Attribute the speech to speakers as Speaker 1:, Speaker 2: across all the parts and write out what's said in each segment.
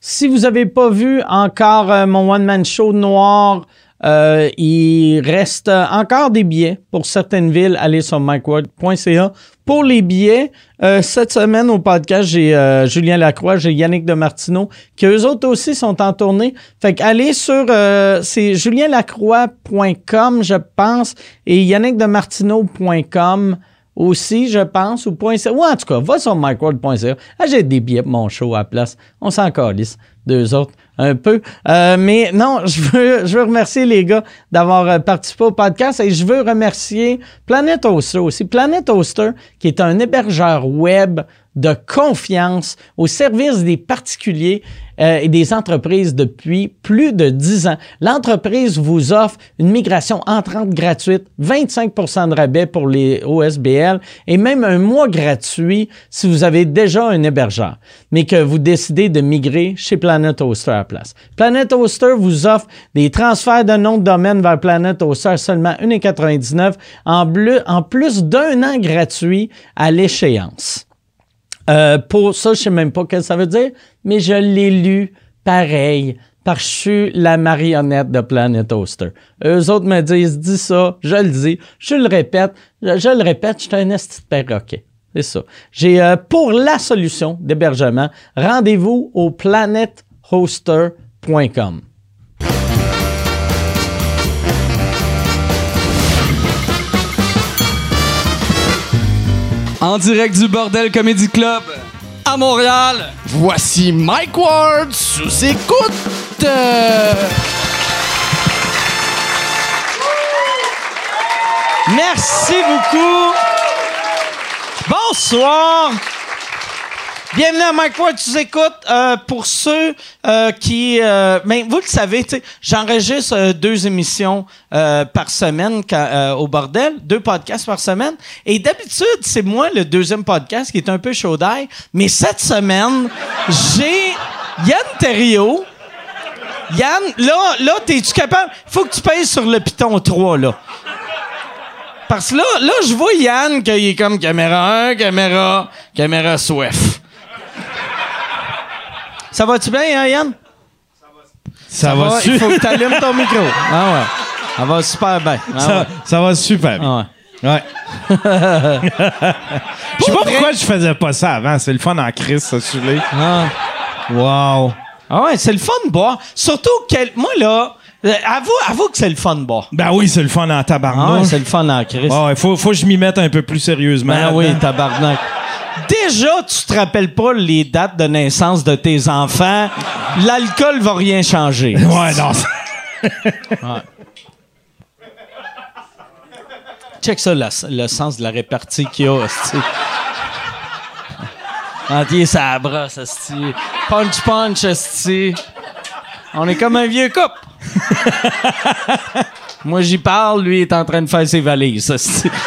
Speaker 1: Si vous n'avez pas vu encore euh, mon one-man show noir, euh, il reste euh, encore des billets pour certaines villes. Allez sur mikeward.ca. Pour les billets, euh, cette semaine au podcast, j'ai euh, Julien Lacroix, j'ai Yannick Demartino, qui eux autres aussi sont en tournée. Fait que allez sur, euh, c'est julienlacroix.com, je pense, et yannickdemartino.com aussi, je pense, ou point .ca. Ou en tout cas, va sur micworld.ca. Ah, j'ai des billets pour mon show à la place. On s'en calisse, deux autres, un peu. Euh, mais non, je veux, je veux remercier les gars d'avoir euh, participé au podcast et je veux remercier Planet Oster aussi. Planet Oster, qui est un hébergeur web de confiance au service des particuliers euh, et des entreprises depuis plus de 10 ans. L'entreprise vous offre une migration entrante gratuite, 25 de rabais pour les OSBL et même un mois gratuit si vous avez déjà un hébergeur, mais que vous décidez de migrer chez Planet Hoster à la place. Planet Hoster vous offre des transferts de nom de domaine vers Planet Hoster à seulement 1,99 en bleu- en plus d'un an gratuit à l'échéance. Euh, pour ça, je sais même pas ce que ça veut dire, mais je l'ai lu pareil parce que je suis la marionnette de Planet Oster. Eux autres me disent, dis ça, je le dis, je le répète, je, je le répète, je suis un esti de perroquet. C'est ça. J'ai euh, pour la solution d'hébergement, rendez-vous au planethoster.com.
Speaker 2: En direct du Bordel Comedy Club à Montréal.
Speaker 3: Voici Mike Ward sous écoute. Euh,
Speaker 1: Merci beaucoup. Bonsoir. Bienvenue à Mike Ward, tu écoutes. Euh, pour ceux euh, qui... euh, ben, vous le savez, tu sais, j'enregistre euh, deux émissions euh, par semaine quand- euh, au bordel, deux podcasts par semaine. Et d'habitude, c'est moi le deuxième podcast qui est un peu chaud d'ail. Mais cette semaine, j'ai Yann Terriot. Yann, là, là t'es-tu capable? Faut que tu pèses sur le piton 3, là. Parce que là, là je vois Yann qu'il est comme caméra 1, caméra, caméra Swift. Ça va-tu bien, hein, Yann?
Speaker 4: Ça, va,
Speaker 1: Ah Ouais,
Speaker 4: su-
Speaker 1: Il faut que tu allumes ton micro. Ah ouais. Ça va super bien. Ah
Speaker 4: ça,
Speaker 1: ouais.
Speaker 4: ça va super bien.
Speaker 1: Ah ouais.
Speaker 4: Ouais. Je sais pas pourquoi je faisais pas ça avant. C'est le fun en crise, ça, celui
Speaker 1: Ah.
Speaker 4: Wow.
Speaker 1: Ah ouais, c'est le fun de boire. Surtout que moi, là, euh, avoue, avoue que c'est le fun de boire.
Speaker 4: Ben oui, c'est le fun en
Speaker 1: Ah ouais,
Speaker 4: tabarnak.
Speaker 1: c'est le fun en crise.
Speaker 4: Ah ouais, faut, faut que je m'y mette un peu plus sérieusement.
Speaker 1: Ben oui,
Speaker 4: là-dedans.
Speaker 1: tabarnak. Déjà, tu te rappelles pas les dates de naissance de tes enfants. L'alcool va rien changer.
Speaker 4: Ouais, non. ça-
Speaker 1: Check ça, la- le sens de la répartie qu'il y a, esti. Entier, ça brosse, esti. Punch, punch, esti. On est comme un vieux couple. Moi, j'y parle, lui, il est en train de faire ses valises, esti.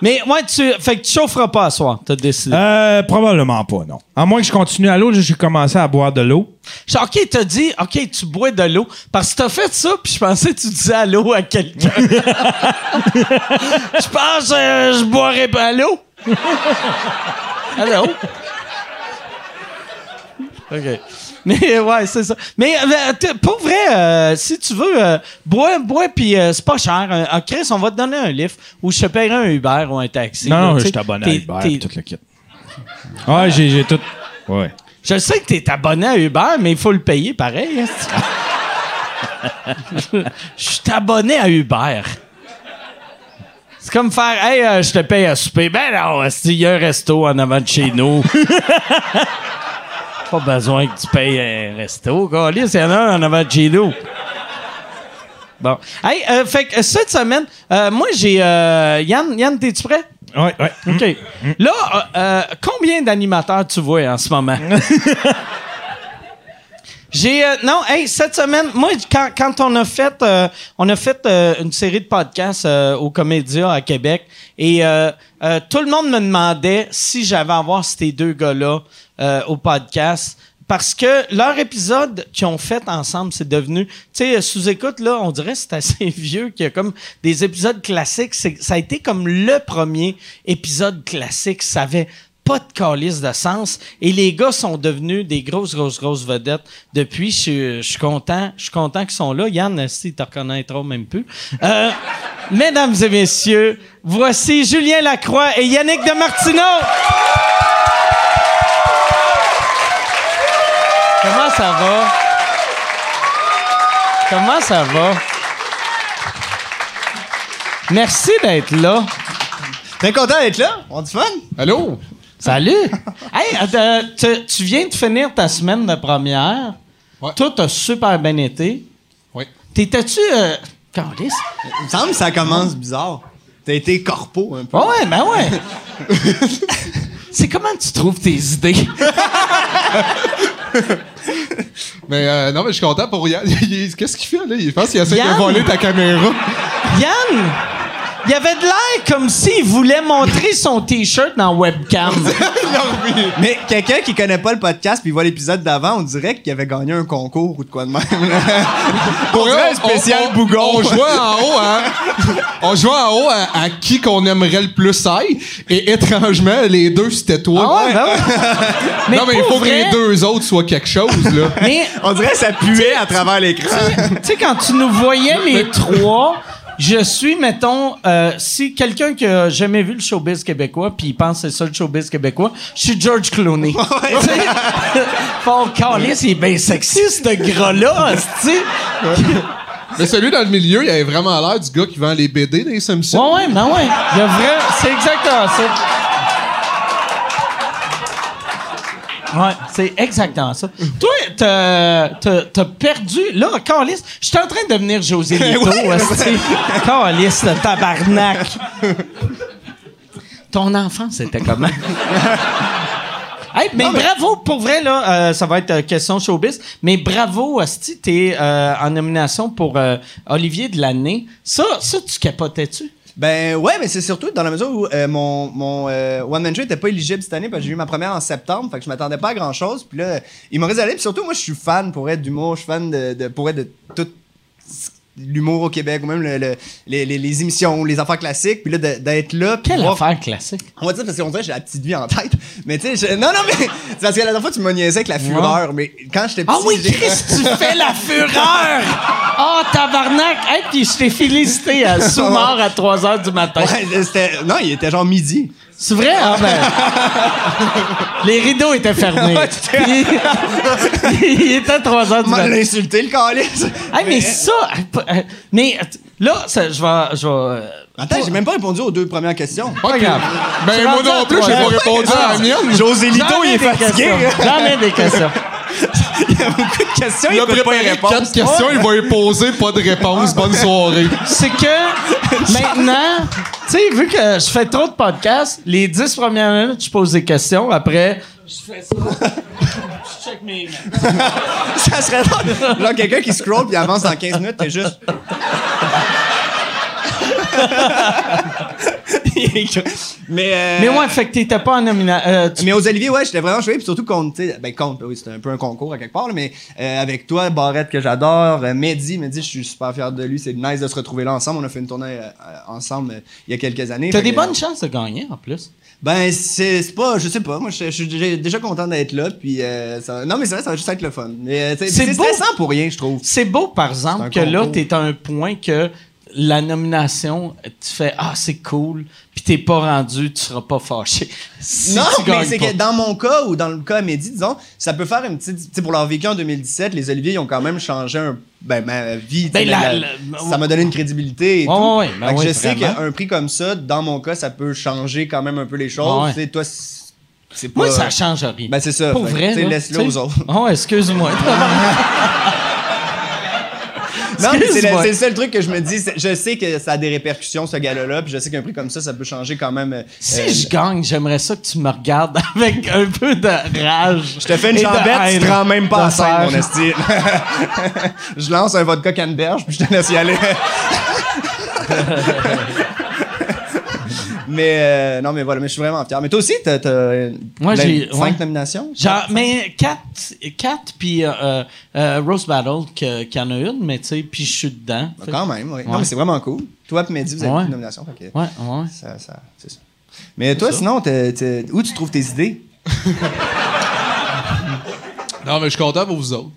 Speaker 1: Mais, ouais, tu... Fait que tu chaufferas pas à soir, t'as décidé.
Speaker 4: Euh, probablement pas, non. À moins que je continue à l'eau, j'ai commencé à boire de l'eau.
Speaker 1: J'ai- OK, t'as dit, OK, tu bois de l'eau. Parce que t'as fait ça, puis je pensais que tu disais allô à quelqu'un. je pense que je boirais pas à l'eau. Allô? OK. Mais ouais, c'est ça. Mais euh, t- pour vrai, euh, si tu veux, euh, bois, bois, puis euh, c'est pas cher. Euh, ah, Chris, on va te donner un lift ou je te paierai un Uber ou un taxi. là,
Speaker 4: Non, non,
Speaker 1: tu
Speaker 4: je
Speaker 1: sais.
Speaker 4: t'abonne à
Speaker 1: T'es-
Speaker 4: Uber,
Speaker 1: t'es-
Speaker 4: pis tout le kit. Ouais, j'ai j'ai tout. Ouais.
Speaker 1: je sais que t'es abonné à Uber, mais il faut le payer pareil. est-ce que- Je suis abonné à Uber. C'est comme faire Hey, euh, je te paye à souper. Ben non, est-ce qu'il y a un resto en avant de chez nous. Pas besoin que tu payes un resto, câlisse, Il y en a un en avant de chez nous. Bon. Hey, euh, fait que cette semaine, euh, moi j'ai. euh, Yann, Yann, t'es-tu prêt?
Speaker 4: Ouais, ouais.
Speaker 1: OK. Là, euh, euh, combien d'animateurs tu vois en ce moment? J'ai euh, non, hey, cette semaine, moi quand, quand on a fait euh, on a fait euh, une série de podcasts euh, au Comédia à Québec et euh, euh, tout le monde me demandait si j'avais à voir ces deux gars-là euh, au podcast parce que leur épisode qu'ils ont fait ensemble, c'est devenu tu sais sous écoute là, on dirait que c'est assez vieux qu'il y a comme des épisodes classiques, C'est- ça a été comme le premier épisode classique, ça avait pas de calice de sens. Et les gars sont devenus des grosses, grosses, grosses vedettes. Depuis, je suis- je suis content. Je suis content qu'ils sont là. Yann, si tu reconnaîtront même plus. Euh, mesdames et messieurs, voici Julien Lacroix et Yannick Demartino. Comment ça va? Comment ça va? Merci d'être là.
Speaker 5: Très content d'être là. On dit fun.
Speaker 6: Allô?
Speaker 1: Salut! hey, euh, tu- tu viens de finir ta semaine de première.
Speaker 6: Ouais.
Speaker 1: Tout a super bien été.
Speaker 6: Oui.
Speaker 1: T'étais-tu. Euh... câlisse?
Speaker 5: Il me semble que ça commence bizarre. T'as été corpo un peu.
Speaker 1: Ah ouais, ben ouais! C'est comment tu trouves tes idées?
Speaker 6: Mais euh, non, mais je suis content pour Yann. Il est- Qu'est-ce qu'il fait, là? Il- Je pense qu'il essaie
Speaker 1: Yann?
Speaker 6: de voler ta caméra.
Speaker 1: Yann! Il avait de l'air comme s'il voulait montrer son T-shirt dans webcam.
Speaker 5: Mais quelqu'un qui connaît pas le podcast puis voit l'épisode d'avant, on dirait qu'il avait gagné un concours ou de quoi de même. là. Pour vrai, un spécial
Speaker 6: on- on-
Speaker 5: bougon.
Speaker 6: On jouait en haut, hein? on jouait en haut à, à qui qu'on aimerait le plus aille. Et étrangement, les deux, c'était toi.
Speaker 1: Ah ouais, ben ouais.
Speaker 6: non, mais il
Speaker 1: pour
Speaker 6: faut que les
Speaker 1: vrai,
Speaker 6: deux autres soient quelque chose, là.
Speaker 1: Mais
Speaker 5: On dirait que ça puait à travers l'écran.
Speaker 1: tu sais, quand tu nous voyais les trois, je suis, mettons, euh, si quelqu'un qui a jamais vu le showbiz québécois, puis il pense que c'est ça le showbiz québécois, je suis George Clooney. Tu sais, Fort calice, il est bien sexy, ce gras-là, tu
Speaker 6: mais celui dans le milieu, il avait vraiment l'air du gars qui vend les BD des Simpsons.
Speaker 1: Ouais, ouais, ben ouais. Il y a vrai... C'est exactement ça. Ouais, c'est exactement ça. Toi, t'as t'as- t'as perdu. Là, Carlis, je suis en train de devenir José Lito. Carlis, le tabarnak. Ton enfant, c'était comment? Hey, mais, bravo, pour vrai, là, euh, ça va être euh, question showbiz, mais bravo, Asti, t'es euh, en nomination pour euh, Olivier de l'année. Ça, ça, tu capotais-tu?
Speaker 5: Ben ouais, mais c'est surtout dans la mesure où euh, mon, mon euh, One Man Show était pas éligible cette année parce que j'ai eu ma première en septembre, fait que je m'attendais pas à grand chose. Puis là, ils m'ont réservé. Puis surtout, moi, je suis fan pour être d'humour, je suis fan de, de- pour être de tout ce- l'humour au Québec, ou même le- le- les, les- les émissions, les affaires classiques. Puis là, de- d'être là. puis
Speaker 1: Quelle
Speaker 5: voir-
Speaker 1: affaire classique.
Speaker 5: On va dire parce qu'on dirait que j'ai la petite vie en tête. Mais tu sais, je- non, non, mais c'est parce que la dernière fois, tu me niaisais avec la fureur. Mais quand j'étais petit.
Speaker 1: Ah oui,
Speaker 5: j'ai-
Speaker 1: Chris, tu fais la fureur! Ah, tabarnak! Hey, puis je t'ai félicité à sous-mort à 3 h du matin.
Speaker 5: Ouais, c'était- non, il était genre midi.
Speaker 1: C'est vrai? Ah ben... Les rideaux étaient fermés. Puis- Il était 3 h du
Speaker 5: Comment
Speaker 1: matin.
Speaker 5: l'insulter, le calice?
Speaker 1: Hey, mais ça... Mais là, ça, je vais... Je vais euh,
Speaker 5: Attends, j'ai même pas répondu aux deux premières questions.
Speaker 6: Ok.
Speaker 1: grave.
Speaker 6: Ben,
Speaker 1: Tu
Speaker 6: moi
Speaker 1: rentres à
Speaker 6: non plus, j'ai
Speaker 1: trois.
Speaker 6: pas répondu à la mienne.
Speaker 5: José Lito,
Speaker 1: j'en ai
Speaker 5: il est
Speaker 1: des
Speaker 5: fatigué.
Speaker 1: questions. J'en ai des questions.
Speaker 5: il y a beaucoup de questions,
Speaker 6: Il
Speaker 5: il
Speaker 6: a
Speaker 5: peut pas y
Speaker 6: préparé
Speaker 5: répondre.
Speaker 6: quatre questions, il va y poser, pas de réponse. Bonne soirée.
Speaker 1: c'est que maintenant, tu sais, vu que je fais trop de podcasts, les 10 premières minutes, je pose des questions. Après, je fais ça. je check mes emails.
Speaker 5: Ça serait drôle. Genre quelqu'un qui scroll puis avance dans 15 minutes, t'es juste... mais, euh,
Speaker 1: Mais ouais, fait que t'étais pas en euh, nomination.
Speaker 5: Mais aux Olivier, ouais, j'étais vraiment choué, puis surtout contre, tu sais, ben contre, oui, c'était un peu un concours à quelque part, là, mais euh, avec toi, Barrette que j'adore, euh, Mehdi, Mehdi, je suis super fier de lui, c'est nice de se retrouver là ensemble, on a fait une tournée euh, euh, ensemble euh, il y a quelques années.
Speaker 1: T'as
Speaker 5: Fait
Speaker 1: des
Speaker 5: que- euh,
Speaker 1: bonnes chances de gagner en plus.
Speaker 5: Ben, c'est c'est pas, je sais pas. Moi, je je suis déjà- déjà content d'être là. Puis, euh, ça- non, mais c'est vrai, ça va juste être le fun. Mais, euh, tu sais,
Speaker 1: C'est
Speaker 5: c'est
Speaker 1: beau.
Speaker 5: stressant pour rien, je trouve.
Speaker 1: C'est beau, par exemple, que
Speaker 5: C'est un
Speaker 1: là,
Speaker 5: concours.
Speaker 1: t'es à un point que la nomination, tu fais Ah, c'est cool, puis t'es pas rendu, tu seras pas fâché. Si
Speaker 5: non,
Speaker 1: tu
Speaker 5: mais
Speaker 1: gagnes
Speaker 5: c'est
Speaker 1: pas.
Speaker 5: que dans mon cas ou dans le cas Mehdi, disons, ça peut faire une petite. Tu sais, pour leur vécu en 2017, les Oliviers, ils ont quand même changé un. Ben, ma vie. tu sais,
Speaker 1: Ben, la-
Speaker 5: la-
Speaker 1: la-
Speaker 5: ça m'a donné une crédibilité. Et
Speaker 1: Ouais,
Speaker 5: tout.
Speaker 1: ouais, ouais, ben
Speaker 5: Fait que
Speaker 1: oui,
Speaker 5: je sais
Speaker 1: vraiment.
Speaker 5: qu'un prix comme ça, dans mon cas, ça peut changer quand même un peu les
Speaker 1: Ouais, ouais.
Speaker 5: choses. Tu sais, toi, c'est c'est pas.
Speaker 1: Moi, ça change rien.
Speaker 5: Ben, c'est ça.
Speaker 1: Pour
Speaker 5: Fait que,
Speaker 1: vrai.
Speaker 5: tu sais,
Speaker 1: là,
Speaker 5: laisse-le
Speaker 1: tu sais.
Speaker 5: aux autres.
Speaker 1: Oh, excuse-moi.
Speaker 5: Non, mais c'est le,
Speaker 1: Excuse-moi.
Speaker 5: c'est le seul truc que je me dis. c'est- Je sais que ça a des répercussions, ce gars-là, puis je sais qu'un prix comme ça, ça peut changer quand même. euh,
Speaker 1: Si
Speaker 5: euh,
Speaker 1: je gagne, j'aimerais ça que tu me regardes avec un peu de rage.
Speaker 5: je te fais une
Speaker 1: et de
Speaker 5: chambette,
Speaker 1: haine.
Speaker 5: tu te rends même pas en
Speaker 1: De
Speaker 5: scène,
Speaker 1: faire-
Speaker 5: mon esti. je lance un vodka canneberge, puis je te laisse y aller. mais euh, non, mais voilà, mais je suis vraiment fier. Mais toi aussi, t'as. t'as, euh,
Speaker 1: Moi,
Speaker 5: la-
Speaker 1: j'ai-
Speaker 5: Cinq
Speaker 1: ouais.
Speaker 5: nominations?
Speaker 1: Genre, mais 4 quatre, puis euh, euh, euh, Rose Battle, que- qu'il y en a une, mais tu sais, puis je suis dedans.
Speaker 5: Bah, Quand même, oui.
Speaker 1: Ouais.
Speaker 5: Non, mais c'est vraiment cool. Toi, puis Mehdi, vous avez
Speaker 1: Ouais.
Speaker 5: une nomination. fait que
Speaker 1: Ouais, ouais.
Speaker 5: ça, ça, c'est ça. Mais toi, sinon, t'es- t'es- où tu trouves tes idées?
Speaker 6: Non, mais je suis content pour vous autres.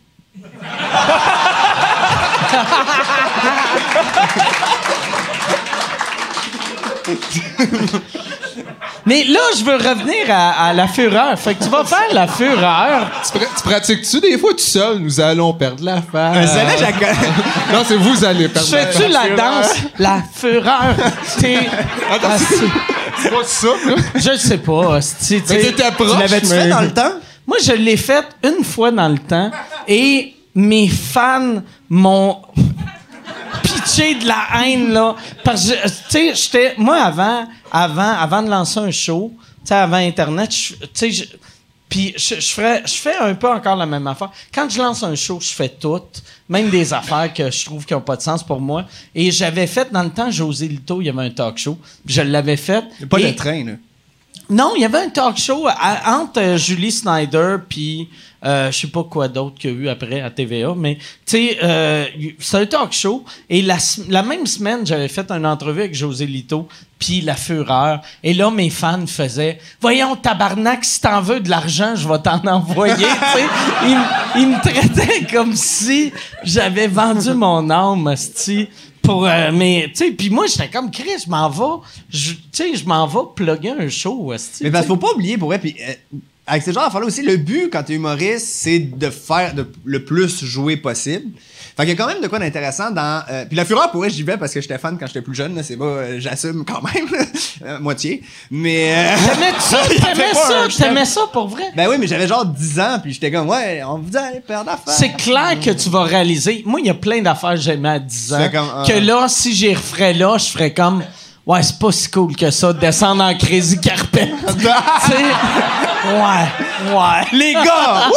Speaker 1: Mais là, je veux revenir à, à la fureur. Fait que tu vas faire la fureur.
Speaker 6: Tu, pra- tu pratiques-tu des fois tout seul? Nous allons perdre la
Speaker 1: Euh,
Speaker 6: face.
Speaker 5: Celle-là, je la connais.
Speaker 6: Non, c'est vous allez perdre la face.
Speaker 1: Fais-tu la danse? La fureur. T'es. Ah, c'est-
Speaker 6: C'est pas ça, là.
Speaker 1: je sais pas. hostie, tu sais.
Speaker 6: Mais t'étais proche.
Speaker 5: Tu l'avais-tu
Speaker 6: mais-
Speaker 5: fait dans le temps?
Speaker 1: Moi, je l'ai faite une fois dans le temps et mes fans m'ont pitché de la haine, là. Parce que, je- tu sais, j'étais. Moi, avant, avant, avant de lancer un show, tu sais, avant Internet, je- tu sais, je- Puis je, je ferais- je fais un peu encore la même affaire. Quand je lance un show, je fais tout, même des affaires que je trouve qui n'ont pas de sens pour moi. Et j'avais fait, dans le temps, José Lito, il y avait un talk show. puis Je l'avais fait.
Speaker 5: Pas
Speaker 1: et-
Speaker 5: le train, là.
Speaker 1: non, il y avait un talk show à- entre euh, Julie Snyder puis euh, je sais pas quoi d'autre qu'il y a eu après à TVA, mais tu sais, euh, y- c'est un talk show et la, s- la même semaine, j'avais fait une entrevue avec José Lito puis La Fureur et là, mes fans faisaient « Voyons, tabarnak, si t'en veux de l'argent, je vais t'en envoyer. » Tu sais, Ils, m- ils me traitaient comme si j'avais vendu mon âme, hostie pour euh, mais tu sais puis moi j'étais comme Chris je m'en vais je- tu sais je m'en vais plugger un show hostie.
Speaker 5: Mais parce qu'il faut pas oublier, pour vrai, puis euh, avec ce genre d'affaires-là aussi, le but quand t'es humoriste, c'est de faire de- le plus jouer possible. Fait qu'il y a quand même de quoi d'intéressant dans... euh, puis la fureur, pour vrai, j'y vais parce que j'étais fan quand j'étais plus jeune, là, c'est pas... euh, J'assume quand même, là, euh, moitié. Mais... euh,
Speaker 1: T'aimais ça, t'aimais
Speaker 5: fait pas
Speaker 1: ça,
Speaker 5: un show.
Speaker 1: t'aimais ça pour vrai.
Speaker 5: ben oui, mais j'avais genre 10 ans, puis j'étais comme, ouais, on vous allez perdre l'affaire.
Speaker 1: C'est clair que tu vas réaliser. Moi, il y a plein d'affaires que j'aimais à 10 ans.
Speaker 5: fais comme, euh,
Speaker 1: Que là, si j'y referais là, je ferais comme. Ouais, c'est pas si cool que ça de descendre en Crazy Carpet. tu sais? Ouais, ouais. Les gars!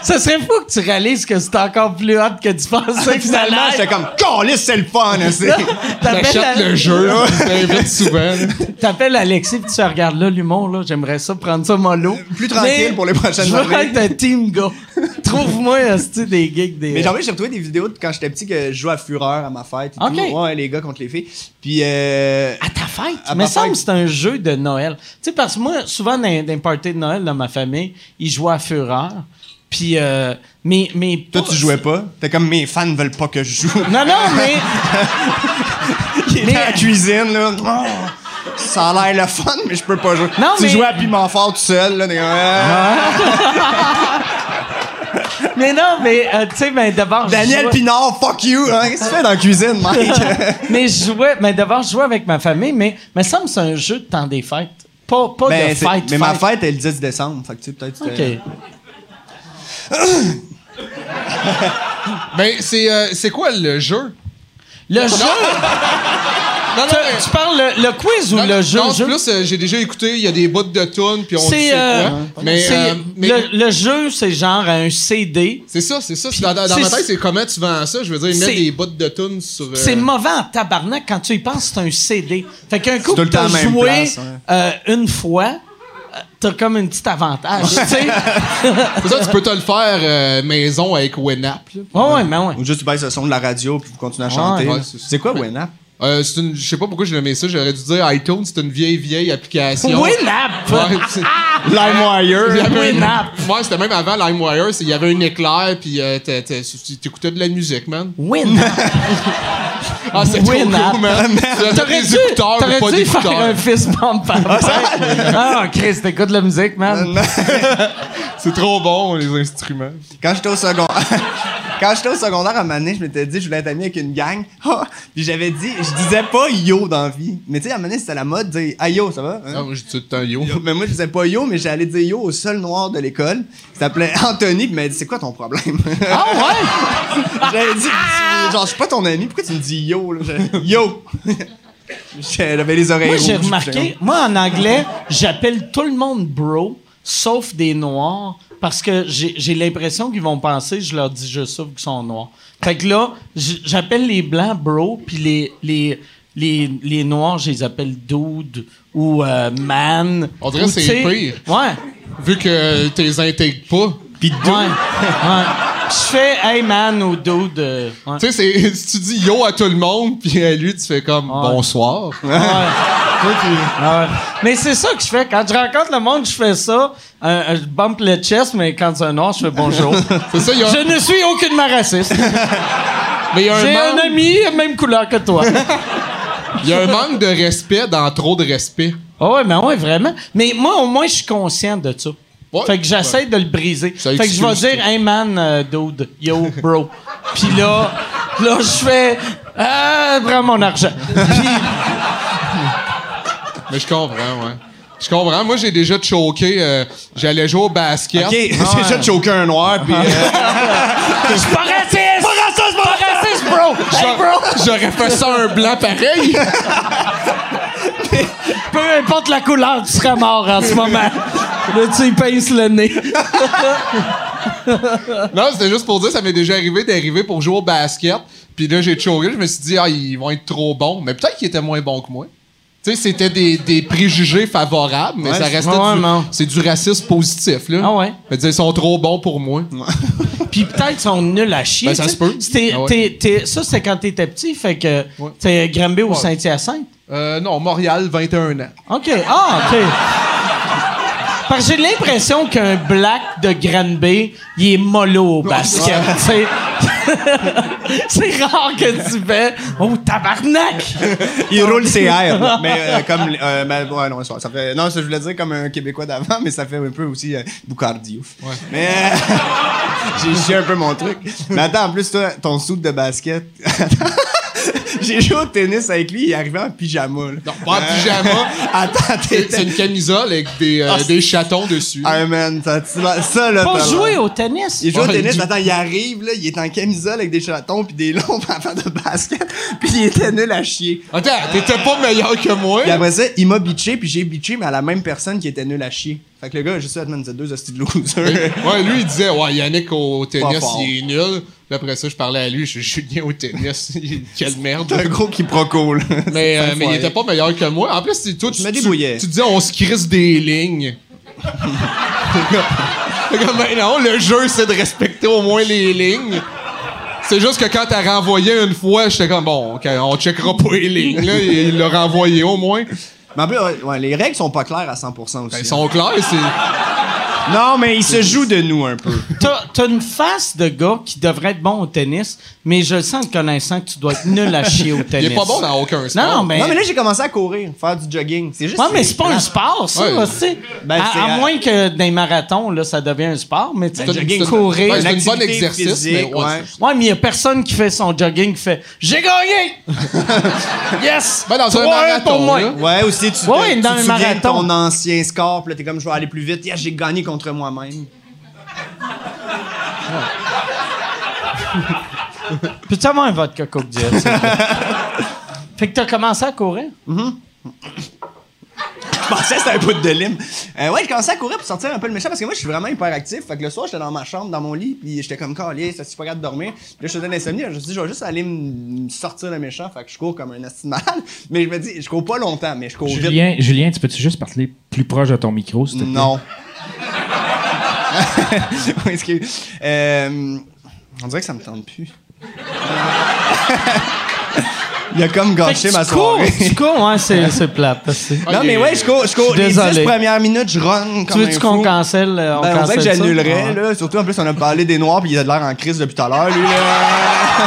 Speaker 1: Ça serait fou que tu réalises que c'est encore plus hot que tu pensais que ça
Speaker 5: Ah, Finalement,
Speaker 1: allait.
Speaker 5: j'étais comme, calisse, c'est le fun, hein, c'est...
Speaker 1: T'appelles
Speaker 6: T'achètes
Speaker 1: la-
Speaker 6: le jeu, tu t'invites souvent.
Speaker 1: T'appelles Alexis puis tu fais, regarde là l'humour là, j'aimerais ça prendre ça mollo.
Speaker 5: Euh, plus tranquille pour les prochaines
Speaker 1: Je veux
Speaker 5: journées.
Speaker 1: être un team gars. Trouve-moi hostie, des gigs des.
Speaker 5: Mais j'en j'ai retrouvé des vidéos de quand j'étais petit que je jouais à Fureur à ma fête. et
Speaker 1: Ok.
Speaker 5: tout. Ouais, les gars contre les filles. Puis, euh,
Speaker 1: à ta fête.
Speaker 5: À
Speaker 1: mais
Speaker 5: ma
Speaker 1: ça me semble
Speaker 5: fête.
Speaker 1: que c'est un jeu de Noël. Tu sais parce que moi souvent dans, dans les parties de Noël dans ma famille, ils jouaient à fureur. Puis euh, mais mais
Speaker 5: toi, tu jouais pas. T'es comme, mes fans veulent pas que je joue.
Speaker 1: Non non mais
Speaker 5: Il était
Speaker 1: Mais-
Speaker 5: à la cuisine, là. Oh, ça a l'air le fun, mais je peux pas jouer.
Speaker 1: Non,
Speaker 5: tu
Speaker 1: mais-
Speaker 5: jouais à Piment Fort tout seul, là. t'es comme, Ah.
Speaker 1: mais non mais euh, tu sais mais d'abord je
Speaker 5: Daniel
Speaker 1: jouais-
Speaker 5: Pinard, fuck you! hein. Qu'est-ce que tu fais dans la cuisine, Mike?
Speaker 1: mais je jouais mais d'abord je jouais avec ma famille mais mais ça me semble que c'est un jeu de temps des fêtes. Pas pas de
Speaker 5: Ben, c'est-
Speaker 1: fête.
Speaker 5: mais ma
Speaker 1: fête.
Speaker 5: fête, elle est le 10 décembre. Fait que tu sais, peut-être. euh,
Speaker 1: OK.
Speaker 6: Euh,
Speaker 5: c'était-
Speaker 6: Mais c'est euh, c'est quoi le jeu?
Speaker 1: Le jeu,
Speaker 6: Non, non,
Speaker 1: tu,
Speaker 6: mais-
Speaker 1: tu parles le, le quiz ou
Speaker 6: non,
Speaker 1: le jeu?
Speaker 6: non,
Speaker 1: jeu?
Speaker 6: plus, euh, j'ai déjà écouté, il y a des bouts de tunes, puis on dit
Speaker 1: C'est
Speaker 6: c'est
Speaker 1: euh,
Speaker 6: quoi. Mais,
Speaker 1: c'est-
Speaker 6: euh, mais- Euh.
Speaker 1: le, le jeu, c'est genre un CD.
Speaker 6: C'est ça, c'est ça. c'est dans, dans- dans
Speaker 1: c'est-
Speaker 6: ma tête, c'est comment tu vends ça. Je veux dire, ils
Speaker 1: C'est-
Speaker 6: mettent des bouts de tunes sur. euh,
Speaker 1: C'est mauvais en tabarnak quand tu y penses, c'est un CD. Fait qu'un coup
Speaker 5: tout
Speaker 1: que
Speaker 5: le temps
Speaker 1: t'as
Speaker 5: à la même
Speaker 1: joué
Speaker 5: place, ouais.
Speaker 1: euh, une fois, euh, t'as comme un petit avantage, tu sais.
Speaker 6: C'est ça, tu peux te le faire euh, maison avec Wenap. là.
Speaker 1: Ouais, ouais, mais ouais.
Speaker 5: Ou juste tu baisses le son de la radio puis vous continuez à chanter.
Speaker 6: ouais,
Speaker 5: là.
Speaker 6: c'est ça.
Speaker 5: c'est quoi, Wenap?
Speaker 6: Euh, c'est une, je sais pas pourquoi j'ai nommé ça. J'aurais dû dire iTunes. C'est une vieille vieille application.
Speaker 1: Winap!
Speaker 6: Ouais, c'est-
Speaker 1: Ah,
Speaker 6: Il y
Speaker 5: LimeWire.
Speaker 6: avait un-
Speaker 1: Winamp.
Speaker 6: Ouais, c'était même avant LimeWire. c'est- Il y avait un éclair, puis euh, t'es- t'es- t'écoutais de la musique, man.
Speaker 1: Winap!
Speaker 6: Ah, c'est trop cool,
Speaker 1: Winamp.
Speaker 6: man. Tu avais
Speaker 1: T'aurais
Speaker 6: des
Speaker 1: dû,
Speaker 6: écouteurs,
Speaker 1: t'aurais
Speaker 6: pas
Speaker 1: dû faire un
Speaker 6: d'écouteurs.
Speaker 1: fist bump par Ah, Chris, t'écoutes de la musique,
Speaker 6: Euh,
Speaker 1: man.
Speaker 6: C'est trop bon, les instruments.
Speaker 5: Quand j'étais au secondaire, quand j'étais au secondaire à un moment donné, je m'étais dit je voulais être ami avec une gang. Ah! puis j'avais dit, je disais pas yo dans la vie. Mais tu sais, à un moment donné, c'était la mode de dire ah yo, ça va? Hein?
Speaker 6: Ah, moi, j'ai tout le temps yo.
Speaker 5: Yo. Mais moi, je disais pas yo, mais j'allais dire yo au seul noir de l'école. Il s'appelait Anthony, puis il m'a dit c'est quoi ton problème?
Speaker 1: Ah ouais?
Speaker 5: j'avais dit, genre, je suis pas ton ami, pourquoi tu me dis yo? Là? J'avais dit, Yo! j'avais les oreilles
Speaker 1: Moi, j'ai
Speaker 5: rouges,
Speaker 1: remarqué, moi, en anglais, j'appelle tout le monde bro, sauf des noirs, parce que j'ai j'ai l'impression qu'ils vont penser, je leur dis je sauve qu'ils sont noirs. Fait que là, j- j'appelle les blancs bro, puis les, les, les, les noirs, je les appelle dude ou euh, man.
Speaker 6: On dirait
Speaker 1: ou,
Speaker 6: que c'est
Speaker 1: tu sais,
Speaker 6: pire.
Speaker 1: Ouais.
Speaker 6: Vu que euh, t'es intègres pas.
Speaker 1: Puis dude. Ouais. ouais. Je fais hey man ou dude. euh, ouais.
Speaker 6: Tu sais, c'est- si tu dis yo à tout le monde, puis à lui, tu fais comme
Speaker 1: Ouais.
Speaker 6: bonsoir.
Speaker 1: Ouais. Ah ouais. Mais c'est ça que je fais. Quand je rencontre le monde, je fais ça. Euh, euh, je bump le chest, mais quand c'est un noir, je fais bonjour.
Speaker 6: C'est ça, il y a,
Speaker 1: je ne suis aucunement raciste.
Speaker 6: mais il y a
Speaker 1: J'ai
Speaker 6: un
Speaker 1: un
Speaker 6: manque,
Speaker 1: ami, même couleur que toi.
Speaker 6: il y a un manque de respect dans trop de respect.
Speaker 1: Ah ouais, mais ouais, vraiment. Mais moi, au moins, je suis conscient de ça.
Speaker 6: Ouais.
Speaker 1: fait que j'essaie de le briser.
Speaker 6: Ça
Speaker 1: fait que je vais
Speaker 6: excuse
Speaker 1: dire,
Speaker 6: tout.
Speaker 1: hey man, euh, dude, yo, bro. Puis là, là, je fais, ah, prends mon argent. Puis,
Speaker 6: Mais je comprends, ouais. Je comprends. Moi, j'ai déjà choqué. euh, J'allais jouer au
Speaker 1: Ah,
Speaker 6: basket.
Speaker 5: Ok, j'ai déjà choqué un noir, puis. euh,
Speaker 1: je suis pas raciste! Pas raciste, pas raciste, bro! Hey, bro!
Speaker 6: J'aurais- J'aurais fait ça un blanc pareil.
Speaker 1: Peu importe la couleur, tu serais mort en ce moment. Là, tu y pinces le nez.
Speaker 6: Non, c'était juste pour dire, ça m'est déjà arrivé d'arriver pour jouer au basket. Puis là, j'ai choqué. Je me suis dit, ah, ils vont être trop bons. Mais peut-être qu'ils étaient moins bons que moi. Tu sais, c'était des, des préjugés favorables, mais
Speaker 5: Ouais,
Speaker 6: ça restait
Speaker 1: ouais,
Speaker 6: du,
Speaker 1: non.
Speaker 6: c'est du racisme positif, là.
Speaker 1: Ah ouais.
Speaker 6: Mais tu sais, ils sont trop bons pour moi.
Speaker 1: Puis peut-être qu'ils sont nuls à chier.
Speaker 6: Ben, ça
Speaker 1: tu sais.
Speaker 6: se peut.
Speaker 1: C'était-
Speaker 6: Ah ouais.
Speaker 1: t'es- t'es- ça, c'était quand t'étais petit, fait que
Speaker 6: Ouais.
Speaker 1: t'es Granby ou
Speaker 6: Ouais.
Speaker 1: Saint-Hyacinthe.
Speaker 6: Euh, non, Montréal, 21 ans.
Speaker 1: OK. Ah, OK. Parce que j'ai l'impression qu'un black de Granby, il est mollo au basket. tu sais. C'est rare que tu fais « Oh, tabarnak!
Speaker 5: Il roule ses airs. là. Mais euh, comme. euh, mais, ouais, non, ça, ça fait. Non, ça, je voulais dire comme un Québécois d'avant, mais ça fait un peu aussi euh, Boucardi, ouf. Mais. euh, J'ai chié un peu mon truc. Mais attends, en plus, toi, ton soude de basket. J'ai joué au tennis avec lui, il est arrivé en pyjama. là. Euh,
Speaker 6: Non, pas en pyjama.
Speaker 5: Attends,
Speaker 6: C'est c'est
Speaker 5: t'étais.
Speaker 6: une camisole avec des, euh,
Speaker 5: Ah, c'est-
Speaker 6: des chatons dessus.
Speaker 5: Ah, man, ça, ça là. »
Speaker 1: Pas
Speaker 5: t'as
Speaker 1: jouer
Speaker 5: l'air.
Speaker 1: au tennis!
Speaker 5: Il joue au
Speaker 6: Ouais,
Speaker 5: tennis,
Speaker 6: du-
Speaker 5: mais attends, il arrive, là, il est en camisole avec des chatons puis des longs pantalons de basket, puis il était nul à chier.
Speaker 6: Attends, t'étais pas meilleur que moi.
Speaker 5: Puis après ça, il m'a bitché, puis j'ai bitché, mais à la même personne qui était nul à chier. Fait que le gars, juste là, man, c'est deux hosties de losers.
Speaker 6: Ouais, lui, il disait, ouais, Yannick au tennis,
Speaker 5: fort.
Speaker 6: il est nul. Puis après ça, je parlais à lui, je suis Julien au tennis. Quelle merde.
Speaker 5: T'es un gros quiproquo, là.
Speaker 6: Mais, euh, mais il
Speaker 5: foiré.
Speaker 6: était pas meilleur que moi. En plus, c'est- toi, tu,
Speaker 5: me
Speaker 6: tu,
Speaker 5: débrouillais.
Speaker 6: tu disais, on se crisse des lignes. Fait que, ben non, le jeu, c'est de respecter au moins les lignes. C'est juste que quand t'as renvoyé une fois, j'étais comme, bon, ok, on checkera pas les lignes. Là, il il l'a renvoyé au moins.
Speaker 5: Mais en plus, ouais, ouais, les règles sont pas claires à 100% aussi. hein.
Speaker 6: Ben, ils sont clairs, c'est.
Speaker 5: Non, mais ils se jouent de nous un peu.
Speaker 1: T'as t'as une face de gars qui devrait être bon au tennis, mais je le sens en te connaissant que tu dois être nul à chier au tennis.
Speaker 6: Il est pas bon dans aucun sport.
Speaker 1: Non, non, mais...
Speaker 5: Non, mais là, j'ai commencé à courir, faire du jogging. C'est juste.
Speaker 1: Ouais, mais c'est pas un sport, ça,
Speaker 6: Ouais.
Speaker 1: tu sais.
Speaker 5: Ben,
Speaker 1: à,
Speaker 5: c'est-
Speaker 1: à moins que dans les marathons, là, ça devient un sport, mais tu sais,
Speaker 5: Ben, jogging,
Speaker 1: jogging, courir.
Speaker 6: Ouais, c'est
Speaker 5: une
Speaker 6: un bon
Speaker 5: activité
Speaker 6: exercice,
Speaker 5: physique,
Speaker 6: mais ouais,
Speaker 5: ouais.
Speaker 6: c'est-
Speaker 1: Ouais, mais il y a personne qui fait son jogging qui fait J'ai gagné! yes!
Speaker 6: Ben, dans
Speaker 1: 3-1
Speaker 6: un
Speaker 1: pour
Speaker 6: marathon,
Speaker 1: moi.
Speaker 6: là.
Speaker 5: Ouais, aussi, tu, te-
Speaker 1: Ouais,
Speaker 5: tu
Speaker 1: dans
Speaker 5: te
Speaker 1: le
Speaker 5: souviens de
Speaker 1: marathon.
Speaker 5: ton ancien score, puis là, t'es comme, je vais aller plus vite. Yes, j'ai gagné contre moi-même.
Speaker 1: Peux-tu avoir un vodka Coke Diet? s'il te plaît? fait que t'as commencé à courir?
Speaker 5: Je pensais que c'était un bout de lime. Euh, ouais, j'ai commencé à courir pour sortir un peu le méchant parce que moi, je suis vraiment hyper actif. Fait que le soir, j'étais dans ma chambre, dans mon lit, puis j'étais comme calé, ça suis pas capable de dormir. Puis Là, je faisais de l'insomnie. Je me suis dit, je vais juste aller me sortir le méchant. Fait que je cours comme un asti de malade. Mais je me dis, je cours pas longtemps, mais je cours vite.
Speaker 4: Julien, Julien, tu peux-tu juste parler plus proche de ton micro, s'il te plaît?
Speaker 5: Non. Ouais, excuse. Euh, on dirait que ça me tente plus. Il a comme
Speaker 1: Fait
Speaker 5: gâché
Speaker 1: que
Speaker 5: ma
Speaker 1: tu cours,
Speaker 5: soirée.
Speaker 1: tu cours, ouais, c'est c'est plate. parce que-
Speaker 5: Non, mais ouais, je cours. Je
Speaker 1: Je
Speaker 5: cours.
Speaker 1: suis
Speaker 5: Les 10
Speaker 1: désolé.
Speaker 5: premières minutes, je run.
Speaker 1: Tu
Speaker 5: comme
Speaker 1: veux-tu
Speaker 5: un
Speaker 1: qu'on
Speaker 5: fou.
Speaker 1: cancelle? euh, on
Speaker 5: Ben, on dirait
Speaker 1: cancelle
Speaker 5: que
Speaker 1: ça? Ah.
Speaker 5: j'annulerais,
Speaker 1: Ouais.
Speaker 5: là. Surtout, en plus, on a parlé des Noirs, puis il a de l'air en crise depuis tout à l'heure, lui, là.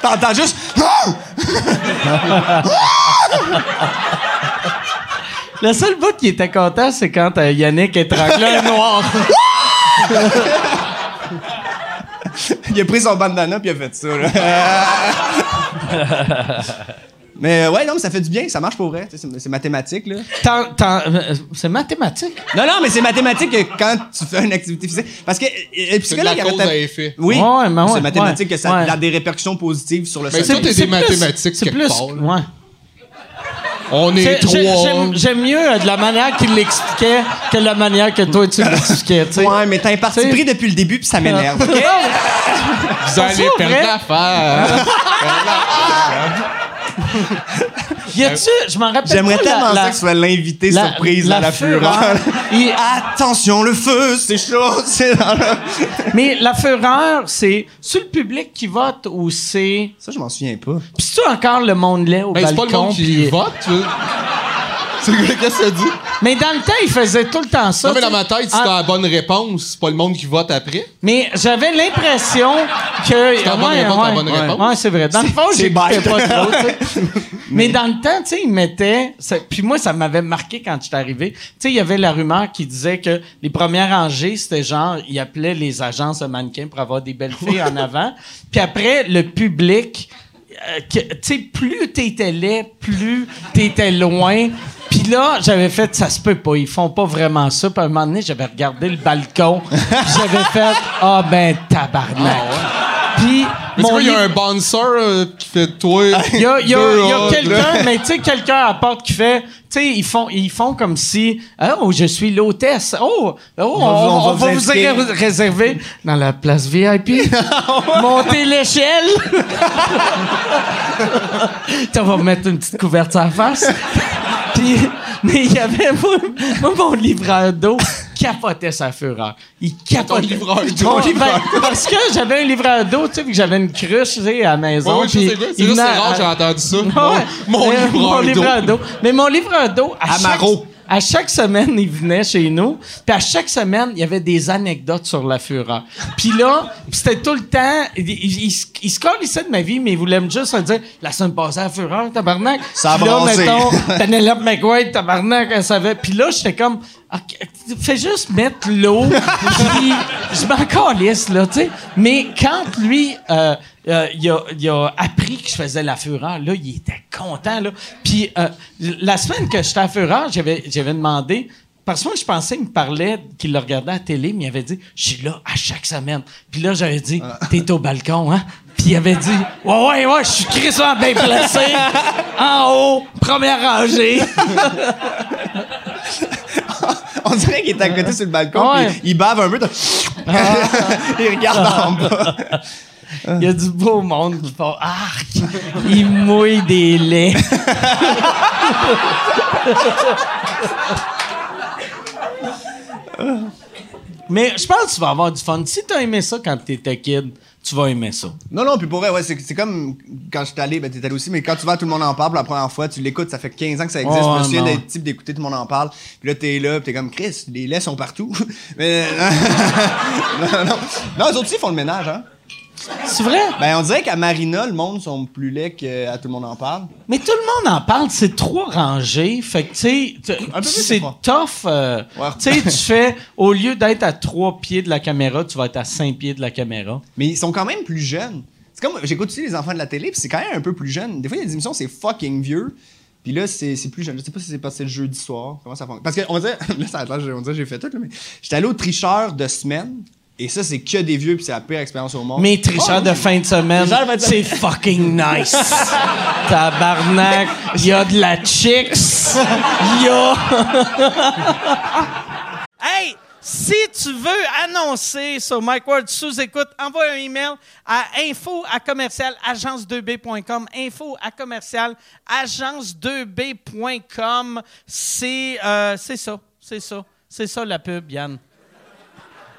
Speaker 5: T'entends juste... Ah!
Speaker 1: Le seul bout qui était content, c'est quand euh, Yannick étranglait un noir.
Speaker 5: Il a pris son bandana, puis il a fait ça, là. Mais euh, ouais, non, mais ça fait du bien, ça marche pour vrai. tu sais, C'est c'est mathématique, là.
Speaker 1: T'en- t'en- euh, C'est mathématique.
Speaker 5: Non, non, mais c'est mathématique que quand tu fais une activité physique. Parce que. euh, euh,
Speaker 6: C'est de la
Speaker 5: psychologue, il
Speaker 6: cause
Speaker 5: avait-
Speaker 6: à effet.
Speaker 5: Oui,
Speaker 1: Ouais, mais ouais,
Speaker 5: c'est mathématique
Speaker 1: ouais,
Speaker 5: que ça
Speaker 1: ouais.
Speaker 5: a des répercussions positives sur le
Speaker 6: Mais
Speaker 5: cerveau.
Speaker 6: tout est des
Speaker 1: C'est plus-
Speaker 6: mathématiques
Speaker 1: C'est
Speaker 6: quelque
Speaker 1: plus.
Speaker 6: part, là.
Speaker 1: ouais.
Speaker 6: On est
Speaker 1: J'ai- j'ai-
Speaker 6: trois.
Speaker 1: j'aime- J'aime mieux euh, de la manière qu'il l'expliquait que de la manière que toi tu l'expliquais. tu sais.
Speaker 5: Ouais, mais t'as un parti
Speaker 1: T'sais-
Speaker 5: pris depuis le début, puis ça m'énerve.
Speaker 1: Non,
Speaker 6: Vous allez
Speaker 1: ça,
Speaker 6: perdre
Speaker 1: Ah, vrai?
Speaker 6: l'affaire.
Speaker 1: Y a-tu, je m'en rappelle
Speaker 5: J'aimerais
Speaker 1: pas,
Speaker 5: tellement
Speaker 1: la,
Speaker 5: ça
Speaker 1: la-
Speaker 5: que ce soit l'invité
Speaker 1: la-
Speaker 5: surprise
Speaker 1: la
Speaker 5: à la fureur.
Speaker 1: fureur. Il-
Speaker 5: Attention, le feu, c'est chaud, c'est dans le-
Speaker 1: Mais la fureur, c'est sur le public qui vote ou c'est.
Speaker 5: Ça, je m'en souviens pas.
Speaker 1: Pis c'est encore le monde là au
Speaker 6: Ben, c'est
Speaker 1: balcon.
Speaker 6: pas le monde qui
Speaker 1: puis-
Speaker 6: vote. tu vois. C'est qu'est-ce que ça dit?
Speaker 1: Mais dans le temps, ils faisaient tout le temps ça.
Speaker 6: non, mais
Speaker 1: tu
Speaker 6: dans
Speaker 1: sais.
Speaker 6: ma tête, si
Speaker 1: Ah,
Speaker 6: t'as la bonne réponse, c'est pas le monde qui vote après.
Speaker 1: Mais j'avais l'impression que.
Speaker 6: la bonne réponse, la bonne
Speaker 1: ouais,
Speaker 6: réponse.
Speaker 1: ouais, c'est vrai. Dans le fond,
Speaker 5: C'est- c'est
Speaker 1: j'écoutais
Speaker 5: bête.
Speaker 1: pas trop. tu sais. mais dans le temps, tu sais, ils mettaient. ça- Puis moi, ça m'avait marqué quand j'étais arrivé. Tu sais, il y avait la rumeur qui disait que les premières rangées, c'était genre, ils appelaient les agences de mannequins pour avoir des belles filles en avant. Puis après, le public. euh, que- tu sais, plus t'étais laid, plus t'étais loin. Puis là, j'avais fait, ça se peut pas, ils font pas vraiment ça. Puis à un moment donné, j'avais regardé le balcon, puis j'avais fait, ah ben tabarnak.
Speaker 6: Ah
Speaker 1: Puis
Speaker 6: Mais tu
Speaker 1: mon
Speaker 6: vois, il y a un
Speaker 1: livre-
Speaker 6: bouncer euh, qui fait toi.
Speaker 1: il y a, il y a-
Speaker 6: deux
Speaker 1: il y a
Speaker 6: odds, là.
Speaker 1: quelqu'un, mais tu sais, quelqu'un à la porte qui fait, tu sais, ils font, ils font comme si, oh, je suis l'hôtesse, oh, oh, on, on va vous,
Speaker 5: inviter.
Speaker 1: ré- réserver dans la place VIP. Montez l'échelle. Tu vas mettre une petite couverture à la face. Puis, mais il y avait, moi, moi, mon livreur d'eau capotait sa fureur. Il capotait.
Speaker 6: livreur d'eau.
Speaker 1: Mon livreur- ben, Parce que j'avais un livreur d'eau, tu sais, puis que j'avais une cruche, tu sais, à la maison.
Speaker 6: Ouais, ouais, je
Speaker 1: puis
Speaker 6: sais quoi. C'est
Speaker 1: il
Speaker 6: juste, c'est
Speaker 1: venait
Speaker 6: rare
Speaker 1: à-
Speaker 6: que j'ai entendu ça.
Speaker 1: ah ouais.
Speaker 6: Mon,
Speaker 1: Euh,
Speaker 6: mon livreur d'eau.
Speaker 1: livreur d'eau. Mais mon livreur d'eau, à, chaque,
Speaker 6: Amaro.
Speaker 1: à chaque semaine, il venait chez nous. Puis à chaque semaine, il y avait des anecdotes sur la fureur. Puis là, puis c'était tout le temps. Il, il- il se- il se collissait de ma vie, mais il voulait me juste me dire La semaine passée, la fureur, tabarnak.
Speaker 5: Ça a
Speaker 1: Puis là,
Speaker 5: brassé.
Speaker 1: mettons, Penelope McWade, tabarnak, elle savait. Puis là, j'étais comme. Ok, Fais juste mettre l'eau, puis je m'en calisse, là, tu sais. Mais quand lui, euh, euh, il, a, il a appris que je faisais la fureur, là, il était content, là. Puis euh, la semaine que j'étais à fureur, j'avais, j'avais demandé, parce que moi, je pensais qu'il me parlait, qu'il le regardait à la télé, mais il avait dit, je suis là à chaque semaine. Puis là, j'avais dit, t'es au balcon, hein? Puis il avait dit, ouais, ouais, ouais, je suis crissement bien placé, en haut, première rangée.
Speaker 5: On dirait qu'il est à côté sur le balcon,
Speaker 1: Euh, Ouais. Ah.
Speaker 5: puis il bave un peu. t'as- il regarde en bas.
Speaker 1: Il y a du beau monde qui font arc. Il mouille des laits. Mais je pense que tu vas avoir du fun. Si t'as aimé ça quand t'étais kid, tu vas aimer ça.
Speaker 5: Non, non, puis pour vrai, ouais, c'est c'est comme quand j'étais allé, ben t'es allé aussi, mais quand tu vas, tout le monde en parle pour la première fois, tu l'écoutes, ça fait 15 ans que ça existe.
Speaker 1: Ouais,
Speaker 5: je me souviens
Speaker 1: non.
Speaker 5: d'être type d'écouter, tout le monde en parle. Puis là, t'es là, puis t'es comme Chris, les laits sont partout. mais. non, non. Non, eux autres aussi font le ménage, hein.
Speaker 1: C'est vrai?
Speaker 5: Ben, on dirait qu'à Marina, le monde sont plus laids qu'à tout le monde en parle.
Speaker 1: Mais tout le monde en parle, c'est trop rangé. Fait que, tu sais, tu-
Speaker 5: Un peu plus,
Speaker 1: c'est
Speaker 5: c'est pas.
Speaker 1: tough. euh,
Speaker 5: Ouais.
Speaker 1: Tu sais, tu fais, au lieu d'être à trois pieds de la caméra, tu vas être à cinq pieds de la caméra.
Speaker 5: Mais ils sont quand même plus jeunes. C'est comme, j'écoute aussi les enfants de la télé, puis c'est quand même un peu plus jeune. Des fois, il y a des émissions, c'est fucking vieux. Puis là, c'est c'est plus jeune. Je sais pas si c'est passé le jeudi soir. Comment ça fonctionne? Parce qu'on dirait, là, ça a l'air, on dirait, j'ai fait tout, là, mais j'étais allé au tricheur de semaine. Et ça, c'est que des vieux, puis c'est la pire expérience au monde. Oh,
Speaker 1: Mes tricheurs de fin de semaine,
Speaker 5: Tricheurs de fin de
Speaker 1: c'est fucking nice. Tabarnak, il y a de la chicks. Il y a... hey, si tu veux annoncer sur Mike Ward sous écoute, envoie un email à info à commercial agence 2b.com info à commercial agence 2b.com c'est euh, c'est ça, c'est ça. C'est ça la pub, Yann.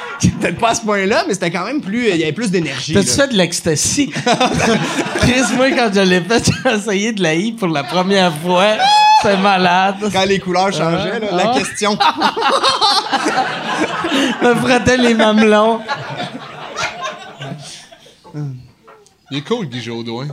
Speaker 5: Peut-être pas à ce point-là, mais c'était quand même plus. Il y avait plus d'énergie.
Speaker 1: T'as-tu
Speaker 5: là.
Speaker 1: fait de l'ecstasy? Chris, moi, quand je l'ai fait, j'ai essayé de la I pour la première fois. C'est malade.
Speaker 5: Quand les couleurs changeaient, là, la
Speaker 1: Ah.
Speaker 5: question.
Speaker 1: Je me frottais les mamelons.
Speaker 6: Il est cool, Guy Jodoin.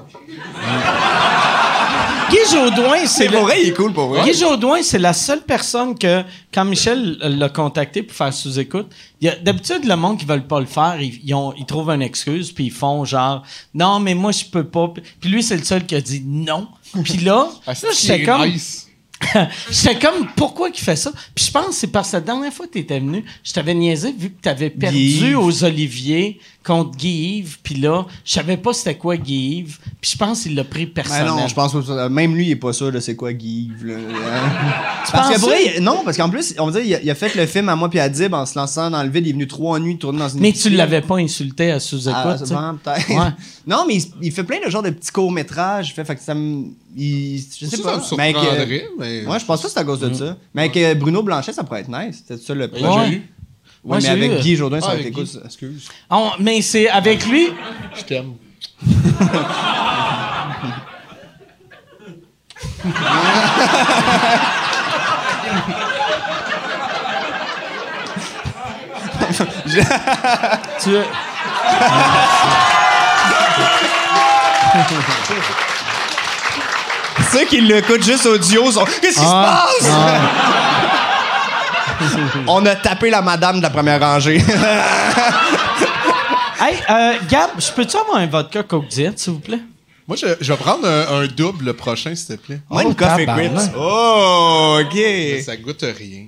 Speaker 1: Guy Jodoin, c'est
Speaker 5: C'est
Speaker 1: le...
Speaker 5: pour vrai, il est cool pour vrai.
Speaker 1: Guy Jodoin, c'est la seule personne que, quand Michel l'a contacté pour faire sous-écoute, il y a- d'habitude, le monde qui veut pas le faire, ils, ils ont- ils trouvent une excuse, puis ils font genre, non, mais moi, je peux pas. Puis lui, c'est le seul qui a dit non. Puis là, là
Speaker 6: Ah, c'est
Speaker 1: j'étais comme,
Speaker 6: nice.
Speaker 1: J'étais comme, pourquoi qu'il fait ça? Puis je pense que c'est parce que la dernière fois que t'étais venu, je t'avais niaisé vu que t'avais perdu
Speaker 5: Guy-Yves.
Speaker 1: aux Oliviers contre Guy-Yves. Puis là, je savais pas c'était quoi Guy-Yves. Puis je pense qu'il l'a pris
Speaker 5: Ben
Speaker 1: personnel.
Speaker 5: non, je pense pas. ça. Même lui, il est pas sûr de c'est quoi Guy. Là. parce
Speaker 1: penses
Speaker 5: que pour
Speaker 1: ça?
Speaker 5: vrai, il- non, parce qu'en plus, on va dire, il a, il a fait le film à moi puis à Dib en se lançant dans le vide. Il est venu trois nuits tourner dans une.
Speaker 1: Mais tu
Speaker 5: piscine.
Speaker 1: l'avais pas insulté à sous-écoute.
Speaker 5: Ah,
Speaker 1: tu sais.
Speaker 5: sûrement, peut-être.
Speaker 1: Ouais.
Speaker 5: Non, mais il, il fait plein de genres de petits courts-métrages. Fait, fait que ça me. il- je sais
Speaker 6: Ça, ça
Speaker 5: pas.
Speaker 6: me
Speaker 5: mais avec, euh,
Speaker 6: surprendrait, mais. Mm.
Speaker 5: ouais, je pense pas que c'est à cause de ça. Mais avec euh, Bruno Blanchet, ça pourrait être nice. C'est ça le projet.
Speaker 1: Ouais.
Speaker 5: Oui,
Speaker 1: Ouais,
Speaker 5: mais
Speaker 1: j'ai
Speaker 5: avec
Speaker 1: eu, euh,
Speaker 5: Guy Jourdain,
Speaker 6: Ah,
Speaker 5: ça aurait
Speaker 6: avec
Speaker 5: été
Speaker 6: Guy.
Speaker 5: cool. ça.
Speaker 6: Excuse,
Speaker 1: On- mais c'est avec lui.
Speaker 6: je t'aime.
Speaker 1: Tu...
Speaker 5: Ceux qui l'écoutent juste audio sont. Qu'est-ce qui
Speaker 6: Ah,
Speaker 5: se passe? On a tapé la madame de la première rangée.
Speaker 1: Hey, euh, Gab, je peux-tu avoir un vodka Coke Diet, s'il vous plaît?
Speaker 6: Moi, je, je vais prendre un, un double le prochain, s'il te plaît.
Speaker 5: Moi, une coffee
Speaker 7: tabarnak.
Speaker 5: quit. Oh, OK.
Speaker 6: Ça goûte rien.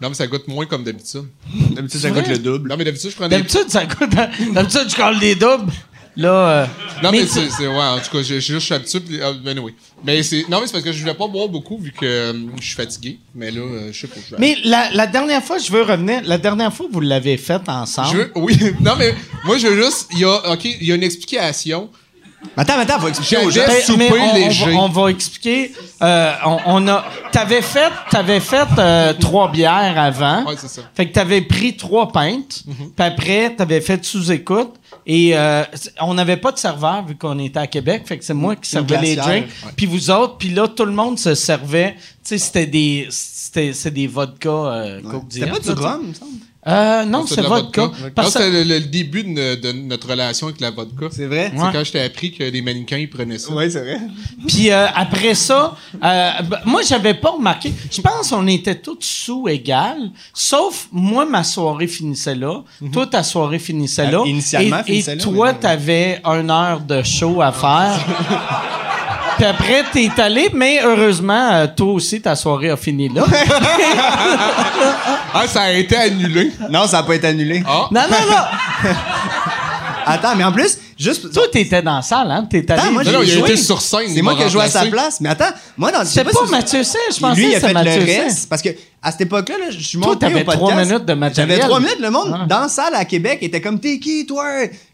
Speaker 6: Non, mais ça goûte moins comme d'habitude.
Speaker 5: D'habitude, ça coûte le double. hein.
Speaker 6: Non, mais d'habitude, je prends des.
Speaker 1: D'habitude, ça coûte. D'habitude, je colle des doubles. Là. euh,
Speaker 6: Non, mais,
Speaker 1: tu-
Speaker 6: c'est. c'est- Ouais, en tout cas, je, je- je suis habitué. puis- ah, ben oui. Mais c'est. Non, mais c'est parce que je voulais pas boire beaucoup vu que euh, je suis fatigué. Mais là, euh, je sais pas. je vais-
Speaker 1: Mais la, la dernière fois, je veux revenir. La dernière fois, vous l'avez faite ensemble.
Speaker 6: Je veux- oui, non, mais moi, je veux juste. Il y a, OK, il y a une explication.
Speaker 5: Attends, attends, faut expliquer aux gens.
Speaker 6: J'avais-
Speaker 1: Mais-
Speaker 6: souper
Speaker 1: mais on- on,
Speaker 6: léger.
Speaker 1: va- on va expliquer. Euh, on, on a. T'avais fait, t'avais fait euh, trois bières avant.
Speaker 6: Ouais, c'est ça. Mhm.
Speaker 1: Fait que t'avais pris trois pintes. Puis après, t'avais fait sous écoute. Et euh, c- on n'avait pas de serveur vu qu'on était à Québec. Fait que c'est moi qui servais les
Speaker 5: glacière.
Speaker 1: drinks. Puis vous autres. Puis là, tout le monde se servait. Tu sais, c'était des, c'était, c'est des vodkas euh, Coke
Speaker 5: C'était
Speaker 1: Diet,
Speaker 5: pas du
Speaker 1: là, tu sais.
Speaker 5: rhum, il me semble.
Speaker 1: Euh, non,
Speaker 6: C'est
Speaker 1: c'est
Speaker 6: de la
Speaker 1: vodka.
Speaker 6: Non,
Speaker 1: Parce que-
Speaker 6: c'est le, le début de, no- de notre relation avec la vodka.
Speaker 5: C'est vrai?
Speaker 6: C'est quand je t'ai appris que les mannequins, ils prenaient ça.
Speaker 5: Oui, c'est vrai.
Speaker 1: Puis euh, après ça, euh, ben, moi, j'avais pas remarqué. Je pense qu'on était tous sous égal, sauf moi, ma soirée finissait là. Toi, ta soirée finissait
Speaker 5: Mhm.
Speaker 1: là.
Speaker 5: Euh, initialement,
Speaker 1: et,
Speaker 5: finissait
Speaker 1: et
Speaker 5: là,
Speaker 1: toi,
Speaker 5: mais-
Speaker 1: t'avais une heure de show à faire. Puis après, t'es allé, mais heureusement, euh, toi aussi, ta soirée a fini là.
Speaker 6: Ah, ça a été annulé.
Speaker 5: Non, ça a pas été annulé.
Speaker 6: Ah,
Speaker 1: non, non, non.
Speaker 5: Attends, mais en plus, juste.
Speaker 1: Toi, t'étais dans la salle, hein? T'es allé.
Speaker 5: Attends, moi,
Speaker 6: non, non,
Speaker 5: j'ai
Speaker 6: il a
Speaker 5: joué.
Speaker 6: été sur scène.
Speaker 5: C'est
Speaker 6: il
Speaker 5: moi
Speaker 6: m'a
Speaker 5: qui ai joué à sa
Speaker 6: remplacé.
Speaker 5: place. Mais attends, moi, dans je sais
Speaker 1: C'est pas
Speaker 5: si-
Speaker 1: Mathieu C, je
Speaker 5: Puis
Speaker 1: pensais
Speaker 5: lui, il
Speaker 1: que
Speaker 5: a
Speaker 1: c'est
Speaker 5: fait
Speaker 1: Mathieu
Speaker 5: le
Speaker 1: C.
Speaker 5: reste. Parce que à cette époque-là, là, je suis
Speaker 1: Toi,
Speaker 5: monté au
Speaker 1: t'avais
Speaker 5: podcast.
Speaker 1: trois minutes de matériel.
Speaker 5: J'avais trois minutes. Le monde,
Speaker 1: Ah.
Speaker 5: dans la salle à Québec, était comme T'es qui, toi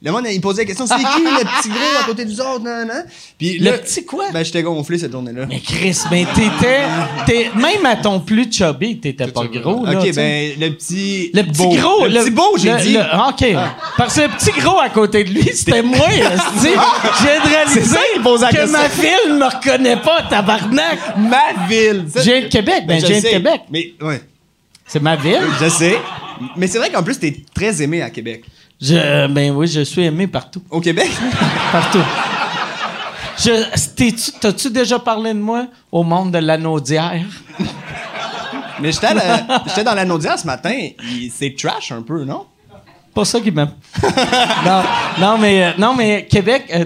Speaker 5: Le monde, il posait la question C'est qui le petit gros à côté du autres nan, nan? Puis
Speaker 1: Le
Speaker 5: là,
Speaker 1: petit quoi?
Speaker 5: Ben, j'étais gonflé cette journée-là.
Speaker 1: Mais Chris, mais t'étais. t'es- même à ton plus chubby, t'étais pas
Speaker 6: chubby.
Speaker 1: gros. Là,
Speaker 5: Ok,
Speaker 1: tu sais.
Speaker 5: ben, le petit.
Speaker 1: Le petit
Speaker 5: beau.
Speaker 1: gros.
Speaker 5: Le, petit beau, j'ai
Speaker 1: le-
Speaker 5: dit. Ah.
Speaker 1: le- ah. OK. Parce que le petit gros à côté de lui, c'était moi. esti. J'ai
Speaker 5: C'est
Speaker 1: réalisé
Speaker 5: ça qu'il pose la
Speaker 1: que
Speaker 5: question.
Speaker 1: ma fille me reconnaît pas, tabarnak.
Speaker 5: Ma ville. Ça,
Speaker 1: Je viens de Québec. Ben, je viens de
Speaker 5: sais.
Speaker 1: Québec.
Speaker 5: Mais, ouais.
Speaker 1: C'est ma ville.
Speaker 5: Je sais. Mais c'est vrai qu'en plus, t'es très aimé à Québec.
Speaker 1: Je, ben oui, je suis aimé partout.
Speaker 5: Au Québec?
Speaker 1: Partout. Je, t'es-tu- t'as-tu déjà parlé de moi au monde de l'anneau d'hier?
Speaker 5: Mais j'étais à la- j'étais dans la Naudière ce matin. Il- C'est trash un peu, non?
Speaker 1: Pas ça qui m'aime. non, non, mais, euh, non, mais Québec, euh,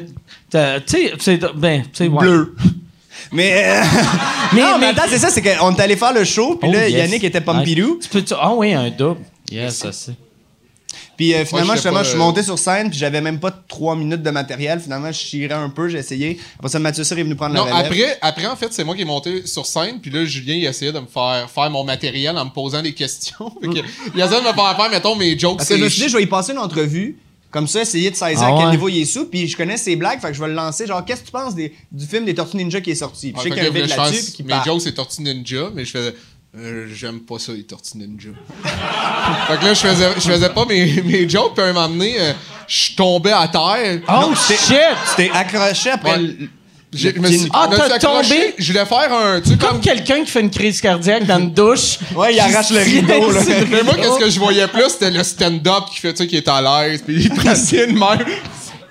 Speaker 1: t'as- tu sais, c'est. Ben, tu sais, ouais.
Speaker 5: bleu. Mais, euh,
Speaker 1: Mais-
Speaker 5: non, mais,
Speaker 1: mais-
Speaker 5: attends, c'est ça, c'est qu'on est allé faire le show, puis
Speaker 1: Oh,
Speaker 5: là,
Speaker 1: yes.
Speaker 5: Yannick était Pompidou,
Speaker 1: Nice. Tu peux- tu- Ah oui, un double. Yes, ça c'est.
Speaker 5: puis euh, finalement,
Speaker 6: Ouais, j'étais
Speaker 5: justement,
Speaker 6: pas,
Speaker 5: je suis
Speaker 6: euh,
Speaker 5: monté sur scène, puis j'avais même pas trois minutes de matériel, finalement, je chirais un peu, j'ai essayé, après ça, Mathieu Cyr est venu prendre
Speaker 6: Non,
Speaker 5: la relève.
Speaker 6: après, après, en fait, c'est moi qui ai monté sur scène, puis là, Julien, il essayait de me faire faire mon matériel en me posant des questions. Fait que, il essayait de me faire faire, mettons, mes jokes.
Speaker 5: Parce que je me suis
Speaker 6: c'est-
Speaker 5: dit, je vais y passer une entrevue, comme ça, essayer de saisir
Speaker 1: Ah
Speaker 5: à quel
Speaker 1: ouais.
Speaker 5: niveau il est sous, puis je connais ses blagues, fait que je vais le lancer, genre, qu'est-ce que tu penses des- du film des Tortues Ninja qui est sorti? Puis
Speaker 6: Ouais,
Speaker 5: je sais
Speaker 6: fait
Speaker 5: qu'il y a un
Speaker 6: que là,
Speaker 5: bit
Speaker 6: je
Speaker 5: là-dessus,
Speaker 6: fasse-
Speaker 5: puis qui
Speaker 6: Mes
Speaker 5: part.
Speaker 6: jokes, c'est Tortue Ninja, mais je faisais. euh, J'aime pas ça, les Tortues Ninja. fait que là, je faisais, je faisais pas mes, mes jokes, puis à un moment donné, euh, je tombais à terre.
Speaker 1: Oh
Speaker 6: Non,
Speaker 1: shit!
Speaker 5: Tu t'es accroché après...
Speaker 6: Ouais.
Speaker 5: le-
Speaker 6: j'ai- je me
Speaker 5: le-
Speaker 6: suis-
Speaker 1: Ah,
Speaker 6: je me
Speaker 1: t'as
Speaker 6: suis accroché,
Speaker 1: tombé?
Speaker 6: Je voulais faire un. Tu sais,
Speaker 1: Comme
Speaker 6: comme.
Speaker 1: quelqu'un qui fait une crise cardiaque dans une douche.
Speaker 5: Ouais, il arrache le rideau, là.
Speaker 1: C'est le
Speaker 6: Mais moi,
Speaker 1: rideau.
Speaker 6: qu'est-ce que je voyais plus, c'était le stand-up qui fait, tu sais, qui est à l'aise, puis il pressait une main.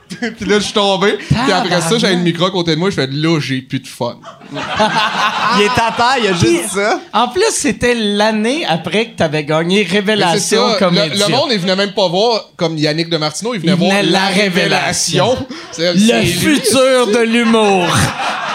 Speaker 6: puis là, je suis tombé. Puis après ça, j'avais le micro à côté de moi, je fais là, j'ai plus de fun.
Speaker 5: Il est à terre, il
Speaker 1: Ah,
Speaker 5: a juste ça.
Speaker 1: En plus, c'était l'année après que t'avais gagné
Speaker 6: Mais c'est
Speaker 1: Révélation
Speaker 6: ça,
Speaker 1: comme
Speaker 6: le, le monde, il venait même pas voir, comme Yannick de Martineau, il venait
Speaker 1: Il venait
Speaker 6: voir
Speaker 1: la révélation.
Speaker 6: C'est-
Speaker 1: Le
Speaker 6: c'est lui.
Speaker 1: futur de l'humour.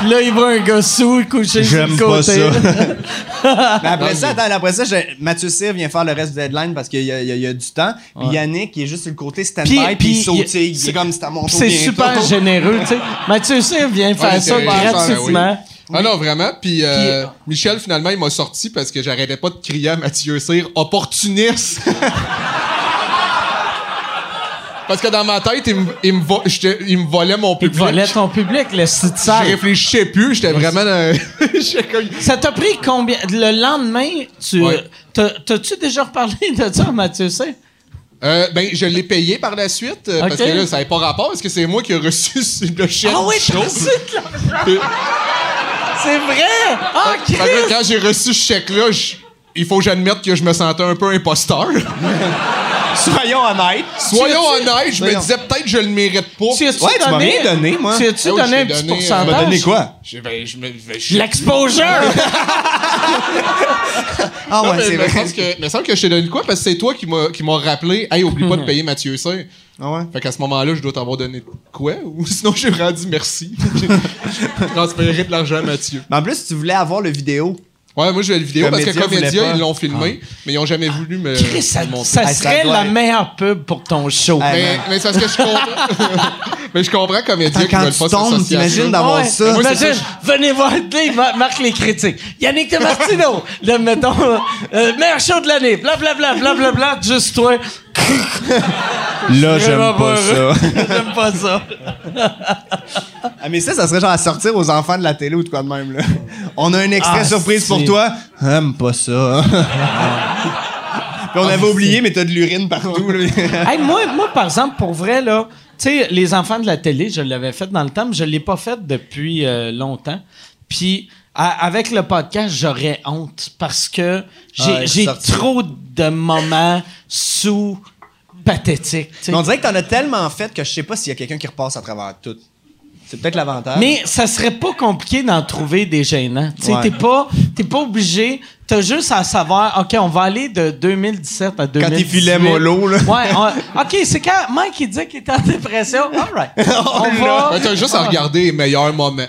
Speaker 1: Puis là, il voit un gars saoul couché sur
Speaker 8: J'aime
Speaker 1: le
Speaker 8: pas
Speaker 1: côté.
Speaker 8: ça.
Speaker 5: Mais Ben, après ça, attends, après ça, j'ai- Mathieu Cyr vient faire le reste du deadline parce qu'il y, a- il y a- il y a du temps. Puis Yannick, il est juste sur le côté stand-by,
Speaker 1: Puis-
Speaker 5: puis,
Speaker 1: puis
Speaker 5: il sautille.
Speaker 1: il-
Speaker 5: C'est comme c'est à mon tour
Speaker 1: C'est
Speaker 5: bientôt.
Speaker 1: super généreux, tu sais. Mathieu Cyr vient faire
Speaker 6: Ouais,
Speaker 1: ça
Speaker 6: Ah, c'est-
Speaker 1: gratuitement.
Speaker 6: Ah non, vraiment. Puis euh,
Speaker 1: Puis-
Speaker 6: Michel, finalement, il m'a sorti parce que j'arrêtais pas de crier à Mathieu Cyr « Opportuniste! » Parce que dans ma tête, il me- il me vo- j'étais- il me volait mon
Speaker 1: Il te
Speaker 6: public.
Speaker 1: volait ton public, le site
Speaker 6: Je réfléchissais plus, j'étais vraiment... dans- j'étais comme-
Speaker 1: Ça t'a pris combien? Le lendemain, tu.
Speaker 6: Ouais.
Speaker 1: t'as- T'as-tu déjà reparlé de ça à Mathieu Cyr?
Speaker 6: Euh, ben, je l'ai payé par la suite, euh, parce
Speaker 1: Ok.
Speaker 6: que là, ça n'avait pas rapport, parce que c'est moi qui ai reçu le chèque
Speaker 1: Ah oui,
Speaker 6: du show.
Speaker 1: t'as reçu de l'argent! C'est vrai! Ah,
Speaker 6: Fait que là,
Speaker 1: Christ!
Speaker 6: quand j'ai reçu ce chèque-là, je- il faut que j'admette que je me sentais un peu imposteur.
Speaker 5: Soyons honnêtes.
Speaker 6: Soyons honnêtes, je me
Speaker 5: Voyons.
Speaker 6: disais peut-être que je le mérite pas.
Speaker 1: Tu as-tu
Speaker 5: Ouais, tu m'as
Speaker 1: donné-
Speaker 5: rien donné, moi.
Speaker 1: Tu as-tu
Speaker 6: Ah oui,
Speaker 1: donné
Speaker 6: j'ai
Speaker 1: un petit
Speaker 6: donné, euh,
Speaker 8: Tu m'as
Speaker 1: pourcentage?
Speaker 8: donné quoi?
Speaker 6: Je, ben, je me- ben, je-
Speaker 1: L'exposure!
Speaker 5: Ah
Speaker 6: Non,
Speaker 5: ouais,
Speaker 6: mais
Speaker 5: c'est
Speaker 6: il me
Speaker 5: vrai.
Speaker 6: semble que- il me semble que je t'ai donné de quoi parce que c'est toi qui m'as qui m'as rappelé Hey, oublie pas de payer Mathieu Cyr.
Speaker 5: Ah ouais.
Speaker 6: Fait qu'à ce moment-là, je dois t'avoir donné de quoi ou sinon j'ai rendu merci. J'ai transféré de l'argent à Mathieu.
Speaker 5: Mais Ben, en plus, tu voulais avoir le vidéo.
Speaker 6: Ouais, moi je vais le vidéo parce que
Speaker 5: Comédia voulait
Speaker 6: Comédia,
Speaker 5: pas.
Speaker 6: ils l'ont filmé, mais ils ont jamais voulu me.
Speaker 1: Chris, ça,
Speaker 6: me montrer.
Speaker 1: ça
Speaker 5: Ah, ça
Speaker 1: serait
Speaker 5: doit
Speaker 1: la
Speaker 5: être-
Speaker 1: meilleure pub pour ton show.
Speaker 5: Ah,
Speaker 6: Mais,
Speaker 5: man.
Speaker 6: mais c'est parce que je comprends. mais je comprends Comédia qui
Speaker 5: quand
Speaker 6: veulent
Speaker 5: tu
Speaker 6: pas
Speaker 5: tombes,
Speaker 6: s'associer à
Speaker 5: t'imagines
Speaker 6: ça.
Speaker 5: d'avoir
Speaker 1: Ouais,
Speaker 5: ça.
Speaker 6: Moi, c'est
Speaker 1: imagine, venez voir les, mar- marque les critiques. Yannick de Martino, le mettons, euh, euh, meilleur show de l'année, blablabla, blablabla, juste toi.
Speaker 8: Là, j'aime
Speaker 1: Vraiment
Speaker 8: pas ça.
Speaker 1: heureux. J'aime pas ça.
Speaker 5: Ah, mais ça, ça serait genre à sortir aux enfants de la télé ou de quoi de même, là. On a un extrait
Speaker 1: Ah,
Speaker 5: surprise
Speaker 1: si.
Speaker 5: pour toi. Aime pas ça. Puis on avait oublié, mais t'as de l'urine partout, là.
Speaker 1: Hey, moi, moi, par exemple, pour vrai, là, tu sais, les enfants de la télé, je l'avais fait dans le temps, mais je ne l'ai pas fait depuis euh, longtemps. Puis, à- avec le podcast, j'aurais honte parce que j'ai
Speaker 5: Ah, il est
Speaker 1: j'ai
Speaker 5: sorti.
Speaker 1: trop de moments sous pathétiques. tu sais.
Speaker 5: Mais on dirait que t'en as tellement fait que je sais pas s'il y a quelqu'un qui repasse à travers tout. C'est peut-être l'avantage.
Speaker 1: Mais ça serait pas compliqué d'en trouver des gênants. Tu sais,
Speaker 5: Ouais.
Speaker 1: t'es pas, t'es pas obligé. T'as juste à savoir, OK, on va aller de 2017 à 2018.
Speaker 5: il filait mollo, là.
Speaker 1: Ouais, on- OK, c'est quand Mike, il dit qu'il était en dépression. All right.
Speaker 5: Oh,
Speaker 1: On va...
Speaker 6: Ouais, Ben, T'as
Speaker 1: ah.
Speaker 6: juste à regarder les meilleurs moments.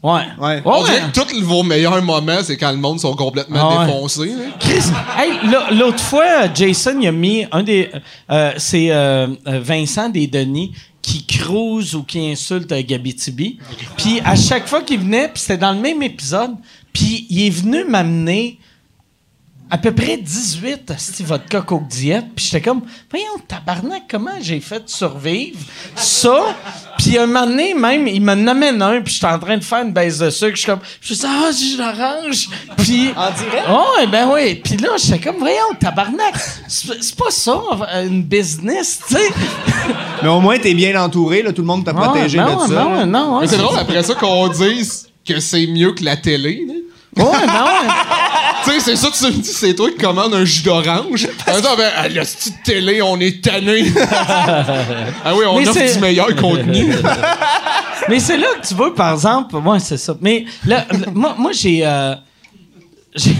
Speaker 1: Ouais.
Speaker 5: Ouais.
Speaker 6: On dirait que tous vos meilleurs moments, c'est quand le monde sont complètement
Speaker 1: Ah ouais.
Speaker 6: défoncés. là.
Speaker 1: Chris, hey, l'a- l'autre fois, Jason, il a mis un des. euh, c'est euh, euh, Vincent des Denis qui crouse ou qui insulte euh, Gabi Tibi. Puis à chaque fois qu'il venait, puis c'était dans le même épisode, puis il est venu m'amener à peu près 18 à vodka coke diète. Puis j'étais comme, voyons, tabarnak, comment j'ai fait de survivre ça? Puis un moment donné, même, il m'en amène un, puis j'étais en train de faire une baisse de sucre. Je suis comme, je suis ah, j'ai l'orange. Puis.
Speaker 5: En direct?
Speaker 1: Oh, ben oui. Puis là, j'étais comme, voyons, tabarnak, c'est c'est pas ça, une business, tu sais.
Speaker 5: Mais au moins, t'es bien entouré, là. Tout le monde t'a protégé
Speaker 1: Ah ouais,
Speaker 5: de
Speaker 1: non,
Speaker 5: ça.
Speaker 1: non, ouais, non, ouais.
Speaker 6: Mais c'est drôle après ça qu'on dise que c'est mieux que la télé. là.
Speaker 1: Ouais, non, ouais.
Speaker 6: Tu sais, c'est ça que tu me dis, c'est toi qui commandes un jus d'orange. Attends, ben, à la petite télé, on est tanné. ah oui, on
Speaker 1: Mais c'est-
Speaker 6: offre du meilleur contenu.
Speaker 1: Mais c'est là que tu veux, par exemple, moi, c'est ça. Mais là, là, moi, moi, j'ai. euh, j'ai-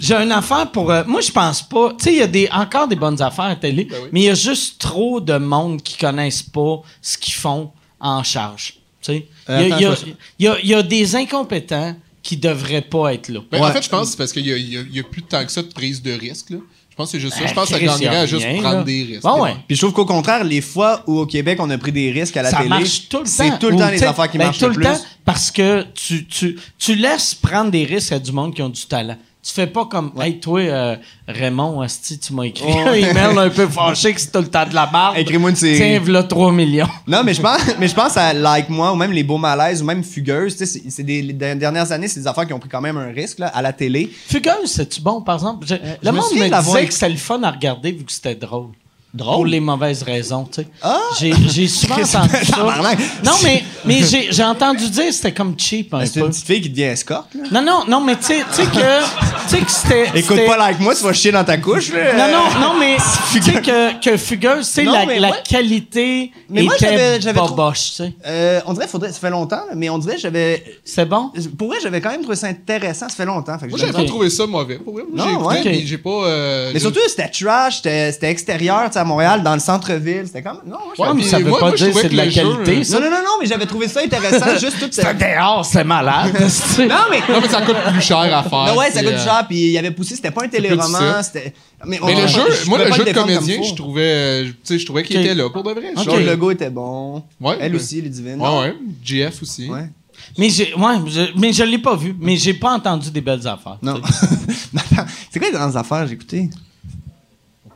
Speaker 1: j'ai une affaire pour. euh, moi, je pense pas. Tu sais, il y a des, encore des bonnes affaires à télé,
Speaker 6: Ben
Speaker 1: mais il y a juste trop de monde qui connaissent pas ce qu'ils font en charge. Tu sais,
Speaker 5: Euh,
Speaker 1: il y a- il y, a-
Speaker 5: attends,
Speaker 1: il y a- il y a des incompétents qui devraient pas être là.
Speaker 6: Ben, En
Speaker 5: Ouais.
Speaker 6: fait, je pense que c'est parce qu'il n'y a, plus tant que ça de prise de risque. là. Je pense que c'est juste ça.
Speaker 1: Ben,
Speaker 6: Je pense que ça
Speaker 1: Chris, y
Speaker 6: gagnerait
Speaker 1: a
Speaker 6: à juste
Speaker 1: rien,
Speaker 6: prendre
Speaker 1: là.
Speaker 6: des risques.
Speaker 1: Bon, ouais.
Speaker 5: Puis je trouve qu'au contraire, les fois où au Québec on a pris des risques à la
Speaker 1: ça
Speaker 5: télé,
Speaker 1: marche tout le temps.
Speaker 5: c'est tout le temps
Speaker 1: Ou,
Speaker 5: les
Speaker 1: t'sais,
Speaker 5: affaires qui
Speaker 1: ben,
Speaker 5: marchent
Speaker 1: tout
Speaker 5: le
Speaker 1: le
Speaker 5: plus.
Speaker 1: temps parce que tu, tu, tu laisses prendre des risques à du monde qui ont du talent. Tu fais pas comme Hey toi euh, Raymond Asti, tu m'as écrit un email un peu fâché que c'est tout le temps de la barbe.
Speaker 5: Écris-moi une série.
Speaker 1: Tiens, voilà 3 millions.
Speaker 5: Non, mais je pense, mais je pense à Like Moi ou même Les Beaux Malaises ou même Fugueuse. Tu sais, c'est- c'est des, les dernières années, c'est des affaires qui ont pris quand même un risque là, à la télé.
Speaker 1: Fugueuse, c'est-tu bon, par exemple? Je- le
Speaker 5: Euh, je me
Speaker 1: monde
Speaker 5: souviens
Speaker 1: me
Speaker 5: d'avoir
Speaker 1: disait
Speaker 5: éc-
Speaker 1: que c'était le fun à regarder vu que c'était drôle. Drôle? Pour les mauvaises raisons, tu sais.
Speaker 5: Ah!
Speaker 1: J'ai, j'ai souvent entendu ça.
Speaker 5: Tabarnak!
Speaker 1: Non, mais, mais j'ai, j'ai entendu dire que c'était comme cheap un
Speaker 5: Ben, C'est une
Speaker 1: peu.
Speaker 5: petite fille qui devient escorte. là.
Speaker 1: Non, non, non, mais tu sais tu sais que, tu sais que c'était...
Speaker 5: Écoute
Speaker 1: c'était-
Speaker 5: pas Like Moi, tu vas chier dans ta couche. Là.
Speaker 1: Ah, Non, non, non, mais tu sais que, que Fugueuse, tu sais,
Speaker 5: Non,
Speaker 1: la,
Speaker 5: mais
Speaker 1: la
Speaker 5: ouais.
Speaker 1: qualité
Speaker 5: Mais moi,
Speaker 1: était
Speaker 5: j'avais- j'avais
Speaker 1: pas
Speaker 5: trop-
Speaker 1: boche, tu sais.
Speaker 5: Euh, on dirait, faudrait, ça fait longtemps, là, mais on dirait, j'avais.
Speaker 1: C'est bon?
Speaker 5: Pour vrai, j'avais quand même trouvé ça intéressant. Ça fait longtemps. Fait que
Speaker 6: Moi,
Speaker 5: j'ai
Speaker 6: j'avais
Speaker 5: besoin-
Speaker 6: pas trouvé ça mauvais. Pour vrai, moi,
Speaker 5: Non,
Speaker 6: j'ai écouté,
Speaker 5: ouais,
Speaker 1: ok.
Speaker 6: mais j'ai pas. euh,
Speaker 5: Mais surtout, c'était trash, c'était c'était extérieur. tu sais, à un Montréal, dans le centre-ville. C'était comme. Non, moi, je-
Speaker 6: Ouais,
Speaker 1: mais
Speaker 6: puis
Speaker 1: ça veut
Speaker 6: moi-
Speaker 1: pas
Speaker 6: moi, je
Speaker 1: dire
Speaker 6: trouvais
Speaker 1: c'est de
Speaker 6: que
Speaker 1: la
Speaker 6: le jeu,
Speaker 1: qualité, ça.
Speaker 5: Non, non, non, non, mais j'avais trouvé ça intéressant, juste toute cette.
Speaker 1: Dehors, c'est malade. c'est-
Speaker 5: Non, mais.
Speaker 6: Non, mais ça coûte plus cher à faire.
Speaker 5: Non, ouais, ça
Speaker 6: puis,
Speaker 5: coûte
Speaker 6: euh,
Speaker 5: cher, puis il avait poussé, c'était pas un téléroman,
Speaker 6: difficile.
Speaker 5: c'était.
Speaker 6: Mais
Speaker 5: on-
Speaker 6: le jeu,
Speaker 5: je
Speaker 6: moi,
Speaker 5: pouvais
Speaker 6: le
Speaker 5: pas
Speaker 6: jeu de
Speaker 5: défendre comme
Speaker 6: comédien,
Speaker 5: faut.
Speaker 6: je trouvais, euh, tu sais, je trouvais qu'il
Speaker 1: Ok.
Speaker 6: était là pour de vrai.
Speaker 5: Genre,
Speaker 6: Genre,
Speaker 5: le logo était bon.
Speaker 6: Ouais,
Speaker 5: Elle
Speaker 6: mais-
Speaker 5: aussi, les divines.
Speaker 6: Ouais, ouais. GF aussi.
Speaker 5: Ah Ouais.
Speaker 1: Mais j'ai, ouais, je, mais je l'ai pas vu, mais j'ai pas entendu des belles affaires.
Speaker 5: Non. Mais attends, c'est quoi les grandes affaires, j'ai écouté?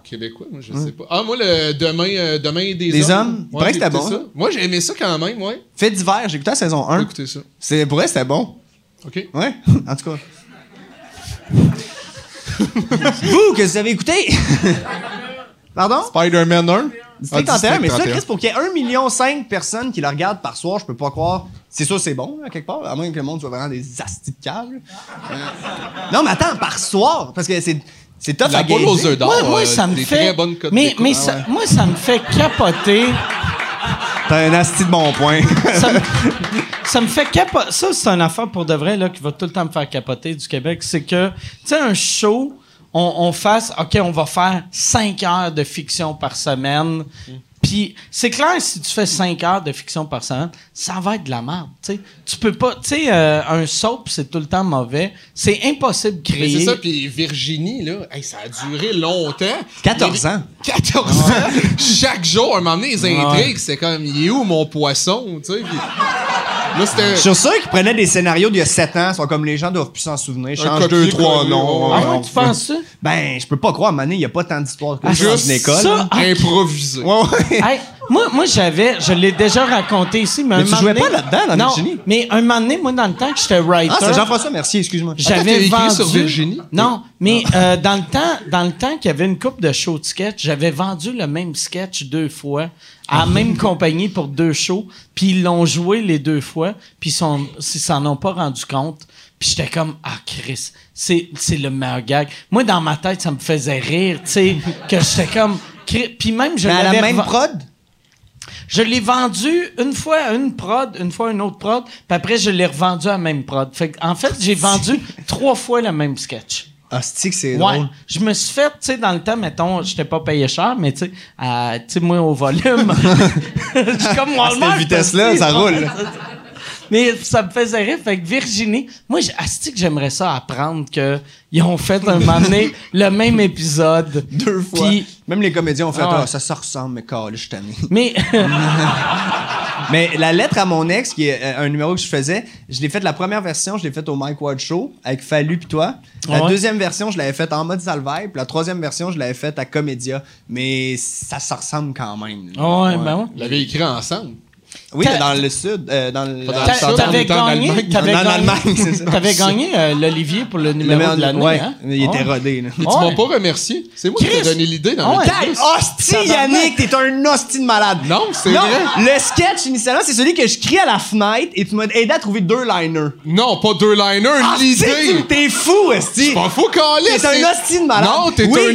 Speaker 6: Québécois, moi, je sais pas. Ah, moi, le Demain, euh, demain et des,
Speaker 5: Des hommes? Il
Speaker 6: Ouais,
Speaker 5: paraît que
Speaker 6: j'ai
Speaker 5: c'était
Speaker 6: écouté
Speaker 5: bon. hein.
Speaker 6: ça. Moi, j'ai aimé ça quand même, ouais.
Speaker 5: Fait d'hiver, j'ai écouté la saison
Speaker 6: J'ai
Speaker 5: 1.
Speaker 6: écouté ça.
Speaker 5: C'est, pour vrai, c'était bon.
Speaker 6: OK.
Speaker 5: Ouais, en tout cas. Vous, que vous avez écouté! Pardon?
Speaker 6: Spider-Man 1.
Speaker 5: District
Speaker 6: Ah,
Speaker 5: 31, mais ça,
Speaker 6: 31.
Speaker 5: Chris, pour qu'il y ait 1,5 million de personnes qui le regardent par soir, je peux pas croire. C'est sûr, c'est bon, à quelque part, à moins que le monde soit vraiment des astis de câbles. Euh, Non, mais attends, par soir, parce que c'est, c'est tough
Speaker 6: La
Speaker 5: à
Speaker 6: boule
Speaker 5: gager.
Speaker 6: aux œufs d'or.
Speaker 1: Moi, moi,
Speaker 6: euh,
Speaker 1: ça me
Speaker 6: des
Speaker 1: fait.
Speaker 6: très bonnes cotes
Speaker 1: mais
Speaker 6: d'écoute.
Speaker 1: mais
Speaker 6: Ah,
Speaker 1: ça, moi, ça me fait capoter.
Speaker 5: T'as un asti de bon point.
Speaker 1: ça, me, ça me fait capoter. Ça, c'est une affaire pour de vrai là, qui va tout le temps me faire capoter du Québec. C'est que, tu sais, un show, on, on fasse, OK, on va faire 5 heures de fiction par semaine. Puis, c'est clair, si tu fais 5 heures de fiction par semaine, ça va être de la merde. tu sais. Tu peux pas. Tu sais, euh, un soap, c'est tout le temps mauvais. C'est impossible de
Speaker 6: Mais
Speaker 1: créer.
Speaker 6: c'est ça, puis Virginie, là, hey, ça a duré longtemps.
Speaker 5: 14
Speaker 6: Les-
Speaker 5: ans.
Speaker 6: 14 ans. Chaque jour, à un moment donné, les intrigues, c'est comme, il est où mon poisson, tu sais? puis-
Speaker 5: Je
Speaker 6: Là, c'était
Speaker 5: suis sûr qu'ils prenaient des scénarios d'il y a 7 ans, sont comme les gens doivent plus s'en souvenir, change deux,
Speaker 6: copier-coller,
Speaker 5: trois
Speaker 6: ouais,
Speaker 5: noms.
Speaker 6: ouais.
Speaker 1: Ah
Speaker 5: euh,
Speaker 1: ouais,
Speaker 5: on
Speaker 1: tu
Speaker 5: fait-
Speaker 1: penses ça?
Speaker 5: Ben, je peux pas croire, Mané, il y a pas tant d'histoires que
Speaker 1: Ah,
Speaker 5: ça dans
Speaker 1: juste
Speaker 5: une école.
Speaker 1: ça?
Speaker 5: là.
Speaker 6: improvisé.
Speaker 5: Ouais, ouais.
Speaker 1: Hey, moi, moi j'avais, je l'ai déjà raconté ici, mais, un
Speaker 5: tu
Speaker 1: moment
Speaker 5: jouais
Speaker 1: donné-
Speaker 5: pas là-dedans, dans
Speaker 1: Non,
Speaker 5: Virginie?
Speaker 1: Mais un moment donné, moi, dans le temps que j'étais writer,
Speaker 5: Ah, c'est Jean-François Mercier, excuse-moi.
Speaker 6: t'as
Speaker 1: j'avais
Speaker 6: écrit
Speaker 1: vendu.
Speaker 6: sur Virginie?
Speaker 1: Non, mais euh, dans le temps, dans le temps qu'il y avait une coupe de show de sketch, j'avais vendu le même sketch deux fois à la même compagnie pour deux shows, puis ils l'ont joué les deux fois, puis ils sont- ils s'en ont pas rendu compte. Puis j'étais comme ah Chris, c'est c'est le meilleur gag. Moi dans ma tête ça me faisait rire, tu sais, que j'étais comme Chris- puis même je
Speaker 5: Mais à la
Speaker 1: l'avais
Speaker 5: même
Speaker 1: reven-
Speaker 5: prod?
Speaker 1: je l'ai vendu une fois à une prod, une fois à une autre prod, puis après, je l'ai revendu à la même prod. Fait que, en fait, j'ai vendu trois fois le même sketch.
Speaker 5: Ah, c'est que c'est
Speaker 1: Ouais.
Speaker 5: drôle.
Speaker 1: Je me suis fait, tu sais, dans le temps, mettons, j'étais pas payé cher, mais tu sais, euh, tu sais, moi, au volume, je suis comme moi
Speaker 5: cette vitesse-là, ça roule.
Speaker 1: Mais ça me faisait rire. Fait que Virginie, moi, j'ai- asti que j'aimerais ça apprendre que ils ont fait un moment donné le même épisode.
Speaker 5: Deux fois.
Speaker 1: Puis-
Speaker 5: Même les comédiens ont fait
Speaker 1: Ah ouais.
Speaker 5: Ah, ça se ressemble, mais calme, je suis tanné.
Speaker 1: mais
Speaker 5: Mais la lettre à mon ex, qui est euh, un numéro que je faisais, je l'ai faite la première version, je l'ai faite au Mike Ward Show avec Fallu puis toi. La
Speaker 1: Ouais.
Speaker 5: deuxième version, je l'avais faite en mode salvaille, puis la troisième version, je l'avais faite à Comédia. Mais ça se ressemble quand même. là.
Speaker 1: Ouais, ben ouais.
Speaker 6: Vous l'avez écrit ensemble.
Speaker 5: Oui,
Speaker 1: T'as-
Speaker 5: mais dans le sud, euh, dans le.
Speaker 6: Pas dans
Speaker 1: T'a-
Speaker 6: le sud,
Speaker 1: T'avais
Speaker 6: en temps, en
Speaker 1: gagné,
Speaker 6: Allemagne.
Speaker 1: t'avais
Speaker 5: En
Speaker 1: gagné,
Speaker 5: Allemagne, c'est ça.
Speaker 1: t'avais gagné euh, l'Olivier pour le numéro de l'année.
Speaker 5: ouais,
Speaker 1: hein?
Speaker 5: il était
Speaker 1: Ouais.
Speaker 6: Ah.
Speaker 5: rodé. Là.
Speaker 6: Et
Speaker 1: Ouais.
Speaker 6: tu m'as pas remercié. C'est moi qui t'ai
Speaker 1: Chris!
Speaker 6: donné l'idée dans
Speaker 1: Ah
Speaker 6: le
Speaker 1: ouais.
Speaker 6: temps.
Speaker 5: Hey, hostie, Yannick, t'es un hostie de malade.
Speaker 6: Non, c'est vrai.
Speaker 5: Le sketch initialement, c'est celui que je crie à la fenêtre et tu m'as aidé à trouver deux liners.
Speaker 6: Non, pas deux liners,
Speaker 5: Hostie, tu-
Speaker 6: l'idée.
Speaker 5: Ah, T'es fou, hostie.
Speaker 6: C'est pas faux, Calis.
Speaker 5: T'es un hostie de malade.
Speaker 6: Non, t'es
Speaker 5: Oui,
Speaker 6: un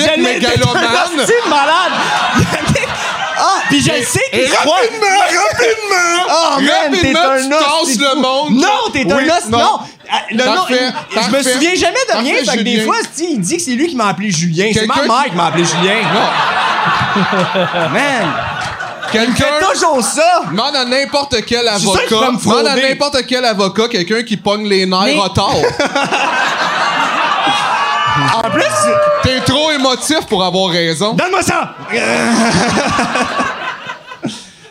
Speaker 5: je l'ai- T'es un
Speaker 6: mégalomane.
Speaker 5: hostie de malade. Yannick, ah, pis je le sais
Speaker 6: Et Ah,
Speaker 5: qu'il
Speaker 6: rapidement,
Speaker 5: croit.
Speaker 6: rapidement,
Speaker 5: Oh, man, t'es
Speaker 6: rapidement,
Speaker 5: un
Speaker 6: tu
Speaker 5: hostie
Speaker 6: tasses
Speaker 5: de
Speaker 6: le
Speaker 5: fou.
Speaker 6: monde.
Speaker 5: Non, t'es
Speaker 6: Oui,
Speaker 5: un hostie. Non. Ah, le nom-
Speaker 6: Parfait,
Speaker 5: je me
Speaker 6: parfait.
Speaker 5: souviens jamais de rien.
Speaker 6: Parfait,
Speaker 5: Fait que des
Speaker 6: Julien.
Speaker 5: fois, hostie, il dit que c'est lui qui m'a appelé Julien. C'est ma
Speaker 6: Quelqu'un-
Speaker 5: mère qui m'a appelé Julien.
Speaker 6: Non,
Speaker 5: Man,
Speaker 6: quelqu'un...
Speaker 5: fais toujours ça.
Speaker 6: Demande à n'importe quel
Speaker 5: suis sûr
Speaker 6: avocat.
Speaker 5: que tu vas me
Speaker 6: Demande à
Speaker 5: frauder.
Speaker 6: n'importe quel avocat, quelqu'un qui pogne les nerfs
Speaker 1: Mais-
Speaker 6: en tort.
Speaker 5: En plus,
Speaker 6: T'es trop émotif pour avoir raison.
Speaker 5: donne-moi ça. Euh,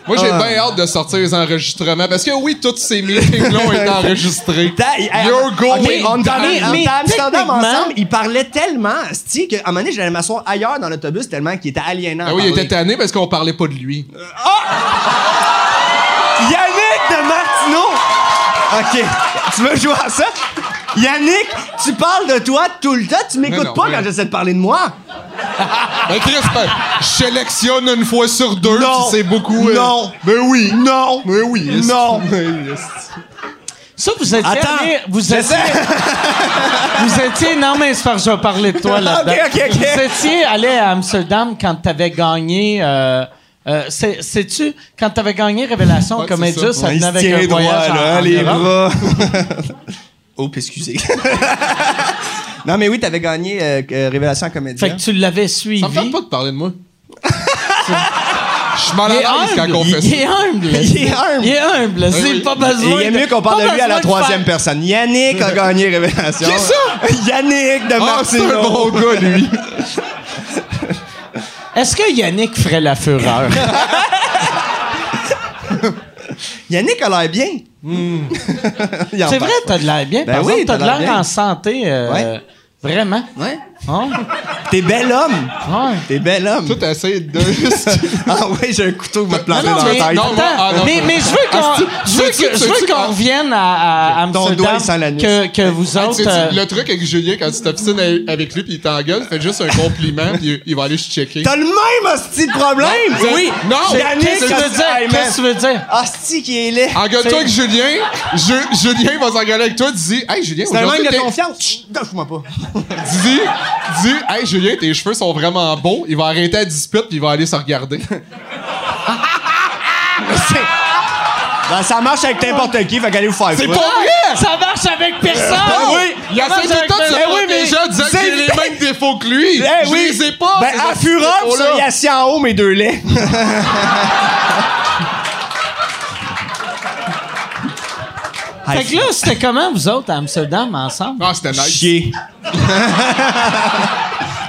Speaker 6: Moi,
Speaker 5: Ah.
Speaker 6: j'ai bien hâte de sortir les enregistrements parce que oui, tous ces meetings-là ont été enregistrés.
Speaker 5: Ta- hey,
Speaker 6: You're
Speaker 5: ok,
Speaker 6: going
Speaker 5: on est allé-
Speaker 6: down.
Speaker 5: on est à Amsterdam
Speaker 1: techniquement-
Speaker 5: ensemble, il parlait tellement, sti, qu'à un moment donné, j'allais m'asseoir ailleurs dans l'autobus tellement qu'il était aliénant. à
Speaker 6: Ah oui, il
Speaker 5: parler.
Speaker 6: était tanné parce qu'on parlait pas de lui.
Speaker 5: Ah. Yannick de Martineau! Ok, tu veux jouer à ça? Yannick, tu parles de toi tout le temps, tu
Speaker 6: Mais non,
Speaker 5: m'écoutes pas
Speaker 6: mais-
Speaker 5: quand j'essaie de parler de moi.
Speaker 6: Ben, Chris, ben, je sélectionne une fois sur deux, puis
Speaker 5: Non.
Speaker 6: c'est beaucoup. euh,
Speaker 5: Non.
Speaker 6: Ben oui.
Speaker 5: Non.
Speaker 6: Ben oui. est-ce-
Speaker 5: Non.
Speaker 6: Ben, est-ce-
Speaker 1: Ça, vous étiez
Speaker 5: Attends,
Speaker 1: allé- vous étiez, vous étiez, non mais c'est parce que je vais parler de toi là-dedans.
Speaker 5: Ok, ok, ok.
Speaker 1: Vous étiez allé à Amsterdam quand t'avais gagné, euh, euh, c'est- sais-tu, quand t'avais gagné Révélation
Speaker 6: Ouais,
Speaker 1: Comédia,
Speaker 6: c'est
Speaker 1: ça,
Speaker 6: ça.
Speaker 5: Il
Speaker 1: venait
Speaker 5: se
Speaker 1: avec
Speaker 5: tient
Speaker 1: un
Speaker 5: droit,
Speaker 1: voyage en-
Speaker 5: là,
Speaker 1: en
Speaker 5: hein, les
Speaker 1: Europe.
Speaker 5: bras. oh, puis excusez. non, mais oui, t'avais gagné euh, euh, Révélation à Comédie.
Speaker 1: Fait que tu l'avais
Speaker 6: Ça me
Speaker 1: suivi.
Speaker 6: tente pas de parler de moi. Je m'en avance quand on fait
Speaker 1: Il
Speaker 6: ça.
Speaker 1: est humble.
Speaker 5: Il est humble.
Speaker 1: Il est humble. C'est
Speaker 6: oui.
Speaker 1: pas besoin.
Speaker 5: Il est mieux qu'on parle de lui à la troisième personne. Yannick a gagné Révélation.
Speaker 6: Qui ça?
Speaker 5: Yannick de
Speaker 6: Ah, c'est un
Speaker 5: Martino.
Speaker 6: bon gars, lui.
Speaker 1: personne. Est-ce que Yannick ferait la fureur?
Speaker 5: Yannick a l'air bien. Il en
Speaker 1: Hmm. C'est
Speaker 5: parle.
Speaker 1: vrai, t'as de l'air bien.
Speaker 5: Ben
Speaker 1: Par
Speaker 5: oui,
Speaker 1: exemple, t'as de
Speaker 5: t'as l'air
Speaker 1: l'air
Speaker 5: bien.
Speaker 1: en santé. euh,
Speaker 5: Ouais.
Speaker 1: Vraiment.
Speaker 5: Ouais.
Speaker 1: Hein?
Speaker 5: T'es bel homme.
Speaker 1: Ouais.
Speaker 5: T'es bel homme.
Speaker 6: Toi, t'essayes de.
Speaker 5: Ah ouais, j'ai un couteau qui m'a planté
Speaker 6: Non,
Speaker 5: dans
Speaker 6: mais-
Speaker 5: la tête.
Speaker 6: non,
Speaker 1: Attends,
Speaker 6: moi- ah, non.
Speaker 1: mais, mais je veux
Speaker 6: Ah,
Speaker 1: qu'on
Speaker 6: c'est-
Speaker 1: je veux
Speaker 6: c'est-
Speaker 1: que- je
Speaker 6: c'est-
Speaker 1: veux
Speaker 6: c'est-
Speaker 1: qu'on
Speaker 6: ah.
Speaker 1: revienne à, à Amsterdam
Speaker 5: doigt, il sent l'anus.
Speaker 1: que, que vous
Speaker 6: Ah,
Speaker 1: autres...
Speaker 6: tu sais,
Speaker 1: euh,
Speaker 6: le truc avec Julien, quand tu t'obstines a- avec lui puis il t'engueule, fais juste un compliment puis il- il va aller se checker.
Speaker 5: T'as le même hostie de problème?
Speaker 6: Oui. Non,
Speaker 5: Yannick,
Speaker 1: Qu'est-ce que tu
Speaker 5: ça-
Speaker 1: veux
Speaker 5: Hey,
Speaker 1: dire?
Speaker 5: man.
Speaker 1: Qu'est-ce que tu veux dire?
Speaker 5: Ah, Hostie qui est laid.
Speaker 6: Engueule-toi avec Julien. Je- Julien va s'engueuler avec toi. Dis, hey Julien,
Speaker 5: C'est un
Speaker 6: aujourd'hui,
Speaker 5: manque de
Speaker 6: t'es-
Speaker 5: confiance. Chut, Lâche-moi pas.
Speaker 6: dis, dis, hey Julien, tes cheveux sont vraiment beaux. Il va arrêter la dispute puis il va aller se regarder.
Speaker 5: Ben, ça marche avec n'importe qui, fait qu'allez vous faire
Speaker 6: C'est
Speaker 5: voir.
Speaker 6: pas vrai! Ben
Speaker 1: Ça marche avec personne!
Speaker 6: oui, il
Speaker 1: Ça
Speaker 6: essaie
Speaker 1: marche
Speaker 6: tout le temps de
Speaker 1: avec
Speaker 6: se
Speaker 1: personne. Ben
Speaker 6: protéger en disant que
Speaker 5: Eh c'est
Speaker 6: j'ai les
Speaker 5: vrai.
Speaker 6: mêmes défauts que lui.
Speaker 5: Eh
Speaker 6: je
Speaker 5: oui.
Speaker 6: les ai pas.
Speaker 5: Ben,
Speaker 6: ces
Speaker 5: à
Speaker 6: petits
Speaker 5: fureur, vous
Speaker 6: défauts-là.
Speaker 5: seriez assis en haut, mes deux laits.
Speaker 1: Fait que là, c'était comment, vous autres, à Amsterdam, ensemble?
Speaker 6: Ah, c'était nice.
Speaker 5: Chier.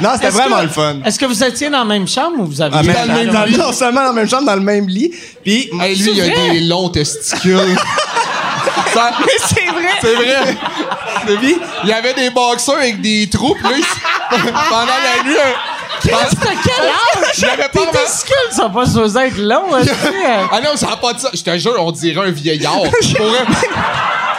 Speaker 5: non, c'était
Speaker 1: Est-ce
Speaker 5: vraiment
Speaker 1: que-
Speaker 5: le fun.
Speaker 1: Est-ce que vous étiez dans la même chambre ou vous aviez...
Speaker 5: Ah, mais
Speaker 6: Dans le même
Speaker 5: dans-
Speaker 6: lit.
Speaker 5: non seulement dans la même chambre, dans le même lit. Puis,
Speaker 6: Hey, lui, il a
Speaker 1: vrai?
Speaker 6: des longs testicules. Ça-
Speaker 5: c'est vrai.
Speaker 6: C'est vrai. Puis, il y avait des boxeurs avec des trous, puis là, il- pendant la nuit, un-
Speaker 1: Qu'est-ce que quel âge?
Speaker 6: je l'avais pas
Speaker 1: Tes
Speaker 6: remarqué.
Speaker 1: testicules, ça va pas supposé être hein, long, est-ce que-
Speaker 6: Ah non, ça n'a pas de ça. Je te jure, on dirait un vieillard. Pour un-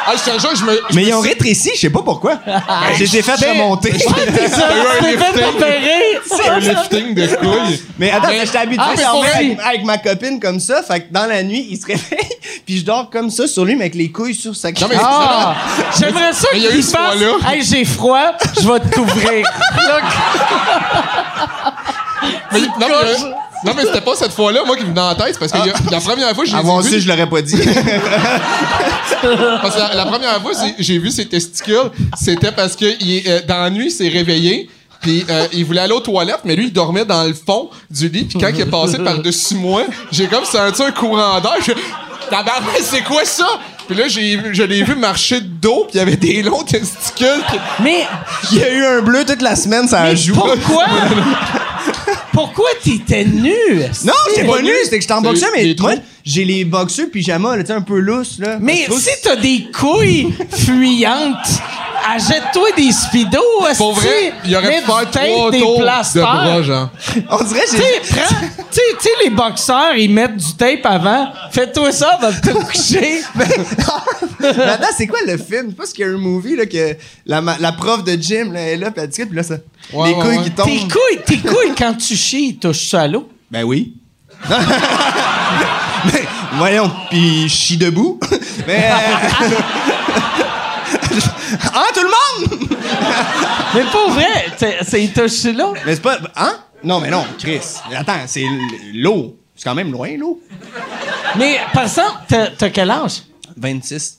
Speaker 6: Ah, je te jure, je me. je
Speaker 5: Mais
Speaker 6: me
Speaker 5: ils ont
Speaker 6: suis-
Speaker 5: rétréci, je sais pas pourquoi.
Speaker 1: Ah,
Speaker 5: je les ai fait remonter.
Speaker 6: T'as eu un
Speaker 1: T'es fait
Speaker 6: lifting.
Speaker 1: repérer.
Speaker 6: T'as eu un lifting de couilles.
Speaker 5: Mais attends, j'étais habitué
Speaker 1: Ah, mais
Speaker 5: à
Speaker 1: pour
Speaker 5: dormir
Speaker 1: vrai.
Speaker 5: avec, avec ma copine comme ça. Fait que dans la nuit, il se réveille, puis je dors comme ça sur lui, mais avec les couilles sur sa
Speaker 6: Non, mais-
Speaker 1: Ah! J'aimerais ça
Speaker 6: Mais il y a eu
Speaker 1: qu'il
Speaker 6: ce
Speaker 1: fasse.
Speaker 6: froid-là.
Speaker 1: Hey, j'ai froid, je vais te couvrir.
Speaker 6: Mais- non, mais, euh, non, mais c'était pas cette fois-là, moi, qui me venait en tête. c'est Parce que il y a- la première fois, j'ai
Speaker 5: Ah, moi
Speaker 6: vu-
Speaker 5: aussi, je l'aurais pas dit.
Speaker 6: Parce que la, la première fois c'est- j'ai vu ses testicules, c'était parce que il est, euh, dans la nuit, il s'est réveillé. Puis euh, il voulait aller aux toilettes, mais lui, il dormait dans le fond du lit. Puis quand il est passé par-dessus moi, j'ai comme senti un courant d'air. Je Tabarouette, c'est quoi ça? Puis là, j'ai, je l'ai vu marcher de dos, puis il y avait des longs testicules. qui-
Speaker 1: Mais,
Speaker 5: il y a eu un bleu toute la semaine, ça a
Speaker 1: mais
Speaker 5: joué.
Speaker 1: pourquoi? pourquoi t'étais nu?
Speaker 5: Non, c'est pas
Speaker 6: pas
Speaker 5: nu,
Speaker 6: nu.
Speaker 5: c'était que j'étais en
Speaker 6: C'est
Speaker 5: boxeur,
Speaker 6: les
Speaker 5: mais
Speaker 6: trous.
Speaker 5: moi, j'ai les boxeurs pyjama, là, tu sais, un peu lousse, là.
Speaker 1: Mais
Speaker 5: Je trouve-
Speaker 1: si t'as des couilles fuyantes, achète-toi des speedos. esti.
Speaker 6: Pour vrai, il y aurait
Speaker 1: Mets
Speaker 6: pu
Speaker 1: du
Speaker 6: faire
Speaker 1: tape,
Speaker 6: trois
Speaker 1: des
Speaker 6: tours de
Speaker 1: plasters. Hein?
Speaker 6: bras, genre.
Speaker 5: on dirait, que
Speaker 1: Tu
Speaker 5: j'ai.
Speaker 1: sais, prends- tu sais, tu sais, les boxeurs, ils mettent du tape avant. Fais-toi ça, va te coucher.
Speaker 5: Mais attends, c'est quoi le film? C'est pas qu'il y a un movie, là, que la, ma- la prof de gym, là, elle est là, puis elle discute, puis là, ça.
Speaker 6: Ouais,
Speaker 5: les
Speaker 6: ouais,
Speaker 5: couilles
Speaker 6: ouais.
Speaker 5: qui
Speaker 1: Tes
Speaker 5: tombent.
Speaker 1: couilles, tes couilles, quand tu chies, ils touchent ça à l'eau.
Speaker 5: Ben oui. mais, voyons, puis je chie debout. mais. euh, hein, tout le monde?
Speaker 1: Mais pour vrai, c'est- c'est- ils touchent ça à l'eau.
Speaker 5: Mais c'est pas. Hein? Non, mais non, Chris. Attends, c'est l- l'eau. C'est quand même loin, l'eau.
Speaker 1: Mais, par exemple, t'as t'as quel âge?
Speaker 5: 26.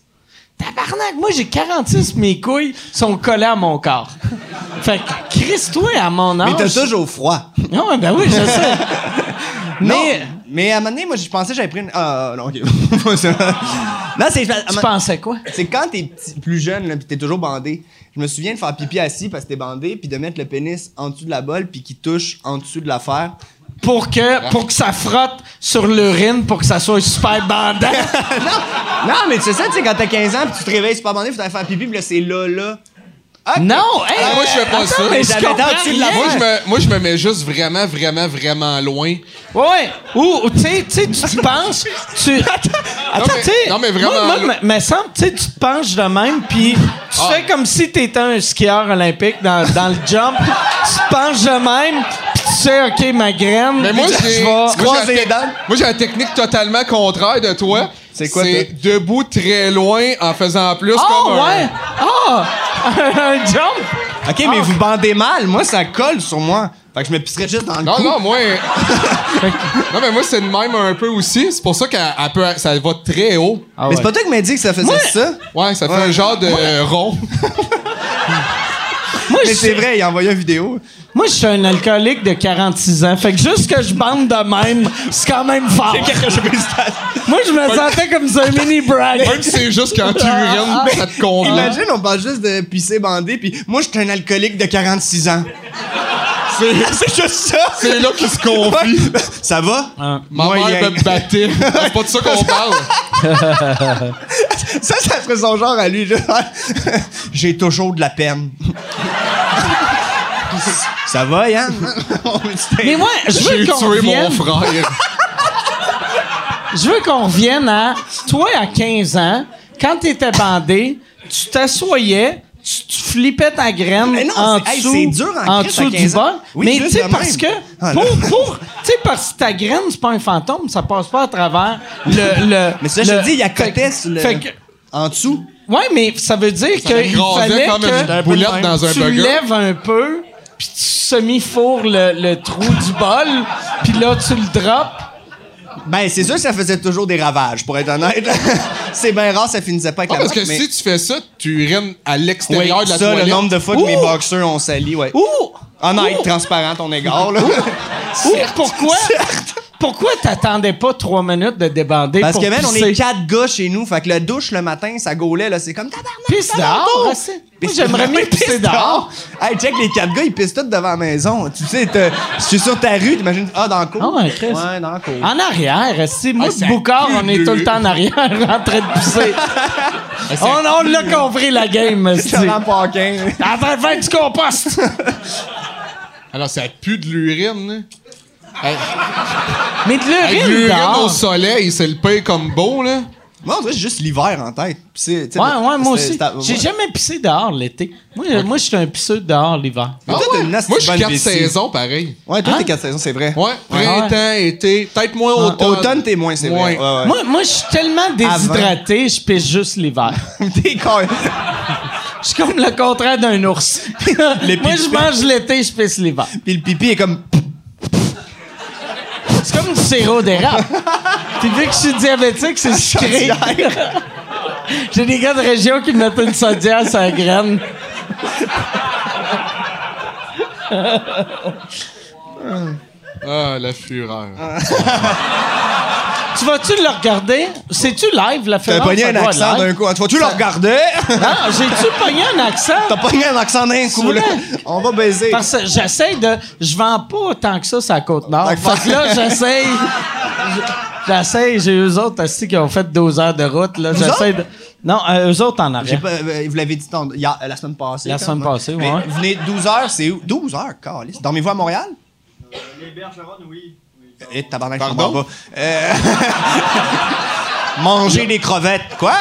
Speaker 1: Tabarnak, moi j'ai 46, mes couilles sont collées à mon corps. Fait que, Chris, toi, à mon âge.
Speaker 5: Mais t'as toujours froid.
Speaker 1: Non, ben oui, je sais. mais,
Speaker 5: Non, mais à un moment donné, moi, je pensais que j'avais pris une. Ah, non, ok. Pas ça. non, c'est. à un
Speaker 1: tu
Speaker 5: moment-
Speaker 1: pensais quoi?
Speaker 5: C'est quand t'es petit- plus jeune, là, pis t'es toujours bandé. Je me souviens de faire pipi assis parce que t'es bandé, puis de mettre le pénis en dessous de la bolle, puis qu'il touche en dessous de l'affaire.
Speaker 1: Pour que, pour que ça frotte sur l'urine, pour que ça soit super bandant.
Speaker 5: Non, mais tu sais ça, tu sais, quand t'as 15 ans, puis tu te réveilles super bandé, faut aller faire pipi, puis là, c'est là, là.
Speaker 1: non, hey,
Speaker 6: Ah, moi, je fais pas
Speaker 1: attends,
Speaker 6: ça.
Speaker 1: Mais je
Speaker 5: J'avais
Speaker 1: comprends
Speaker 5: dans le dessus de la
Speaker 1: rien.
Speaker 6: Moi je, me, moi, je me mets juste vraiment, vraiment, vraiment loin.
Speaker 1: Ouais, ou, ou, tu sais, tu sais, tu te penches, tu... Attends, attends,
Speaker 6: mais-
Speaker 1: tu sais,
Speaker 6: non, mais vraiment,
Speaker 1: Moi, moi
Speaker 6: là- Ah.
Speaker 1: me- me semble, tu sais, tu te penches de même, puis tu fais comme si t'étais un skieur olympique dans, dans le jump. tu te penches de même, puis tu sais, OK, ma graine,
Speaker 6: Mais moi,
Speaker 1: je
Speaker 6: j'ai.
Speaker 1: vais-
Speaker 6: moi,
Speaker 5: tu croises
Speaker 6: j'ai la
Speaker 5: les
Speaker 6: tec-
Speaker 5: dents.
Speaker 6: Moi, j'ai la technique totalement contraire de toi.
Speaker 5: C'est quoi,
Speaker 6: C'est debout très loin en faisant plus
Speaker 1: Oh,
Speaker 6: comme un-
Speaker 1: ouais! Ah! un jump!
Speaker 5: Ok, mais vous bandez mal, moi, ça colle sur moi. Fait que je me pisserais juste dans le
Speaker 6: Non,
Speaker 5: cou.
Speaker 6: non, moi. non, mais moi, c'est le même un peu aussi. C'est pour ça que ça va très haut.
Speaker 5: mais c'est pas toi qui m'as dit que ça faisait ça.
Speaker 6: Ouais, ça fait
Speaker 5: Ouais.
Speaker 6: un genre de euh, rond.
Speaker 1: Moi,
Speaker 5: Mais
Speaker 1: je-
Speaker 5: c'est vrai, il a envoyé une vidéo.
Speaker 1: Moi, je suis un alcoolique de 46 ans. Fait que juste que je bande de même, c'est quand même fort. Moi, je me sentais comme un mini brag.
Speaker 6: Même si c'est juste quand tu urines, ça te convient.
Speaker 5: Imagine, on parle juste de pisser bandé, puis moi, je suis un alcoolique de 46 ans. C'est c'est juste ça.
Speaker 6: C'est là qu'il se confie.
Speaker 5: Ouais. Ça va?
Speaker 6: Hein. Ma
Speaker 5: Moyen.
Speaker 6: mère me battait. C'est pas de ça qu'on parle.
Speaker 5: Ça, ça serait son genre à lui. genre. J'ai toujours de la peine. ça va, Yann?
Speaker 1: Mais moi, je
Speaker 6: J'ai
Speaker 1: veux qu'on
Speaker 6: tué mon
Speaker 1: revienne,
Speaker 6: frère.
Speaker 1: je veux qu'on revienne à toi à 15 ans, quand t'étais bandé, tu t'assoyais, tu, tu flippais ta graine
Speaker 5: Mais non,
Speaker 1: en
Speaker 5: c'est- hey,
Speaker 1: dessous,
Speaker 5: c'est dur en
Speaker 1: en
Speaker 5: crise à
Speaker 1: dessous du
Speaker 5: 15 ans.
Speaker 1: bol.
Speaker 5: Oui,
Speaker 1: mais
Speaker 5: juste
Speaker 1: tu sais
Speaker 5: de
Speaker 1: parce
Speaker 5: même.
Speaker 1: que
Speaker 5: Ah, là.
Speaker 1: pour pour tu sais parce que ta graine c'est pas un fantôme, ça passe pas à travers le le
Speaker 5: Mais ça, je te
Speaker 1: le-
Speaker 5: dis, il y a
Speaker 1: fait que-
Speaker 5: Cotes, le-
Speaker 1: fait que-
Speaker 5: En dessous?
Speaker 1: Ouais, mais ça veut dire
Speaker 6: Ça
Speaker 1: qu'il
Speaker 6: m'écrasait
Speaker 1: fallait
Speaker 6: comme
Speaker 1: que
Speaker 6: une boulette dans un
Speaker 1: tu
Speaker 6: burger.
Speaker 1: lèves un peu, puis tu semi-fourres le, le trou du bol, puis là, tu le drops.
Speaker 5: Ben, c'est sûr que ça faisait toujours des ravages, pour être honnête. c'est bien rare, ça finissait pas avec
Speaker 6: Ah,
Speaker 5: la
Speaker 6: parce que
Speaker 5: marque, mais-
Speaker 6: si tu fais ça, tu urines à
Speaker 5: Oui,
Speaker 6: l'extérieur de la
Speaker 5: ça,
Speaker 6: toilette.
Speaker 5: le nombre de fois que
Speaker 1: Ouh!
Speaker 5: mes boxeurs ont sali, ouais.
Speaker 1: Ouh!
Speaker 6: Ah
Speaker 5: En
Speaker 1: Ouh!
Speaker 5: être transparent, ton égard, là.
Speaker 1: Ouh, Pourquoi? Pourquoi t'attendais pas trois minutes de débander
Speaker 5: Parce
Speaker 1: pour
Speaker 5: que, man, on
Speaker 1: pisser?
Speaker 5: est quatre gars chez nous, fait que la douche le matin, ça gaulait, là. C'est comme tabarnak!
Speaker 1: Pisse dehors, c'est- Moi, j'aimerais mieux pisser dehors.
Speaker 5: Hey, check, les quatre gars, ils pissent tous devant la maison. Tu sais, t'es- je suis sur ta rue, t'imagines. Ah, dans le cours.
Speaker 1: Ah ouais, Chris. Ah,
Speaker 5: Ouais, dans le cours.
Speaker 1: En arrière, si moi,
Speaker 6: Ah, ça
Speaker 1: Boucard,
Speaker 6: pue,
Speaker 1: on est tout le
Speaker 6: le-
Speaker 1: temps en arrière en train de pisser.
Speaker 5: Ah,
Speaker 1: on on l'a compris, la game, esti.
Speaker 5: Laurent Paquin.
Speaker 1: En train de faire du compost!
Speaker 6: Alors, ça pue de l'urine. hein. Hey,
Speaker 1: Mais de
Speaker 6: hey, de
Speaker 1: l'urine
Speaker 6: l'urine au
Speaker 1: dehors!
Speaker 6: soleil, c'est le pain comme beau, là.
Speaker 5: Moi, on dirait que j'ai juste l'hiver en tête. Puis c'est- tu sais,
Speaker 1: Ouais,
Speaker 5: le-
Speaker 1: ouais, moi
Speaker 5: c'est-
Speaker 1: aussi.
Speaker 5: c'est- ouais.
Speaker 1: J'ai jamais pissé dehors l'été. Moi, euh, moi je suis un pisseux dehors l'hiver.
Speaker 5: Mais toi,
Speaker 6: Ah
Speaker 5: t'as
Speaker 6: ouais?
Speaker 5: une nasty
Speaker 6: Moi, je suis
Speaker 5: bonne
Speaker 6: quatre
Speaker 5: vessie.
Speaker 6: saisons, pareil.
Speaker 5: Ouais, toi,
Speaker 1: Hein?
Speaker 5: t'es quatre saisons, c'est vrai.
Speaker 6: Ouais, printemps, été, peut-être moins automne.
Speaker 5: Ah, Automne, t'es moins, c'est vrai.
Speaker 6: Moins.
Speaker 5: Ouais, ouais.
Speaker 1: Moi, moi je suis tellement déshydraté, je pisse juste l'hiver.
Speaker 5: T'es con.
Speaker 1: Je suis comme le contraire d'un ours. moi, je mange l'été, je pisse l'hiver.
Speaker 5: Puis le pipi est comme.
Speaker 1: C'est comme du sirop d'érable. Puis vu que je suis diabétique,
Speaker 5: Ah,
Speaker 1: c'est sucré. J'ai des gars de région qui me mettent une sodière sur la graine.
Speaker 6: Ah, la fureur.
Speaker 1: Tu vas-tu le regarder? C'est-tu live, la
Speaker 5: T'as
Speaker 1: fréquence?
Speaker 5: pogné un accent d'un coup. Tu vois-tu le regarder?
Speaker 1: Non, j'ai-tu pogné un accent?
Speaker 5: T'as pogné un accent d'un coup, là.
Speaker 1: vrai?
Speaker 5: On va baiser.
Speaker 1: Parce que j'essaie de. Je vends pas tant que ça sur la côte nord.
Speaker 5: D'accord.
Speaker 1: Fait que là, j'essaie. J'essaie, j'ai eux autres aussi qui ont fait 12 heures de route. Là, j'essaie de. Non, euh, eux autres en
Speaker 5: J'ai
Speaker 1: arrière.
Speaker 5: pas- euh, vous l'avez dit tant- hier, euh, la semaine passée.
Speaker 1: La
Speaker 5: quand
Speaker 1: semaine
Speaker 5: même.
Speaker 1: passée,
Speaker 5: Mais
Speaker 1: ouais.
Speaker 5: Venez 12h, c'est où? 12h, calice. Dormez-vous à Montréal? les Bergeronnes, oui. Eh, tabarnak, je comprends
Speaker 6: Pardon?
Speaker 5: pas. Euh, Manger des crevettes, quoi?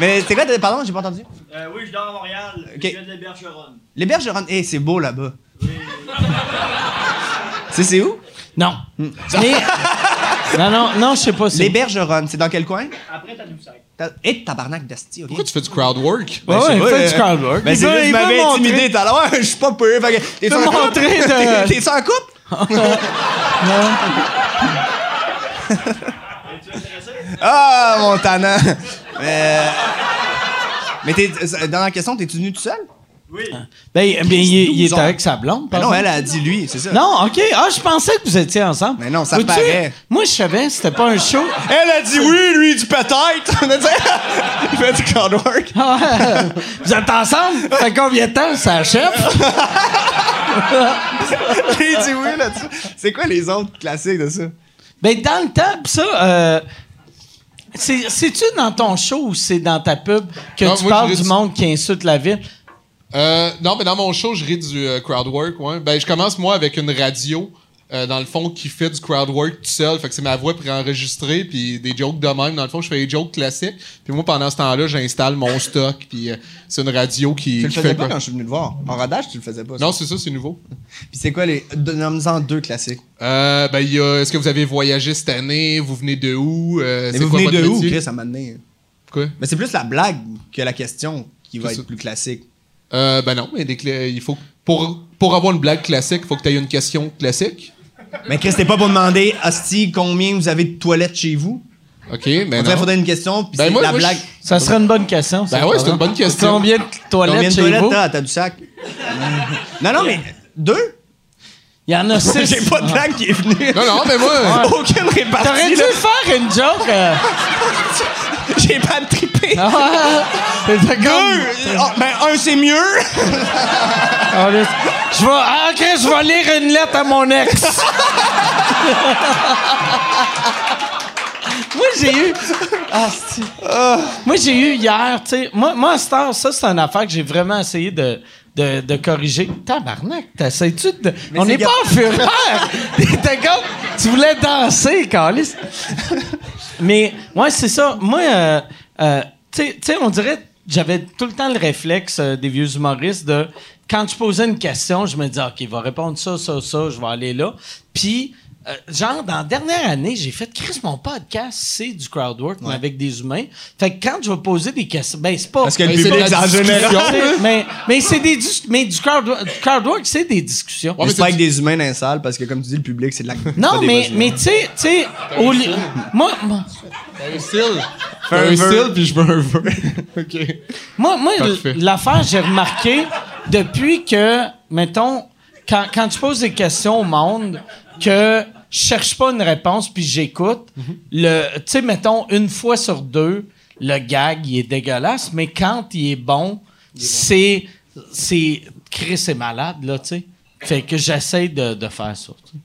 Speaker 5: Mais c'est quoi, t'as- pardon, j'ai pas entendu?
Speaker 9: Euh, oui, je dors à Montréal.
Speaker 5: Ok.
Speaker 9: Je viens de la Bergeronne.
Speaker 5: Les Bergeronnes, eh, c'est beau là-bas. c'est c'est où?
Speaker 1: Non. Mais- non, non, non, je sais pas.
Speaker 5: Les
Speaker 1: C'est...
Speaker 5: Bergeronnes, c'est dans quel coin?
Speaker 9: Après, t'as 12 sacs.
Speaker 5: T'as- Eh, tabarnak d'Asti, ok.
Speaker 6: Pourquoi tu fais du crowd work?
Speaker 1: Ouais, ouais,
Speaker 5: Ben, c'est
Speaker 1: fais
Speaker 5: vrai,
Speaker 1: du
Speaker 5: euh,
Speaker 1: crowdwork.
Speaker 5: Ben,
Speaker 1: Il
Speaker 5: c'est
Speaker 1: veut-
Speaker 5: juste,
Speaker 1: il
Speaker 5: je
Speaker 1: veut
Speaker 5: m'avais
Speaker 1: montrer-
Speaker 5: intimidé tout à l'heure. Je suis pas peu. Fait que, t'es
Speaker 1: veut montrer de-
Speaker 5: T'es en couple?
Speaker 9: Es-tu intéressé?
Speaker 5: Ah, mon tannant. Mais, euh, mais t'es, euh, dans la question, t'es-tu venu tout seul?
Speaker 9: Oui.
Speaker 1: Ben, ben, il, il est
Speaker 5: 12 ans.
Speaker 1: avec sa blonde.
Speaker 5: Ben
Speaker 1: par
Speaker 5: non,
Speaker 1: exemple.
Speaker 5: elle a dit lui, c'est ça.
Speaker 1: Non, OK. Ah, je pensais que vous étiez ensemble.
Speaker 5: Mais non, ça
Speaker 1: Vois-tu,
Speaker 5: paraît.
Speaker 1: Moi, je savais, c'était pas un show.
Speaker 5: Elle a dit oui, lui, du peut-être. On a dit, il fait du crowd work.
Speaker 1: Ah, euh, vous êtes ensemble? Ça fait combien de temps? Ça achète?
Speaker 5: Il dit oui là-dessus. C'est quoi les autres classiques de ça?
Speaker 1: Ben, dans le temps, pis ça, euh, c'est- c'est-tu dans ton show ou c'est dans ta pub que
Speaker 6: Non,
Speaker 1: tu
Speaker 6: moi, je
Speaker 1: parles
Speaker 6: l'ai
Speaker 1: du
Speaker 6: dit-
Speaker 1: monde qui insulte la ville?
Speaker 6: Euh, non, mais dans mon show, je ris du euh, crowd work, ouais. Ben, je commence, moi, avec une radio, euh, dans le fond, qui fait du crowd work tout seul. Fait que c'est ma voix préenregistrée, puis des jokes de même. Dans le fond, je fais des jokes classiques. Puis moi, pendant ce temps-là, j'installe mon stock, puis euh, c'est une radio qui,
Speaker 5: Tu le
Speaker 6: qui
Speaker 5: faisais
Speaker 6: fait
Speaker 5: pas
Speaker 6: quoi.
Speaker 5: quand je suis venu te voir. En radage, tu le faisais pas. ça.
Speaker 6: Non, c'est ça, c'est nouveau.
Speaker 5: Puis c'est quoi les. Donne-nous-en deux classiques.
Speaker 6: Euh, ben, il y a... Est-ce que vous avez voyagé cette année? Vous venez de où? Euh,
Speaker 5: Mais
Speaker 6: c'est
Speaker 5: vous
Speaker 6: quoi
Speaker 5: venez
Speaker 6: votre
Speaker 5: de où,
Speaker 6: métier?
Speaker 5: Chris, à m'amener?
Speaker 6: Quoi?
Speaker 5: Mais c'est plus la blague que la question qui va
Speaker 6: C'est
Speaker 5: être
Speaker 6: ça.
Speaker 5: plus classique.
Speaker 6: Euh, ben non, mais des cla- il faut... Pour, pour avoir une blague classique, il faut que tu aies une question classique.
Speaker 5: Mais Chris, t'es pas pour demander, Asti, combien vous avez de toilettes chez vous?
Speaker 6: OK,
Speaker 5: On
Speaker 6: mais
Speaker 5: dirait
Speaker 6: non.
Speaker 5: qu'il faudrait une question, puis
Speaker 6: Ben,
Speaker 5: c'est
Speaker 6: moi,
Speaker 5: la
Speaker 6: moi,
Speaker 5: blague.
Speaker 1: Ça serait une bonne question. ça,
Speaker 6: Ben ouais,
Speaker 1: par
Speaker 6: c'est une
Speaker 5: hein?
Speaker 1: exemple.
Speaker 6: bonne question.
Speaker 1: Combien de toilettes
Speaker 5: Combien de
Speaker 1: chez
Speaker 5: toilettes
Speaker 1: vous?
Speaker 5: t'as? T'as du sac? non, non, mais deux?
Speaker 1: Il y en a six.
Speaker 5: J'ai pas de blague qui est venue.
Speaker 6: Non, non, mais moi, euh,
Speaker 5: Aucune répartie.
Speaker 1: T'aurais dû
Speaker 5: là.
Speaker 1: faire une joke. euh,
Speaker 5: J'ai pas trippé.
Speaker 1: ah, t'étais comme-
Speaker 5: Deux! Ah, ben, un, c'est mieux.
Speaker 1: Ah, là, Je vais. Ah, Chris, je vais lire une lettre à mon ex. moi, j'ai eu. Ah, c'est- Moi, j'ai eu hier, tu sais. Moi, moi, à cette heure, ça, c'est une affaire que j'ai vraiment essayé de. De, de corriger. Tabarnak, t'essayes-tu de. On
Speaker 5: c'est
Speaker 1: n'est pas en fureur! T'étais comme. Tu voulais danser, Carlis. Mais, ouais, c'est ça. Moi, euh, euh, tu sais- tu sais, on dirait, j'avais tout le temps le réflexe euh, des vieux humoristes de quand je posais une question, je me disais, OK, il va répondre ça, ça, ça, je vais aller là. Puis, euh, genre, dans la dernière année, j'ai fait, Chris, mon podcast, c'est du crowd work, mais avec des humains. Fait que quand je vais poser des questions, ben, c'est pas.
Speaker 5: que le
Speaker 6: public, en général-
Speaker 1: C'est- mais mais c'est des dis- mais du crowd, du crowd work, c'est des discussions.
Speaker 6: Ouais,
Speaker 5: Mais
Speaker 6: mais
Speaker 5: c'est pas
Speaker 6: c'est
Speaker 5: avec des humains dans la salle parce que, comme tu dis, le public, c'est de la. pas
Speaker 1: Non,
Speaker 5: des
Speaker 1: mais,
Speaker 5: vrais
Speaker 1: mais
Speaker 5: humains.
Speaker 1: tu sais, tu sais, au li- moi, moi,
Speaker 6: un style. un style, puis je veux un vœu. OK.
Speaker 1: Moi, moi
Speaker 6: Parfait.
Speaker 1: l- l'affaire, j'ai remarqué depuis que, mettons, quand, quand tu poses des questions au monde, que je cherche pas une réponse puis j'écoute, le, tu sais, mettons, une fois sur deux, le gag, il est dégueulasse, mais quand il est bon, c'est. c'est Chris est malade, là, tu sais. Fait que j'essaie de, de faire ça. tu sais.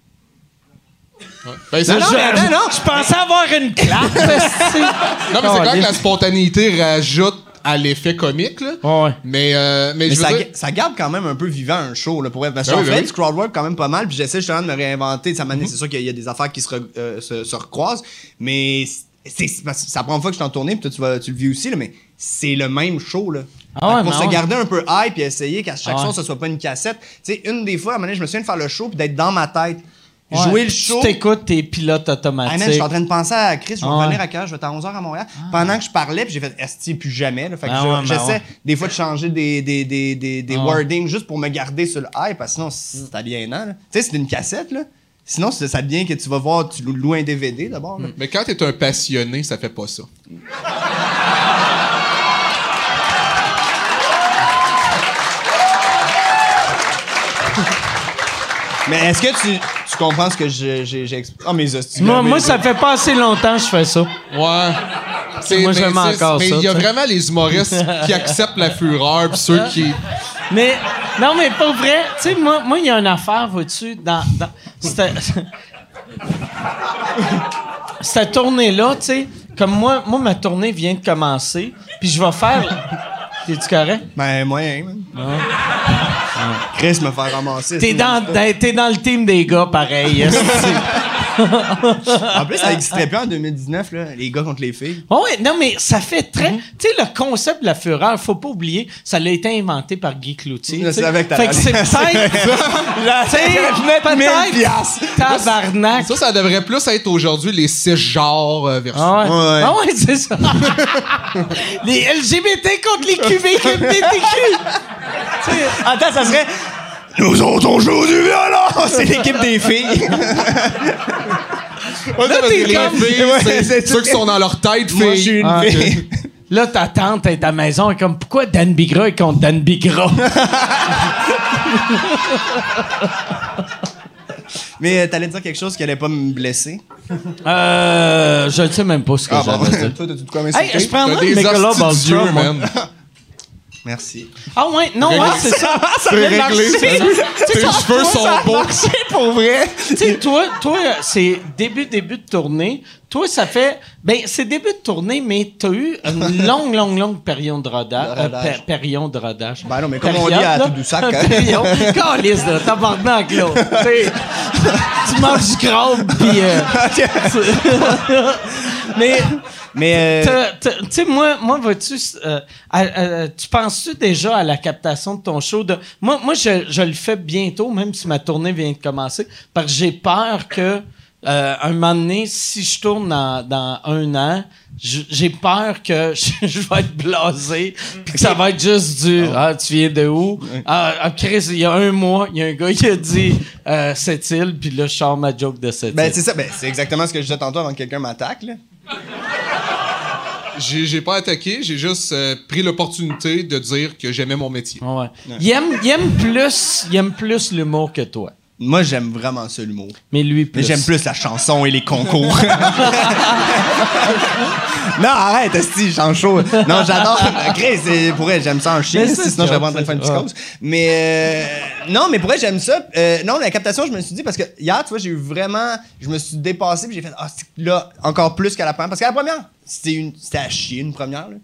Speaker 6: Ben, c'est-
Speaker 5: Non,
Speaker 1: Je-
Speaker 5: mais attends, non.
Speaker 1: Je pensais avoir une claque. esti.
Speaker 6: Non, mais c'est clair
Speaker 1: Caliste.
Speaker 6: que la spontanéité rajoute à l'effet comique, là.
Speaker 1: Ouais.
Speaker 6: Mais, euh, mais,
Speaker 5: Mais
Speaker 6: je veux
Speaker 5: ça,
Speaker 6: dire...
Speaker 5: ga- ça garde quand même un peu vivant un show, là, pour vrai. Parce
Speaker 6: Ben
Speaker 5: qu'on
Speaker 6: oui, ben
Speaker 5: fait
Speaker 6: oui.
Speaker 5: du crowd work quand même pas mal, puis j'essaie justement de me réinventer. De sa
Speaker 1: Mm-hmm.
Speaker 5: manière, c'est sûr qu'il y a des affaires qui se, re- euh, se, se recroisent, mais c'est c'est- parce que c'est la première fois que je t'en tournais, puis toi, tu, vas, tu le vis aussi, là, mais c'est le même show, là.
Speaker 1: Ah
Speaker 5: Fait que
Speaker 1: ouais,
Speaker 5: pour
Speaker 1: mais
Speaker 5: se
Speaker 1: ouais.
Speaker 5: garder un peu high puis essayer qu'à chaque
Speaker 1: Ah
Speaker 5: soir
Speaker 1: ouais.
Speaker 5: ce soit pas une cassette. Tu sais, une des fois, à un moment donné, je me souviens de faire le show puis d'être dans ma tête.
Speaker 1: Ouais.
Speaker 5: Jouer le
Speaker 1: Tu
Speaker 5: show.
Speaker 1: t'écoutes tes pilotes
Speaker 5: Ah,
Speaker 1: automatiques.
Speaker 5: man, je suis en train de penser à Chris, je vais
Speaker 1: Ah ouais.
Speaker 5: revenir à quelle heure, je vais être à 11h à Montréal. Pendant que je parlais, puis j'ai fait Esti, plus jamais. là. Fait que
Speaker 1: Ah
Speaker 5: je-
Speaker 1: ouais, ben
Speaker 5: j'essaie
Speaker 1: ouais.
Speaker 5: des fois de changer des, des, des, des, des
Speaker 1: Ah ouais.
Speaker 5: wordings juste pour me garder sur le hype, parce que sinon, c'est aliénant. là. Tu sais, c'est une cassette, là. Sinon, c'est- ça devient que tu vas voir, tu lou- loues un DVD d'abord.
Speaker 1: Hmm.
Speaker 5: là.
Speaker 6: Mais quand t'es un passionné, ça fait pas ça.
Speaker 5: Mais est-ce que tu, tu comprends ce que je- j'ai j'ai expliqué? Ah, mes hosties.
Speaker 1: Moi,
Speaker 5: mais-
Speaker 1: moi, ça fait pas assez longtemps que je fais ça.
Speaker 6: Ouais. C'est-
Speaker 1: Moi, j'aime
Speaker 6: mais c'est-
Speaker 1: encore
Speaker 6: Mais
Speaker 1: ça,
Speaker 6: il y a
Speaker 1: t'sais.
Speaker 6: vraiment les humoristes qui acceptent la fureur, puis ceux qui...
Speaker 1: Mais, non, mais pas vrai. Tu sais, moi, moi, il y a une affaire, vois-tu, dans. dans c'était- Cette tournée-là, tu sais, comme moi, moi, ma tournée vient de commencer, puis je vais faire. T'es-tu correct?
Speaker 5: Ben, moyen, man. Chris me fait ramasser.
Speaker 1: Ah. T'es
Speaker 5: c'est-
Speaker 1: dans, dans- t'es dans le team des gars, pareil. esti.
Speaker 5: En plus, ça existait plus en 2019, là, les gars contre les filles.
Speaker 1: Ouais, Ah ouais, non, mais ça fait très.
Speaker 5: Mhm.
Speaker 1: Tu sais, le concept de la fureur, faut pas oublier, ça l'a été inventé par Guy Cloutier.
Speaker 5: Je
Speaker 1: tu sais.
Speaker 5: savais que t'allais
Speaker 1: Fait que c'est
Speaker 5: aller.
Speaker 1: peut-être. Tu sais,
Speaker 5: mille piastres.
Speaker 1: peut-être. Tabarnak.
Speaker 6: Ça, ça devrait plus être aujourd'hui les six genres euh, versus...
Speaker 1: Ah ouais,
Speaker 5: Ouais.
Speaker 1: Ah ouais, c'est ça. les LGBT contre les QVQPTQ.
Speaker 5: Attends, ça serait. Nous autres, on joue du violon! C'est l'équipe des filles.
Speaker 6: Ouais,
Speaker 1: Là,
Speaker 6: parce
Speaker 1: t'es
Speaker 6: que les
Speaker 1: comme-
Speaker 6: filles,
Speaker 5: Ouais,
Speaker 6: c'est
Speaker 5: c'est-
Speaker 6: ceux qui sont dans leur tête, filles.
Speaker 5: Moi, je suis une
Speaker 1: Ah,
Speaker 5: fille.
Speaker 1: Là, ta tante est à la maison, elle est comme, pourquoi Dan Bigra est contre Dan Bigra?
Speaker 5: Mais euh, t'allais dire quelque chose qui allait pas me blesser.
Speaker 1: euh, je ne sais même pas ce
Speaker 6: Ah,
Speaker 5: Ah,
Speaker 1: que j'avais à dire.
Speaker 5: Toi, t'as tout quoi
Speaker 1: Hey, je
Speaker 6: T'as
Speaker 1: prendrais
Speaker 6: des
Speaker 1: une Michelob
Speaker 6: hosties de
Speaker 1: Ultra,
Speaker 6: Dieu,
Speaker 1: moi.
Speaker 6: man.
Speaker 5: Merci.
Speaker 1: Ah ouais, non, ouais, c'est ça.
Speaker 5: ça
Speaker 6: C'est réglé, ça. Tes cheveux sont beaux.
Speaker 5: pour vrai.
Speaker 1: Tu sais, toi, toi euh, c'est début, début de tournée. Toi, ça fait... Ben, c'est début de tournée, mais t'as eu une longue, longue, longue période de rodage.
Speaker 5: De rodage.
Speaker 1: euh, pé- période de rodage.
Speaker 5: Ben non, mais comme on
Speaker 1: Période,
Speaker 5: dit à
Speaker 1: là.
Speaker 5: Toudoussac, hein.
Speaker 1: Période. Calisse, là, tabarnak, là. T'sais, tu manges du crabe, puis... euh, tu- mais...
Speaker 5: Mais. euh,
Speaker 1: t'as- t'as- Tu sais, moi, moi vois-tu, euh, à- à- tu penses-tu déjà à la captation de ton show? De... Moi, moi je, je le fais bientôt, même si ma tournée vient de commencer, parce que j'ai peur que, euh, un moment donné, si je tourne dans, dans un an, je- j'ai peur que je, je vais être blasé, puis que ça va être juste du Ah, tu viens de où? Ah, ah, Chris, il y a un mois, il y a un gars qui a dit euh, cette île, puis là, je sors ma joke de cette
Speaker 5: Ben,
Speaker 1: île.
Speaker 5: c'est ça. Ben, c'est exactement ce que je disais tantôt avant que quelqu'un m'attaque, là.
Speaker 6: J'ai j'ai pas attaqué, j'ai juste euh, pris l'opportunité de dire que j'aimais mon métier.
Speaker 1: Ouais. Il, aime, il aime plus, il aime plus l'humour que toi.
Speaker 5: Moi, j'aime vraiment ça, l'humour.
Speaker 1: Mais lui
Speaker 5: Mais
Speaker 1: plus.
Speaker 5: j'aime plus la chanson et les concours. non, arrête, Esti, j'en chaud. Non, j'adore. Chris, c'est- pour vrai, j'aime ça en chien.
Speaker 1: Mais
Speaker 5: esti,
Speaker 1: c'est
Speaker 5: Sinon,
Speaker 1: ça,
Speaker 5: je vais en train
Speaker 1: c'est
Speaker 5: de faire une
Speaker 1: ça.
Speaker 5: psychose. Mais euh, non, mais pour vrai, j'aime ça. Euh, non, la captation, je me suis dit, parce que hier, tu vois, j'ai eu vraiment. Je me suis dépassé, puis j'ai fait, ah, c'est- là, encore plus qu'à la première. Parce qu'à la première, c'était une- c'était à chier, une première, là.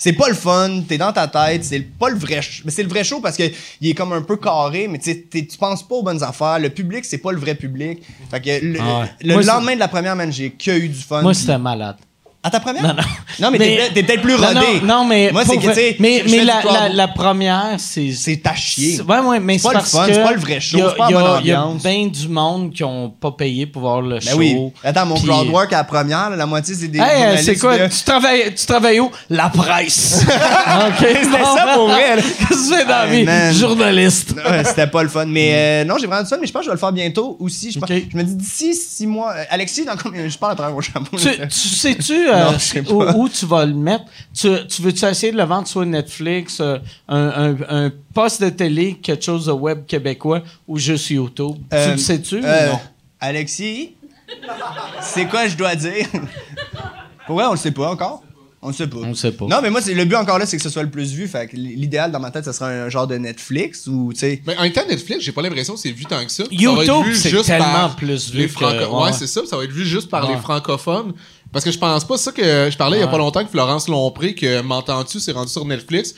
Speaker 5: C'est pas le fun, t'es dans ta tête, c'est pas le vrai show. Mais c'est le vrai show parce que il est comme un peu carré, mais tu sais, t'es- tu penses pas aux bonnes affaires. Le public, c'est pas le vrai public. Fait que le,
Speaker 1: Ah ouais.
Speaker 5: le
Speaker 1: Moi,
Speaker 5: lendemain de la première, man, j'ai que eu du fun.
Speaker 1: Moi,
Speaker 5: Puis-
Speaker 1: c'était malade.
Speaker 5: À ta première?
Speaker 1: Non, non.
Speaker 5: Non, mais, t'es peut-être- t'es peut-être plus
Speaker 1: Non,
Speaker 5: rodé.
Speaker 1: Non, non, mais.
Speaker 5: Moi,
Speaker 1: pour
Speaker 5: c'est que, tu
Speaker 1: vrai-
Speaker 5: sais,
Speaker 1: Mais,
Speaker 5: je
Speaker 1: mais
Speaker 5: fais
Speaker 1: la,
Speaker 5: du crowd
Speaker 1: la-
Speaker 5: work.
Speaker 1: la première, c'est.
Speaker 5: C'est à chier.
Speaker 1: C'est- Ouais, ouais, mais
Speaker 5: C'est pas le
Speaker 1: parce
Speaker 5: fun,
Speaker 1: que
Speaker 5: c'est pas le vrai show,
Speaker 1: y a-
Speaker 5: c'est pas la
Speaker 1: y a-
Speaker 5: bonne
Speaker 1: y a
Speaker 5: ambiance.
Speaker 1: bien du monde qui ont pas payé pour voir le
Speaker 5: Ben
Speaker 1: show.
Speaker 5: oui. Attends, mon
Speaker 1: Puis-
Speaker 5: crowd work à la première, là, la moitié, c'est des.
Speaker 1: Hey, euh,
Speaker 5: journalistes,
Speaker 1: c'est quoi?
Speaker 5: là.
Speaker 1: Tu travailles, tu travailles où? La presse. OK. C'était
Speaker 5: ça pour vrai, là.
Speaker 1: Qu'est-ce que tu fais dans la
Speaker 5: Hey,
Speaker 1: vie?
Speaker 5: man.
Speaker 1: Journaliste.
Speaker 5: Ouais, c'était pas le fun. Mais euh, non, j'ai vraiment du fun, mais je pense que je vais le faire bientôt aussi. Je, pense-
Speaker 1: Mm. Ok.
Speaker 5: je me dis d'ici six mois. euh, Alexis, dans combien. Je parle à travers mon
Speaker 1: Tu,
Speaker 5: chapeau. là.
Speaker 1: tu sais-tu euh,
Speaker 5: Non, je sais pas.
Speaker 1: où, où tu vas le mettre? Tu, tu veux-tu essayer de le vendre sur Netflix, euh, un, un- un poste de télé, quelque chose de web québécois ou juste YouTube? tu
Speaker 5: Euh,
Speaker 1: le sais-tu
Speaker 5: euh,
Speaker 1: ou non?
Speaker 5: Alexis, c'est quoi je dois dire? Pour vrai, on le sait pas encore. On le sait pas.
Speaker 1: On le sait pas.
Speaker 5: Non, mais moi, c'est- le but encore là, c'est que ce soit le plus vu. Fait que l'idéal dans ma tête, ce serait un genre de Netflix ou, tu sais.
Speaker 6: Mais Ben, en même temps, Netflix, j'ai pas l'impression que c'est vu tant que ça.
Speaker 1: YouTube,
Speaker 6: Ça va être vu
Speaker 1: c'est
Speaker 6: juste
Speaker 1: tellement
Speaker 6: par
Speaker 1: plus vu
Speaker 6: les
Speaker 1: que-
Speaker 6: franco-
Speaker 1: ouais,
Speaker 6: Ouais,
Speaker 1: ouais.
Speaker 6: c'est ça. Ça va être vu juste par
Speaker 1: Ouais.
Speaker 6: les francophones. Parce que je pense pas ça que je parlais il y a
Speaker 1: Ouais.
Speaker 6: pas longtemps que Florence Lompré, que M'entends-tu, s'est rendu sur Netflix.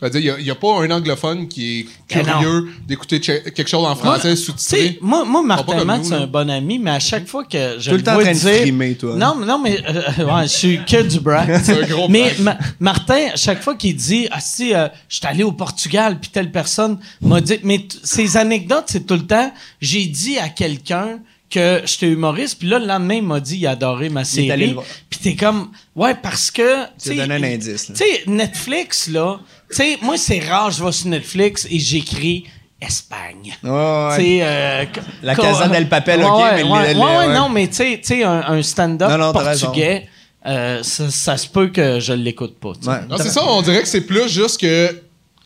Speaker 6: Je veux dire, il y a- il y, a pas un anglophone qui est
Speaker 1: Ben non.
Speaker 6: curieux d'écouter che- quelque chose en français
Speaker 1: Tu sais,
Speaker 6: sous-titré.
Speaker 1: moi, moi,
Speaker 6: Pas
Speaker 1: Martin
Speaker 6: comme
Speaker 1: Matt,
Speaker 6: nous,
Speaker 1: c'est
Speaker 6: là. Mm-hmm.
Speaker 1: un bon ami, mais à chaque fois que je
Speaker 5: Tout le
Speaker 1: le
Speaker 5: temps en
Speaker 1: vois
Speaker 5: train de
Speaker 1: dire-
Speaker 5: frimer, toi.
Speaker 1: Non, mais non, mais euh, ouais, je suis que du braque.
Speaker 6: C'est un gros
Speaker 1: mais
Speaker 6: braque.
Speaker 1: Ma- Martin, à chaque fois qu'il dit, ah si, euh, je suis allé au Portugal, puis telle personne m'a dit, mais t- ces anecdotes, c'est tout le temps, j'ai dit à quelqu'un que j'étais humoriste, puis là, le lendemain, il m'a dit, il a adoré ma
Speaker 5: Il est allé le
Speaker 1: série.
Speaker 5: voir.
Speaker 1: Puis t'es comme, ouais, parce que...
Speaker 5: Tu
Speaker 1: sais,
Speaker 5: as donné un indice, là.
Speaker 1: tu sais, Netflix, là, tu sais, moi, c'est rare, je vais sur Netflix et j'écris Espagne.
Speaker 5: Ouais, ouais, ouais.
Speaker 1: Tu sais, euh,
Speaker 5: La
Speaker 1: co-
Speaker 5: Casa del Papel,
Speaker 1: Ouais,
Speaker 5: ok,
Speaker 1: ouais,
Speaker 5: mais le-
Speaker 1: ouais,
Speaker 5: le-
Speaker 1: ouais, ouais,
Speaker 5: ouais.
Speaker 1: non, mais tu sais- tu sais, un, un stand-up
Speaker 5: Non, non, t'as raison.
Speaker 1: portugais, euh, ça, ça se peut que je l'écoute pas. tu sais.
Speaker 5: Ouais.
Speaker 6: Non, c'est ça. On dirait que c'est plus juste que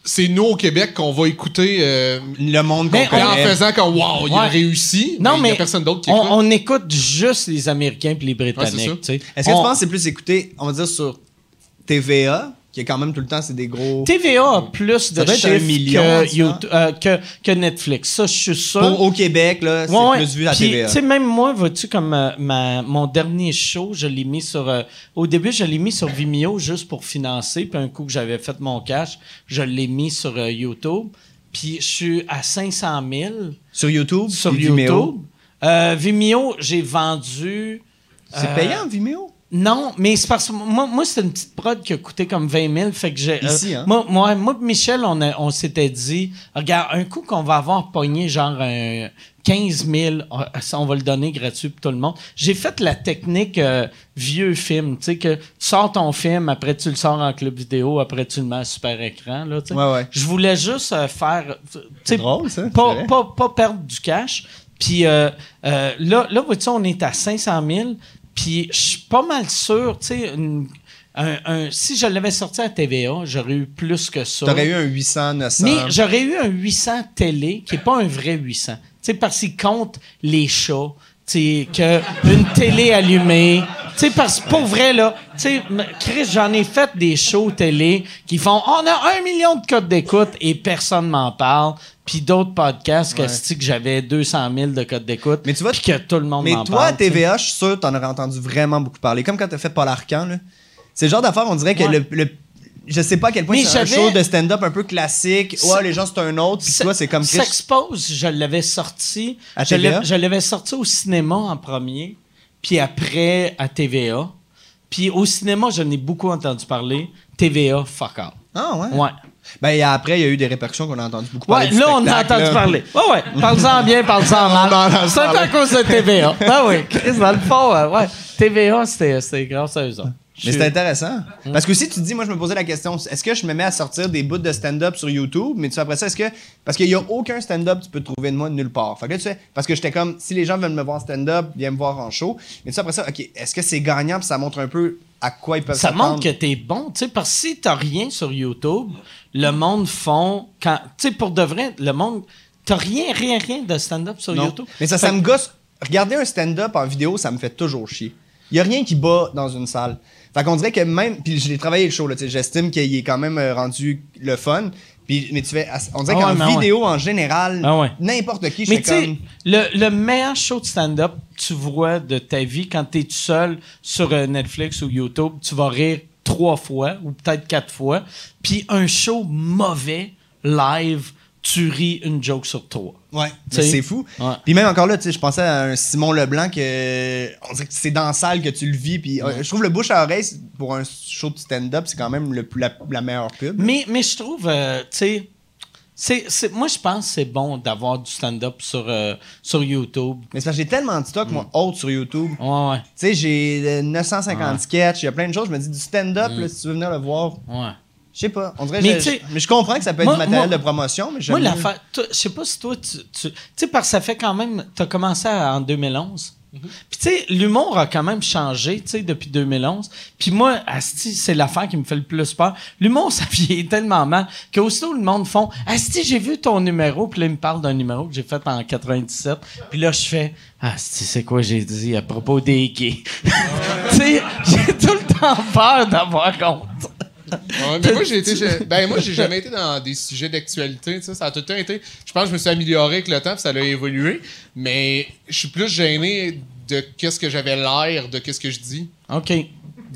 Speaker 6: c'est nous au Québec qu'on va écouter. euh,
Speaker 5: Le monde qu'on
Speaker 1: Mais
Speaker 6: et en
Speaker 5: connaît.
Speaker 6: faisant que, wow, il
Speaker 1: Ouais.
Speaker 6: a réussi.
Speaker 1: Non,
Speaker 6: mais. Il
Speaker 1: mais
Speaker 6: y a personne d'autre qui
Speaker 1: on,
Speaker 6: écoute.
Speaker 1: on écoute juste les Américains puis les
Speaker 6: Ouais, c'est ça.
Speaker 1: Britanniques. tu sais.
Speaker 5: Est-ce que
Speaker 1: On-
Speaker 5: tu penses que c'est plus écouté, on va dire, sur TVA, qui est quand même tout le temps, c'est des gros.
Speaker 1: TVA a plus de
Speaker 5: doit être un
Speaker 1: chiffres
Speaker 5: million,
Speaker 1: que,
Speaker 5: tu vois.
Speaker 1: YouTube- euh, que, que Netflix. Ça, je suis sûr.
Speaker 5: Pour- au Québec, là, c'est
Speaker 1: Ouais, ouais.
Speaker 5: plus vu à hein.
Speaker 1: Puis,
Speaker 5: TVA.
Speaker 1: Tu sais, même moi, vois-tu, comme euh, ma, mon dernier show, je l'ai mis sur. euh, au début, je l'ai mis sur Vimeo juste pour financer. Puis un coup que j'avais fait mon cash, je l'ai mis sur euh, YouTube. Puis je suis à 500 000
Speaker 5: Sur YouTube,
Speaker 1: sur
Speaker 5: puis
Speaker 1: YouTube.
Speaker 5: Vimeo.
Speaker 1: Euh, Vimeo, j'ai vendu.
Speaker 5: C'est
Speaker 1: euh,
Speaker 5: payant, Vimeo?
Speaker 1: non, mais c'est parce que moi, moi c'est une petite prod qui a coûté comme 20 000. Fait que j'ai. euh,
Speaker 5: Ici, hein?
Speaker 1: Moi, moi, moi pis Michel, on, a- on s'était dit, regarde, un coup qu'on va avoir pogné genre un 15 000, on, ça, on va le donner gratuit pour tout le monde. J'ai fait la technique euh, vieux film, tu sais, que tu sors ton film, après tu le sors en club vidéo, après tu le mets à super écran, là, tu sais.
Speaker 5: Ouais, ouais.
Speaker 1: Je voulais juste euh, faire. tu sais,
Speaker 5: drôle, ça, c'est
Speaker 1: Pas,
Speaker 5: vrai.
Speaker 1: pas, pas perdre du cash. Puis euh, euh, là, là vois-tu, on est à 500 000. Puis je suis pas mal sûr, tu sais, une- un- un- si je l'avais sorti à TVA, j'aurais eu plus que ça.
Speaker 5: T'aurais eu un 800, 900.
Speaker 1: Mais j'aurais eu un 800 télé qui est pas un vrai 800. Tu sais, parce qu'il compte les chats. Tu sais, que une télé allumée. Tu sais, parce que pour vrai, là, tu sais, m- Chris, j'en ai fait des shows télé qui font on a un million de codes d'écoute et personne m'en parle. Puis d'autres podcasts que c'est-tu que j'avais 200 000 de codes d'écoute.
Speaker 5: Mais tu vois,
Speaker 1: puis que tout le monde
Speaker 5: Mais
Speaker 1: m'en
Speaker 5: toi, à
Speaker 1: parle. tu sais.
Speaker 5: TVA, je suis sûr que t'en aurais entendu vraiment beaucoup parler. Comme quand t'as fait Paul Arcan, là. C'est le genre d'affaire, on dirait que
Speaker 1: Ouais.
Speaker 5: le, le- Je sais pas à quel point
Speaker 1: Mais
Speaker 5: c'est un
Speaker 1: j'avais-
Speaker 5: show de stand-up un peu classique.
Speaker 1: Ça-
Speaker 5: Ouais, les gens, c'est un autre. Puis
Speaker 1: Ça-
Speaker 5: toi, c'est comme Chris.
Speaker 1: S'expose, je l'avais sorti.
Speaker 5: À
Speaker 1: je
Speaker 5: TVA?
Speaker 1: l'ai- je l'avais sorti au cinéma en premier, puis après à TVA. Puis au cinéma, j'en ai beaucoup entendu parler. TVA, fuck off.
Speaker 5: Ah, ouais.
Speaker 1: Ouais.
Speaker 5: Ben, et après, il y a eu des répercussions qu'on a entendu beaucoup
Speaker 1: Ouais,
Speaker 5: parler. du
Speaker 1: là, on a
Speaker 5: spectacle,
Speaker 1: entendu
Speaker 5: là.
Speaker 1: parler. Ouais, ouais. Parle-en bien, parle-en mal. C'est un peu à cause de TVA. Ah oui, Chris, dans le fond, euh, ouais. TVA, c'était c'était grâce à eux autres.
Speaker 5: Mais
Speaker 1: Je- Hmm.
Speaker 5: c'est intéressant. Parce que si tu te dis, moi, je me posais la question, est-ce que je me mets à sortir des bouts de stand-up sur YouTube, mais tu sais, après ça, est-ce que. Parce qu'il n'y a aucun stand-up, tu peux trouver de moi nulle part. Fait que là, tu sais, parce que j'étais comme, si les gens veulent me voir en stand-up, viens me voir en show. Mais tu sais, après ça, OK, est-ce que c'est gagnant, puis ça montre un peu à quoi ils peuvent
Speaker 1: Ça
Speaker 5: s'attendre.
Speaker 1: montre que t'es bon, tu sais, parce que si t'as rien sur YouTube, le monde font quand, tu sais, pour de vrai, le monde, t'as rien, rien, rien de stand-up sur
Speaker 5: Non.
Speaker 1: YouTube.
Speaker 5: Mais ça, ça me gosse. Regarder un stand-up en vidéo, ça me fait toujours chier. Il y a rien qui bat dans une salle. Fait qu'on dirait que même. Puis je l'ai travaillé le show, là, tu sais, j'estime qu'il est quand même euh, rendu le fun. Puis, mais tu fais. On dirait
Speaker 1: Ah
Speaker 5: qu'en
Speaker 1: ouais, mais
Speaker 5: vidéo, en général,
Speaker 1: Ah ouais.
Speaker 5: n'importe qui, je
Speaker 1: Mais
Speaker 5: fais
Speaker 1: tu sais,
Speaker 5: comme.
Speaker 1: le, le meilleur show de stand-up que tu vois de ta vie quand t'es tout seul sur euh, Netflix ou YouTube, tu vas rire trois fois ou peut-être quatre fois. Puis un show mauvais, live, tu ris une joke sur trois.
Speaker 5: Ouais,
Speaker 1: Tu sais.
Speaker 5: c'est fou.
Speaker 1: Ouais.
Speaker 5: Puis même encore là, tu sais, je pensais à un Simon Leblanc que on dirait que c'est dans la salle que tu le vis. Puis euh, je trouve le bouche à oreille c'est- pour un show de stand-up, c'est quand même le, plus- la, la meilleure pub.
Speaker 1: Mais, mais je trouve, euh, tu sais, c'est, c'est- moi, je pense que c'est bon d'avoir du stand-up sur, euh, sur YouTube.
Speaker 5: Mais c'est parce que j'ai tellement de stock,
Speaker 1: Mm.
Speaker 5: moi, haute sur YouTube.
Speaker 1: Ouais, ouais,
Speaker 5: Tu sais, j'ai euh, 950 sketchs, il y a plein de choses. Je me dis, du stand-up, là, si tu veux venir le voir,
Speaker 1: ouais.
Speaker 5: je sais pas. On dirait
Speaker 1: Mm. Mais
Speaker 5: que
Speaker 1: tu
Speaker 5: je-
Speaker 1: sais-
Speaker 5: mais je comprends que ça peut être
Speaker 1: Moi-
Speaker 5: du matériel
Speaker 1: moi-
Speaker 5: de promotion, mais j'aime
Speaker 1: Moi,
Speaker 5: mieux.
Speaker 1: l'affaire, toi, je sais pas si toi, tu. Tu tu sais, parce que ça fait quand même. Tu as commencé à- en 2011. Puis, tu sais, l'humour a quand même changé, tu sais, depuis 2011. Puis, moi, Asti, c'est l'affaire qui me fait le plus peur. L'humour, ça vieillit tellement mal qu'aussitôt, le monde font Asti, j'ai vu ton numéro. Puis là, il me parle d'un numéro que j'ai fait en 97. Puis là, je fais Asti, c'est quoi j'ai dit à propos des gays? tu sais, j'ai tout le temps peur d'avoir honte.
Speaker 6: Ouais, mais moi, j'ai été. j'ai- Ben, moi, j'ai jamais été dans des sujets d'actualité. tu sais, Ça a tout le temps été. Je pense que je me suis amélioré avec le temps, puis ça a évolué. Mais je suis plus gêné de qu'est-ce que j'avais l'air, de qu'est-ce que je dis.
Speaker 1: OK.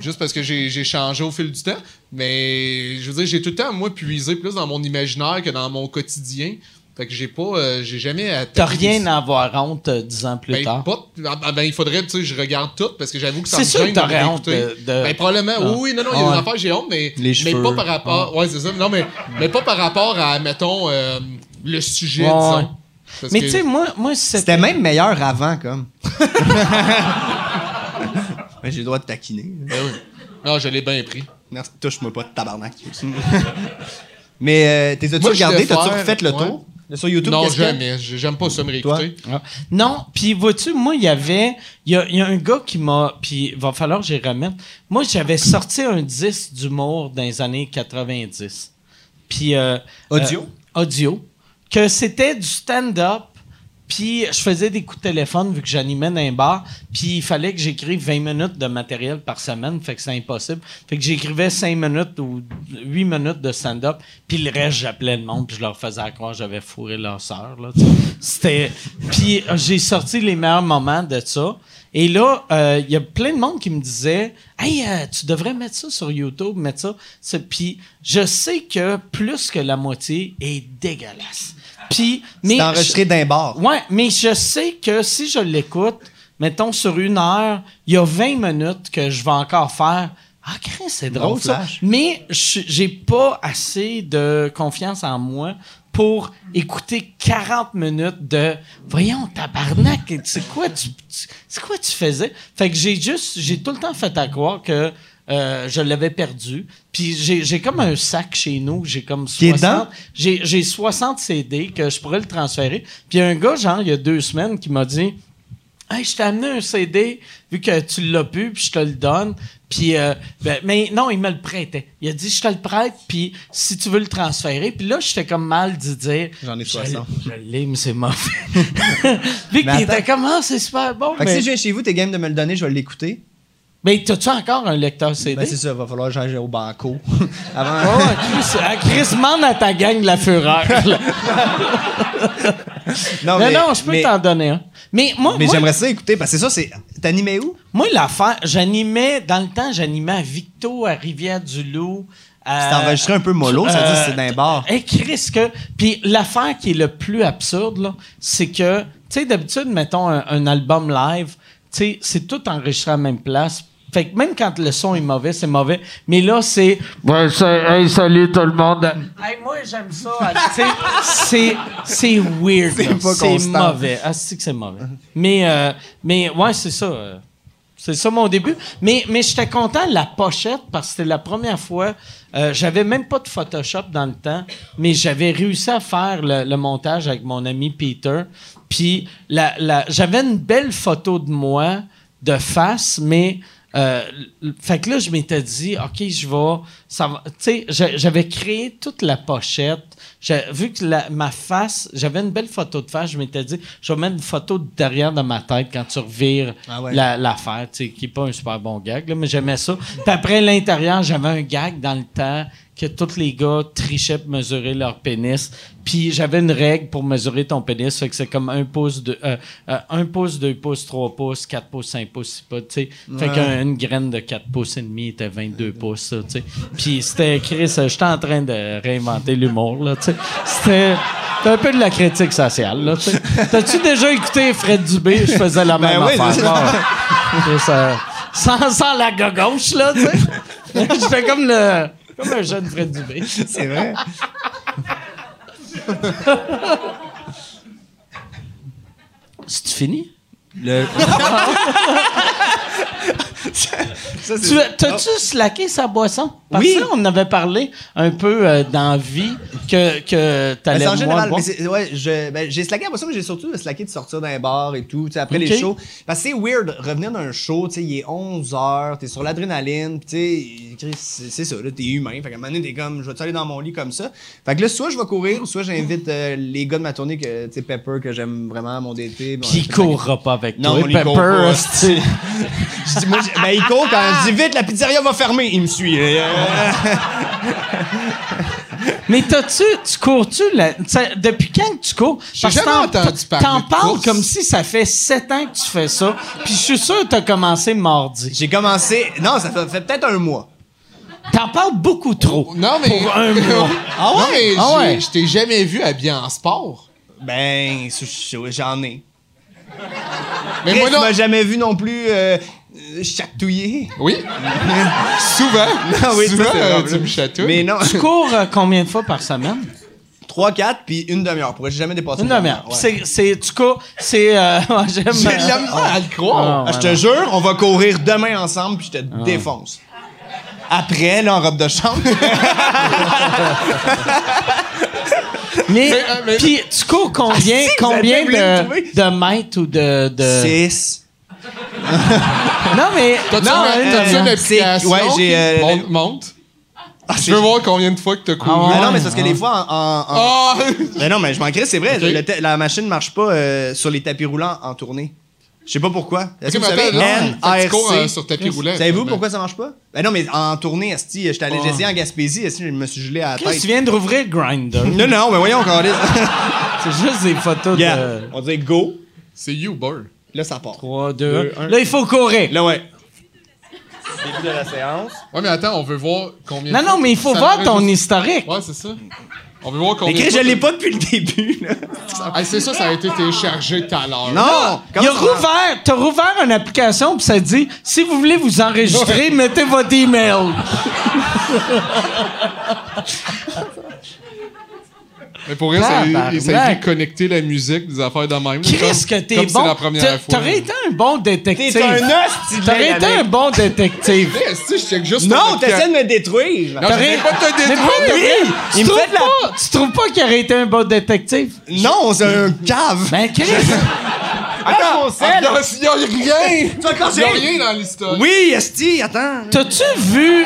Speaker 6: Juste parce que j'ai j'ai changé au fil du temps. Mais je veux dire, j'ai tout le temps, moi, puisé plus dans mon imaginaire que dans mon quotidien. Fait que j'ai pas. euh, j'ai jamais atteint.
Speaker 1: T'as rien à avoir honte euh, dix ans plus
Speaker 6: Ben,
Speaker 1: tard.
Speaker 6: pas- ah, ben, il faudrait, tu sais, je regarde tout parce que j'avoue que ça
Speaker 1: C'est
Speaker 6: me
Speaker 1: sûr
Speaker 6: gêne
Speaker 1: que t'aurais
Speaker 6: de
Speaker 1: honte de-
Speaker 6: réécouter.
Speaker 1: de-
Speaker 6: Ben, probablement.
Speaker 1: Ah.
Speaker 6: Oui, oui, non, non, il y a
Speaker 1: Ah
Speaker 6: des
Speaker 1: ouais.
Speaker 6: affaires, j'ai honte, mais,
Speaker 5: Les
Speaker 6: mais
Speaker 5: cheveux.
Speaker 6: pas par rapport. Ouais, c'est ça. Non, mais, mais pas par rapport à, mettons, euh, le sujet,
Speaker 1: Ouais,
Speaker 6: disons.
Speaker 1: ouais.
Speaker 6: Parce
Speaker 1: Mais
Speaker 6: que-
Speaker 1: tu sais, moi, moi si c'était
Speaker 5: C'était même meilleur avant, comme. mais j'ai le droit de taquiner. là.
Speaker 6: Ben oui. Non, je l'ai bien pris.
Speaker 5: Merci, touche-moi pas de tabarnak. mais euh, t'es as-tu
Speaker 6: Moi, je
Speaker 5: regardé?
Speaker 6: vais
Speaker 5: T'as-tu
Speaker 6: faire-
Speaker 5: refait le tour? Sur YouTube,
Speaker 6: non,
Speaker 5: qu'est-ce qu'il y a?
Speaker 6: jamais. J'ai- J'aime pas ça me réécouter.
Speaker 1: Ah. Non, puis vois-tu, moi, il y avait. Il y a, il y a un gars qui m'a. Puis il va falloir que j'y remette. Moi, j'avais sorti un 10 d'humour dans les années 90. Puis. euh,
Speaker 5: Audio?
Speaker 1: euh, audio. Que c'était du stand-up. Puis je faisais des coups de téléphone vu que j'animais dans un bar. Puis il fallait que j'écrive 20 minutes de matériel par semaine. Fait que c'est impossible. Fait que j'écrivais 5 minutes ou 8 minutes de stand-up. Puis le reste, j'appelais le monde. Puis je leur faisais à croire que j'avais fourré leur sœur. là, tu sais. C'était. Puis euh, j'ai sorti les meilleurs moments de ça. Et là, euh, il y a plein de monde qui me disait Hey, euh, tu devrais mettre ça sur YouTube, mettre ça. C'est- Puis je sais que plus que la moitié est dégueulasse. Puis. mais
Speaker 5: C'est
Speaker 1: je-
Speaker 5: enregistré d'un bar.
Speaker 1: Ouais, mais je sais que si je l'écoute, mettons sur une heure, il y a 20 minutes que je vais encore faire. Ah, Chris, c'est
Speaker 5: Bon
Speaker 1: drôle ça.
Speaker 5: flash.
Speaker 1: Mais je- j'ai pas assez de confiance en moi pour écouter 40 minutes de voyons tabarnak c'est quoi tu, tu- c'est quoi tu faisais fait que j'ai juste j'ai tout le temps fait à croire que euh, je l'avais perdu puis j'ai j'ai comme un sac chez nous j'ai comme
Speaker 5: Qui est
Speaker 1: 60
Speaker 5: dedans?
Speaker 1: j'ai j'ai 60 CD que je pourrais le transférer puis il y a un gars genre il y a deux semaines qui m'a dit Hey, je t'ai amené un CD, vu que tu l'as pu, puis je te le donne. Puis, euh, ben, mais non, il me le prêtait. Il a dit, je te le prête, puis si tu veux le transférer. Puis là, j'étais comme mal de dire.
Speaker 5: J'en ai
Speaker 1: Je-
Speaker 5: 60.
Speaker 1: Je, l'ai, mais c'est mauvais. Vu
Speaker 5: Mais
Speaker 1: qu'il était
Speaker 5: attends.
Speaker 1: comme, ah, c'est super bon.
Speaker 5: Fait que
Speaker 1: mais
Speaker 5: si je viens chez vous, t'es game de me le donner, je vais l'écouter.
Speaker 1: mais t'as-tu encore un lecteur CD?
Speaker 5: Ben c'est ça, va falloir que j'aille au banco.
Speaker 1: Oh,
Speaker 5: Avant.
Speaker 1: Chris, ah, Chris, demande à ta gang de la fureur. là. non,
Speaker 5: mais-
Speaker 1: non, je peux
Speaker 5: mais-
Speaker 1: t'en donner un. Mais moi,
Speaker 5: Mais
Speaker 1: moi,
Speaker 5: j'aimerais ça écouter, parce que ça, c'est. T'animais où?
Speaker 1: Moi, l'affaire, j'animais, dans le temps, j'animais à Victo, à Rivière-du-Loup.
Speaker 5: C'était
Speaker 1: à-
Speaker 5: enregistré un peu mollo, ça dit
Speaker 1: euh,
Speaker 5: que c'est d'un bar.
Speaker 1: Hey, Chris, que. Puis l'affaire qui est le plus absurde, là, c'est que, tu sais, d'habitude, mettons un, un album live, tu sais, c'est tout enregistré à la même place. Fait que même quand le son est mauvais, c'est mauvais. Mais là, c'est. Ouais, c'est- hey, salut tout le monde. Hey, moi, j'aime ça. Ah, Tu sais, c'est, c'est weird. là.
Speaker 5: pas
Speaker 1: C'est
Speaker 5: constant.
Speaker 1: mauvais. Ah, c'est que c'est mauvais. Mais, euh, mais ouais, c'est ça. euh. C'est ça mon début. Mais, mais j'étais content de la pochette parce que c'était la première fois. euh, j'avais même pas de Photoshop dans le temps, mais j'avais réussi à faire le, le montage avec mon ami Peter. Puis la, la- j'avais une belle photo de moi de face, mais euh, l- fait que là, je m'étais dit, OK, je vais. ça va- Tu sais, j'a- j'avais créé toute la pochette. J'ai- Vu que la- ma face, j'avais une belle photo de face, je m'étais dit, je vais mettre une photo de derrière de ma tête quand tu revires
Speaker 5: Ah ouais.
Speaker 1: la- l'affaire, tu sais, qui n'est pas un super bon gag, là, mais j'aimais ça. Puis après, l'intérieur, j'avais un gag dans le temps que tous les gars trichaient pour mesurer leur pénis. Puis j'avais une règle pour mesurer ton pénis, fait que c'est comme un pouce, de, euh, euh, un pouce, deux pouces, trois pouces, quatre pouces, cinq pouces, six pouces, tu sais. Fait qu'une graine de quatre pouces et demi était 22 pouces, là, tu sais. Puis c'était Chris, euh, j'étais en train de réinventer l'humour, là, tu sais. C'était c'était un peu de la critique sociale, là, tu sais. T'as-tu déjà écouté Fred Dubé? Je faisais la même
Speaker 5: Ben oui,
Speaker 1: affaire.
Speaker 5: c'est
Speaker 1: Bon, ouais. Chris, euh, sans, sans la gauche là, tu sais. J'étais comme le... Comme un jeune Fred Dubé.
Speaker 5: C'est vrai.
Speaker 1: C'est fini?
Speaker 5: Ça, c'est-
Speaker 1: Tu, t'as-tu slacké sa boisson? Parce
Speaker 5: Ah. Oui.
Speaker 1: que on en avait parlé un peu euh, dans vie que, que
Speaker 5: Ben,
Speaker 1: t'allais
Speaker 5: c'est en
Speaker 1: moins
Speaker 5: général,
Speaker 1: boire.
Speaker 5: mais c'est- ouais, je- ben, j'ai slacké après ça, mais j'ai surtout slacké de sortir d'un bar et tout, tu sais, après
Speaker 1: Ok.
Speaker 5: les shows. Parce que c'est weird, revenir d'un show, tu sais, il est 11h, t'es sur l'adrénaline, pis tu sais, Chris, c'est c'est ça, là, t'es humain. Fait qu'à un moment donné, t'es comme, je vais aller dans mon lit comme ça. Fait que là, soit je vais courir, soit j'invite euh, les gars de ma tournée, que, tu sais, Pepper, que j'aime vraiment, mon DT. bon,
Speaker 1: Puis il
Speaker 5: fait-
Speaker 1: courra pas avec
Speaker 5: Non,
Speaker 1: toi.
Speaker 5: on y court pas.
Speaker 1: Pepper, c'est-
Speaker 5: Je dis, moi, j'ai- ben, il court quand je dis vite, la pizzeria va fermer, il me suit. Euh,
Speaker 1: Mais t'as-tu, tu cours-tu, la- t'sais, depuis quand que tu cours?
Speaker 6: J'ai
Speaker 1: Parce que
Speaker 6: jamais
Speaker 1: t'en-
Speaker 6: entendu parler
Speaker 1: T'en
Speaker 6: de
Speaker 1: parles
Speaker 6: course.
Speaker 1: comme si ça fait sept ans que tu fais ça, puis je suis sûr que t'as commencé mardi.
Speaker 5: J'ai commencé, non, ça fait, fait peut-être un mois.
Speaker 1: T'en parles beaucoup trop.
Speaker 6: Non, mais.
Speaker 1: Pour un mois.
Speaker 6: Ah ouais? Non, mais
Speaker 1: Ah
Speaker 6: j'ai-
Speaker 1: ouais.
Speaker 6: je t'ai jamais vu habillé en sport.
Speaker 5: Ben, je- j'en ai.
Speaker 6: Mais
Speaker 5: Chris,
Speaker 6: moi,
Speaker 5: tu
Speaker 6: non.
Speaker 5: m'as jamais vu non plus euh, euh, chatouiller.
Speaker 6: Oui. Souvent.
Speaker 5: Ah oui, ça,
Speaker 6: Souvent,
Speaker 5: c'est
Speaker 6: euh,
Speaker 5: vrai.
Speaker 6: tu me chatouilles.
Speaker 5: Mais non,
Speaker 1: Tu cours euh, combien de fois par semaine?
Speaker 5: 3, 4, puis une demi-heure. Pourquoi j'ai jamais dépassé
Speaker 1: Une demi-heure.
Speaker 5: ouais.
Speaker 1: C'est, c'est, tu cours, c'est, euh, moi, j'aime.
Speaker 5: J'ai de la
Speaker 1: euh,
Speaker 5: misère
Speaker 6: Ah, à le croire.
Speaker 5: Ah, je te jure, on va courir demain ensemble, puis je te
Speaker 6: Ah.
Speaker 5: défonce. Après, là, en robe de chambre.
Speaker 1: Mais,
Speaker 6: Mais, euh, mais-
Speaker 1: puis tu cours combien,
Speaker 5: Ah, si, vous
Speaker 1: combien
Speaker 5: avez voulu me
Speaker 1: de,
Speaker 5: trouver.
Speaker 1: de mètres ou de, de...
Speaker 5: 6.
Speaker 1: Non, mais...
Speaker 6: T'as-tu
Speaker 1: non,
Speaker 6: une,
Speaker 1: euh,
Speaker 6: t'as-tu une
Speaker 5: c'est-
Speaker 6: application
Speaker 5: ouais, j'ai,
Speaker 6: qui
Speaker 5: euh,
Speaker 6: monte, monte?
Speaker 5: Ah,
Speaker 6: Je veux voir combien de fois
Speaker 1: Ah
Speaker 6: que t'as couru.
Speaker 5: Mais non, mais c'est parce que des fois, en. en- en-
Speaker 6: Ah!
Speaker 5: Mais non, mais je m'en crée, c'est vrai.
Speaker 6: Ok.
Speaker 5: le ta- la machine marche pas euh, sur les tapis roulants en tournée. Je sais pas pourquoi. Est-ce
Speaker 6: Ok,
Speaker 5: que
Speaker 6: mais
Speaker 5: vous savez,
Speaker 6: attends, non, fait que tu cours, euh,
Speaker 5: NRC,
Speaker 6: sur tapis roulant.
Speaker 5: Savez-vous
Speaker 6: Ben,
Speaker 5: pourquoi ça marche pas? Ben non, mais en tournée, esti, euh, j'étais allé j'essayais en Gaspésie, esti, je me suis gelé à la
Speaker 1: Chris,
Speaker 5: tête.
Speaker 1: tu viens de rouvrir Grindr.
Speaker 5: Non, non, mais voyons encore.
Speaker 1: c'est juste des photos de...
Speaker 5: Yeah. On dit go,
Speaker 6: C'est Uber.
Speaker 5: là ça part.
Speaker 1: 3, 2, 1. Là, il faut courir.
Speaker 5: Là, ouais. Début de la séance.
Speaker 6: Ouais, mais attends, on veut voir combien.
Speaker 1: Non,
Speaker 6: de
Speaker 1: non,
Speaker 6: fois-
Speaker 1: mais il faut
Speaker 6: ça
Speaker 1: voir
Speaker 6: arrive
Speaker 1: ton
Speaker 6: juste-
Speaker 1: historique.
Speaker 6: Ouais, c'est ça. On veut voir combien.
Speaker 5: Mais Chris,
Speaker 6: de
Speaker 5: je
Speaker 6: fois
Speaker 5: l'ai
Speaker 6: t'as-
Speaker 5: pas depuis le début, là.
Speaker 6: Ah, c'est ça, ça a été téléchargé tout à l'heure.
Speaker 5: Non!
Speaker 1: Il a
Speaker 5: comment ça marche?
Speaker 1: rouvert, t'as rouvert une application puis ça dit si vous voulez vous enregistrer, mettez votre email.
Speaker 6: Mais pour rien, ça, a-
Speaker 1: Tabarnak.
Speaker 6: ça a été connecter la musique, des affaires de même.
Speaker 1: Chris, que
Speaker 6: Comme-
Speaker 1: t'es
Speaker 6: comme
Speaker 1: bon.
Speaker 6: c'est la première
Speaker 1: T'a-
Speaker 6: fois.
Speaker 1: T'aurais été un bon détective.
Speaker 5: T'es un hostie de
Speaker 1: T'aurais été un
Speaker 5: mec.
Speaker 1: bon détective.
Speaker 6: Chris, tu sais, je check juste.
Speaker 5: Non,
Speaker 6: t'as
Speaker 5: t'essaies de me détruire!
Speaker 6: hein. Non,
Speaker 1: T'aurais-
Speaker 6: j'essaie pas de te
Speaker 1: Mais
Speaker 6: détruire.
Speaker 1: pour de vrai, tu,
Speaker 5: Il me
Speaker 1: trouves
Speaker 5: fait de la-
Speaker 1: pas, tu trouves pas qu'il aurait été un bon détective?
Speaker 5: Non, c'est un cave!
Speaker 1: Ben, Chris,
Speaker 5: Attends,
Speaker 6: Attends, il y a rien.
Speaker 5: Tu vas le
Speaker 6: Il y a
Speaker 5: conseiller?
Speaker 6: rien dans l'histoire.
Speaker 5: Oui, Esti, attends!
Speaker 1: t'as-tu vu,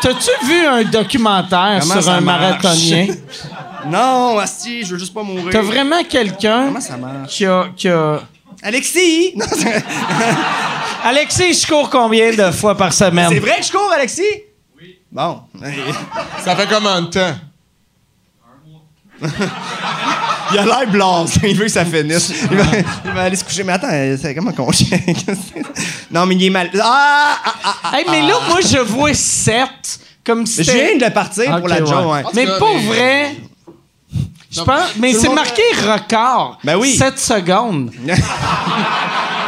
Speaker 1: t'as-tu vu un documentaire
Speaker 5: Comment
Speaker 1: sur
Speaker 5: ça
Speaker 1: un
Speaker 5: marche?
Speaker 1: marathonien?
Speaker 5: Non, Esti, je veux juste pas mourir!
Speaker 1: T'as vraiment quelqu'un
Speaker 5: Comment ça marche?
Speaker 1: qui a, qui a-
Speaker 5: Alexis! Non, c'est
Speaker 1: Alexis, je cours combien de fois par semaine?
Speaker 5: c'est vrai que je cours, Alexis? Oui. Bon.
Speaker 6: Ça fait combien de temps?
Speaker 5: Il a l'air blasé, il veut que ça finisse. Il va, il va aller se coucher. Mais attends, euh, c'est comment qu'on chien? Qu'est-ce que c'est? Non, mais il est mal. Ah! ah, ah, ah.
Speaker 1: Hey, mais là, moi, je vois 7 comme si
Speaker 5: Je
Speaker 1: c'était-
Speaker 5: viens de partir
Speaker 1: Ok,
Speaker 5: pour la job, ouais.
Speaker 6: En tout
Speaker 1: Mais
Speaker 6: cas,
Speaker 1: pour
Speaker 6: mais-
Speaker 1: vrai, je
Speaker 6: Non,
Speaker 1: pense. Mais
Speaker 5: tout le
Speaker 1: c'est
Speaker 5: monde-
Speaker 1: marqué record.
Speaker 5: Ben oui.
Speaker 1: 7 secondes.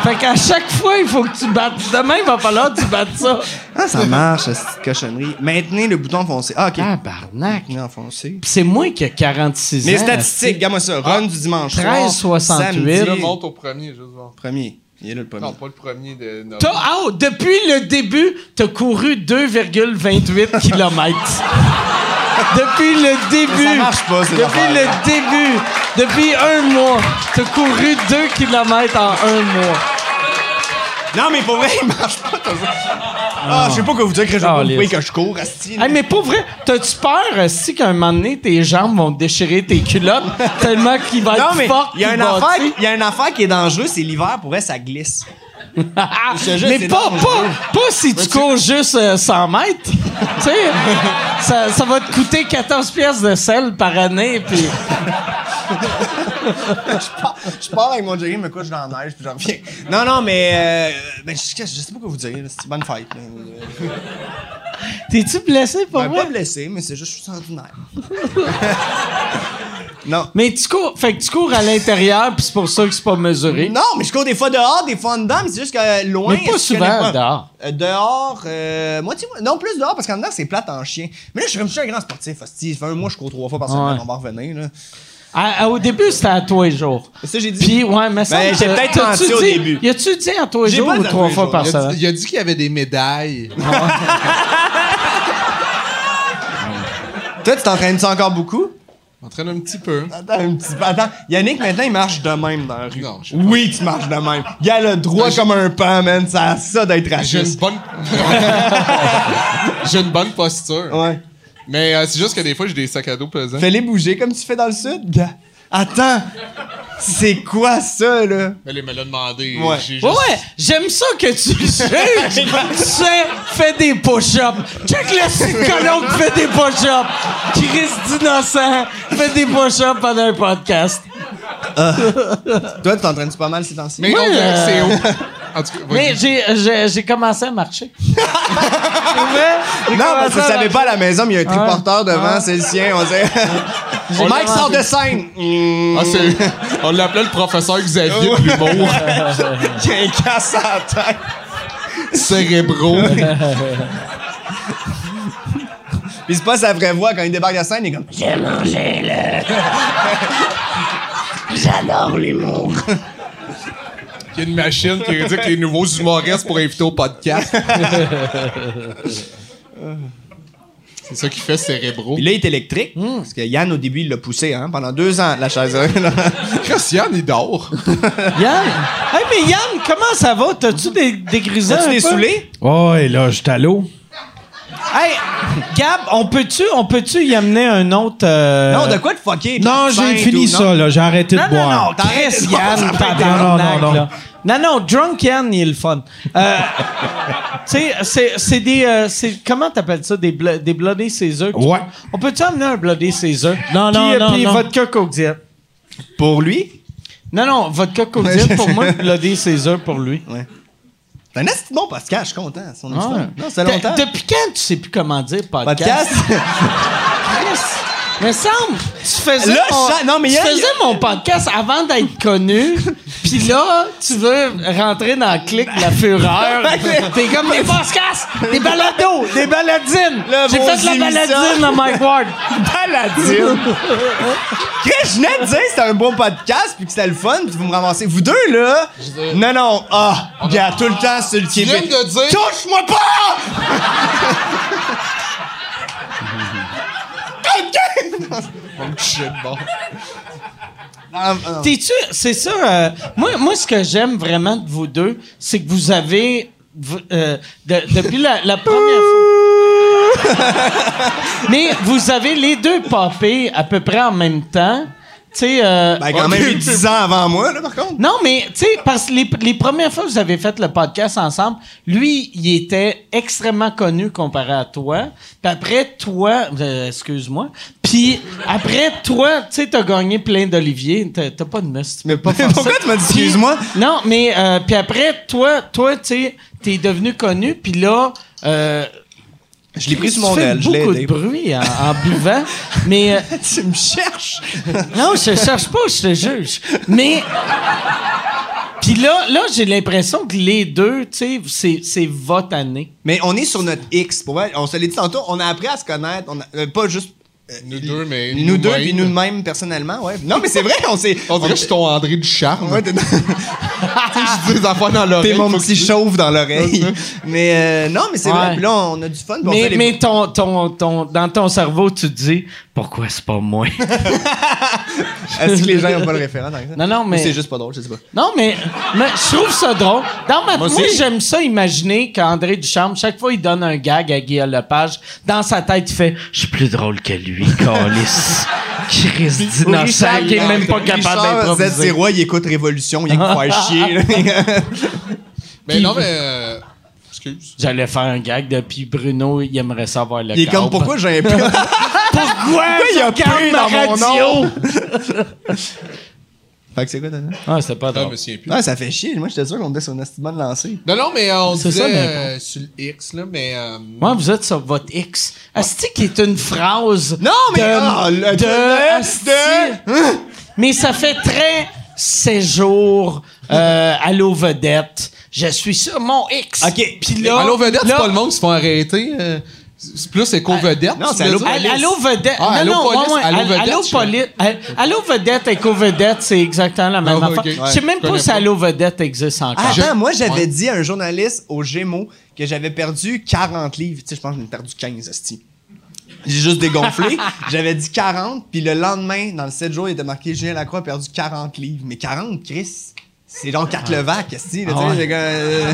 Speaker 1: fait qu'à chaque fois, il faut que tu battes. Demain, il va falloir que tu battes ça.
Speaker 5: Ah, ça marche, cette cochonnerie. Maintenez le bouton foncé. Ah, ok.
Speaker 1: Tabarnak.
Speaker 5: Maintenez en foncé.
Speaker 1: Puis c'est moi qui ai 46
Speaker 5: Les
Speaker 1: ans.
Speaker 5: statistiques, regarde-moi ça. Run du dimanche.
Speaker 1: 13,
Speaker 5: soir,
Speaker 1: 68.
Speaker 5: samedi.
Speaker 6: Je monte au premier, juste voir.
Speaker 5: Premier. Il est là le premier.
Speaker 6: Non, pas le premier de novembre.
Speaker 1: T'as- ah, oh, depuis le début, t'as couru 2,28 km. depuis le début.
Speaker 5: Ça marche pas, c'est
Speaker 1: Depuis le début, depuis un mois, t'as couru 2 km en un mois.
Speaker 5: Non, mais pour vrai, il marche pas toujours. Ah, je sais pas quoi vous dire que je
Speaker 1: Ah,
Speaker 5: pas vous
Speaker 1: lisse.
Speaker 5: pouvez que je cours, asti.
Speaker 1: Hey, mais pour vrai, t'as-tu peur si qu'à un moment donné, tes jambes vont te déchirer tes culottes tellement qu'il va
Speaker 5: Non,
Speaker 1: être
Speaker 5: mais
Speaker 1: fort?
Speaker 5: il y, a
Speaker 1: qu'il
Speaker 5: une
Speaker 1: va-
Speaker 5: affaire, il y a une affaire qui est dangereuse, c'est l'hiver, pour elle, ça glisse. Je te jure,
Speaker 1: Mais
Speaker 5: c'est
Speaker 1: pas,
Speaker 5: dangereux.
Speaker 1: pas, pas si tu cours juste euh, 100 mètres. tu sais, ça, ça va te coûter 14 pièces de sel par année. Puis...
Speaker 5: Je pars avec mon jogging, mais quoi, je suis dans la neige, puis j'en reviens. Non, non, mais. euh, ben, je, je sais pas quoi vous dire, c'est bonne fête. là. Euh,
Speaker 1: T'es-tu blessé pour
Speaker 5: ben,
Speaker 1: vrai?
Speaker 5: pas blessé, mais c'est juste, je suis ordinaire. non.
Speaker 1: Mais tu cours, fait que tu cours à l'intérieur, puis c'est pour ça que c'est pas mesuré.
Speaker 5: Non, mais je cours des fois dehors, des fois en dedans, mais c'est juste que euh, loin.
Speaker 1: Mais pas
Speaker 5: je
Speaker 1: souvent
Speaker 5: connais pas.
Speaker 1: dehors.
Speaker 5: Euh, dehors, euh, moitié, non, plus dehors, parce qu'en dedans, c'est plate en chien. Mais là, je suis comme je suis un grand sportif, hostie. Ça fait un mois, je cours trois fois par semaine,
Speaker 1: Ouais.
Speaker 5: on va revenir, là.
Speaker 1: À- à- au début, c'était à toi et jour.
Speaker 5: Ça, j'ai dit.
Speaker 1: Puis, ouais, mais ça.
Speaker 5: Ben, j'ai
Speaker 1: t'as-
Speaker 5: peut-être
Speaker 1: t'as-tu
Speaker 5: menti au
Speaker 1: dit-
Speaker 5: début.
Speaker 1: Y a-tu dit à toi et
Speaker 5: J'ai
Speaker 1: jour
Speaker 5: pas
Speaker 1: ou
Speaker 5: dit à
Speaker 1: trois
Speaker 5: toi et
Speaker 1: fois
Speaker 5: jour.
Speaker 1: par
Speaker 6: Il a,
Speaker 1: semaine?
Speaker 6: dit, il a dit qu'il y avait des médailles.
Speaker 5: Toi, tu t'entraînes-tu encore beaucoup?
Speaker 6: On traîne un petit peu.
Speaker 5: Attends un petit peu. Attends, Yannick, maintenant, il marche de même dans la rue.
Speaker 6: Non, je-
Speaker 5: oui, tu marches de même. Il a le droit
Speaker 6: Ah, je-
Speaker 5: comme un pan, man. Ça a ça d'être
Speaker 6: J'ai une
Speaker 5: raciste.
Speaker 6: bonne. j'ai une bonne posture.
Speaker 5: Ouais.
Speaker 6: Mais euh, c'est juste que des fois, j'ai des sacs à dos pesants.
Speaker 5: Fais-les bouger comme tu fais dans le sud, gars. Attends. C'est quoi ça, là?
Speaker 6: Mais il me l'a demandé.
Speaker 5: Ouais.
Speaker 6: J'ai juste-
Speaker 1: Ouais, ouais, j'aime ça que tu le juges. tu sais, fais des push-ups. Check le psychologue qui fait des push-ups. Qui risque d'innocent, fait des push-ups pendant un podcast.
Speaker 5: Toi, tu t'entraînes-tu pas mal ces temps-ci?
Speaker 6: Mais
Speaker 1: Ouais,
Speaker 6: on dirait que c'est
Speaker 1: euh,
Speaker 6: haut. En tout cas,
Speaker 1: Mais
Speaker 6: vas-y.
Speaker 1: j'ai, j'ai, j'ai commencé à marcher. Pour vrai, j'ai
Speaker 5: Non,
Speaker 1: commencé
Speaker 5: parce que
Speaker 1: à
Speaker 5: ça savais
Speaker 1: marcher.
Speaker 5: pas à la maison, mais il y a un triporteur devant, c'est le sien. On sait. Mike
Speaker 1: vraiment
Speaker 5: sort de scène. Mmh.
Speaker 6: Ah, c'est- on l'appelait le professeur Xavier de l'humour.
Speaker 5: Il y a un casse à la tête.
Speaker 6: Cérébraux.
Speaker 5: Puis c'est pas sa vraie voix quand il débarque de la scène, il est comme. J'ai mangé
Speaker 6: Il y a une machine qui indique les nouveaux humoristes pour inviter au podcast. c'est ça qui fait Cérébraux.
Speaker 5: Puis là, il est électrique. Parce que Yann, au début, il l'a poussé, hein, pendant deux ans, la chaise.
Speaker 6: Christian, il dort.
Speaker 1: Yann, hey, mais Yann, comment ça va? T'as-tu des, des grisons?
Speaker 5: T'as-tu
Speaker 1: un
Speaker 5: des
Speaker 1: peu?
Speaker 5: saoulés?
Speaker 4: Oh, et là, je suis à l'eau.
Speaker 1: Hey, Gab, on peut-tu, on peut-tu y amener un autre. euh,
Speaker 5: Non, de quoi de fucker?
Speaker 4: Non, j'ai
Speaker 5: Sainte
Speaker 4: fini
Speaker 5: ou-
Speaker 4: ça, là. J'ai arrêté
Speaker 1: Non,
Speaker 4: de
Speaker 1: non,
Speaker 4: boire.
Speaker 1: non, Chris
Speaker 5: Ça
Speaker 1: Yann,
Speaker 5: peut
Speaker 1: tabarnak,
Speaker 4: non, non,
Speaker 1: là. Non, non, Drunk Yann, il est le fun. Euh, tu sais, c'est- c'est des... euh, c'est- comment t'appelles ça? Des, blo- des Bloody Caesar? que tu
Speaker 4: Ouais.
Speaker 1: prends? On peut-tu amener un Bloody Caesar?
Speaker 7: Non, non,
Speaker 1: puis, euh,
Speaker 7: non,
Speaker 1: Puis
Speaker 7: non.
Speaker 1: vodka Coke Diet.
Speaker 5: Non. Pour lui,
Speaker 1: Non, non, vodka Coke Diet pour moi, Bloody Caesar pour lui.
Speaker 5: c'est un esti de bon podcast, je suis content. Son histoire.
Speaker 1: Ouais.
Speaker 5: Ah, Non, c'est
Speaker 1: De-
Speaker 5: longtemps.
Speaker 1: Depuis quand tu sais plus comment dire podcast?
Speaker 5: Podcast?
Speaker 1: Mais semble, tu faisais,
Speaker 5: Là,
Speaker 1: mon,
Speaker 5: je sens- non, mais
Speaker 1: tu
Speaker 5: Yann,
Speaker 1: faisais mon podcast avant d'être connu, puis là, tu veux rentrer dans le clic de la fureur. T'es comme des podcasts, des balados, des baladines.
Speaker 5: Là,
Speaker 1: J'ai
Speaker 5: vos
Speaker 1: fait de la
Speaker 5: émissions.
Speaker 1: baladine à Mike Ward.
Speaker 5: Paladine. Chris, je venais de dire que c'était un bon podcast puis que c'était le fun puis vous me ramassez. Vous deux, là. Non, non. Ah, gars, tout le temps sur le
Speaker 6: Tu viens
Speaker 5: Québec.
Speaker 6: de dire.
Speaker 5: Touche-moi pas!
Speaker 6: Oh, me toucher de bord.
Speaker 5: Ah, ah, non.
Speaker 1: T'es-tu, c'est ça, euh, moi, moi, ce que j'aime vraiment de vous deux, c'est que vous avez, v- euh, de- depuis la, la première fois. Mais vous avez les deux papés à peu près en même temps. Tu sais, euh,
Speaker 5: Ben, quand même, il est 10 ans avant moi, là, par contre.
Speaker 1: Non, mais tu sais, parce que les, les premières fois que vous avez fait le podcast ensemble, lui, il était extrêmement connu comparé à toi. Puis après, toi, euh, excuse-moi. Puis après, toi, tu sais, t'as gagné plein d'olivier. T'as t'as pas de must.
Speaker 5: Mais pourquoi tu m'as dit excuse-moi?
Speaker 1: Non, mais euh, puis après, toi, toi, tu sais, t'es devenu connu. Puis là, euh,
Speaker 5: Je l'ai pris
Speaker 1: tu
Speaker 5: sur mon
Speaker 1: fais
Speaker 5: aile, je l'ai
Speaker 1: beaucoup de
Speaker 5: aidé.
Speaker 1: bruit en, en buvant. mais euh,
Speaker 5: Tu me cherches!
Speaker 1: non, je te cherche pas, je te juge. Mais. Puis là, là j'ai l'impression que les deux, tu sais, c'est, c'est votre année.
Speaker 5: Mais on est sur notre X. Pour vrai, on se l'a dit tantôt, on a appris à se connaître. On a- euh, pas juste. euh,
Speaker 6: Nous deux, mais.
Speaker 5: Nous deux, puis
Speaker 6: mêmes.
Speaker 5: nous-mêmes, personnellement, ouais. Non, mais c'est vrai, on s'est.
Speaker 6: On dirait que je suis ton André Ducharme.
Speaker 5: Ouais, t'es- T'es
Speaker 6: je dis des affaires dans l'oreille.
Speaker 5: T'es mon
Speaker 6: faut que
Speaker 5: petit
Speaker 6: tu-
Speaker 5: chauve dans l'oreille. mais euh, non, mais c'est
Speaker 1: Ouais.
Speaker 5: vrai. Puis là, on a du fun. puis on
Speaker 1: Mais,
Speaker 5: fait les-
Speaker 1: mais ton, ton, ton, dans ton cerveau, tu te dis pourquoi c'est pas moi?
Speaker 5: Est-ce que les gens n'ont pas le référent dans ça?
Speaker 1: Non, non, mais-
Speaker 5: Ou C'est juste pas drôle, je sais pas.
Speaker 1: Non, mais, mais je trouve ça drôle. Dans ma, moi,
Speaker 5: aussi.
Speaker 1: j'aime ça imaginer qu'André Duchamp, chaque fois, il donne un gag à Guillaume Lepage. Dans sa tête, il fait Je suis plus drôle que lui, Carlis. Chris d'innocent qui est même pas capable
Speaker 5: Z
Speaker 1: d'improviser.
Speaker 5: il écoute Révolution, il est faire chier.
Speaker 6: Mais non, mais. euh, Excuse.
Speaker 1: J'allais faire un gag de puis Bruno, il aimerait savoir le
Speaker 5: Il est comme
Speaker 1: câble.
Speaker 5: pourquoi j'ai un pire
Speaker 1: Pourquoi il a
Speaker 5: pris dans mon
Speaker 1: radio?
Speaker 5: Fait que c'est quoi t'as dit?
Speaker 1: Ah, c'est pas
Speaker 6: Ah, je
Speaker 1: drôle.
Speaker 6: me souviens plus.
Speaker 5: Non, ça fait chier. Moi, j'étais sûr qu'on était sur une astuce bonne lancée.
Speaker 6: Non, non, mais euh, on
Speaker 1: C'est
Speaker 6: disait
Speaker 1: ça, mais-
Speaker 6: euh, sur le X, là, mais. euh,
Speaker 1: Moi, vous êtes sur votre X. Asti qui est une phrase.
Speaker 5: Non, mais-
Speaker 1: de-
Speaker 5: ah, le-
Speaker 1: de-
Speaker 5: de-
Speaker 1: Asti.
Speaker 6: hein?
Speaker 1: Mais ça fait très séjour, euh, allô vedette. Je suis sur mon X.
Speaker 5: OK.
Speaker 1: Puis là.
Speaker 6: Allô, vedette, c'est
Speaker 1: là-
Speaker 6: pas le monde qui se font arrêter. euh, c'est plus éco-vedette.
Speaker 5: non,
Speaker 6: tu
Speaker 5: c'est
Speaker 6: veux
Speaker 5: Allô
Speaker 6: dire?
Speaker 1: Allô, Allô vedette.
Speaker 6: Ah,
Speaker 1: non,
Speaker 6: allô
Speaker 1: non,
Speaker 6: police,
Speaker 1: ouais, ouais,
Speaker 6: allô
Speaker 1: allô,
Speaker 6: vedette,
Speaker 1: allô
Speaker 6: je-
Speaker 1: poli- allô- allô vedette, éco-vedette, c'est exactement la même
Speaker 6: Ah,
Speaker 1: affaire.
Speaker 6: ok.
Speaker 1: Je sais même
Speaker 6: Je
Speaker 1: pas
Speaker 6: connais
Speaker 1: si
Speaker 6: pas.
Speaker 1: allô vedette existe encore.
Speaker 5: Ah,
Speaker 6: Je-
Speaker 5: Attends, moi, j'avais
Speaker 6: Ouais.
Speaker 5: dit à un journaliste au Gémeaux que j'avais perdu 40 livres. Tu sais, je pense que j'en ai perdu 15, esti. J'ai juste dégonflé. j'avais dit 40, puis le lendemain, dans le 7 jours, il était marqué Julien Lacroix a perdu 40 livres. Mais 40, Chris, c'est genre 4 levaques, esti.
Speaker 1: Ah
Speaker 5: là, tu sais, j'ai comme, euh,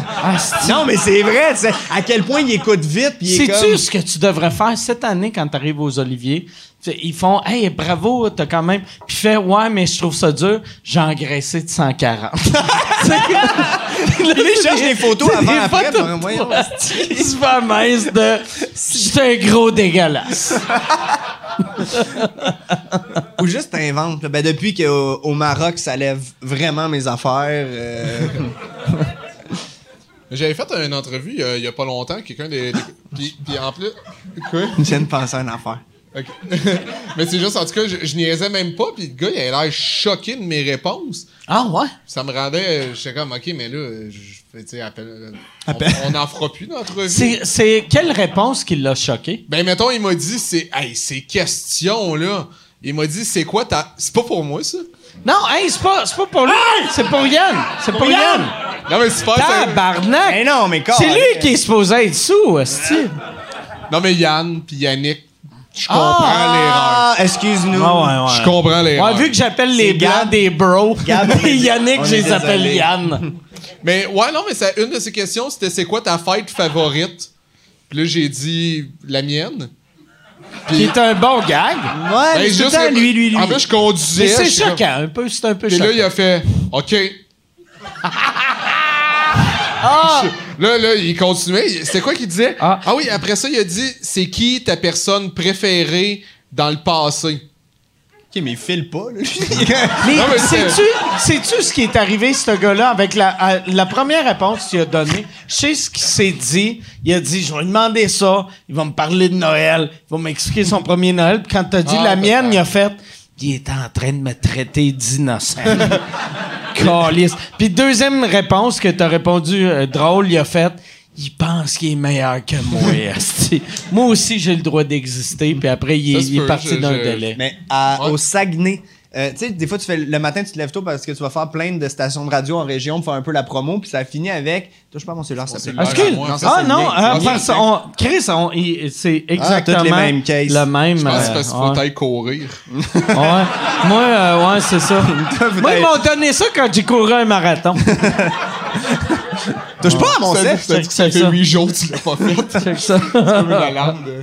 Speaker 5: Non, mais c'est vrai, tu sais, à quel point il écoute vite, puis il est
Speaker 1: Sais-tu
Speaker 5: comme...
Speaker 1: ce que tu devrais faire cette année quand tu arrives aux Oliviers? Tu- Ils font Hey, bravo, t'as quand même. Puis fait Ouais, mais je trouve ça dur, j'ai engraissé de 140.
Speaker 5: Puis là, il cherche les photos
Speaker 1: Des
Speaker 5: avant, après,
Speaker 1: photos
Speaker 5: puis
Speaker 1: de
Speaker 5: voyons,
Speaker 1: toi. Il se fait mince de J'étais un gros dégueulasse.
Speaker 5: Ou juste t'inventes. là. Ben, depuis qu'au au Maroc, ça lève vraiment mes affaires. euh,
Speaker 6: J'avais fait une entrevue euh, il y a pas longtemps, quelqu'un des. des- puis, puis en plus. Quoi?
Speaker 5: je viens de penser à une affaire.
Speaker 6: Ok. mais c'est juste, en tout cas, je, je niaisais même pas, puis le gars, il avait l'air choqué de mes réponses.
Speaker 1: Ah ouais?
Speaker 6: Ça me rendait. euh, J'étais comme, OK, mais là, euh, je fais, tu sais, appel- euh, on- On n'en fera plus d'entrevue.
Speaker 1: C'est, c'est quelle réponse qui l'a choqué?
Speaker 6: Ben, mettons, il m'a dit, c'est. Hey, ces questions-là. Il m'a dit, c'est quoi ta. C'est pas pour moi, ça?
Speaker 1: Non, hey, c'est pas, c'est pas pour lui, c'est pour Yann. C'est pour Yann.
Speaker 6: Non, mais super, ça.
Speaker 1: Tabarnak!
Speaker 5: Ah, Mais non, mais
Speaker 1: c'est lui
Speaker 5: calme.
Speaker 1: qui est supposé être sous, hostie.
Speaker 6: Non, mais Yann, puis Yannick, je comprends
Speaker 5: Ah, excuse-nous.
Speaker 1: Ah
Speaker 6: l'erreur. Je comprends l'erreur.
Speaker 1: Ouais, vu que j'appelle les
Speaker 5: Gab.
Speaker 1: gars des bros,
Speaker 5: Gab.
Speaker 1: et Yannick,
Speaker 5: On
Speaker 1: je
Speaker 5: est
Speaker 1: les appelle
Speaker 5: désolé.
Speaker 1: Yann.
Speaker 6: Mais ouais, non, mais ça, une de ses questions, c'était c'est quoi ta fête favorite? Puis là, j'ai dit la mienne.
Speaker 1: Qui est un bon gag.
Speaker 5: Ouais,
Speaker 6: Ben,
Speaker 5: mais tout le
Speaker 6: juste-
Speaker 5: temps, lui, lui, lui.
Speaker 6: En plus, je
Speaker 1: Mais
Speaker 6: conduisais.
Speaker 1: c'est
Speaker 6: je suis comme-
Speaker 1: choquant, un peu, c'est un peu
Speaker 6: Puis
Speaker 1: choquant.
Speaker 6: là, il a fait OK. Je- Là, là, il continuait. Il- C'était quoi qu'il disait?
Speaker 1: Ah.
Speaker 6: Ah. oui, après ça, il a dit c'est qui ta personne préférée dans le passé?
Speaker 5: Ok, mais il file pas, là. lui.
Speaker 1: Mais
Speaker 6: Non, mais c'est-
Speaker 1: sais-tu, sais-tu ce qui est arrivé, ce gars-là, avec la, à- la première réponse qu'il a donnée? Je sais ce qu'il s'est dit. Il a dit, je vais lui demander ça. Il va me parler de Noël. Il va m'expliquer son premier Noël. Puis quand t'as dit
Speaker 6: Ah,
Speaker 1: la
Speaker 6: peut-être.
Speaker 1: mienne, il a fait, il est en train de me traiter d'innocent. Calisse. Puis deuxième réponse que t'as répondu euh, drôle, il a fait, il pense qu'il est meilleur que moi. esti. moi aussi, j'ai le droit d'exister. Puis après, il,
Speaker 6: Ça
Speaker 1: est-
Speaker 6: se
Speaker 1: il est
Speaker 6: peut,
Speaker 1: parti
Speaker 6: je-
Speaker 1: d'un
Speaker 6: je-
Speaker 1: délai.
Speaker 5: mais à-
Speaker 6: Ouais.
Speaker 5: au Saguenay. euh, tu sais, des fois, tu fais le matin, tu te lèves tôt parce que tu vas faire plein de stations de radio en région pour faire un peu la promo, puis ça finit avec. Touche pas à mon cellulaire, ça
Speaker 6: cellulaire.
Speaker 1: Est-ce que-
Speaker 6: Ah, moi, ça,
Speaker 1: ah
Speaker 6: c'est le
Speaker 1: non,
Speaker 6: mien.
Speaker 1: hein,
Speaker 6: Ah,
Speaker 1: parce
Speaker 6: c'est le
Speaker 1: on- Chris, on- il- c'est exactement
Speaker 5: toutes les mêmes cases.
Speaker 1: le même.
Speaker 6: Je pense que c'est
Speaker 1: euh,
Speaker 6: parce qu'il
Speaker 1: ouais.
Speaker 6: faut aller courir.
Speaker 1: Ouais. Moi, euh, ouais, c'est ça.
Speaker 5: Peut-être.
Speaker 1: Moi, ils m'ont donné ça quand j'ai couru un marathon.
Speaker 5: Touche pas
Speaker 1: Ah,
Speaker 5: à mon
Speaker 6: Ça-
Speaker 5: cellulaire.
Speaker 6: ça dit que ça
Speaker 1: check
Speaker 6: fait
Speaker 1: ça.
Speaker 6: 8 jours que tu l'as pas fait.
Speaker 1: Check ça.
Speaker 6: Comme une alarme de.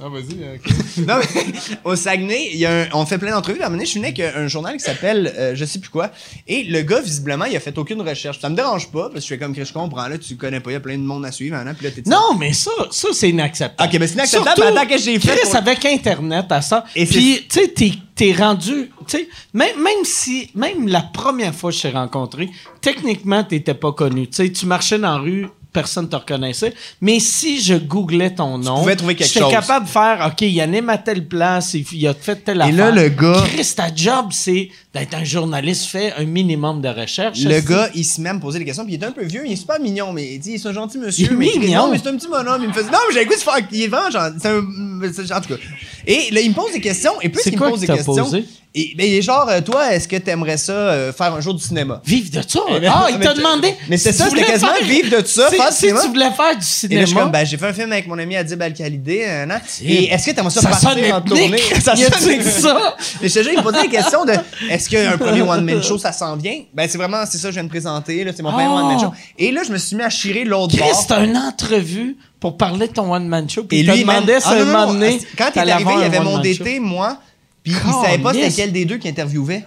Speaker 6: Non, vas-y. euh, ok.
Speaker 5: Non, mais au Saguenay, il y a un- on fait plein d'entrevues. Puis, À un moment donné, je suis venu avec un un journal qui s'appelle euh, Je sais plus quoi. Et le gars, visiblement, il a fait aucune recherche. Ça me dérange pas, parce que je fais comme que je comprends. Là, tu connais pas, il y a plein de monde à suivre. Hein, puis là, t'es-
Speaker 1: Non, mais ça, ça c'est inacceptable.
Speaker 5: Ok, mais c'est inacceptable,
Speaker 1: Surtout,
Speaker 5: mais attends, qu'est-ce que j'ai fait
Speaker 1: Chris,
Speaker 5: pour-
Speaker 1: avec Internet, à ça.
Speaker 5: Et
Speaker 1: Puis, tu sais, t'es- t'es rendu. Tu sais, même, même si. Même la première fois que je t'ai rencontré, techniquement, t'étais pas connu. Tu sais, tu marchais dans la rue. Personne te reconnaissait. Mais si je googlais ton nom,
Speaker 5: pouvais trouver quelque
Speaker 1: j'étais
Speaker 5: chose.
Speaker 1: capable de faire OK, il anime à telle place, il il a fait telle
Speaker 5: Et là,
Speaker 1: affaire.
Speaker 5: le gars-
Speaker 1: Chris, ta job, c'est d'être un journaliste, fais un minimum de recherche.
Speaker 5: Le
Speaker 1: Est-ce que-
Speaker 5: gars, il se met à me poser des questions, puis il est un peu vieux, il est super mignon, mais il dit, c'est un gentil monsieur.
Speaker 1: Il est
Speaker 5: mais dit,
Speaker 1: mignon.
Speaker 5: Non, mais c'est un petit bonhomme. Il me fait, non, mais j'ai le goût de faire. Il est vraiment gentil. c'est un- c'est- En tout cas. Et là, il me pose des questions, et plus
Speaker 1: C'est
Speaker 5: il me
Speaker 1: quoi
Speaker 5: pose
Speaker 1: qu'il
Speaker 5: des
Speaker 1: t'a
Speaker 5: questions.
Speaker 1: posé?
Speaker 5: Et il- mais il est genre, euh, toi, est-ce que t'aimerais ça euh, faire un jour du cinéma?
Speaker 1: Vivre de ça? Ah, il
Speaker 5: Eh ben, mais
Speaker 1: t'a
Speaker 5: tu-
Speaker 1: demandé.
Speaker 5: mais c'est
Speaker 1: si
Speaker 5: ça,
Speaker 1: tu
Speaker 5: c'était
Speaker 1: voulais
Speaker 5: quasiment
Speaker 1: faire-
Speaker 5: vivre de ça,
Speaker 1: si-
Speaker 5: faire du
Speaker 1: Si
Speaker 5: cinéma.
Speaker 1: tu voulais faire du
Speaker 5: Et là, je suis
Speaker 1: cinéma. Ah,
Speaker 5: comme, ben, j'ai fait un film avec mon ami Adib Al-Khalidé, un an. Et est-ce que t'aimerais ça,
Speaker 1: ça
Speaker 5: partir
Speaker 1: sonne
Speaker 5: en
Speaker 1: ethnique.
Speaker 5: tournée?
Speaker 1: Y a-tu
Speaker 5: ethnique.
Speaker 1: que ça?
Speaker 5: Mais je te jure, il me posait la question de est-ce qu'un premier one-man show, ça s'en vient? Ben, c'est vraiment, c'est ça que je viens de présenter, là, c'est mon premier
Speaker 1: Oh.
Speaker 5: one-man show. Et là, je me suis mis à chirer l'autre
Speaker 1: Chris,
Speaker 5: bord.
Speaker 1: t'as une entrevue pour parler de ton one-man show. Puis
Speaker 5: Et
Speaker 1: il te
Speaker 5: lui, man-
Speaker 1: demandait si
Speaker 5: Ah,
Speaker 1: à un
Speaker 5: non, non,
Speaker 1: moment
Speaker 5: non.
Speaker 1: donné,
Speaker 5: Quand il est
Speaker 1: t'allais
Speaker 5: arrivé,
Speaker 1: avoir un
Speaker 5: il y avait mon
Speaker 1: one-man show.
Speaker 5: DT, moi, puis il savait pas c'était
Speaker 1: Calisse.
Speaker 5: quel des deux qui interviewait.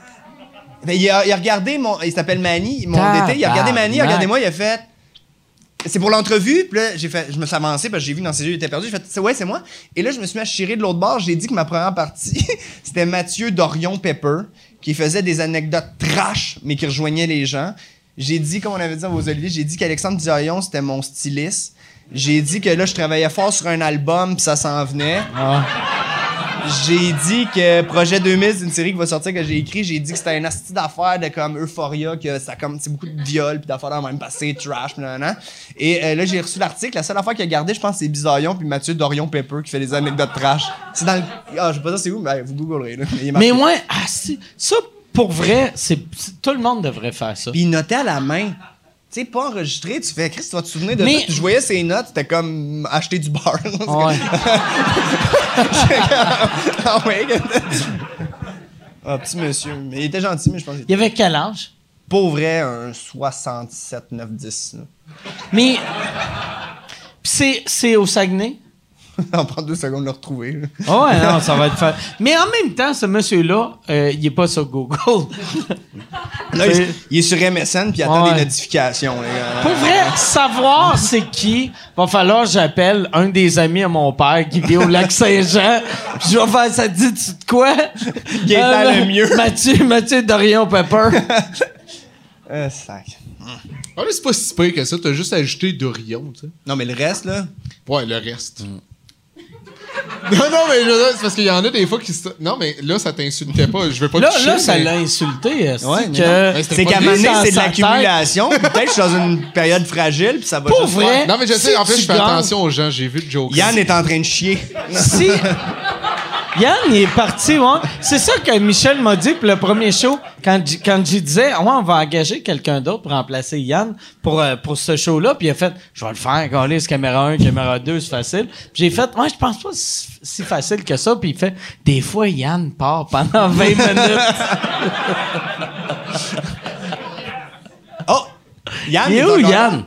Speaker 5: Ben, il, a, il a regardé mon. Il s'appelle Manny, mon
Speaker 1: Tabarnak.
Speaker 5: DT, il a regardé Manny, il a regardé moi, il a fait. C'est pour l'entrevue, puis là, j'ai fait, je me suis avancé parce que j'ai vu que dans ses yeux, il était perdu. J'ai fait, C'est- ouais, c'est moi. Et là, je me suis mis à chirer de l'autre bord. J'ai dit que ma première partie, c'était Mathieu Dorion Pepper, qui faisait des anecdotes trash, mais qui rejoignait les gens. J'ai dit, comme on avait dit dans vos oliviers, j'ai dit qu'Alexandre Dorion, c'était mon styliste. J'ai dit que là, je travaillais fort sur un album, puis ça s'en venait. J'ai dit que Projet 2000, c'est une série qui va sortir que j'ai écrit. J'ai dit que c'était un asti d'affaires de comme Euphoria, que ça comme c'est beaucoup de viols puis d'affaires dans le même passé, trash, pis nanana. Et euh, là j'ai reçu l'article. La seule affaire qu'il a gardé, je pense, c'est Bizarillon puis Mathieu Dorion Pepper qui fait des anecdotes trash. C'est dans le. Ah, je sais pas ça c'est où, mais vous googlerez là. Il est marqué.
Speaker 1: Mais ouais, ah, si- ça, pour vrai, c'est c'est- tout le monde devrait faire ça.
Speaker 5: Puis il notait à la main. Tu sais, pas enregistré, tu fais Chris, tu vas te souvenir de
Speaker 1: Mais-
Speaker 5: ça. Puis je voyais ses notes, c'était comme acheter du bar.
Speaker 1: Ouais.
Speaker 5: ah ouais. Ah, petit monsieur. Mais il était gentil, mais je pense qu'il était-
Speaker 1: Il y avait quel âge?
Speaker 5: pour vrai un 67 9 10
Speaker 1: Mais. Puis c'est- c'est au Saguenay?
Speaker 5: on prend deux secondes de le retrouver là.
Speaker 1: Ah ouais, non, ça va être fait. Mais en même temps, ce monsieur-là, euh, il est pas sur Google.
Speaker 5: Là, il, il est sur MSN puis il attend
Speaker 1: Ouais.
Speaker 5: des notifications les gars.
Speaker 1: Pour vrai, savoir c'est qui, va falloir que j'appelle un des amis à mon père qui vit au lac Saint-Jean. Puis Je vais faire ça, dit tu de quoi?
Speaker 5: Gaétan
Speaker 1: Euh,
Speaker 5: Lemieux.
Speaker 1: Mathieu, Mathieu Dorion Pepper.
Speaker 5: Euh, sac.
Speaker 6: Ah, mais c'est pas si pire que ça. T'as juste ajouté Dorion, tu sais.
Speaker 5: non mais le reste là
Speaker 6: Ouais, le reste.
Speaker 5: Mm.
Speaker 6: Non, non, mais je veux dire, c'est parce qu'il y en a des fois qui se... Non, mais là, ça t'insultait pas. Je veux pas
Speaker 1: Là,
Speaker 6: te toucher,
Speaker 1: là, ça
Speaker 6: mais-
Speaker 1: l'a insulté. est-ce
Speaker 5: Ouais, mais
Speaker 1: que-
Speaker 6: Mais c'était
Speaker 5: c'est
Speaker 6: pas
Speaker 5: qu'à un
Speaker 6: lui.
Speaker 5: moment donné
Speaker 1: dans
Speaker 5: c'est de
Speaker 1: sa
Speaker 5: l'accumulation puis peut-être que je suis dans une période fragile puis ça va
Speaker 1: Pour
Speaker 5: juste
Speaker 1: vrai,
Speaker 5: faire-
Speaker 6: Non, mais je sais,
Speaker 1: Si
Speaker 6: en fait,
Speaker 1: tu
Speaker 6: je fais
Speaker 1: gagnes-
Speaker 6: attention aux gens. J'ai vu le joke.
Speaker 5: Yann est en train de chier
Speaker 1: Si. Yann, il est parti, ouais. C'est ça que Michel m'a dit pour le premier show, quand, j- quand j'y disais, Ah ouais, on va engager quelqu'un d'autre pour remplacer Yann pour, euh, pour ce show-là. Puis il a fait, je vais le faire, coller caméra 1, caméra 2, c'est facile. Puis j'ai fait, ouais, je pense pas si, si facile que ça. Puis il fait, des fois, Yann part pendant 20 minutes.
Speaker 5: oh Yann
Speaker 1: Il est où,
Speaker 5: encore là?
Speaker 1: Yann?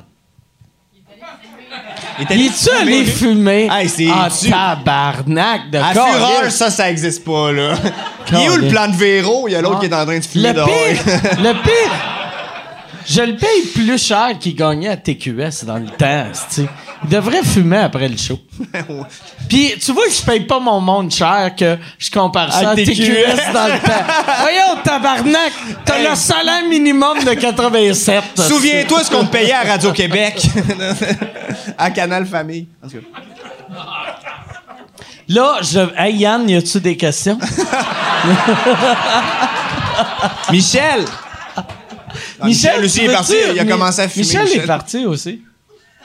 Speaker 5: il est
Speaker 1: Il
Speaker 5: allé
Speaker 1: est-tu allé
Speaker 5: fumer?
Speaker 1: fumer?
Speaker 5: Hey, c'est-
Speaker 1: ah,
Speaker 5: tu-
Speaker 1: tabarnak de
Speaker 5: à
Speaker 1: câlisse.
Speaker 5: fureur ça ça existe pas là il est où le plan de Véro il y a l'autre qui est en train de fumer
Speaker 1: Le
Speaker 5: dehors.
Speaker 1: pire, le pire, je le paye plus cher qu'il gagnait à TQS dans le temps, c'ti. Il devrait fumer après le show. Puis tu vois que je paye pas mon monde cher que je compare ça à, TQS. dans le temps. Voyons, tabarnak, t'as le salaire minimum de 87. c'ti.
Speaker 5: Souviens-toi ce qu'on te payait à Radio-Québec. à Canal Famille. En tout cas.
Speaker 1: Là, je... Hey Yann, y a-tu des questions?
Speaker 5: Michel! Ah, Michel aussi
Speaker 1: tu
Speaker 5: est
Speaker 1: veux-tu-
Speaker 5: parti, il a
Speaker 1: Mi-
Speaker 5: commencé à fumer,
Speaker 1: Michel, est
Speaker 5: Michel.
Speaker 1: parti aussi.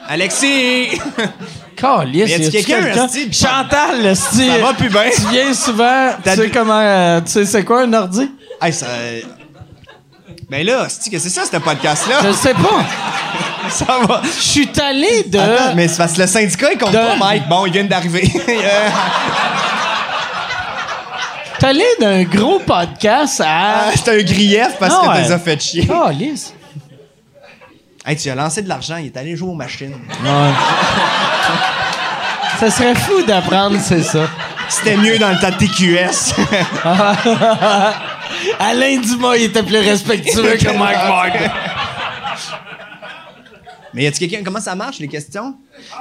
Speaker 5: Alexis!
Speaker 1: Calisse,
Speaker 5: Y a-tu
Speaker 1: y a-tu
Speaker 5: quelqu'un,
Speaker 1: quelqu'un?
Speaker 5: hostie?
Speaker 1: Chantal, le
Speaker 5: ça va plus bien?
Speaker 1: Tu viens souvent, tu
Speaker 5: T'as
Speaker 1: sais
Speaker 5: dit-
Speaker 1: comment, euh, tu sais c'est quoi un ordi?
Speaker 5: hey, ça... euh, Ben là, c'est que c'est ça, ce
Speaker 1: Je
Speaker 5: podcast-là?
Speaker 1: sais pas.
Speaker 5: Ça va.
Speaker 1: Je suis allé de...
Speaker 5: Attends, mais c'est parce que le syndicat, il compte
Speaker 1: de-
Speaker 5: pas, Mike. Bon, il vient d'arriver. Euh,
Speaker 1: T'allais d'un gros podcast à...
Speaker 5: Ah, c'est un grief parce
Speaker 1: Ah. Non,
Speaker 5: que tu
Speaker 1: ouais.
Speaker 5: les as fait chier.
Speaker 1: Calisse.
Speaker 5: Hey, tu as lancé de l'argent, il est allé jouer aux machines.
Speaker 1: Ça serait fou d'apprendre, c'est ça.
Speaker 5: C'était mieux dans le tas de TQS.
Speaker 1: Alain Dumas, il était plus respectueux que Mike Ward.
Speaker 5: mais y a-tu quelqu'un, comment ça marche, les questions?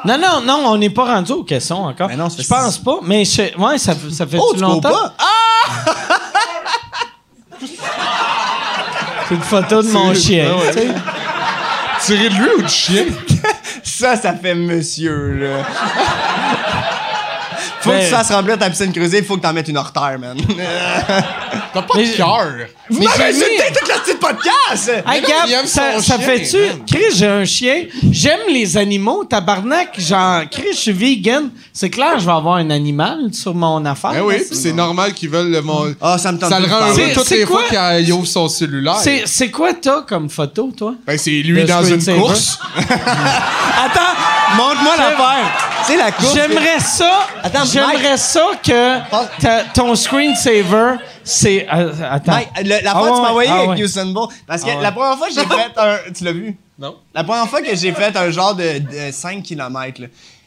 Speaker 1: Non, non, non, on n'est pas rendu aux questions encore.
Speaker 5: Mais non, ça fait
Speaker 1: je pense
Speaker 5: six-
Speaker 1: pas, mais je... ouais, ça, ça fait
Speaker 5: Oh,
Speaker 1: tu
Speaker 5: tu cours
Speaker 1: longtemps.
Speaker 5: pas? Ah!
Speaker 1: C'est une photo de mon chien.
Speaker 5: Ah
Speaker 1: tu sais.
Speaker 6: Tirer de lui ou du chien?
Speaker 5: Ça, ça fait monsieur, là. Faut que
Speaker 1: Ben-
Speaker 5: tu fasses remplir ta piscine creusée, il faut que t'en mettes une hors terre, man.
Speaker 6: T'as pas de cœur.
Speaker 5: Vous m'avez
Speaker 1: j'ai mis-
Speaker 5: insulté toute la petite podcast!
Speaker 1: Hey,
Speaker 6: Mais non,
Speaker 1: Gab,
Speaker 6: il aime
Speaker 1: ça,
Speaker 6: son
Speaker 1: ça
Speaker 6: chien,
Speaker 1: fait-tu...
Speaker 6: man.
Speaker 1: Chris, j'ai un chien. J'aime les animaux, tabarnak. Genre, Chris, je suis vegan. C'est clair, je vais avoir un animal sur mon affaire.
Speaker 6: Ben oui,
Speaker 1: là,
Speaker 6: pis c'est normal qu'ils veulent le mon...
Speaker 5: Ah, ça me tente
Speaker 6: Ça le
Speaker 5: plus
Speaker 6: rend
Speaker 5: de parler.
Speaker 6: heureux
Speaker 1: C'est-
Speaker 6: toutes
Speaker 1: c'est
Speaker 6: les
Speaker 1: quoi?
Speaker 6: fois qu'il ouvre son cellulaire.
Speaker 1: C'est c'est quoi t'as comme photo, toi?
Speaker 6: Ben, c'est lui
Speaker 1: Le
Speaker 6: dans une
Speaker 1: screensaver.
Speaker 6: course.
Speaker 5: Attends, montre-moi l'affaire. C'est la coupe.
Speaker 1: J'aimerais ça.
Speaker 5: Attends,
Speaker 1: J'aimerais
Speaker 5: Mike.
Speaker 1: ça que ta- ton screensaver, c'est. euh, attends.
Speaker 5: Mike, Ben, le- la
Speaker 1: Ah
Speaker 5: fois que
Speaker 1: ouais,
Speaker 5: tu m'as envoyé
Speaker 1: ah
Speaker 5: avec
Speaker 1: ouais.
Speaker 5: Usain Bolt, parce que la première fois que j'ai fait un... Tu l'as vu?
Speaker 6: Non?
Speaker 5: La première fois que j'ai fait un genre de, de 5 km, là,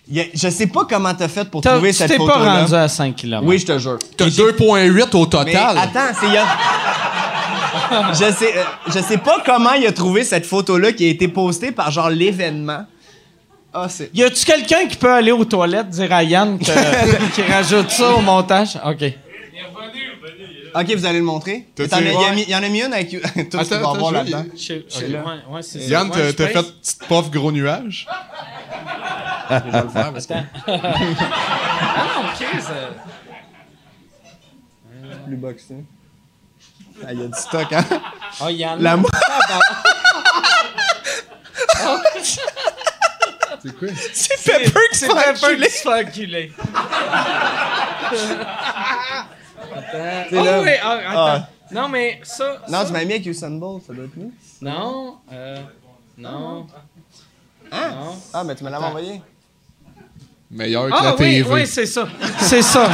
Speaker 5: il y a- je sais pas comment t'as fait pour
Speaker 1: T'as-
Speaker 5: trouver
Speaker 1: Tu
Speaker 5: cette
Speaker 1: t'es pas
Speaker 5: photo-là.
Speaker 1: rendu à 5 km.
Speaker 5: Oui, je te jure.
Speaker 6: T'as 2.8 au
Speaker 5: Mais
Speaker 6: total.
Speaker 5: attends, c'est il y a- je sais, euh, je sais pas comment il a trouvé cette photo-là qui a été postée par genre l'événement. Ah, c'est.
Speaker 1: Y a-tu quelqu'un qui peut aller aux toilettes dire à Yann que- qui rajoute ça au montage? OK.
Speaker 5: Ok, vous allez le montrer.
Speaker 6: T'as
Speaker 5: T'en as-
Speaker 6: dit-
Speaker 5: Il y, a mis- il y en a mis une avec. Tout ce qu'il
Speaker 6: Attends,
Speaker 5: va
Speaker 6: attends,
Speaker 5: avoir
Speaker 6: je vais-
Speaker 5: là-dedans.
Speaker 6: Ah, Yann, t'as t'as fait petite pof gros nuage?
Speaker 5: Plus bas que ça.
Speaker 1: hein.
Speaker 5: Ah, il y a du stock, hein.
Speaker 1: Oh, Yann.
Speaker 5: La mo-
Speaker 6: C'est quoi?
Speaker 5: C'est Pepper qui se fait enculer.
Speaker 1: se fait enculer. Attends. Oh, oui, ah, attends.
Speaker 5: Ah.
Speaker 1: Non, mais ça.
Speaker 5: Non, tu m'as mis avec Usain Bolt, ça doit être mieux.
Speaker 1: Non. euh, non.
Speaker 5: Hein? Ah, mais tu me l'as envoyé.
Speaker 6: Meilleur que la
Speaker 1: Ah oui,
Speaker 6: TV.
Speaker 1: oui, c'est ça. C'est ça.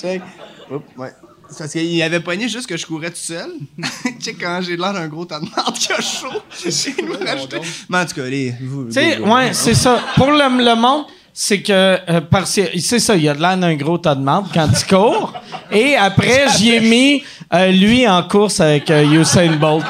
Speaker 5: Check. Oups, ouais. C'est parce qu'il avait pogné juste que je courais tout seul. Check quand j'ai l'air d'un gros tas de merde qui a chaud. J'ai une rajouter. Mais en tout cas, allez, vous.
Speaker 1: Tu sais, ouais, c'est ça. Pour le, le monde, c'est que euh, parce que c'est ça, il y a de l'air d'un gros tas de marde quand il court. Et après, j'y ai mis euh, lui en course avec euh, Usain Bolt.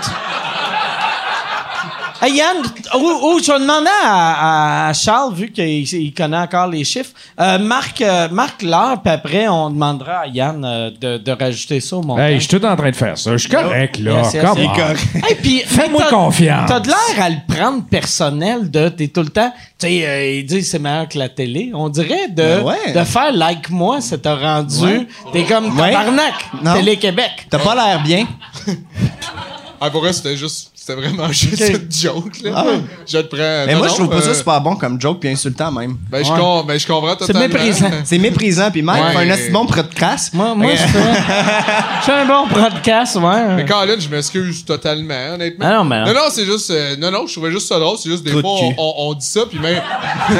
Speaker 1: Hey, Yann, où, où- je vais demander à, à- à Charles, vu qu'il il connaît encore les chiffres, euh, marque, euh, marque l'heure, puis après, on demandera à Yann euh, de, de rajouter ça au montage.
Speaker 4: Hey, je suis tout en train de faire ça. Je suis correct, là.
Speaker 1: Yes, yes,
Speaker 4: Come
Speaker 1: yes.
Speaker 4: on.
Speaker 1: Hey, puis,
Speaker 4: Fais-moi
Speaker 1: mais t'as-
Speaker 4: confiance.
Speaker 1: T'as de l'air à le prendre personnel de t'es tout le temps. Tu sais, euh, ils disent c'est meilleur que la télé. On dirait de,
Speaker 5: Ben ouais.
Speaker 1: de faire like moi, ça t'a rendu. T'es comme tabarnak,
Speaker 5: Non.
Speaker 1: Télé-Québec.
Speaker 5: T'as pas l'air bien.
Speaker 6: Euh, Ah, pour vrai, c'était juste. C'était vraiment juste une joke, là. Je le prends.
Speaker 5: Mais
Speaker 6: Non,
Speaker 5: moi,
Speaker 6: non,
Speaker 5: je trouve pas
Speaker 6: euh,
Speaker 5: ça super bon comme joke puis insultant même.
Speaker 6: Ben, je, com- ben, je comprends totalement.
Speaker 1: méprisant.
Speaker 5: C'est méprisant puis Mike
Speaker 6: Ouais.
Speaker 5: fait un aussi bon prêt de crasse. euh,
Speaker 1: Moi, moi je fais- je fais un bon podcast, ouais.
Speaker 6: Mais Colin, je m'excuse totalement, honnêtement.
Speaker 1: Ah non, mais non.
Speaker 6: Non, c'est juste. euh, non, non, je trouvais juste ça drôle. C'est juste des
Speaker 5: Trou de
Speaker 6: fois,
Speaker 5: cul.
Speaker 6: on, on- on dit ça, puis même.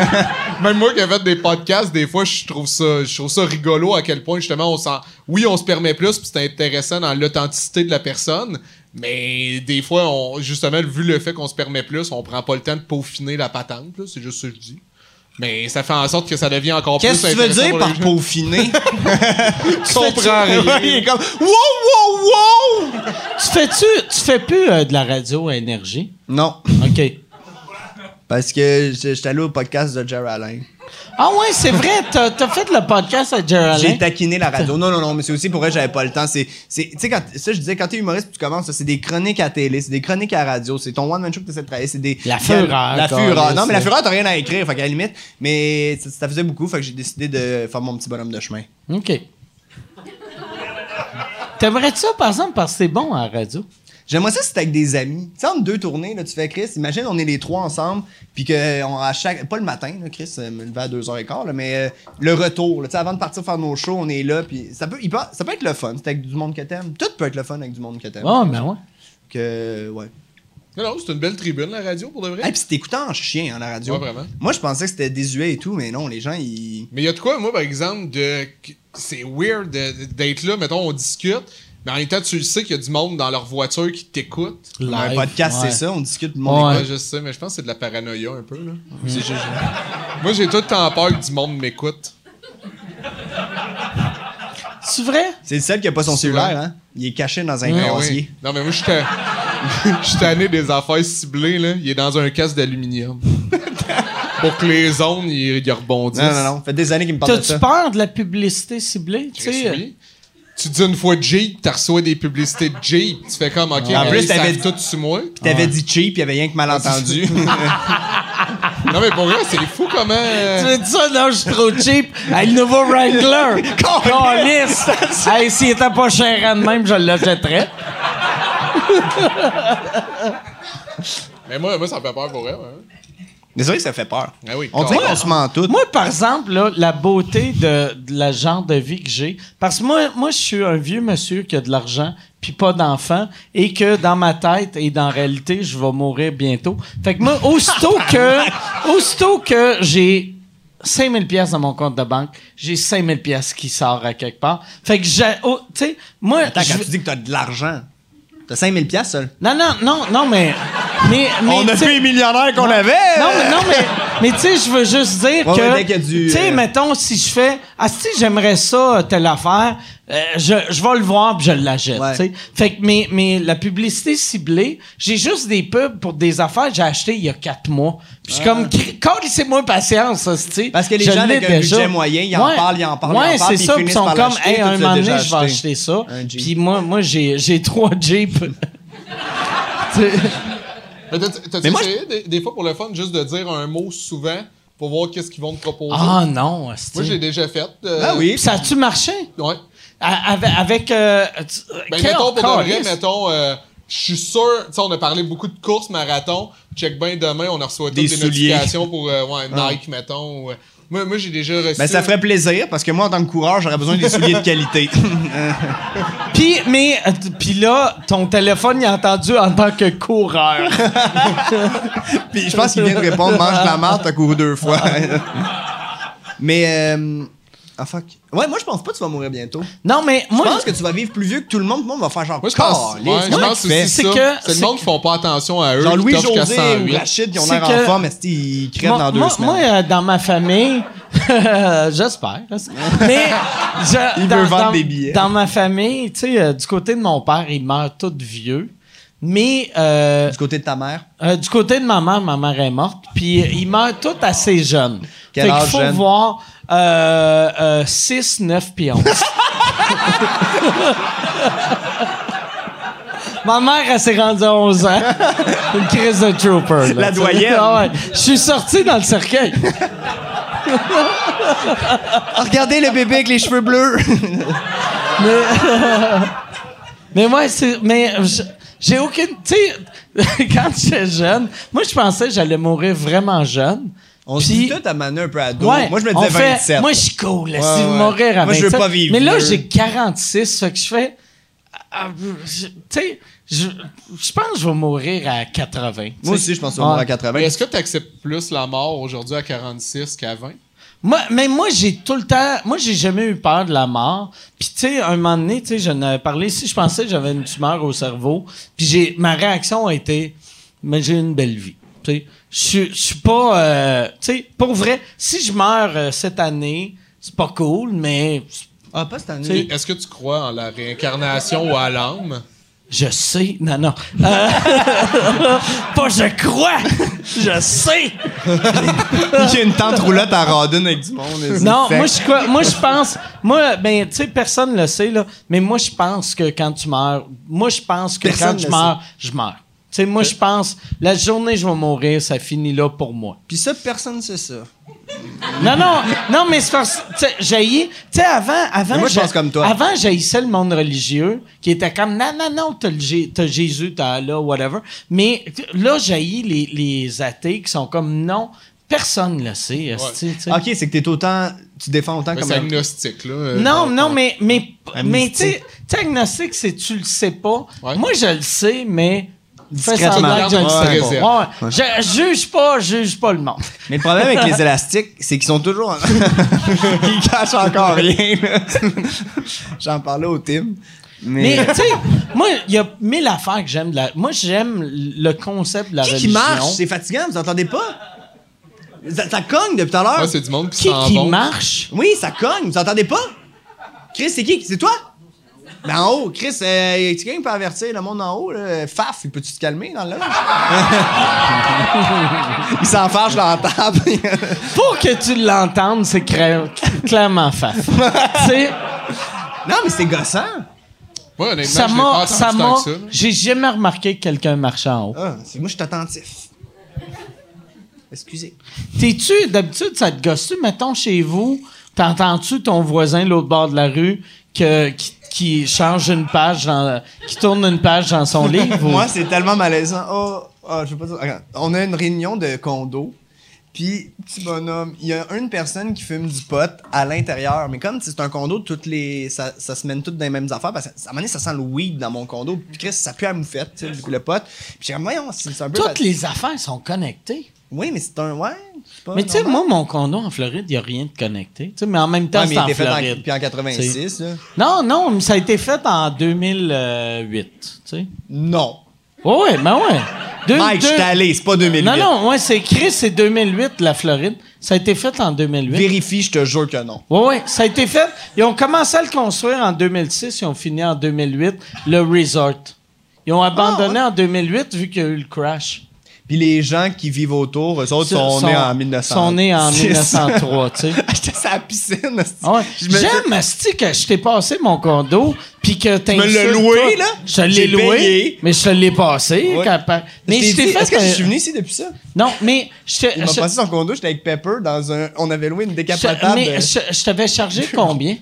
Speaker 6: même moi qui ai fait des podcasts, des fois, je trouve ça, je trouve ça rigolo à quel point, justement, on s'en. Oui, on se permet plus, puis c'est intéressant dans l'authenticité de la personne. Mais des fois, on, justement, vu le fait qu'on se permet plus, on prend pas le temps de peaufiner la patente. là. C'est juste ce que je dis. Mais ça fait en sorte que ça devient encore plus
Speaker 5: Qu'est-ce que tu veux
Speaker 6: intéressant
Speaker 5: dire
Speaker 6: pour
Speaker 5: par
Speaker 6: les gens.
Speaker 5: peaufiner?
Speaker 6: Je comprends rien.
Speaker 5: il est comme Wow, wow, wow!
Speaker 1: Tu fais-tu, tu fais plus euh, de la radio à énergie?
Speaker 5: Non,
Speaker 1: OK.
Speaker 5: parce que je- j'étais allé au podcast de Jerry Allen.
Speaker 1: Ah ouais, c'est vrai, t'as, t'as fait le podcast à
Speaker 5: J'ai
Speaker 1: Geraldine.
Speaker 5: taquiné la radio. Non, non, non, mais c'est aussi pour vrai, j'avais pas le temps. C'est, c'est, tu sais, quand, ça, je disais, quand t'es humoriste, tu commences, ça, c'est des chroniques à télé, c'est des chroniques à radio, c'est ton one-man show que t'essaies de travailler, c'est des.
Speaker 1: La fureur,
Speaker 5: La
Speaker 1: quoi,
Speaker 5: fureur.
Speaker 1: là,
Speaker 5: Non, mais la
Speaker 1: c'est-
Speaker 5: fureur, t'as rien à écrire, fait qu'à la limite. Mais ça, ça faisait beaucoup, fait que j'ai décidé de faire mon petit bonhomme de chemin.
Speaker 1: OK. T'aimerais ça, par exemple, parce que c'est bon à la radio?
Speaker 5: J'aimerais ça si c'était avec des amis. Tu sais, entre deux tournées, là, tu fais Chris, imagine, on est les trois ensemble, puis que on, à chaque. Pas le matin, là, Chris, euh, me lever à 2h15, là, mais euh, le retour, là, tu sais, avant de partir faire nos shows, on est là, puis ça peut, il peut- ça peut être le fun, c'est avec du monde que t'aimes. Tout peut être le fun avec du monde que t'aimes.
Speaker 1: Ah, ben ouais.
Speaker 5: que ouais.
Speaker 6: Non, non, c'est une belle tribune, la radio, pour de vrai.
Speaker 5: Hey, puis c'était écoutant en chien hein, la radio.
Speaker 6: Ouais, vraiment.
Speaker 5: Moi je pensais que c'était désuet et tout, mais non, les gens ils
Speaker 6: Mais il y a de quoi, moi, par exemple, de. C'est weird de- d'être là, mettons, on discute, mais en même temps, tu le sais qu'il y a du monde dans leur voiture qui t'écoute.
Speaker 5: un podcast,
Speaker 1: ouais.
Speaker 5: c'est ça, on discute le
Speaker 1: Ouais.
Speaker 5: monde.
Speaker 6: Ouais, je sais, mais je pense que c'est de la paranoïa un peu, là. C'est juste- moi, j'ai tout le temps peur que du monde m'écoute.
Speaker 1: C'est vrai?
Speaker 5: C'est le seul qui a pas son
Speaker 6: Souvent.
Speaker 5: cellulaire hein. Il est caché dans un
Speaker 6: Ben
Speaker 5: casier.
Speaker 6: oui. Non, mais moi, je suis ta- je suis tanné des affaires ciblées, là. Il est dans un casque d'aluminium. Pour que les ondes, ils ils rebondissent.
Speaker 5: Non non non, fait des années qu'ils me parlent de
Speaker 1: T'as-tu
Speaker 5: ça.
Speaker 1: peur de la publicité ciblée? Tu
Speaker 6: Chris,
Speaker 1: sais, euh,
Speaker 6: oui. Tu dis une fois Jeep, t'as reçois des publicités de Jeep, tu fais comme, OK,
Speaker 5: En
Speaker 6: mais
Speaker 5: plus,
Speaker 6: ils
Speaker 5: t'avais
Speaker 6: savent tout sur moi.
Speaker 5: Puis t'avais dit cheap, il y avait rien que malentendu.
Speaker 6: Non, mais pour vrai, c'est fou comment. euh,
Speaker 1: Tu veux dire ça? Non, je suis trop cheap. Hey, le nouveau Wrangler. Calisse. hey, s'il était pas cher de même, je l'achèterais.
Speaker 6: Mais moi, moi, ça me fait peur pour vrai. hein.
Speaker 5: Mais c'est vrai que ça fait peur.
Speaker 6: Ah oui,
Speaker 5: on dirait
Speaker 6: carrément.
Speaker 5: qu'on se ment tout.
Speaker 1: Moi, par exemple, là, la beauté de, de la genre de vie que j'ai, parce que moi, moi, je suis un vieux monsieur qui a de l'argent puis pas d'enfant et que dans ma tête et dans la réalité, je vais mourir bientôt. Fait que moi, aussitôt que, aussitôt que j'ai 5000 pièces dans mon compte de banque, j'ai 5000 pièces qui sort à quelque part. Fait que j'ai, oh, tu sais, moi,
Speaker 5: Attends,
Speaker 1: je-
Speaker 5: quand tu dis que t'as de l'argent, t'as 5000 piastres seul.
Speaker 1: non, non, non, non, mais, mais, mais
Speaker 5: On a
Speaker 1: tu sais-
Speaker 5: vu les millionnaires qu'on avait!
Speaker 1: non, mais, non, mais, mais tu sais, je veux juste dire
Speaker 5: Ouais,
Speaker 1: que.
Speaker 5: ouais, dès qu'il y a du,
Speaker 1: tu sais,
Speaker 5: euh,
Speaker 1: mettons, si je fais. Ah, si j'aimerais ça, euh, telle affaire, euh, je, je vais le voir puis je l'achète.
Speaker 5: Ouais.
Speaker 1: tu sais. Fait que mais, mais la publicité ciblée, j'ai juste des pubs pour des affaires que j'ai achetées il y a quatre mois. Puis je suis comme, quand moi patience, ça, tu sais.
Speaker 5: Ah. Parce que les
Speaker 1: Je
Speaker 5: gens avec
Speaker 1: l'ai
Speaker 5: un budget moyen, ils en parlent, ils en parlent, ils en
Speaker 1: Ouais, c'est
Speaker 5: parlent, puis ils
Speaker 1: ça. Puis
Speaker 5: finissent
Speaker 1: ils sont
Speaker 5: par
Speaker 1: comme,
Speaker 5: l'acheter,
Speaker 1: hey, un
Speaker 5: toi, tu l'as
Speaker 1: moment donné,
Speaker 5: déjà
Speaker 1: je vais
Speaker 5: acheté.
Speaker 1: acheter ça.
Speaker 5: Un Jeep.
Speaker 1: Puis moi, moi j'ai j'ai trois Jeeps.
Speaker 6: Mais t'as- t'as-tu essayé des, des fois pour le fun juste de dire un mot souvent pour voir qu'est-ce qu'ils vont te proposer?
Speaker 1: Ah non, hostie.
Speaker 6: Moi, je l'ai déjà fait. euh,
Speaker 5: Ah oui.
Speaker 1: Puis Ça a-tu marché?
Speaker 6: Ouais.
Speaker 1: À- Avec. avec euh, tu-
Speaker 6: Ben,
Speaker 1: quel
Speaker 6: mettons, pour de vrai,
Speaker 1: calice?
Speaker 6: mettons, euh, je suis sûr, tu sais, on a parlé beaucoup de courses, marathon. Check bien demain, on a reçu toutes
Speaker 8: Des
Speaker 6: des,
Speaker 8: souliers.
Speaker 6: notifications pour euh, ouais, Nike, mettons. ou, euh, moi, moi j'ai déjà reçu.
Speaker 5: Ah. Ben, ça ferait plaisir parce que moi, en tant que coureur, j'aurais besoin des souliers de qualité.
Speaker 1: Puis, mais, euh, t- puis là, ton téléphone, il a entendu en tant que coureur.
Speaker 5: Puis je pense qu'il vient de répondre mange de la marde, t'as couru deux fois. Mais. Euh, ah fuck. Ouais, moi je pense pas que tu vas mourir bientôt.
Speaker 1: Non, mais
Speaker 5: Je
Speaker 1: moi,
Speaker 5: pense que tu vas vivre plus vieux que tout le monde. Tout le monde va faire genre. Ah,
Speaker 6: Moi, je pense,
Speaker 5: Caliste,
Speaker 6: ouais, je
Speaker 5: comment
Speaker 6: pense
Speaker 5: tu fais?
Speaker 6: aussi
Speaker 1: C'est
Speaker 6: ça.
Speaker 1: que-
Speaker 6: C'est
Speaker 1: c'est
Speaker 6: le monde qui font pas attention à eux.
Speaker 5: Genre
Speaker 6: qui torchent qu'à
Speaker 5: Louis-José
Speaker 6: 108.
Speaker 5: ou Rachid, ils ont
Speaker 1: C'est
Speaker 5: l'air en
Speaker 1: que-
Speaker 5: forme, est-ce qu'ils crèvent
Speaker 1: moi,
Speaker 5: dans deux
Speaker 1: moi-
Speaker 5: semaines?
Speaker 1: moi, euh, dans ma famille, j'espère. Mais je-
Speaker 5: Il
Speaker 1: dans,
Speaker 5: veut vendre
Speaker 1: dans-
Speaker 5: des billets.
Speaker 1: Dans ma famille, tu sais, euh, du côté de mon père, il meurt tout vieux. Mais euh,
Speaker 5: Du côté de ta mère.
Speaker 1: Euh, du côté de ma mère, ma mère est morte, puis euh, ils meurent tous assez jeunes.
Speaker 5: Quel
Speaker 1: fait
Speaker 5: âge
Speaker 1: qu'il faut
Speaker 5: jeune?
Speaker 1: voir euh, 6, 9 puis 11. Ma mère, elle s'est rendue à 11 ans. Une crise de trooper. là,
Speaker 5: La
Speaker 1: tu sais.
Speaker 5: doyenne.
Speaker 1: Ah ouais. Je suis sorti dans le cercueil.
Speaker 5: Ah, regardez le bébé avec les cheveux bleus!
Speaker 1: Mais ouais, c'est. Mais je- j'ai aucune. Tu sais, quand j'étais jeune, moi, je pensais que j'allais mourir vraiment jeune.
Speaker 5: On se
Speaker 1: Puis-
Speaker 5: dit tout à maner un peu à dos. moi je me
Speaker 1: on
Speaker 5: disais
Speaker 1: fait-
Speaker 5: 27.
Speaker 1: moi, je suis cool. là,
Speaker 5: Ouais,
Speaker 1: si vous
Speaker 5: ouais.
Speaker 1: mourir à
Speaker 5: Moi, je veux
Speaker 1: 27.
Speaker 5: pas vivre
Speaker 1: Mais là,
Speaker 5: vieux.
Speaker 1: j'ai 46, fait que je fais. ah, je- Tu sais, je, je pense que je vais mourir à 80. tu
Speaker 5: Moi
Speaker 1: sais.
Speaker 5: aussi, je pense que je vais mourir à
Speaker 1: Ouais.
Speaker 5: 80.
Speaker 6: Mais est-ce que tu acceptes plus la mort aujourd'hui à 46 qu'à 20?
Speaker 1: Moi, mais moi, j'ai tout le temps. Moi, j'ai jamais eu peur de la mort. Puis, tu sais, un moment donné, tu sais, j'en avais parlé. Si je pensais que j'avais une tumeur au cerveau, puis j'ai, ma réaction a été, mais j'ai une belle vie. Tu sais, je suis- je suis pas. euh, tu sais, pour vrai, si je meurs euh, cette année, c'est pas cool, mais
Speaker 5: Ah, pas cette année.
Speaker 6: Est-ce que tu crois en la réincarnation ou à l'âme?
Speaker 1: Ah, je sais. Non, non. Euh, pas je crois. Je sais.
Speaker 5: J'ai une tente roulotte à Radon avec du monde. et
Speaker 1: Non,
Speaker 5: c'est
Speaker 1: moi
Speaker 5: sec.
Speaker 1: je crois- moi je pense, moi ben tu sais personne le sait là, mais moi je pense que quand tu meurs, moi je pense que
Speaker 5: Personne
Speaker 1: quand je
Speaker 5: le
Speaker 1: meurs, je meurs. Tu sais moi je pense la journée que je vais mourir, ça finit là pour moi.
Speaker 5: Puis ça, personne sait ça.
Speaker 1: Non non, non mais c'est parce tu sais j'haïs- tu sais avant avant
Speaker 5: Mais moi, je
Speaker 1: j'a-
Speaker 5: pense comme toi.
Speaker 1: Avant j'haïssais le monde religieux qui était comme non non non, t'as le Jé- t'as Jésus, t'as Allah, whatever. Mais là j'haïs les les athées qui sont comme non, personne le sait. esti, tu sais.
Speaker 5: Ok, c'est que t'es autant. Tu défends autant
Speaker 6: Ben,
Speaker 5: comme
Speaker 6: C'est
Speaker 5: un-
Speaker 6: agnostique, là. euh,
Speaker 1: Non,
Speaker 6: donc,
Speaker 1: non, mais, mais, mais tu
Speaker 5: Amnistie.
Speaker 1: sais, tu sais, agnostique, c'est tu le sais pas.
Speaker 6: Ouais.
Speaker 1: Moi, je le sais, mais. Fais
Speaker 5: Discrètement.
Speaker 1: semblant que je le
Speaker 5: Ouais,
Speaker 1: sais
Speaker 6: réserve.
Speaker 1: pas. Ouais, ouais. Je juge pas, je juge pas le monde.
Speaker 5: Mais le problème avec les élastiques, c'est qu'ils sont toujours. en- Ils cachent encore rien, là. J'en parlais au Tim. Mais.
Speaker 1: Mais,
Speaker 6: euh,
Speaker 1: tu sais, moi, il y a mille affaires que j'aime. de la- Moi, j'aime le concept de la
Speaker 5: qui qui
Speaker 1: religion.
Speaker 5: marche C'est fatigant, vous entendez pas ça, ça cogne depuis tout à l'heure.
Speaker 6: Ouais, c'est du monde qui
Speaker 1: Qui,
Speaker 6: s'en
Speaker 1: qui
Speaker 6: va.
Speaker 1: marche?
Speaker 5: oui, ça cogne, vous entendez pas Chris, c'est qui C'est toi Ben en haut, Chris, euh, tu quelqu'un qui peut avertir le monde en haut, là? Faf, il peut-tu te calmer dans le loge Il s'en fâche dans la table.
Speaker 1: Pour que tu l'entendes, c'est cra- clairement faf. tu sais,
Speaker 5: non, mais c'est gossant.
Speaker 6: Ouais, honnêtement,
Speaker 1: ça
Speaker 6: je l'ai pas
Speaker 1: m'a.
Speaker 6: entendu
Speaker 1: ça
Speaker 6: tant
Speaker 1: m'a-
Speaker 6: que ah, ça, là.
Speaker 1: J'ai jamais remarqué que quelqu'un marchait en haut.
Speaker 5: Ah, c'est moi, je suis attentif. Excusez.
Speaker 1: T'es-tu, d'habitude, ça te gosse-tu? Mettons, chez vous, t'entends-tu ton voisin de l'autre bord de la rue que, qui, qui change une page, dans- qui tourne une page dans son livre? ou-
Speaker 5: Moi, c'est tellement malaisant. Oh, oh, je veux pas dire- Regarde, On a une réunion de condo. Puis, petit bonhomme, il y a une personne qui fume du pot à l'intérieur. Mais comme c'est un condo, toutes les, ça, ça se mène toutes dans les mêmes affaires. Parce que, à un moment donné, ça sent le weed dans mon condo. Puis, Chris, ça pue à moufette, tu sais, le- le pot. Puis, j'ai comme, voyons, c'est c'est un peu.
Speaker 1: Toutes les affaires sont connectées.
Speaker 5: Oui, mais c'est un. Ouais. c'est pas
Speaker 1: mais tu sais,
Speaker 5: normal.
Speaker 1: moi, mon condo en Floride, il n'y a rien de connecté. Tu sais, mais en même temps,
Speaker 5: Ouais, mais
Speaker 1: c'est
Speaker 5: il
Speaker 1: en
Speaker 5: était fait en,
Speaker 1: Floride.
Speaker 5: puis en 86, là.
Speaker 1: Non, non, mais ça a été fait en 2008, tu sais.
Speaker 5: Non.
Speaker 1: Oh, ouais, ben ouais. Deux-
Speaker 5: Mike,
Speaker 1: deux-
Speaker 5: je suis allé, c'est pas 2008.
Speaker 1: Non, non, ouais, c'est écrit, c'est 2008, la Floride. Ça a été fait en 2008.
Speaker 5: Vérifie, je te jure que non.
Speaker 1: Oui, oui, ça a été fait. Ils ont commencé à le construire en 2006, ils ont fini en 2008, le resort. Ils ont
Speaker 5: Ah,
Speaker 1: abandonné en 2008 vu qu'il y a eu le crash.
Speaker 5: Puis les gens qui vivent autour, eux autres, sont,
Speaker 1: Sont-
Speaker 5: nés en 1900.
Speaker 1: sont nés en
Speaker 5: C'est
Speaker 1: 1903, tu sais.
Speaker 5: J'étais sur la piscine. hostie.
Speaker 1: Ah ouais.
Speaker 5: Je me-
Speaker 1: J'aime, asti, que je t'ai passé mon condo, puis que t'as
Speaker 5: me l'as loué, là?
Speaker 1: Je te l'ai
Speaker 5: J'ai
Speaker 1: loué,
Speaker 5: payé.
Speaker 1: mais je te l'ai passé.
Speaker 5: Ouais.
Speaker 1: capable. Mais
Speaker 5: t'ai
Speaker 1: je t'ai
Speaker 5: dit,
Speaker 1: fait...
Speaker 5: Est-ce que
Speaker 1: un-
Speaker 5: je suis venu ici depuis ça?
Speaker 1: Non, mais je t'ai...
Speaker 5: Il m'a
Speaker 1: je-
Speaker 5: passé son condo, j'étais avec Pepper dans un. On avait loué une
Speaker 1: je-
Speaker 5: décapotable.
Speaker 1: mais je je t'avais chargé combien?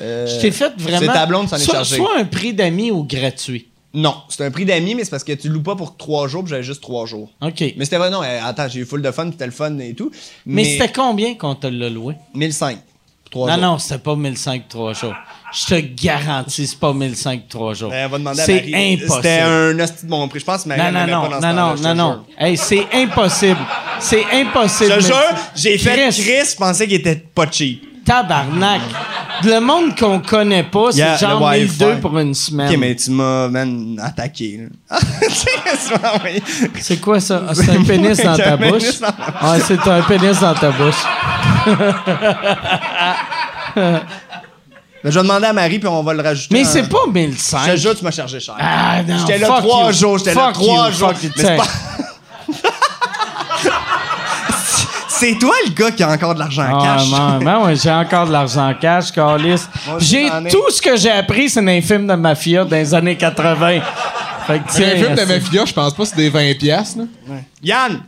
Speaker 5: Euh,
Speaker 1: Je t'ai fait vraiment...
Speaker 5: C'est ta blonde, s'en est
Speaker 1: soit-
Speaker 5: chargé.
Speaker 1: Soit un prix d'amis ou gratuit.
Speaker 5: Non, c'est un prix d'amis, mais c'est parce que tu loues pas pour trois jours, puis j'avais juste trois jours.
Speaker 1: OK. Mais,
Speaker 5: Mais c'était vrai, non, euh, attends, j'ai eu full de fun, puis c'était le fun et tout.
Speaker 1: c'était combien qu'on te l'a loué?
Speaker 5: 1005. pour trois
Speaker 1: Non,
Speaker 5: jours.
Speaker 1: non, c'était pas 1005 trois jours. Je te garantis, c'est pas 1005 trois jours.
Speaker 5: Ben, on va demander à
Speaker 1: c'est
Speaker 5: Marie.
Speaker 1: impossible.
Speaker 5: C'était un hostie de bon prix. Je pense que Marie
Speaker 1: Non,
Speaker 5: en
Speaker 1: non,
Speaker 5: avait
Speaker 1: non,
Speaker 5: pas dans ce
Speaker 1: non,
Speaker 5: temps-là,
Speaker 1: non,
Speaker 5: je te
Speaker 1: non, non.
Speaker 5: jure.
Speaker 1: Hey, c'est impossible. C'est impossible.
Speaker 5: Je te
Speaker 1: mais-
Speaker 5: jure, j'ai fait
Speaker 1: Chris,
Speaker 5: Chris, je pensais qu'il était pas cheap.
Speaker 1: Tabarnak. Le monde qu'on connaît pas, c'est
Speaker 5: Yeah,
Speaker 1: genre
Speaker 5: le
Speaker 1: 1002
Speaker 5: Wi-Fi.
Speaker 1: pour une semaine.
Speaker 5: Ok, mais tu m'as, man, attaqué. là. Tu sais, tu m'as envoyé-
Speaker 1: C'est quoi ça? Ah, C'est un pénis dans
Speaker 5: C'est
Speaker 1: ta
Speaker 5: un pénis
Speaker 1: bouche?
Speaker 5: dans ma-
Speaker 1: Ouais, c'est un pénis dans ta bouche.
Speaker 5: Mais je vais demander à Marie, puis on va le rajouter.
Speaker 1: Mais
Speaker 5: en-
Speaker 1: c'est pas
Speaker 5: Je te
Speaker 1: 1005.
Speaker 5: jure, tu m'as chargé cher.
Speaker 1: Ah non,
Speaker 5: J'étais là
Speaker 1: fuck
Speaker 5: trois
Speaker 1: you.
Speaker 5: jours, j'étais là
Speaker 1: Fuck
Speaker 5: trois
Speaker 1: you,
Speaker 5: jours.
Speaker 1: fuck you.
Speaker 5: Mais c'est
Speaker 1: Tiens.
Speaker 5: pas- C'est toi le gars qui a encore de l'argent en
Speaker 1: Ah,
Speaker 5: cash.
Speaker 1: man, man, ouais, j'ai encore de l'argent en cash, Carlis.
Speaker 5: Moi aussi,
Speaker 1: J'ai
Speaker 5: j'en ai.
Speaker 1: tout ce que j'ai appris, c'est un film de mafia dans les années 80. Fait que,
Speaker 6: C'est
Speaker 1: tiens,
Speaker 6: un film de
Speaker 1: c'est-
Speaker 6: mafia, je pense pas que c'est des 20 piastres, là.
Speaker 5: Yann!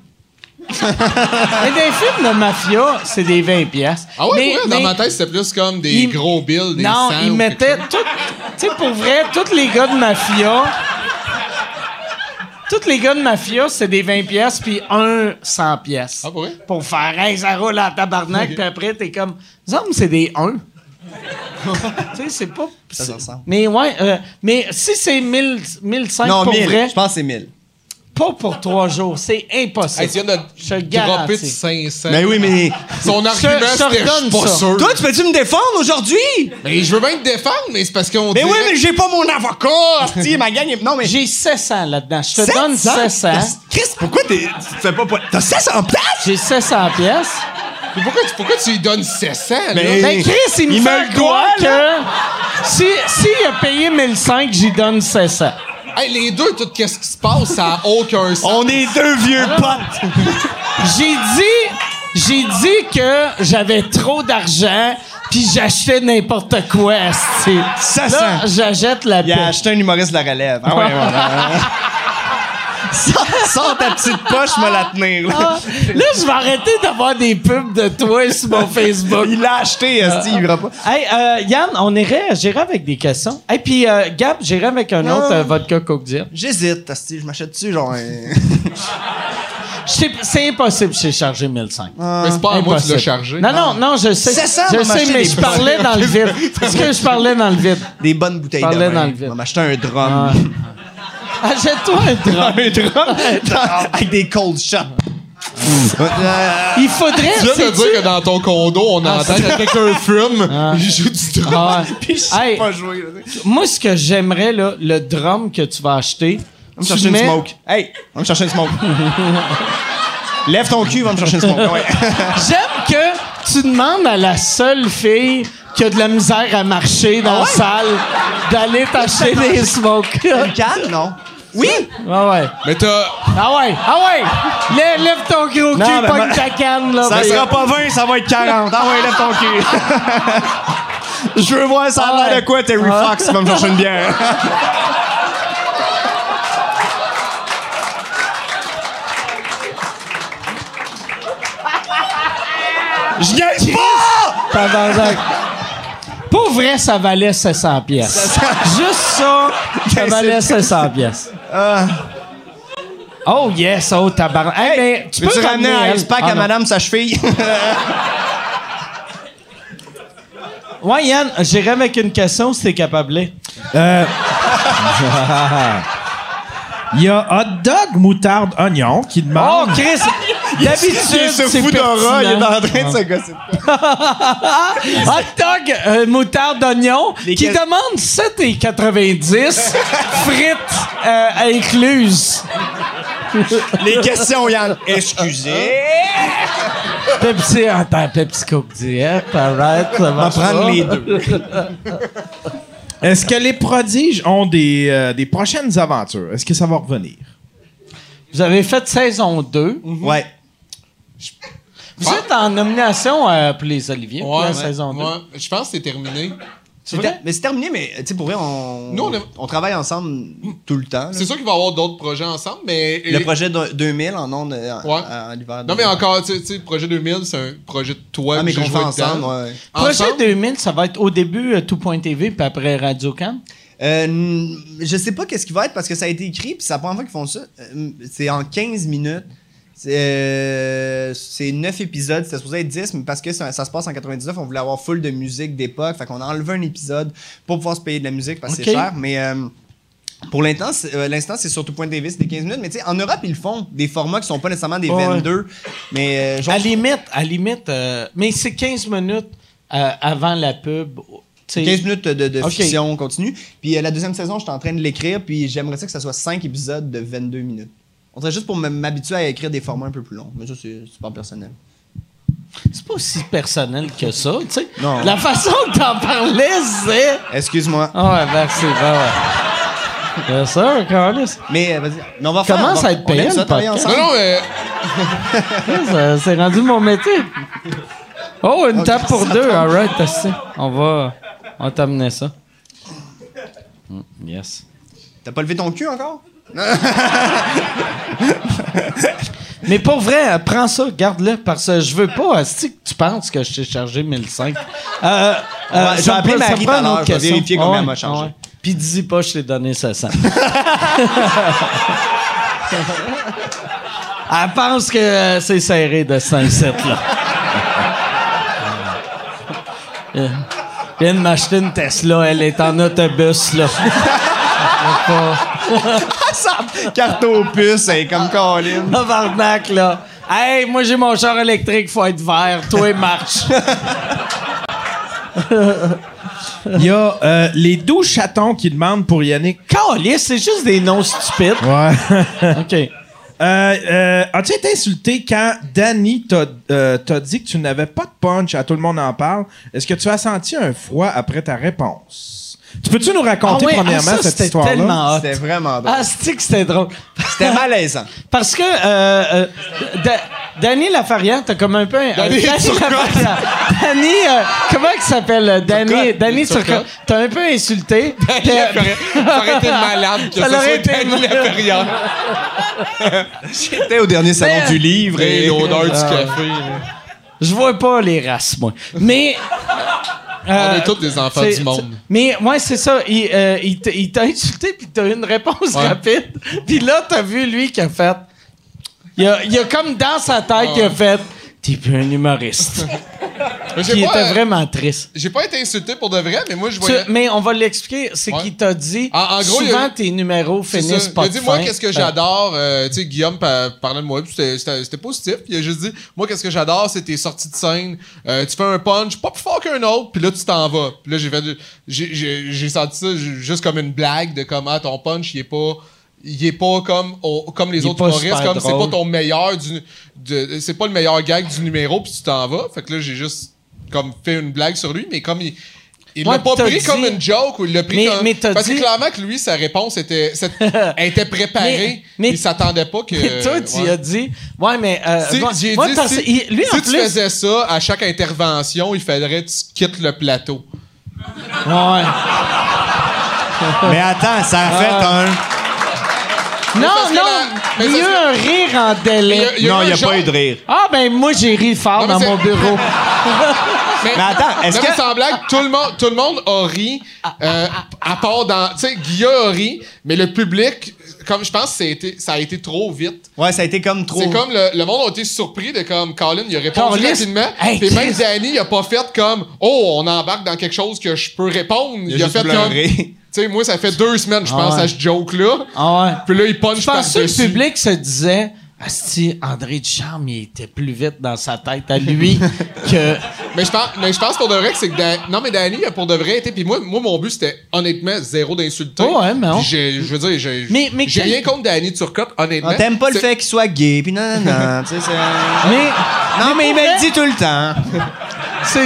Speaker 1: Mais des films de mafia, c'est des 20 pièces.
Speaker 6: Ah ouais, ouais, dans ma tête, c'était plus comme des
Speaker 1: il-
Speaker 6: gros bills, des
Speaker 1: Non,
Speaker 6: 100
Speaker 1: ils
Speaker 6: ou quelque
Speaker 1: mettaient tout. Tu sais, pour vrai, tous les gars de mafia. Tous les gars de mafia, c'est des 20 pièces puis un 100 pièces.
Speaker 6: Ah, pour vrai?
Speaker 1: Pour faire hey, ça roule en tabarnak, puis après, t'es comme. Zom, c'est des 1. tu sais, c'est pas.
Speaker 5: Ça se ressemble.
Speaker 1: Mais ouais, euh, mais si c'est 1000, 1005
Speaker 5: Non,
Speaker 1: pour
Speaker 5: 1000.
Speaker 1: vrai,
Speaker 5: Je pense que c'est 1000.
Speaker 1: pas pour trois jours, c'est impossible.
Speaker 6: Hey, tu viens de
Speaker 1: Je te
Speaker 6: dropper
Speaker 1: garantis.
Speaker 6: de 500.
Speaker 5: Mais Ben oui, mais.
Speaker 6: Son argument,
Speaker 1: je te
Speaker 6: c'était « je suis
Speaker 1: redonne
Speaker 6: pas
Speaker 1: ça.
Speaker 6: sûr ».
Speaker 5: Toi, tu peux-tu me défendre aujourd'hui?
Speaker 6: Mais je veux bien te défendre, mais c'est parce qu'on
Speaker 5: Mais oui,
Speaker 6: dirait-
Speaker 5: mais j'ai pas mon avocat! hostie, ma gang est- Non, mais.
Speaker 1: J'ai 700 là-dedans. Je te donne 700.
Speaker 5: Chris, pourquoi t'es. Tu fais pas. T'as 700 places?
Speaker 1: J'ai 700 pièces.
Speaker 6: Mais pourquoi, tu- pourquoi tu lui donnes 700, là?
Speaker 5: Mais-
Speaker 1: Ben, Chris, il me
Speaker 5: Il
Speaker 1: fait
Speaker 5: me le
Speaker 1: croire
Speaker 5: doit,
Speaker 1: que si, si il a payé 1005, j'y donne 700.
Speaker 6: Hey, les deux, tout qu'est-ce qui se passe, ça a aucun sens.
Speaker 5: On est deux vieux potes!
Speaker 1: J'ai dit, j'ai dit que j'avais trop d'argent, puis j'achetais n'importe quoi. asti.
Speaker 5: Ça
Speaker 1: Là,
Speaker 5: sent.
Speaker 1: j'achète la
Speaker 5: Il a
Speaker 1: paix.
Speaker 5: acheté un humoriste de la relève. Ah ouais, ouais, ouais. Sors, sors ta petite poche, me la tenir.
Speaker 1: Ah,
Speaker 5: Là.
Speaker 1: Là, je vais arrêter d'avoir des pubs de toi sur mon Facebook.
Speaker 5: Il l'a acheté, Esti, il ira pas.
Speaker 1: Hey, euh, Yann, on irait, j'irai avec des questions. Et puis, euh, Gab, j'irai avec un
Speaker 5: Non.
Speaker 1: autre euh, vodka Coke Diet.
Speaker 5: J'hésite, Esti, je m'achète dessus, genre. un-
Speaker 1: Je sais- C'est impossible, j'ai chargé 1005.
Speaker 6: Mais c'est pas à moi que tu l'as
Speaker 1: Impossible.
Speaker 6: chargé.
Speaker 1: Non, non, non, je sais.
Speaker 5: C'est ça,
Speaker 1: je
Speaker 5: on m'a
Speaker 1: sais,
Speaker 5: acheté
Speaker 1: mais
Speaker 5: des
Speaker 1: je parlais dans le vide. Est-ce que je parlais dans le vide?
Speaker 5: Des bonnes bouteilles de
Speaker 1: Parlais dans
Speaker 5: vin.
Speaker 1: le vide.
Speaker 5: On va m'acheter un
Speaker 1: Ah.
Speaker 5: drum.
Speaker 1: Achète-toi un drap.
Speaker 5: Un drum dans- avec des cold shots. Euh,
Speaker 1: Il faudrait.
Speaker 6: Tu viens de
Speaker 1: sais-tu-
Speaker 6: dire que dans ton condo, on entend que quelqu'un fume, il joue du drum.
Speaker 1: Ah ouais.
Speaker 5: Puis je sais
Speaker 1: Hey,
Speaker 5: pas jouer. là.
Speaker 1: moi, ce que j'aimerais, là, le drum que tu vas acheter.
Speaker 5: Va me
Speaker 1: tu
Speaker 5: chercher une
Speaker 1: mets-
Speaker 5: smoke. Hey, va me chercher une smoke. Lève ton cul, va me chercher une smoke. Ouais.
Speaker 1: J'aime que tu demandes à la seule fille qui a de la misère à marcher
Speaker 5: Ah
Speaker 1: dans la salle d'aller t'acheter des smokes.
Speaker 5: Une canne, non? Oui!
Speaker 1: ah ouais.
Speaker 6: Mais t'as...
Speaker 1: Ah ouais. Ah ouais. Lève, lève ton gros
Speaker 5: Non,
Speaker 1: cul,
Speaker 5: mais
Speaker 1: pogne
Speaker 5: ma-
Speaker 1: ta canne, là.
Speaker 5: Ah, Ça
Speaker 1: Ben,
Speaker 5: sera pas 20, ça va être 40. Ah ouais, lève ton cul. Je veux voir ça a
Speaker 1: Ah
Speaker 5: l'air
Speaker 1: ouais.
Speaker 5: de quoi, Terry
Speaker 1: Ah.
Speaker 5: Fox, va me chercher une bière.
Speaker 1: Je gagne pas! Tabarnak. Pour vrai, ça valait 700 pièces. Juste ça,
Speaker 5: Ben,
Speaker 1: ça valait 700 pièces.
Speaker 5: Ah.
Speaker 1: Oh yes, oh tabarnak. Hey, mais tu peux
Speaker 5: Peux-tu ramener un
Speaker 1: elle?
Speaker 5: ice pack
Speaker 1: Ah,
Speaker 5: à
Speaker 1: non.
Speaker 5: madame sa cheville?
Speaker 1: Ouais, Yann, j'irai avec une question si t'es capable. là.
Speaker 4: Euh, Il y a hot dog, moutarde, oignon qui
Speaker 1: Oh,
Speaker 5: Ah.
Speaker 4: demande.
Speaker 1: Chris! D'habitude,
Speaker 5: se
Speaker 1: c'est
Speaker 5: fout d'Aura, il est
Speaker 1: pertinent.
Speaker 5: en train de se gosser.
Speaker 1: Hot dog, euh, moutarde d'oignon,
Speaker 5: Les
Speaker 1: qui
Speaker 5: que-
Speaker 1: demande 7,90 frites euh, incluses.
Speaker 5: Les questions, Yann. Excusez.
Speaker 1: Pepsi, attends, Pepsi Coke Diet, arrête, ça va
Speaker 5: prendre les
Speaker 1: deux.
Speaker 4: Est-ce que les prodiges ont des, euh, des prochaines aventures? Est-ce que ça va revenir?
Speaker 1: Vous avez fait saison 2.
Speaker 5: Ouais.
Speaker 1: Vous êtes en nomination euh, pour les Oliviers pour la saison 2.
Speaker 6: ouais. Je pense que c'est terminé.
Speaker 1: C'est
Speaker 5: Mais
Speaker 1: vrai?
Speaker 5: t'as- Mais c'est terminé, mais tu sais, pour vrai, on,
Speaker 6: Nous, on a-
Speaker 5: on travaille ensemble tout le temps. là.
Speaker 6: C'est sûr qu'il va y avoir d'autres projets ensemble, mais.
Speaker 5: Le projet de- 2000 en ondes euh, en,
Speaker 6: Ouais.
Speaker 5: en- en l'hiver.
Speaker 6: Non, mais encore, tu sais- tu sais, le projet 2000, c'est un projet de toi.
Speaker 5: Ah,
Speaker 6: que
Speaker 5: mais
Speaker 6: j'ai
Speaker 5: qu'on fait
Speaker 6: joué dedans.
Speaker 5: ensemble, ouais.
Speaker 1: Projet
Speaker 6: Ensemble?
Speaker 1: 2000, ça va être au début euh, Tout.tv, puis après Radio Can.
Speaker 5: Euh, n- je sais pas qu'est-ce qui va être parce que ça a été écrit, puis c'est la première fois qu'ils font ça. Euh, C'est en 15 minutes. C'est euh, c'est 9 épisodes, c'était supposé être 10, mais parce que ça, ça se passe en 99, on voulait avoir full de musique d'époque. Fait qu'on a enlevé un épisode pour pouvoir se payer de la musique parce que c'est
Speaker 1: Ok.
Speaker 5: cher. Mais euh, pour l'instant, c'est- euh, l'instant, c'est surtout point TV, c'était 15 minutes. Mais tu sais, en Europe, ils le font des formats qui sont pas nécessairement des
Speaker 1: Ouais, ouais.
Speaker 5: 22. Mais euh, genre,
Speaker 1: À limite, à limite, euh, mais c'est 15 minutes euh, avant la pub. tu sais.
Speaker 5: 15 minutes de, de
Speaker 1: Ok.
Speaker 5: fiction continue. Puis euh, la deuxième saison, je suis en train de l'écrire, puis j'aimerais ça que ça soit 5 épisodes de 22 minutes. On dirait juste pour me- m'habituer à écrire des formats un peu plus longs. Mais ça, c'est c'est pas personnel.
Speaker 1: C'est pas aussi personnel que ça, tu sais.
Speaker 5: Non.
Speaker 1: La façon que t'en parlais, c'est.
Speaker 5: Excuse-moi.
Speaker 1: Ah ouais, merci, ben ouais. Bien sûr, Carlis.
Speaker 5: Mais euh, vas-y. Mais on va faire.
Speaker 1: Commence
Speaker 5: on va-
Speaker 1: à être
Speaker 5: on
Speaker 1: payé,
Speaker 5: aime ça
Speaker 1: le
Speaker 5: travailler
Speaker 1: podcast.
Speaker 6: Non,
Speaker 5: ensemble.
Speaker 6: non, mais.
Speaker 1: Chris, euh, C'est rendu mon métier. Oh, une table pour deux. All right, t'as ça. On va, on va t'amener ça. Mm, Yes.
Speaker 5: T'as pas levé ton cul encore?
Speaker 1: Mais pour vrai, euh, prends ça, garde-le, parce que je veux pas. Si tu penses que je t'ai chargé 1005. Euh,
Speaker 5: On va- je vais
Speaker 1: ça
Speaker 5: appeler
Speaker 1: prend- ça
Speaker 5: Marie
Speaker 1: prend
Speaker 5: tout à l'heure,
Speaker 1: une autre
Speaker 5: je vais
Speaker 1: question.
Speaker 5: vérifier combien
Speaker 1: Ah
Speaker 5: elle m'a
Speaker 1: ouais,
Speaker 5: chargé.
Speaker 1: ah ouais. Puis dis pas, je t'ai donné 700. Elle pense que euh, c'est serré de 5-7, là. Euh, Viens de m'acheter une Tesla, elle est en autobus, là.
Speaker 5: Carte aux puces, elle est comme Colin.
Speaker 1: Tabarnak, là. Hey, moi, j'ai mon char électrique, faut être vert. Toi, marche.
Speaker 4: Il y a euh, les 12 chatons qui demandent pour Yannick.
Speaker 1: Caliste, c'est juste des noms stupides.
Speaker 4: Ouais.
Speaker 1: OK.
Speaker 4: Euh, As-tu été insulté quand Danny t'a euh, t'a dit que tu n'avais pas de punch à Tout le monde en parle? Est-ce que tu as senti un froid après ta réponse? Tu peux-tu nous raconter
Speaker 1: ouais,
Speaker 4: premièrement
Speaker 1: ah, ça,
Speaker 4: cette
Speaker 1: c'était
Speaker 4: histoire-là?
Speaker 1: tellement hot.
Speaker 5: C'était vraiment drôle.
Speaker 1: Ah, c'est que c'était drôle.
Speaker 5: C'était malaisant.
Speaker 1: Parce que euh, euh, Da- Danny Lafarrière, t'as comme un peu... un-
Speaker 6: Danny Turcotte.
Speaker 1: Lafarrière. Danny... euh, comment il s'appelle? euh, Danny,
Speaker 6: Turcotte.
Speaker 1: Danny
Speaker 6: Turcotte.
Speaker 1: Turcotte. T'as un peu insulté.
Speaker 6: Danny Laferrière. Ça aurait été malade que
Speaker 1: Ça
Speaker 6: ça ce
Speaker 1: aurait
Speaker 6: soit
Speaker 1: été
Speaker 6: Danny
Speaker 1: malade.
Speaker 6: Laferrière.
Speaker 5: C'était au dernier salon du livre.
Speaker 6: Vrai,
Speaker 5: Et...
Speaker 6: l'odeur du
Speaker 1: Ah.
Speaker 6: café. là.
Speaker 1: Je vois pas les races, moi. Mais...
Speaker 6: On
Speaker 1: euh,
Speaker 6: est tous des enfants
Speaker 1: C'est-
Speaker 6: du monde.
Speaker 1: c'est- Mais ouais, c'est ça. Il, euh, il t'a- il t'a insulté, puis t'as eu une réponse
Speaker 6: Ouais.
Speaker 1: rapide. Puis là, t'as vu lui qui a fait. Il a, il a comme dans sa tête, il a fait. T'es plus un humoriste.
Speaker 6: Mais
Speaker 1: Puis
Speaker 6: J'ai
Speaker 1: il
Speaker 6: pas,
Speaker 1: était vraiment triste.
Speaker 6: j'ai pas été insulté pour de vrai, mais moi, je
Speaker 1: Tu-
Speaker 6: voyais.
Speaker 1: mais on va l'expliquer. C'est
Speaker 6: Ouais. Ah,
Speaker 1: qu'il t'a dit.
Speaker 6: En- en gros, il y a
Speaker 1: souvent,
Speaker 6: eu-
Speaker 1: tes numéros
Speaker 6: C'est
Speaker 1: finissent
Speaker 6: ça.
Speaker 1: pas.
Speaker 6: Il a
Speaker 1: de
Speaker 6: dit, moi,
Speaker 1: fin. Ben.
Speaker 6: qu'est-ce que j'adore? euh, tu sais, Guillaume pa- parlait de moi, puis c'était- c'était c'était positif. Puis il a juste dit, moi, qu'est-ce que j'adore, c'est tes sorties de scène. Euh, tu fais un punch, pas plus fort qu'un autre, puis là, tu t'en vas. Puis là, j'ai fait, du- j'ai- j'ai j'ai senti ça ju- juste comme une blague de comment ton punch, il est pas. Il est pas comme, au- comme les
Speaker 1: est
Speaker 6: autres
Speaker 1: pas
Speaker 6: humoristes,
Speaker 1: super
Speaker 6: comme c'est pas
Speaker 1: drôle.
Speaker 6: ton meilleur du. de- C'est pas le meilleur gag du numéro, puis tu t'en vas. Fait que là, j'ai juste comme fait une blague sur lui, mais comme il. Il
Speaker 1: Ouais,
Speaker 6: l'a pas
Speaker 1: puis t'as
Speaker 6: pris
Speaker 1: dit-
Speaker 6: comme une joke ou il l'a pris
Speaker 1: Mais-
Speaker 6: comme.
Speaker 1: mais t'as
Speaker 6: parce
Speaker 1: dit-
Speaker 6: que clairement que lui, sa réponse était, cette- elle était
Speaker 1: Mais-
Speaker 6: préparée.
Speaker 1: mais-
Speaker 6: il s'attendait pas que.
Speaker 1: Mais toi, tu
Speaker 6: euh, ouais.
Speaker 1: as dit. Ouais, mais. euh,
Speaker 6: Si-
Speaker 1: moi-
Speaker 6: j'ai
Speaker 1: moi,
Speaker 6: dit,
Speaker 1: parce-
Speaker 6: si,
Speaker 1: il- lui,
Speaker 6: si
Speaker 1: en
Speaker 6: tu
Speaker 1: plus.
Speaker 6: faisais ça à chaque intervention, il faudrait que tu quittes le plateau.
Speaker 1: Ouais.
Speaker 6: Ah,
Speaker 5: Mais attends, ça a fait un.
Speaker 1: Non,
Speaker 6: parce que
Speaker 1: non,
Speaker 6: la- mais
Speaker 1: il y a
Speaker 6: ça
Speaker 1: eu un rire en délai.
Speaker 6: Il y
Speaker 10: Non,
Speaker 6: un
Speaker 10: il n'y a
Speaker 6: genre-
Speaker 10: pas eu de rire.
Speaker 1: Ah, ben moi, j'ai ri fort
Speaker 6: Non,
Speaker 1: dans
Speaker 6: mais
Speaker 1: mon
Speaker 6: c'est-
Speaker 1: bureau.
Speaker 6: Mais,
Speaker 10: Mais attends, est-ce
Speaker 6: non, mais
Speaker 10: que-
Speaker 6: sans blague, tout le monde, tout le monde a ri,
Speaker 1: Ah,
Speaker 6: euh, à part dans... Tu sais, Guilla a ri, mais le public, comme je pense, que ça a été, ça a été trop vite.
Speaker 5: Ouais, ça a été comme trop.
Speaker 6: C'est comme le, le monde a été surpris de comme Colin, il a répondu
Speaker 1: Carlis,
Speaker 6: rapidement.
Speaker 1: hey,
Speaker 6: et même
Speaker 1: Chris.
Speaker 6: Danny, il a pas fait comme Oh, on embarque dans quelque chose que je peux répondre. Il,
Speaker 10: a
Speaker 6: a,
Speaker 10: juste
Speaker 6: fait comme.
Speaker 10: pleuré.
Speaker 6: Tu sais, moi, ça fait deux semaines, je
Speaker 1: Ah
Speaker 6: pense,
Speaker 1: ouais.
Speaker 6: à ce joke-là.
Speaker 1: Ah ouais.
Speaker 6: Puis là, il punch
Speaker 1: Je pense que le
Speaker 6: par-dessus.
Speaker 1: public se disait Asti, André Ducharme, il était plus vite dans sa tête à lui que.
Speaker 6: Mais je pense, mais je pense pour de vrai que c'est que Dan- non mais Danny a pour de vrai été puis moi moi mon but c'était honnêtement zéro d'insulter.
Speaker 1: Oh ouais, mais on-
Speaker 6: Puis j'ai- je veux dire j'ai
Speaker 1: Mais- Ah, mais
Speaker 6: j'ai
Speaker 1: quel-
Speaker 6: rien contre Danny Turcotte honnêtement.
Speaker 5: On t'aime pas le
Speaker 6: C'est-
Speaker 5: fait qu'il soit gay, pis non, non, tu sais, c'est.
Speaker 1: Ah, Mais.
Speaker 5: Non, mais il
Speaker 1: pour
Speaker 5: me
Speaker 1: vrai,
Speaker 5: le dit tout le temps.
Speaker 1: C'est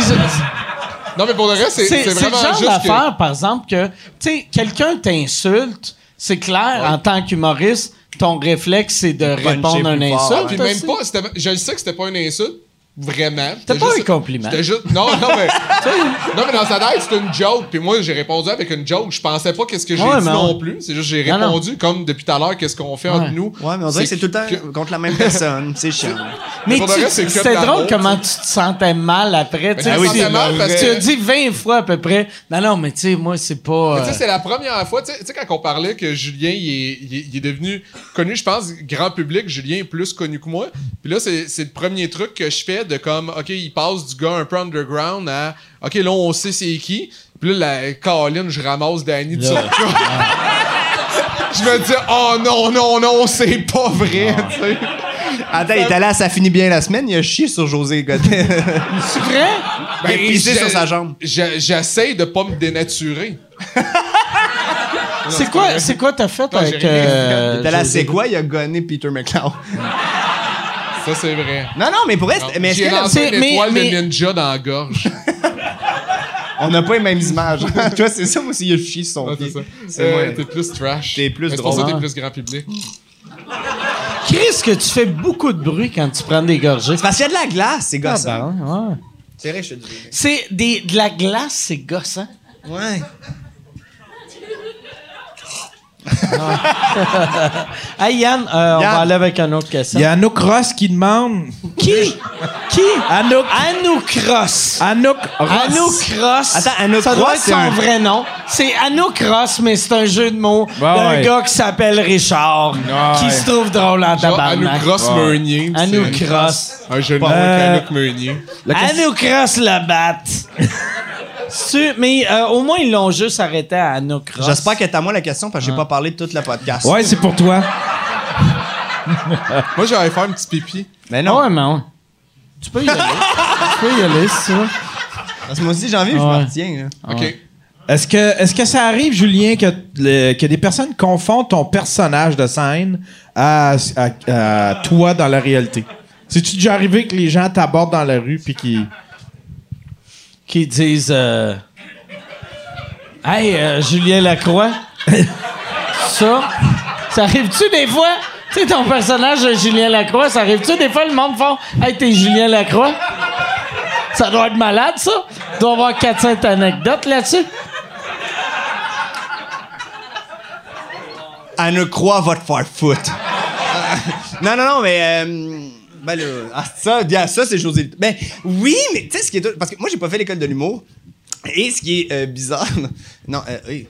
Speaker 6: Non mais pour de vrai c'est
Speaker 1: c'est-
Speaker 6: c'est
Speaker 1: c'est le
Speaker 6: vraiment
Speaker 1: genre
Speaker 6: juste que
Speaker 1: d'affaire, par exemple, que. Tu sais, quelqu'un t'insulte, c'est clair, en tant qu'humoriste, ton réflexe, c'est de répondre à un
Speaker 5: plus fort,
Speaker 1: insulte.
Speaker 6: hein. puis même
Speaker 1: aussi.
Speaker 6: pas c'était- je le sais que c'était pas une insulte vraiment.
Speaker 1: C'était
Speaker 6: C'était
Speaker 1: pas
Speaker 6: juste-
Speaker 1: un compliment.
Speaker 6: C'était juste non non mais non mais dans sa tête c'était une joke puis moi j'ai répondu avec une joke je pensais pas qu'est-ce que j'ai
Speaker 1: Ouais,
Speaker 6: dit
Speaker 1: mais on-
Speaker 6: non plus c'est juste j'ai
Speaker 1: Non, non.
Speaker 6: répondu comme depuis tout à l'heure qu'est-ce qu'on fait entre nous.
Speaker 5: Ouais, mais on dirait que c'est tout le temps
Speaker 6: que-
Speaker 5: contre la même personne. C'est chiant.
Speaker 1: Mais
Speaker 6: pour le
Speaker 1: tu-
Speaker 6: reste, c'est que de
Speaker 1: c'était
Speaker 6: la
Speaker 1: drôle
Speaker 6: honte,
Speaker 1: comment tu te sentais mal après. tu sais,
Speaker 6: je me
Speaker 1: tu-
Speaker 6: sentais mal parce
Speaker 1: Tu
Speaker 6: que-
Speaker 1: as dit 20 fois à peu près. Non, non, mais tu sais, moi, c'est pas.
Speaker 6: Mais tu
Speaker 1: euh,
Speaker 6: sais, c'est la première fois, tu sais- tu sais, quand on parlait que Julien, il est, il est- il est devenu connu, je pense, grand public, Julien est plus connu que moi. Puis là, c'est c'est le premier truc que je fais de comme, OK, il passe du gars un peu underground à, OK, là, on sait c'est qui. Puis là, la Caroline, je ramasse Danny de son Je me dis, oh non, non, non, c'est pas vrai, tu sais.
Speaker 5: Attends, il est allé à Ça finit bien la semaine, il a chié sur José Godet.
Speaker 1: c'est vrai?
Speaker 5: Il a Ben, pissé
Speaker 6: Ben, j'ai-
Speaker 5: sur sa jambe.
Speaker 6: j'ai- J'essaie de pas me dénaturer.
Speaker 1: C'est quoi, c'est quoi t'as fait
Speaker 6: Non, j'ai
Speaker 1: avec.
Speaker 6: rien fait.
Speaker 1: euh,
Speaker 5: Il est allé à
Speaker 1: José?
Speaker 5: C'est quoi, il a gonné Peter McLeod.
Speaker 6: Ça, c'est vrai.
Speaker 5: Non, non, mais pour être. Mais est-ce
Speaker 6: J'ai
Speaker 5: que-
Speaker 6: lancé
Speaker 1: c'est-
Speaker 6: une
Speaker 1: mais-
Speaker 6: étoile
Speaker 1: mais-
Speaker 6: de ninja dans la gorge.
Speaker 5: on n'a pas les mêmes images? Toi, c'est ça, moi aussi, il a chié sur son
Speaker 6: Ouais, c'est
Speaker 5: pied.
Speaker 6: ça.
Speaker 5: Ah, C'est
Speaker 6: Euh,
Speaker 5: moi.
Speaker 6: T'es plus trash.
Speaker 5: T'es plus
Speaker 6: Mais C'est pour ça que
Speaker 1: drôle.
Speaker 6: t'es plus grand public.
Speaker 1: Chris, que tu fais beaucoup de bruit quand tu prends des gorgées.
Speaker 5: C'est parce qu'il y a de la glace, c'est
Speaker 1: Ah,
Speaker 5: gossant.
Speaker 1: ben, ouais.
Speaker 5: C'est vrai, je te dis.
Speaker 1: C'est des, de la glace, c'est gossant.
Speaker 5: Ouais.
Speaker 1: Hey Yann, euh, on
Speaker 5: Yann.
Speaker 1: va aller avec un autre
Speaker 4: Il
Speaker 1: question.
Speaker 4: y a Anouk Ross qui demande.
Speaker 1: Qui? Qui?
Speaker 4: Anouk.
Speaker 1: Anouk Ross.
Speaker 4: Anouk Ross.
Speaker 1: Anouk Ross.
Speaker 5: Attends, Anouk
Speaker 1: ça doit
Speaker 5: Ross,
Speaker 1: être
Speaker 5: c'est
Speaker 1: son
Speaker 5: un-
Speaker 1: vrai nom. C'est Anouk Ross, mais c'est un jeu de mots
Speaker 4: Ouais,
Speaker 1: d'un
Speaker 4: ouais.
Speaker 1: gars qui s'appelle Richard, qui
Speaker 4: ouais.
Speaker 1: se trouve drôle en
Speaker 6: Genre Anouk
Speaker 1: tabarnak.
Speaker 6: Ross Meunier.
Speaker 1: Anouk
Speaker 6: c'est-
Speaker 1: Ross.
Speaker 6: Un jeune homme
Speaker 4: Euh,
Speaker 6: Anouk Meunier.
Speaker 4: La question-
Speaker 1: Anouk Ross le batte. C'est- mais euh, au moins, ils l'ont juste arrêté à Anouk Ross.
Speaker 5: J'espère que t'as moi la question parce que
Speaker 1: Ah.
Speaker 5: j'ai pas parlé de toute la podcast.
Speaker 4: Ouais, c'est pour toi.
Speaker 6: Moi, j'allais faire un petit pipi.
Speaker 5: Mais
Speaker 1: Non,
Speaker 5: non,
Speaker 1: ouais, mais ouais. Tu peux y aller. tu peux y aller, si tu veux.
Speaker 5: parce que moi aussi, j'ai envie, je
Speaker 1: Ouais.
Speaker 5: m'en retiens. là.
Speaker 6: OK.
Speaker 4: Est-ce que, est-ce que ça arrive, Julien, que, le- que des personnes confondent ton personnage de scène à, à- à toi dans la réalité? C'est-tu déjà arrivé que les gens t'abordent dans la rue puis qu'ils.
Speaker 1: Qui disent. euh, Hey, euh, Julien Lacroix. ça. Ça arrive-tu des fois? Tu sais, ton personnage de Julien Lacroix, ça arrive-tu des fois? Le monde font Hey, t'es Julien Lacroix? Ça doit être malade, ça. Il doit y avoir 400 anecdotes là-dessus.
Speaker 5: À ne croire votre faire foutre. Euh, non, non, non, mais. euh, ben là, ah, ça, yeah, ça c'est José. Ben oui, mais tu sais ce qui est. drôle, Parce que moi, j'ai pas fait l'école de l'humour. Et ce qui est euh, bizarre. non, euh, hey.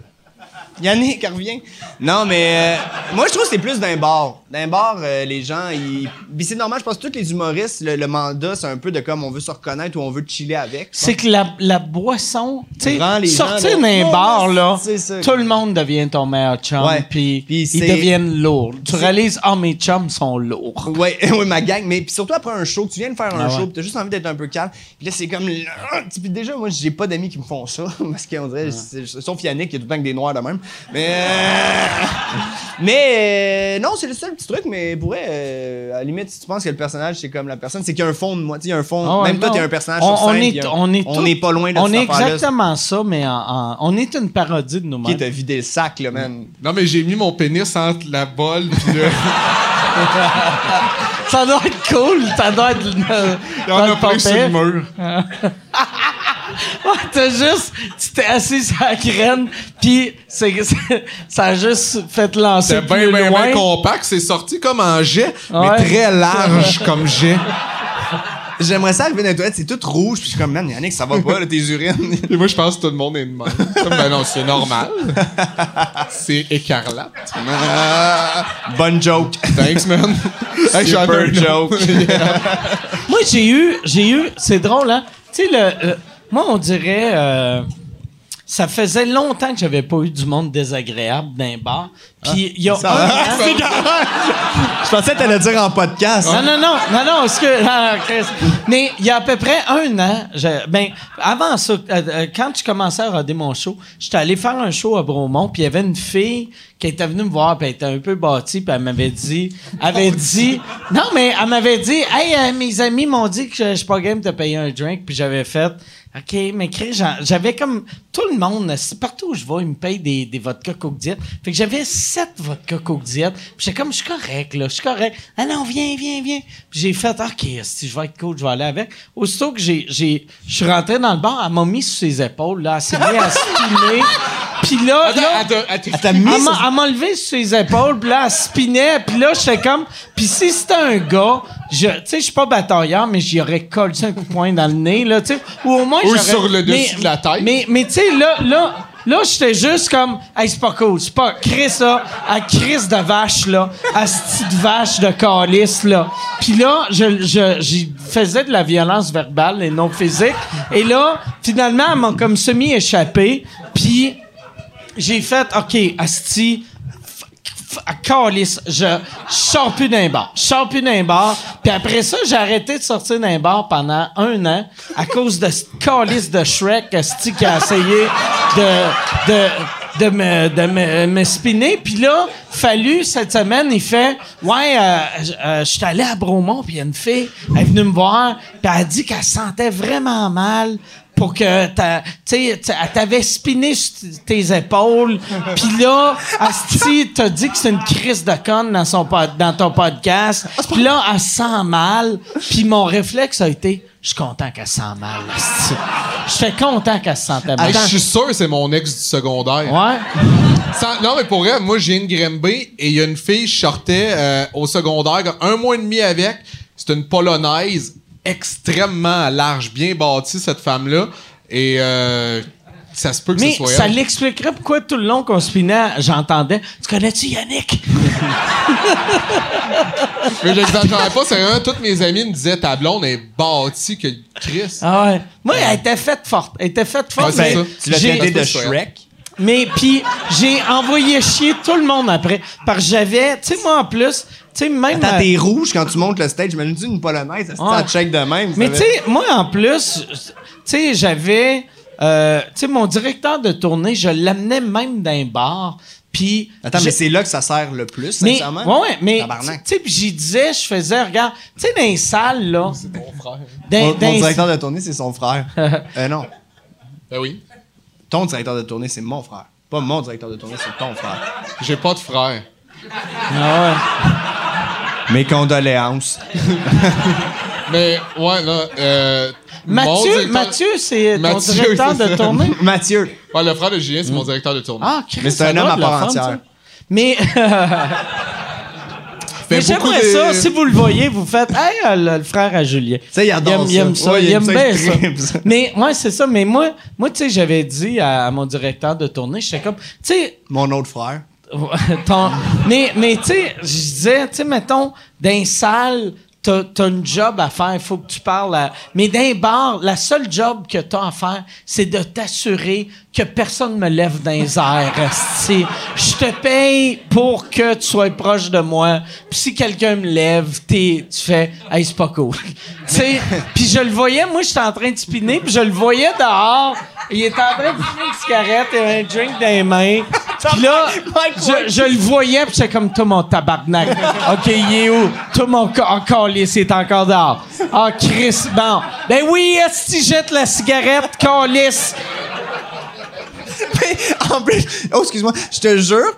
Speaker 5: Yannick, reviens. Non, mais euh, moi, je trouve que c'est plus d'un bar. D'un bar, euh, les gens, ils. Puis c'est normal, je pense que tous les humoristes, le, le mandat, c'est un peu de comme on veut se reconnaître ou on veut chiller avec.
Speaker 1: C'est que la, la boisson, tu
Speaker 5: Rend
Speaker 1: sais,
Speaker 5: les gens,
Speaker 1: sortir
Speaker 5: là,
Speaker 1: d'un
Speaker 5: non,
Speaker 1: bar,
Speaker 5: mais
Speaker 1: là,
Speaker 5: c'est ça.
Speaker 1: tout le monde devient ton meilleur chum,
Speaker 5: Ouais.
Speaker 1: puis
Speaker 5: Puis
Speaker 1: ils
Speaker 5: c'est-
Speaker 1: deviennent lourds. Tu
Speaker 5: C'est-
Speaker 1: réalises, ah, mes chums sont lourds.
Speaker 5: Ouais, ouais, ma gang. Mais puis surtout après un show, que tu viens de faire
Speaker 1: Ah
Speaker 5: un
Speaker 1: ouais.
Speaker 5: show, puis t'as juste envie d'être un peu calme. Puis là, c'est comme. là, Puis déjà, moi, j'ai pas d'amis qui me font ça. Parce qu'on dirait. c'est- Sauf Yannick, qui est tout le temps que des noirs de même. Mais. euh, mais. euh, non, c'est le seul petit truc, mais pour vrai, euh, à la limite, si tu penses que le personnage, c'est comme la personne, c'est qu'il y a un fond de moi. Tu sais, il y a un fond.
Speaker 1: Ah ouais,
Speaker 5: même toi,
Speaker 1: non.
Speaker 5: t'es un personnage
Speaker 1: on,
Speaker 5: sur
Speaker 1: on
Speaker 5: scène, puis
Speaker 1: est,
Speaker 5: un-
Speaker 1: on est,
Speaker 5: On
Speaker 1: tout-
Speaker 5: n'est pas loin de
Speaker 1: On
Speaker 5: cette
Speaker 1: est
Speaker 5: affaire-là.
Speaker 1: exactement ça, mais en- en- on est une parodie de nous-mêmes.
Speaker 5: Qui t'a vidé le sac, là, man.
Speaker 6: Non, mais j'ai mis mon pénis entre la bolle pis le...
Speaker 1: Ça doit être cool, ça doit être. euh,
Speaker 6: Il y en
Speaker 1: dans
Speaker 6: a
Speaker 1: le
Speaker 6: plein sur
Speaker 1: portrait.
Speaker 6: le mur.
Speaker 1: Ouais, t'as juste. Tu t'es assis sur la graine, puis c'est- c'est- ça a juste fait lancer.
Speaker 6: C'est
Speaker 1: Plus
Speaker 6: bien, bien,
Speaker 1: loin.
Speaker 6: bien compact. C'est sorti comme en jet,
Speaker 1: Ouais.
Speaker 6: mais très large comme jet.
Speaker 5: J'aimerais ça arriver dans les toilettes, c'est tout rouge, puis je suis comme, man, Yannick, ça va pas, là, tes urines.
Speaker 6: Et moi, je pense que tout le monde est de même. Comme, ben non, c'est normal. C'est écarlate.
Speaker 5: Ah, bonne joke.
Speaker 6: Thanks, man. Hey, j'en ai un
Speaker 5: Super
Speaker 6: autre.
Speaker 5: joke.
Speaker 1: Moi, j'ai eu, j'ai eu, c'est drôle, hein? Tu sais, le, le- moi, on dirait, euh, ça faisait longtemps que j'avais pas eu du monde désagréable d'un bar.
Speaker 5: Ah,
Speaker 1: Puis il y a
Speaker 5: hein?
Speaker 1: un-
Speaker 5: Je pensais que t'allais dire en podcast.
Speaker 1: Non, non, non, non, non, parce que. non, non, Chris. Mais il y a à peu près un an, je- ben, avant ça, euh, euh, quand je commençais à roder mon show, j'étais allé faire un show à Bromont, puis il y avait une fille qui était venue me voir, puis elle était un peu bâtie, puis elle m'avait dit. avait dit. Non, mais elle m'avait dit, hey, euh, mes amis m'ont dit que je je suis pas game de payer un drink, puis j'avais fait. OK, mais Chris, j'en- j'avais comme tout le monde, si partout où je vais, ils me payent des, des vodka Coke Diet. Fait que j'avais sept vodka Coke Diet. Puis j'étais comme, je suis correct, là, je suis correct. Ah non, viens, viens, viens. Puis j'ai fait, OK, si je vais être cool, je vais aller avec. Aussitôt que j'ai, j'ai, je suis rentré dans le bar, elle m'a mis sur ses épaules, là, elle s'est mise à spinner. Puis là,
Speaker 6: Attends,
Speaker 1: là-
Speaker 6: attends, attends.
Speaker 5: Elle t'a mis
Speaker 1: elle
Speaker 5: sur-
Speaker 1: m'a- elle m'a levé sur ses épaules, puis là, elle spinait, puis là, j'étais comme... Puis si c'était un gars, je, tu sais, je suis pas batailleur, mais j'y aurais collé un coup de poing dans le nez, là, tu sais. Ou au moins,
Speaker 6: Ou
Speaker 1: j'aurais-
Speaker 6: sur le dessus
Speaker 1: mais-
Speaker 6: de la tête.
Speaker 1: Mais, mais tu sais, là, là, là, j'étais juste comme... Hey, c'est pas cool, c'est pas... Chris, là, à Chris de vache, là, à cette petite vache de calice, là. Puis là, je, je, j'y faisais de la violence verbale et non physique. Et là, finalement, elle m'a comme semi-échappé, puis j'ai fait, OK, Asti, f- f- calisse, je je sors plus d'un bar. Je sors plus d'un bar. Puis après ça, j'ai arrêté de sortir d'un bar pendant un an à cause de ce calice de Shrek, Asti, qui a essayé de, de, de me, de me, me spinner. Puis là, fallu, cette semaine, il fait, ouais, euh, je euh, je suis allé à Bromont, puis il y a une fille, elle est venue me voir, puis elle a dit qu'elle se sentait vraiment mal pour que ta- tu sais, tu- elle t'avait spiné sur t- tes épaules. Puis là, Asti t'a dit que c'est une crise de conne dans, son pod- dans ton podcast. Puis là, elle se sent mal. Puis mon réflexe a été, je suis content qu'elle se sent mal, Asti. J'étais content qu'elle se sentait mal.
Speaker 6: Hey, Ah, je suis sûr que c'est mon ex du secondaire.
Speaker 1: Ouais.
Speaker 6: Sans- non, mais pour vrai, moi, j'ai une Grimby et il y a une fille, je sortais euh, au secondaire, un mois et demi avec. C'est une polonaise extrêmement large, bien bâtie, cette femme-là. Et euh, ça se peut que
Speaker 1: Mais
Speaker 6: ce soit
Speaker 1: ça
Speaker 6: elle.
Speaker 1: l'expliquerait pourquoi tout le long qu'on spinait, j'entendais, tu connais-tu Yannick?
Speaker 6: Mais j'exagérais pas, c'est vraiment toutes mes amies me disaient ta blonde est bâtie que Chris.
Speaker 1: Ah ouais. Moi, elle était faite forte. Elle était faite forte.
Speaker 6: Ouais, Ah, c'est
Speaker 1: mais
Speaker 6: ça.
Speaker 5: Tu l'as
Speaker 1: j'ai-
Speaker 5: traité de
Speaker 6: ça.
Speaker 5: Shrek.
Speaker 1: Mais puis j'ai envoyé chier tout le monde après parce que j'avais, tu sais moi en plus, tu sais même
Speaker 5: Attends,
Speaker 1: euh,
Speaker 5: t'es rouge quand tu montes le stage. Je me dis une polonaise, ça
Speaker 1: Ah.
Speaker 5: te check de même.
Speaker 1: mais
Speaker 5: ça
Speaker 1: tu
Speaker 5: va-
Speaker 1: sais moi en plus, tu sais j'avais euh, tu sais mon directeur de tournée, je l'amenais même d'un bar puis
Speaker 5: Attends,
Speaker 1: j'ai-
Speaker 5: mais c'est là que ça sert le plus,
Speaker 1: mais, ouais,
Speaker 5: sincèrement.
Speaker 1: ouais, mais tu
Speaker 5: Tabarnak.
Speaker 1: sais puis j'y disais, je faisais regarde, tu sais dans les salles là,
Speaker 5: Mon,
Speaker 1: dans-
Speaker 5: mon
Speaker 1: dans les-
Speaker 5: directeur de tournée, c'est son frère. euh, non.
Speaker 6: Ben oui.
Speaker 5: Ton directeur de tournée, c'est mon frère. Pas mon directeur de tournée, c'est ton frère.
Speaker 6: J'ai pas de frère.
Speaker 1: Ah ouais.
Speaker 5: Mes condoléances.
Speaker 6: Mais ouais, là. euh, mon
Speaker 1: Mathieu,
Speaker 6: directeur-
Speaker 1: Mathieu c'est ton
Speaker 6: Mathieu,
Speaker 1: directeur
Speaker 6: c'est
Speaker 1: de
Speaker 6: ça.
Speaker 1: tournée.
Speaker 5: Mathieu.
Speaker 6: Ouais, le frère de Julien, c'est mon directeur de tournée.
Speaker 1: Ah, Christ,
Speaker 5: Mais c'est
Speaker 1: ça
Speaker 5: un
Speaker 1: doit
Speaker 5: homme
Speaker 1: être
Speaker 5: à part
Speaker 1: le fun,
Speaker 5: entière.
Speaker 1: ça. Mais
Speaker 6: Fait
Speaker 1: Mais
Speaker 6: beaucoup
Speaker 1: j'aimerais
Speaker 6: de-
Speaker 1: ça, si vous le voyez, vous faites Hey, euh, le, le frère à Julien. Tu
Speaker 5: sais, il adore
Speaker 1: aime,
Speaker 5: ça.
Speaker 1: Il aime ça,
Speaker 5: Ouais,
Speaker 1: il,
Speaker 5: il
Speaker 1: aime
Speaker 5: aime ça, il
Speaker 1: bien
Speaker 5: tripe,
Speaker 1: ça.
Speaker 5: ça.
Speaker 1: Mais moi, c'est ça. Mais moi, moi tu sais, j'avais dit à, à mon directeur de tournée, j'étais comme, tu sais,
Speaker 5: Mon autre frère.
Speaker 1: ton- mais, mais tu sais, je disais, tu sais, mettons, d'un salle, t'as as une job à faire, il faut que tu parles à... Mais d'un bar, la seule job que t'as à faire, c'est de t'assurer que personne me lève dans les airs, esti. Je te paye pour que tu sois proche de moi. Puis si quelqu'un me lève, t'es- tu fais « Hey, c'est pas cool. » Tu sais, puis je le voyais, moi, j'étais en train de spinner, puis je le voyais dehors. Il était en train de fumer une cigarette et un drink dans les mains. Puis là, je, je le voyais, puis j'étais comme « Tout mon tabarnak. OK, il est où? Tout mon ca- encore lisse, il est encore dehors. Ah, Chris, bon. Ben oui, est-ce que tu jettes la cigarette, calice?
Speaker 5: Mais, en plus, oh, excuse-moi, je te jure,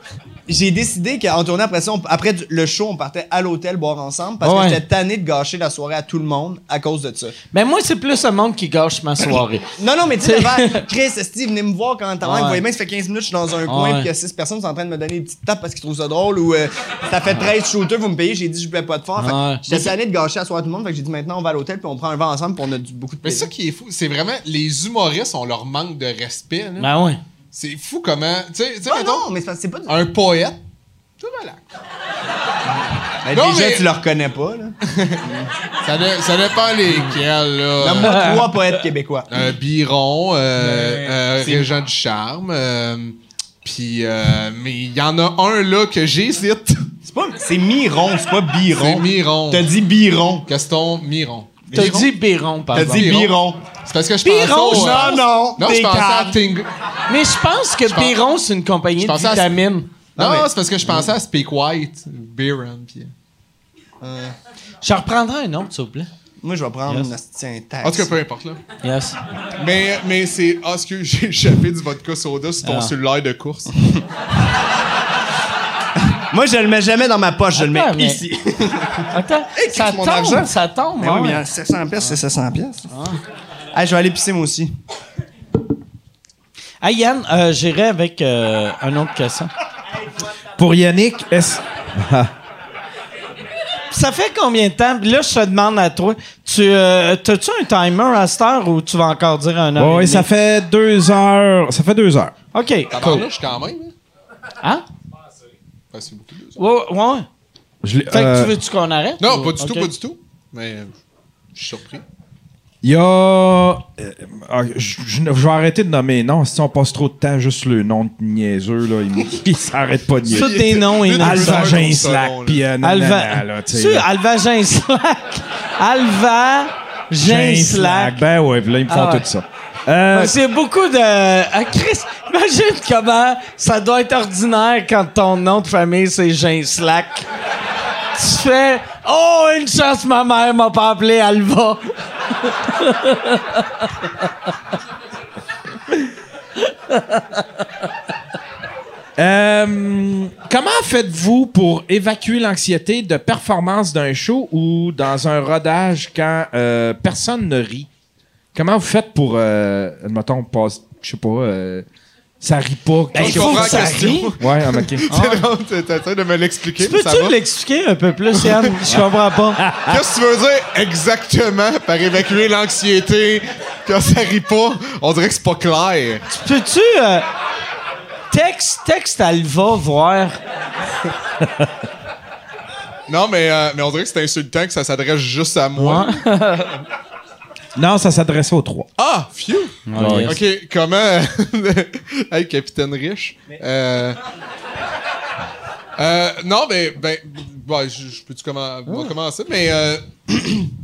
Speaker 5: j'ai décidé qu'en tournée après ça, on- après du- le show, on partait à l'hôtel boire ensemble parce
Speaker 1: Ouais.
Speaker 5: que j'étais tanné de gâcher la soirée à tout le monde à cause de ça.
Speaker 1: Mais Ben moi, c'est plus le monde qui gâche ma soirée.
Speaker 5: Non, non, mais tu sais, avant, Chris, Steve, venez me voir quand t'as
Speaker 1: Ouais.
Speaker 5: l'air. Vous voyez bien que ça fait 15 minutes, je suis dans un coin,
Speaker 1: ouais.
Speaker 5: puis que 6 personnes sont en train de me donner des petites tapes parce qu'ils trouvent ça drôle, ou euh, ça fait 13 shooters, vous me payez, j'ai dit, je voulais pas de fort. Fait que
Speaker 1: Ouais.
Speaker 5: J'étais tanné de gâcher la soirée à tout le monde, fait que j'ai dit, maintenant, on va à l'hôtel, puis on prend un verre ensemble, puis on a du- beaucoup de
Speaker 6: Mais c'est
Speaker 5: plaisir.
Speaker 6: ça qui est fou, c'est vraiment les humoristes ont leur manque de respect. là.
Speaker 1: Ben ouais.
Speaker 6: C'est fou comment. Tu sais, tu sais,
Speaker 5: Ah
Speaker 6: mettons,
Speaker 5: non, mais c'est parce que c'est pas du.
Speaker 6: un poète. Tout relax.
Speaker 5: Ben,
Speaker 6: Ah, non,
Speaker 5: déjà,
Speaker 6: mais-
Speaker 5: tu le reconnais pas, là.
Speaker 6: Ça, dé- ça dépend lesquels, là.
Speaker 5: Nomme-moi trois poètes québécois.
Speaker 6: Euh, Biron, euh, euh, Régent du Charme. euh, Puis, euh, mais il y en a un là que j'hésite.
Speaker 5: C'est pas. C'est Miron, c'est pas
Speaker 6: C'est
Speaker 5: Biron.
Speaker 6: Miron.
Speaker 5: T'as dit Biron.
Speaker 6: Gaston Miron.
Speaker 1: T'as
Speaker 6: Miron?
Speaker 1: dit Biron, par
Speaker 5: T'as
Speaker 6: Ah,
Speaker 1: exemple.
Speaker 5: dit Biron.
Speaker 6: C'est parce que je pensais.
Speaker 1: Biron,
Speaker 6: au-
Speaker 5: Non, non.
Speaker 6: Non,
Speaker 5: t'es
Speaker 6: je pensais à
Speaker 5: calme.
Speaker 6: Ting-
Speaker 1: Mais je pense que
Speaker 6: pense-
Speaker 1: Biron, c'est une compagnie
Speaker 6: Je
Speaker 1: de
Speaker 6: pense à-
Speaker 1: vitamines.
Speaker 6: Non,
Speaker 5: mais-
Speaker 6: c'est parce que je pensais à Speak White, Biron. Puis...
Speaker 1: Je reprendrai un autre, s'il vous plaît.
Speaker 5: Moi, je vais prendre un hostie intact.
Speaker 6: En tout cas, peu importe, là.
Speaker 1: Yes.
Speaker 6: Mais, mais c'est. Ah, excuse, j'ai échappé du vodka soda sur ton
Speaker 1: Ah.
Speaker 6: cellulaire de course.
Speaker 5: Moi, je le mets jamais dans ma poche, je le mets
Speaker 1: Attends, mais-
Speaker 5: ici.
Speaker 1: Attends,
Speaker 5: Hey,
Speaker 1: ça,
Speaker 5: Chris, mon
Speaker 1: tombe,
Speaker 5: argent.
Speaker 1: ça tombe,
Speaker 5: Mais oui, hein.
Speaker 1: ouais.
Speaker 5: mais 700 pièces, c'est 700 pièces. Ah, je vais aller pisser moi aussi.
Speaker 1: Hey, Yann, euh, j'irai avec euh, un autre question.
Speaker 4: Pour Yannick, est-ce.
Speaker 1: Ça fait combien de temps? Là, je te demande à toi. Tu euh, as-tu un timer à cette heure ou tu vas encore dire un heure?
Speaker 4: Ouais,
Speaker 1: et
Speaker 4: ça
Speaker 1: demie?
Speaker 4: fait deux heures. Ça fait deux heures.
Speaker 1: OK. Cool.
Speaker 6: Tabarnouche, quand même.
Speaker 1: Hein?
Speaker 6: hein. Enfin, c'est beaucoup plus. hein.
Speaker 1: Ouais, ouais.
Speaker 4: Je l'ai-
Speaker 1: Fait que
Speaker 4: euh,
Speaker 1: tu veux-tu qu'on arrête?
Speaker 6: Non,
Speaker 1: ou-
Speaker 6: pas du
Speaker 1: OK.
Speaker 6: tout, pas du tout. Mais euh, je suis surpris.
Speaker 4: Il y a. euh, ah, je, je- je vais arrêter de nommer. Non, si on passe trop de temps juste le nom de niaiseux, là, il, il s'arrête pas de
Speaker 1: Tous
Speaker 4: niaiser.
Speaker 1: des noms et
Speaker 4: Alva
Speaker 6: Alva
Speaker 4: Slack,
Speaker 6: Ginslack,
Speaker 4: puis euh, nanana,
Speaker 1: Alva.
Speaker 4: là, tu sais,
Speaker 1: Tu
Speaker 4: là.
Speaker 1: Alva Ginslack. Alva Ginslack.
Speaker 4: Ginslack. Ben ouais, puis là, ils me font
Speaker 1: Ah ouais.
Speaker 4: tout ça. Euh,
Speaker 1: C'est beaucoup de. Ah, Chris, imagine comment ça doit être ordinaire quand ton nom de famille c'est Ginslack. Tu fais Oh, une chance, ma mère m'a pas appelé Alva.
Speaker 4: Euh, comment faites-vous pour évacuer l'anxiété de performance d'un show ou dans un rodage quand euh, personne ne rit? Comment vous faites pour, euh, admettons, passe- je sais pas, euh, ça rit pas.
Speaker 1: Ben,
Speaker 4: qu'est-ce
Speaker 1: il faut
Speaker 6: comprends
Speaker 1: que ça
Speaker 6: la question.
Speaker 1: rie.
Speaker 4: que- Ouais, ah, ok.
Speaker 6: C'est drôle, t'es- t'es en train de me l'expliquer,
Speaker 1: Tu
Speaker 6: mais ça va.
Speaker 1: peux-tu l'expliquer un peu plus, Yann? Je comprends pas.
Speaker 6: Qu'est-ce que tu veux dire exactement par évacuer l'anxiété quand ça rit pas? On dirait que c'est pas clair.
Speaker 1: Tu peux-tu. euh, texte, texte Alva, voir.
Speaker 6: Non, mais, euh, mais on dirait que c'est insultant que ça s'adresse juste à moi.
Speaker 4: non, ça s'adresse aux trois.
Speaker 6: Ah, phew!
Speaker 4: yes.
Speaker 6: OK, comment... hey, Capitaine Riche. Euh... euh, non, mais... Ben, ouais, je, je peux-tu comment, va
Speaker 1: Ah.
Speaker 6: commencer? Mais, euh,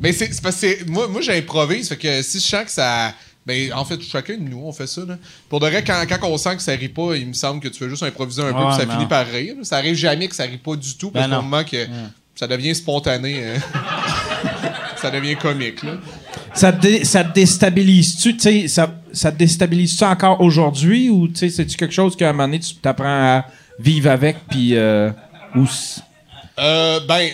Speaker 6: mais c'est c'est parce que c'est- moi, moi j'improvise. Fait que si je sens que ça... Ben, en fait, chacun de nous, on fait ça. Là. Pour de vrai, quand, quand on sent que ça rit pas, il me semble que tu fais juste improviser un peu
Speaker 1: Ouais,
Speaker 6: puis ça
Speaker 1: Ah, non.
Speaker 6: finit par rire. Ça arrive jamais que ça rit pas du tout. Parce
Speaker 1: Ben
Speaker 6: qu'au
Speaker 1: non.
Speaker 6: moment que ça devient spontané, euh, ça devient comique. Là.
Speaker 4: Ça, te dé- ça te déstabilise-tu, tu sais, ça, ça te déstabilise-tu encore aujourd'hui ou, tu sais, c'est-tu quelque chose qu'à un moment donné, tu t'apprends à vivre avec, puis... euh, ou s-
Speaker 6: Euh, ben,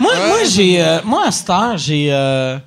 Speaker 1: Moi, moi j'ai. euh, moi, à cette heure, j'ai. euh,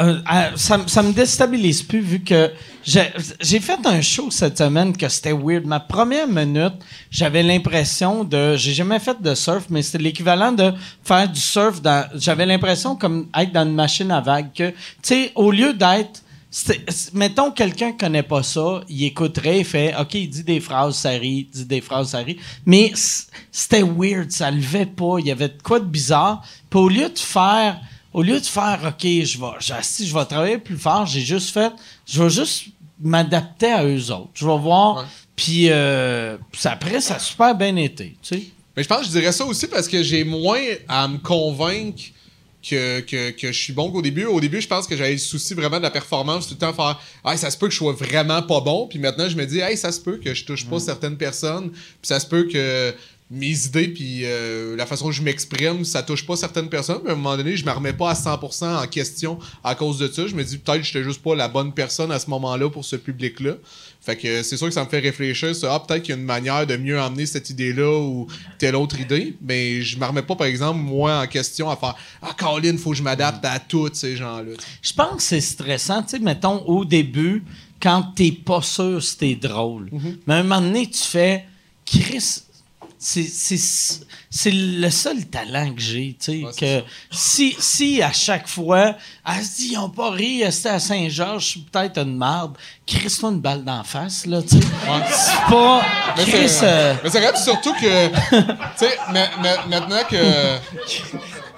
Speaker 1: euh, euh, ça, m- ça me déstabilise plus vu que j'ai j'ai fait un show cette semaine que c'était weird. Ma première minute, j'avais l'impression de. J'ai jamais fait de surf, mais c'était l'équivalent de faire du surf dans. J'avais l'impression comme être dans une machine à vagues. Que, tu sais, au lieu d'être. c'était- c'est- Mettons, quelqu'un connaît pas ça, il écouterait, il fait OK, il dit des phrases, ça rit, il dit des phrases, ça rit. Mais c- c'était weird, ça levait pas, il y avait de quoi de bizarre. Puis au lieu de faire au lieu de faire OK, je vais, j'ai- si je vais travailler plus fort, j'ai juste fait, je vais juste m'adapter à eux autres. Je vais voir. Puis euh, puis après, ça a super bien été. Tu sais.
Speaker 6: Mais je pense que je dirais ça aussi parce que j'ai moins à me convaincre que, que, que je suis bon qu'au début. Au début, je pense que j'avais le souci vraiment de la performance, tout le temps faire Hey, ça se peut que je sois vraiment pas bon. Puis maintenant, je me dis Hey, ça se peut que je touche pas certaines personnes. Puis ça se peut que. mes idées puis euh, la façon dont je m'exprime, ça touche pas certaines personnes. Mais à un moment donné, je me remets pas à 100% en question à cause de ça. Je me dis peut-être que j'étais juste pas la bonne personne à ce moment-là pour ce public-là. Fait que euh, c'est sûr que ça me fait réfléchir sur ah, peut-être qu'il y a une manière de mieux emmener cette idée-là ou telle autre idée, mais je me remets pas, par exemple, moi en question à faire Ah, Colin, faut que je m'adapte à tous ces gens-là.
Speaker 1: Je pense que c'est stressant, tu sais, mettons, au début, quand t'es pas sûr si t'es drôle.
Speaker 6: Mhm.
Speaker 1: Mais à un moment donné, tu fais Chris, c'est- c'est c'est le seul talent que j'ai, tu sais,
Speaker 6: Ouais, c'est
Speaker 1: que si, si à chaque fois, elle se dit, ils ont pas ri, c'était à Saint-Georges, je suis peut-être une marde, Chris, toi, une balle d'en face, là, tu sais. C'est pas.
Speaker 6: Mais
Speaker 1: Chris,
Speaker 6: c'est-
Speaker 1: euh,
Speaker 6: mais c'est vrai, puis surtout que. tu sais, ma- ma- maintenant que.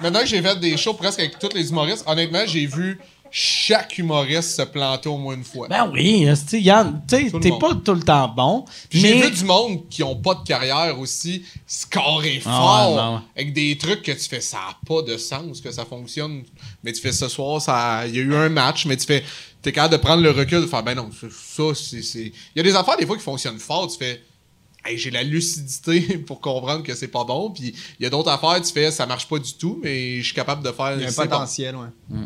Speaker 6: Maintenant que j'ai fait des shows presque avec tous les humoristes, honnêtement, j'ai vu chaque humoriste se planter au moins une fois.
Speaker 1: ben oui, tu sais, Yann, tu sais,
Speaker 6: Tout le
Speaker 1: t'es
Speaker 6: monde.
Speaker 1: pas tout le temps bon.
Speaker 6: Puis J'ai
Speaker 1: mais-
Speaker 6: vu du monde qui ont pas de carrière aussi scorer
Speaker 1: Ah
Speaker 6: fort
Speaker 1: ouais, ben ouais.
Speaker 6: avec des trucs que tu fais ça a pas de sens que ça fonctionne mais tu fais ce soir ça il y a eu un match mais tu fais t'es capable de prendre le recul de faire ben non ça ça, c'est c'est- il y a des affaires des fois qui fonctionnent fort tu fais Hey, j'ai la lucidité pour comprendre que c'est pas bon puis il y a d'autres affaires tu fais ça marche pas du tout mais je suis capable de faire
Speaker 5: Il y a un
Speaker 6: c'est bon.
Speaker 5: potentiel, ouais.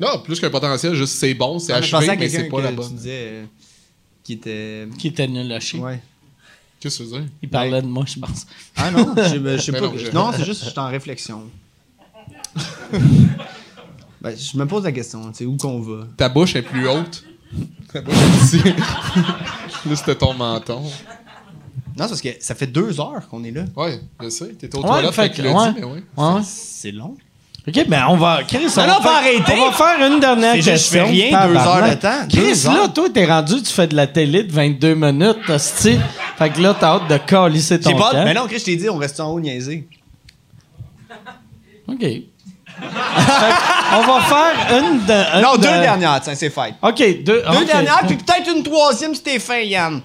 Speaker 6: non plus qu'un potentiel juste c'est bon c'est
Speaker 5: Ouais, mais Je pensais
Speaker 6: achevé
Speaker 5: à
Speaker 6: mais c'est
Speaker 5: quelqu'un
Speaker 6: pas la
Speaker 5: que tu
Speaker 6: bonne
Speaker 5: disais euh, qui était.
Speaker 1: Qui était nul à chier.
Speaker 5: Ouais.
Speaker 6: qu'est-ce que tu veux dire
Speaker 1: Il parlait de moi, je pense.
Speaker 5: Ah non, je, ben, je sais
Speaker 6: Mais
Speaker 5: pas.
Speaker 6: non, je-
Speaker 5: Non, c'est juste que je suis en réflexion. Ben, je me pose la question, tu sais, où qu'on va.
Speaker 6: Ta bouche est plus haute. Ta bouche est ici. Là, c'était ton menton.
Speaker 5: Non, c'est parce que ça fait deux heures qu'on est là.
Speaker 6: Ouais, je sais. T'étais aux
Speaker 1: Ouais,
Speaker 6: toilettes,
Speaker 1: fait
Speaker 6: fait
Speaker 1: que-
Speaker 6: qu'il l'a
Speaker 1: ouais.
Speaker 6: dit, mais ouais.
Speaker 1: Ouais.
Speaker 5: C'est long.
Speaker 1: OK, ben on va. Chris, on,
Speaker 5: non, on va
Speaker 1: faire-
Speaker 5: arrêter.
Speaker 1: On va faire une dernière
Speaker 5: C'est juste, je fais
Speaker 1: question.
Speaker 5: rien,
Speaker 1: Tabarnak.
Speaker 5: deux heures de temps.
Speaker 1: Chris,
Speaker 5: Deux
Speaker 1: là,
Speaker 5: heures.
Speaker 1: toi, t'es rendu, tu fais de la télé de 22 minutes, hostie. Fait que là, t'as hâte de calisser ton
Speaker 5: J'ai pas.
Speaker 1: camp.
Speaker 5: Mais non, Chris, je t'ai dit, on reste en haut niaisé.
Speaker 1: OK. Fait que on va faire une. de- une
Speaker 5: Non, deux
Speaker 1: de-
Speaker 5: dernières, tiens, c'est fait.
Speaker 1: OK, deux.
Speaker 5: Deux dernières, puis peut-être une troisième si t'es fin, Yann.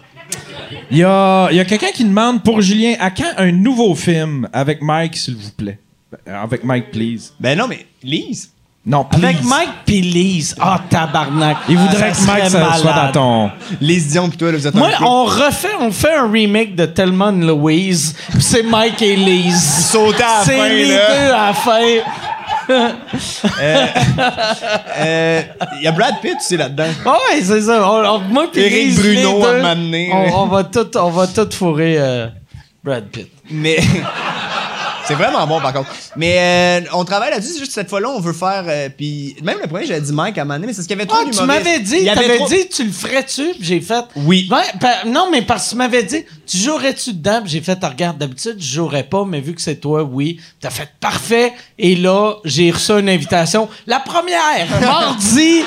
Speaker 4: Il y a, il y a quelqu'un qui demande pour Julien, à quand un nouveau film avec Mike, s'il vous plaît? Euh, Avec Mike, please.
Speaker 5: Ben non, mais Lise.
Speaker 4: Non, please.
Speaker 1: Avec Mike puis Lise. Ah, tabarnak.
Speaker 4: Il voudrait
Speaker 1: Ça
Speaker 4: que Mike
Speaker 1: serait
Speaker 4: ça soit dans
Speaker 1: malade.
Speaker 4: ton.
Speaker 5: Lise Dion, puis toi, là, vous êtes
Speaker 1: Moi,
Speaker 5: en couple.
Speaker 1: on refait, on fait un remake de Tellement de Louise, pis c'est Mike et Lise.
Speaker 5: Sauter à la fin,
Speaker 1: C'est les
Speaker 5: là.
Speaker 1: deux à la fin.
Speaker 5: Euh, Il y a Brad Pitt aussi là-dedans.
Speaker 1: Ah ouais, c'est ça. On, on- moi puis
Speaker 5: Éric
Speaker 1: Lise,
Speaker 5: Bruno
Speaker 1: les deux,
Speaker 5: à un moment donné.
Speaker 1: On, on va tout, on va tout fourrer euh, Brad Pitt.
Speaker 5: Mais. C'est vraiment bon, par contre. Mais euh, on travaille là-dessus, c'est juste que cette fois-là, on veut faire. euh, puis même le premier, j'avais dit Mike à un moment donné, mais c'est ce qu'il y avait trop
Speaker 1: Ah, tu
Speaker 5: d'humoristes.
Speaker 1: m'avais dit,
Speaker 5: Il y avait
Speaker 1: t'avais
Speaker 5: trop-
Speaker 1: dit, tu le ferais-tu? Puis j'ai fait.
Speaker 5: Oui.
Speaker 1: Ouais, pa- non, mais parce que tu m'avais dit, tu jouerais-tu dedans? Puis j'ai fait, Ah, regarde, d'habitude, je jouerais pas, mais vu que c'est toi, oui. T'as fait parfait. Et là, j'ai reçu une invitation. La première, mardi.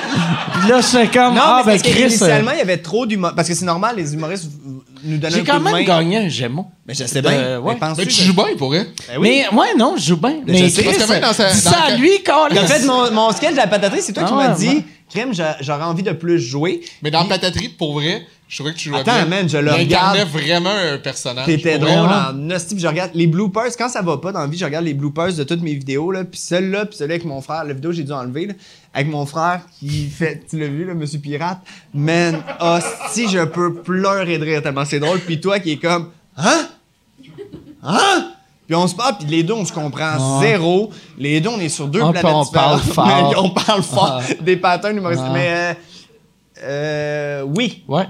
Speaker 1: Puis là, c'est comme,
Speaker 5: Non,
Speaker 1: ah,
Speaker 5: mais
Speaker 1: ben,
Speaker 5: c'est parce
Speaker 1: Chris. euh,
Speaker 5: initialement, il y avait trop d'humoristes. Parce que c'est normal, les humoristes euh, nous donnent
Speaker 1: J'ai
Speaker 5: un
Speaker 1: quand
Speaker 5: coup de
Speaker 1: même
Speaker 5: main.
Speaker 1: gagné un Gémeaux.
Speaker 5: Mais je sais
Speaker 1: De-
Speaker 5: bien.
Speaker 1: ouais.
Speaker 5: Mais penses-tu
Speaker 6: Mais tu
Speaker 5: que-
Speaker 6: joues bien pour vrai.
Speaker 5: Ben oui.
Speaker 1: Mais, ouais, non, je joue bien.
Speaker 5: je
Speaker 1: Mais
Speaker 5: sais,
Speaker 1: Chris,
Speaker 5: parce
Speaker 6: que même dans sa-
Speaker 1: dis
Speaker 6: dans
Speaker 1: ça à
Speaker 6: la-
Speaker 1: lui, quand
Speaker 5: En fait, mon, mon sketch de la pataterie, c'est toi qui
Speaker 1: Ah,
Speaker 5: m'as
Speaker 1: ouais,
Speaker 5: dit,
Speaker 1: moi-
Speaker 5: Crème, j'a- j'aurais envie de plus jouer.
Speaker 6: Mais dans Pataterie, pour vrai, je trouvais que tu jouais
Speaker 5: Attends,
Speaker 6: bien.
Speaker 5: man, je le
Speaker 6: Il incarnait
Speaker 5: regarde.
Speaker 6: vraiment un
Speaker 1: Ah,
Speaker 6: personnage.
Speaker 5: T'étais
Speaker 6: Pour
Speaker 5: drôle
Speaker 6: vrai.
Speaker 5: en hostie, puis je regarde les bloopers, quand ça va pas dans la vie, je regarde les bloopers de toutes mes vidéos, là, puis celle-là, puis celle-là avec mon frère, la vidéo j'ai dû enlever, là, avec mon frère qui fait, tu l'as vu, là, Monsieur Pirate, man, hostie, je peux pleurer de rire tellement c'est drôle, puis toi qui est comme, hein? Hein? Puis on se parle, puis les deux, on se comprend zéro. Les deux, on est sur deux
Speaker 1: Ah, puis
Speaker 5: planètes
Speaker 1: on parle
Speaker 5: différentes.
Speaker 1: fort.
Speaker 5: Mais on parle fort des patterns humoristiques,
Speaker 1: Ah.
Speaker 5: mais... euh, euh, oui.
Speaker 1: Ouais.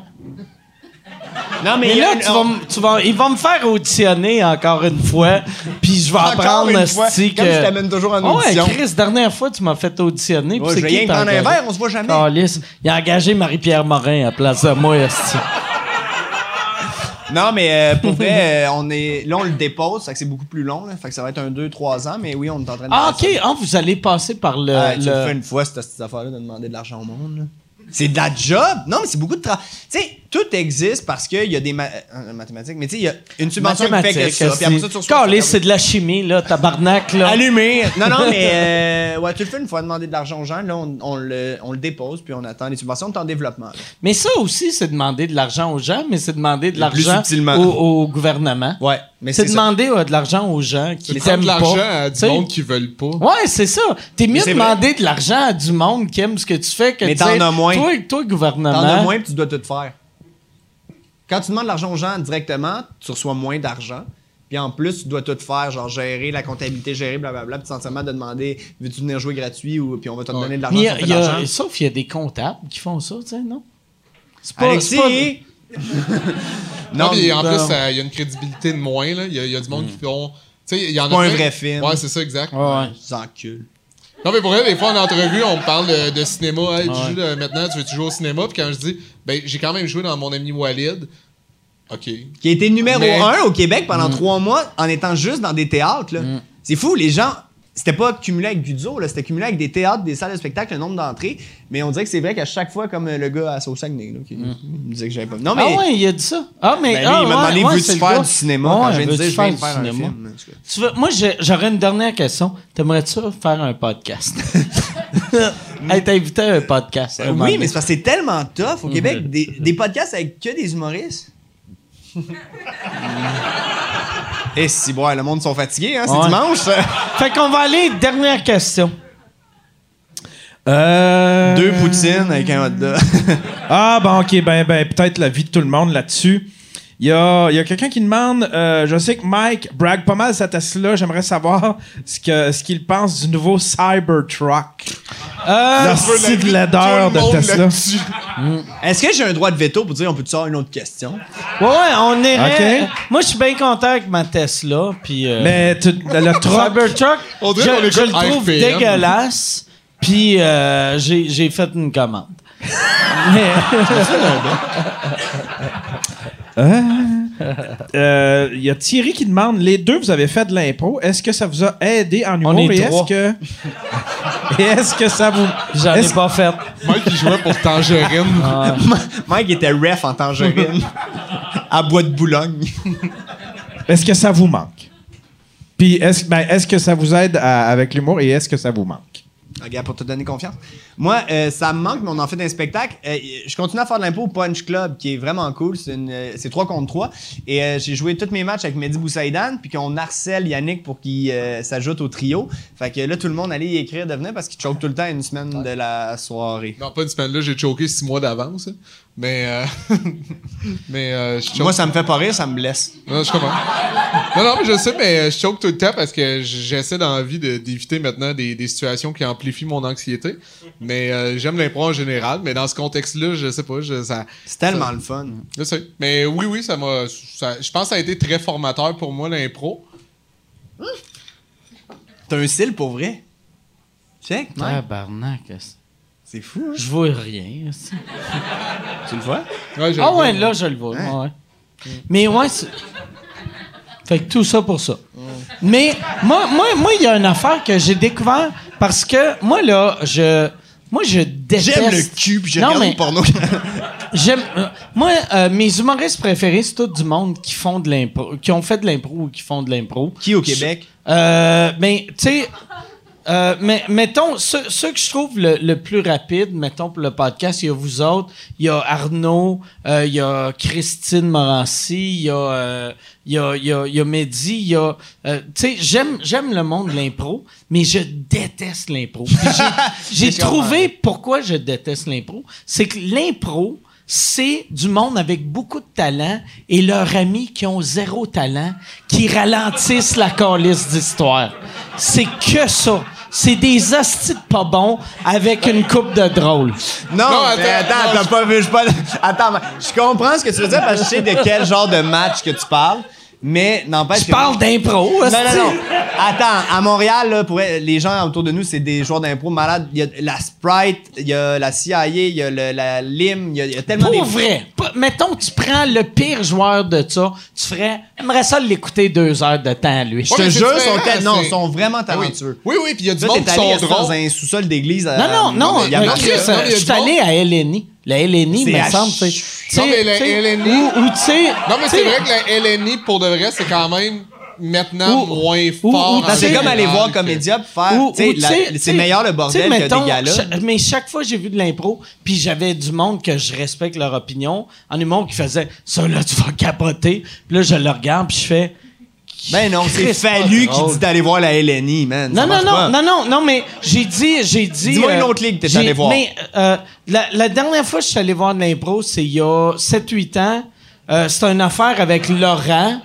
Speaker 5: Non, euh,
Speaker 1: Mais
Speaker 5: il y a
Speaker 1: là,
Speaker 5: une-
Speaker 1: tu vas, me- tu vas, ils vont me faire auditionner encore une fois, puis je vais
Speaker 5: Encore une
Speaker 1: apprendre
Speaker 5: fois,
Speaker 1: sti,
Speaker 5: comme
Speaker 1: que-
Speaker 5: je t'amène toujours en audition.
Speaker 1: Ouais, Chris, dernière fois, tu m'as fait auditionner. puis
Speaker 5: Ouais,
Speaker 1: c'est
Speaker 5: je vais
Speaker 1: qui Ah.
Speaker 5: rien
Speaker 1: t'as
Speaker 5: prendre un
Speaker 1: engagé?
Speaker 5: verre, on se voit jamais.
Speaker 1: Calisse. Il a engagé Marie-Pierre Morin à place de moi, esti.
Speaker 5: Non, mais euh, pour vrai, euh, on est, là, on le dépose, ça fait que c'est beaucoup plus long. Là, fait que ça va être un 2-3 ans, mais oui, on est en train de.
Speaker 1: Ah,
Speaker 5: faire
Speaker 1: OK. Ah, vous allez passer par le...
Speaker 5: ça. Ah, tu
Speaker 1: le-
Speaker 5: le fais une fois, cette, cette affaire-là, de demander de l'argent au monde. là. C'est de la job! Non, mais c'est beaucoup de travail. Tu sais, tout existe parce qu'il y a des ma- euh, mathématiques, mais tu sais, il y a une subvention qui fait que
Speaker 1: mathématiques,
Speaker 5: ça. Puis après ça, tu
Speaker 1: esti.
Speaker 5: reçois-
Speaker 1: Calisse, c'est de la chimie, là, tabarnak, là.
Speaker 5: Allumé! Non, non, mais euh, ouais, tu le fais une fois, demander de l'argent aux gens. Là, on, on le, on le dépose, puis on attend. Les subventions, on est en développement. là.
Speaker 1: Mais ça aussi, c'est demander de l'argent aux gens, mais c'est demander de
Speaker 5: Le plus
Speaker 1: l'argent
Speaker 5: subtilement.
Speaker 1: au, au gouvernement.
Speaker 5: Ouais, mais
Speaker 1: C'est
Speaker 5: c'est ça.
Speaker 1: demander euh, de l'argent aux gens qui
Speaker 6: Tu prends
Speaker 1: t'aiment
Speaker 6: de
Speaker 1: pas.
Speaker 6: l'argent à du
Speaker 1: T'sais.
Speaker 6: monde qui veulent pas.
Speaker 1: Ouais, c'est ça. T'es mieux
Speaker 5: c'est
Speaker 1: demander de l'argent à du monde qui aime ce que tu fais que
Speaker 5: Mais
Speaker 1: de
Speaker 5: t'en
Speaker 1: dire,
Speaker 5: as moins.
Speaker 1: Toi, toi gouvernement.
Speaker 5: T'en as moins, puis tu dois tout faire. Quand tu demandes de l'argent aux gens directement, tu reçois moins d'argent. Puis en plus, tu dois tout faire, genre gérer la comptabilité, gérer blablabla. Puis sentiment de demander veux-tu venir jouer gratuit ou puis on va te donner de l'argent.
Speaker 1: Mais il y a-
Speaker 5: ça fait
Speaker 1: il
Speaker 5: de
Speaker 1: y
Speaker 5: l'argent.
Speaker 1: a- sauf qu'il y a des comptables qui font ça, tu sais, non? C'est
Speaker 5: Alexis!
Speaker 1: c'est
Speaker 6: Non, mais en
Speaker 1: non.
Speaker 6: plus, ça- il y a une crédibilité de moins. là. Il y, a- il y a du monde qui font. Tu sais, il y en a.
Speaker 5: pas un
Speaker 6: plein-
Speaker 5: vrai film.
Speaker 6: Ouais, c'est ça, exact.
Speaker 1: pas- Ouais, ouais.
Speaker 5: Sans cul.
Speaker 6: Non, mais pour vrai, des fois, en entrevue, on me parle de, de cinéma. Hey, tu joues, euh, maintenant, tu veux-tu jouer au cinéma? Puis quand je dis, ben, j'ai quand même joué dans mon ami Walid. OK.
Speaker 5: Qui a été numéro
Speaker 6: Mais-
Speaker 5: un au Québec pendant
Speaker 1: Mm.
Speaker 5: trois mois en étant juste dans des théâtres. là. C'est fou, les gens. C'était pas cumulé avec Guzzo, là, c'était cumulé avec des théâtres, des salles de spectacle, le nombre d'entrées. Mais on dirait que c'est vrai qu'à chaque fois, comme euh, le gars à Sausagnay, là, qui il me disait que j'avais pas. Non, mais.
Speaker 1: Mm. Ah ouais, il a dit ça. Ah, mais.
Speaker 5: Ben, lui,
Speaker 1: ah,
Speaker 5: il m'a
Speaker 1: ouais,
Speaker 5: demandé
Speaker 1: ouais, c'est
Speaker 5: veux-tu
Speaker 1: le
Speaker 5: faire
Speaker 1: gars.
Speaker 5: du cinéma
Speaker 1: Ouais,
Speaker 5: quand je viens de
Speaker 1: veux-tu
Speaker 5: dire je
Speaker 1: faire
Speaker 5: viens de
Speaker 1: du
Speaker 5: faire un
Speaker 1: cinéma?
Speaker 5: film. en tout cas.
Speaker 1: Tu veux- moi, j'ai- j'aurais une dernière question. T'aimerais-tu faire un podcast? Être invité à un podcast.
Speaker 5: Euh, oui, mais c'est parce que c'est tellement tough au Québec, des, des podcasts avec que des humoristes. Et Mm. Eh, si, bon, le monde sont fatigués, hein, c'est
Speaker 1: Ouais.
Speaker 5: dimanche.
Speaker 1: Fait qu'on va aller, dernière question.
Speaker 4: Euh...
Speaker 5: Deux poutines avec un hot dog.
Speaker 4: Ah, ben, ok, ben, ben peut-être la vie de tout le monde là-dessus. Il y a, il y a quelqu'un qui demande euh, Je sais que Mike brague pas mal de sa Tesla, j'aimerais savoir ce que ce qu'il pense du nouveau Cybertruck. Euh, la
Speaker 6: C'est
Speaker 4: de laideur de Tesla.
Speaker 5: Est-ce que j'ai un droit de veto pour dire on peut te sortir une autre question?
Speaker 1: Ouais, ouais, on irait.
Speaker 4: Ok.
Speaker 1: Moi, je suis bien content avec ma Tesla. Puis. euh,
Speaker 4: Mais tu- le, le truck.
Speaker 1: Cybertruck,
Speaker 6: On
Speaker 1: je,
Speaker 6: dirait qu'on
Speaker 1: je
Speaker 6: écoute
Speaker 1: le trouve
Speaker 6: RPM.
Speaker 1: dégueulasse. Puis euh, j'ai j'ai fait une commande.
Speaker 4: Euh, Il y a Thierry qui demande Les deux, vous avez fait de l'impro. Est-ce que ça vous a aidé en humour
Speaker 1: est
Speaker 4: Et
Speaker 1: trois.
Speaker 4: est-ce que. Et est-ce que ça vous.
Speaker 1: J'en ai
Speaker 4: est-ce-
Speaker 1: pas fait.
Speaker 6: Mike, il jouait pour Tangerine.
Speaker 4: Ah.
Speaker 5: Mike était ref en tangerine à Bois de Boulogne.
Speaker 4: Est-ce que ça vous manque? Puis est-ce ben, est-ce que ça vous aide à- avec l'humour et est-ce que ça vous manque?
Speaker 5: Regarde, pour te donner confiance. Moi, euh, ça me manque, mais on en fait un spectacle. Euh, je continue à faire de l'impôt au Punch Club, qui est vraiment cool. C'est, une, euh, c'est 3 contre 3. Et euh, j'ai joué tous mes matchs avec Mehdi Boussaïdan, puis qu'on harcèle Yannick pour qu'il euh, s'ajoute au trio. Fait que là, tout le monde allait y écrire, devenir, parce qu'il choque tout le temps une semaine de la soirée.
Speaker 6: Non, pas une semaine là, j'ai choqué six mois d'avance. hein. Mais. euh, mais euh, je choque.
Speaker 5: Moi, ça me fait pas rire, ça me blesse.
Speaker 6: Non, je comprends. Non, non, mais je sais, mais euh, je choque tout le temps parce que j'essaie dans la vie de- d'éviter maintenant des, des situations qui amplifient mon anxiété. Mais euh, j'aime l'impro en général, mais dans ce contexte-là, je sais pas, je, ça,
Speaker 5: C'est tellement le fun.
Speaker 6: je sais. Mais oui, oui, ça m'a. ça- Je pense que ça a été très formateur pour moi, l'impro.
Speaker 5: T'as un cil pour vrai? Check,
Speaker 4: Ah,
Speaker 5: Mike.
Speaker 1: Tabarnak. est-ce-
Speaker 5: C'est fou, hein?
Speaker 1: Je vois rien. est-ce.
Speaker 5: Tu le vois?
Speaker 6: Ouais, je-
Speaker 1: Ah ouais, là, je le vois.
Speaker 4: Hein?
Speaker 1: ouais, ouais. Mais ouais, c'est- Fait que tout ça pour ça. Mais moi, moi, moi, il y a une affaire que j'ai découvert parce que moi, là, je. Moi, je déteste.
Speaker 5: J'aime le cul, puis je
Speaker 1: Non,
Speaker 5: regarde
Speaker 1: mais-
Speaker 5: le porno.
Speaker 1: J'aime. euh, moi, euh, mes humoristes préférés, c'est tout du monde qui font de l'impro, qui ont fait de l'impro ou qui font de l'impro.
Speaker 5: Qui au Québec?
Speaker 1: Euh, mais tu sais, euh, mais mettons ceux, ceux que je trouve le, le plus rapide, mettons pour le podcast, il y a vous autres, il y a Arnaud, euh, il y a Christine Morancy, il y a euh, il y a il y a, il y a Mehdi, il y a euh, tu sais, j'aime j'aime le monde de l'impro, mais je déteste l'impro. Puis j'ai- J'ai trouvé pourquoi je déteste l'impro, c'est que l'impro c'est du monde avec beaucoup de talent et leurs amis qui ont zéro talent qui ralentissent la calice d'histoire. C'est que ça. C'est des hosties de pas bons avec une coupe de drôle.
Speaker 5: Non,
Speaker 6: Non,
Speaker 5: mais
Speaker 6: attends,
Speaker 5: attends,
Speaker 6: non,
Speaker 5: t'as
Speaker 6: je-
Speaker 5: pas vu, je suis pas. Attends, je comprends ce que tu veux dire parce que je sais de quel genre de match que tu parles, mais n'empêche.
Speaker 1: Je
Speaker 5: que-
Speaker 1: parle d'impro,
Speaker 5: Non,
Speaker 1: hostie.
Speaker 5: non, non. Attends, à Montréal, là, pour les gens autour de nous, c'est des joueurs d'impro malades. Il y a la Sprite, il y a la CIA, il y a le- la Lime, il y a, il y a tellement
Speaker 1: Pour
Speaker 5: des.
Speaker 1: vrai. Pas- Mettons, tu prends le pire joueur de ça, tu ferais. J'aimerais ça l'écouter deux heures de temps, lui.
Speaker 5: Je te
Speaker 6: mais c'est
Speaker 5: jure,
Speaker 6: différent,
Speaker 5: sont tel- non,
Speaker 6: c'est-
Speaker 5: sont vraiment
Speaker 6: Ah oui.
Speaker 5: talentueux.
Speaker 6: Oui, oui, puis il y a du
Speaker 5: Là,
Speaker 6: monde
Speaker 5: t'es
Speaker 6: qui
Speaker 5: allé
Speaker 6: sont
Speaker 5: assis dans
Speaker 6: drôles.
Speaker 5: un sous-sol d'église. à-
Speaker 1: Non, non, non.
Speaker 5: il y a
Speaker 1: euh,
Speaker 5: marqué,
Speaker 1: Chris,
Speaker 5: là.
Speaker 6: non, mais il y a
Speaker 1: je suis
Speaker 6: du monde.
Speaker 1: allé à LNI. La LNI,
Speaker 5: C'est
Speaker 1: me
Speaker 5: à
Speaker 1: semble.
Speaker 5: ch-
Speaker 1: c'est-
Speaker 6: Non, mais
Speaker 1: c'est-
Speaker 6: la
Speaker 1: c'est-
Speaker 6: LNI
Speaker 1: Ou, ou tu sais.
Speaker 6: Non, mais
Speaker 1: tu
Speaker 6: c'est
Speaker 1: sais,
Speaker 6: vrai que la LNI, pour de vrai, c'est quand même maintenant
Speaker 1: Ou-
Speaker 6: moins
Speaker 1: ou- ou-
Speaker 6: fort.
Speaker 1: non,
Speaker 6: en
Speaker 5: C'est
Speaker 1: euh, c'est-
Speaker 5: comme aller
Speaker 6: général
Speaker 5: voir
Speaker 6: que-
Speaker 5: Comédia pour faire.
Speaker 1: Ou-
Speaker 5: tu sais,
Speaker 1: ou, tu
Speaker 5: la-
Speaker 1: sais, tu
Speaker 5: C'est
Speaker 1: sais,
Speaker 5: meilleur le
Speaker 1: tu sais,
Speaker 5: bordel que
Speaker 1: mettons,
Speaker 5: des galas.
Speaker 1: cha- mais chaque fois j'ai vu de l'impro, puis j'avais du monde que je respecte leur opinion, en humour qui faisait ça là tu vas capoter, puis là je le regarde puis je fais
Speaker 5: Ben non, c'est
Speaker 1: Chris,
Speaker 5: Fallu
Speaker 1: pas
Speaker 5: qui
Speaker 1: drôle.
Speaker 5: dit d'aller voir la LNI, man. Ça
Speaker 1: Non, non,
Speaker 5: marche pas.
Speaker 1: non, non, non, non, mais j'ai dit, j'ai dit. euh,
Speaker 5: Dis-moi une autre ligue que t'es
Speaker 1: j'ai-
Speaker 5: allé voir.
Speaker 1: Mais euh, la, la dernière fois que je suis allé voir de l'impro, c'est il y a 7-8 ans. Euh, c'est une affaire avec Laurent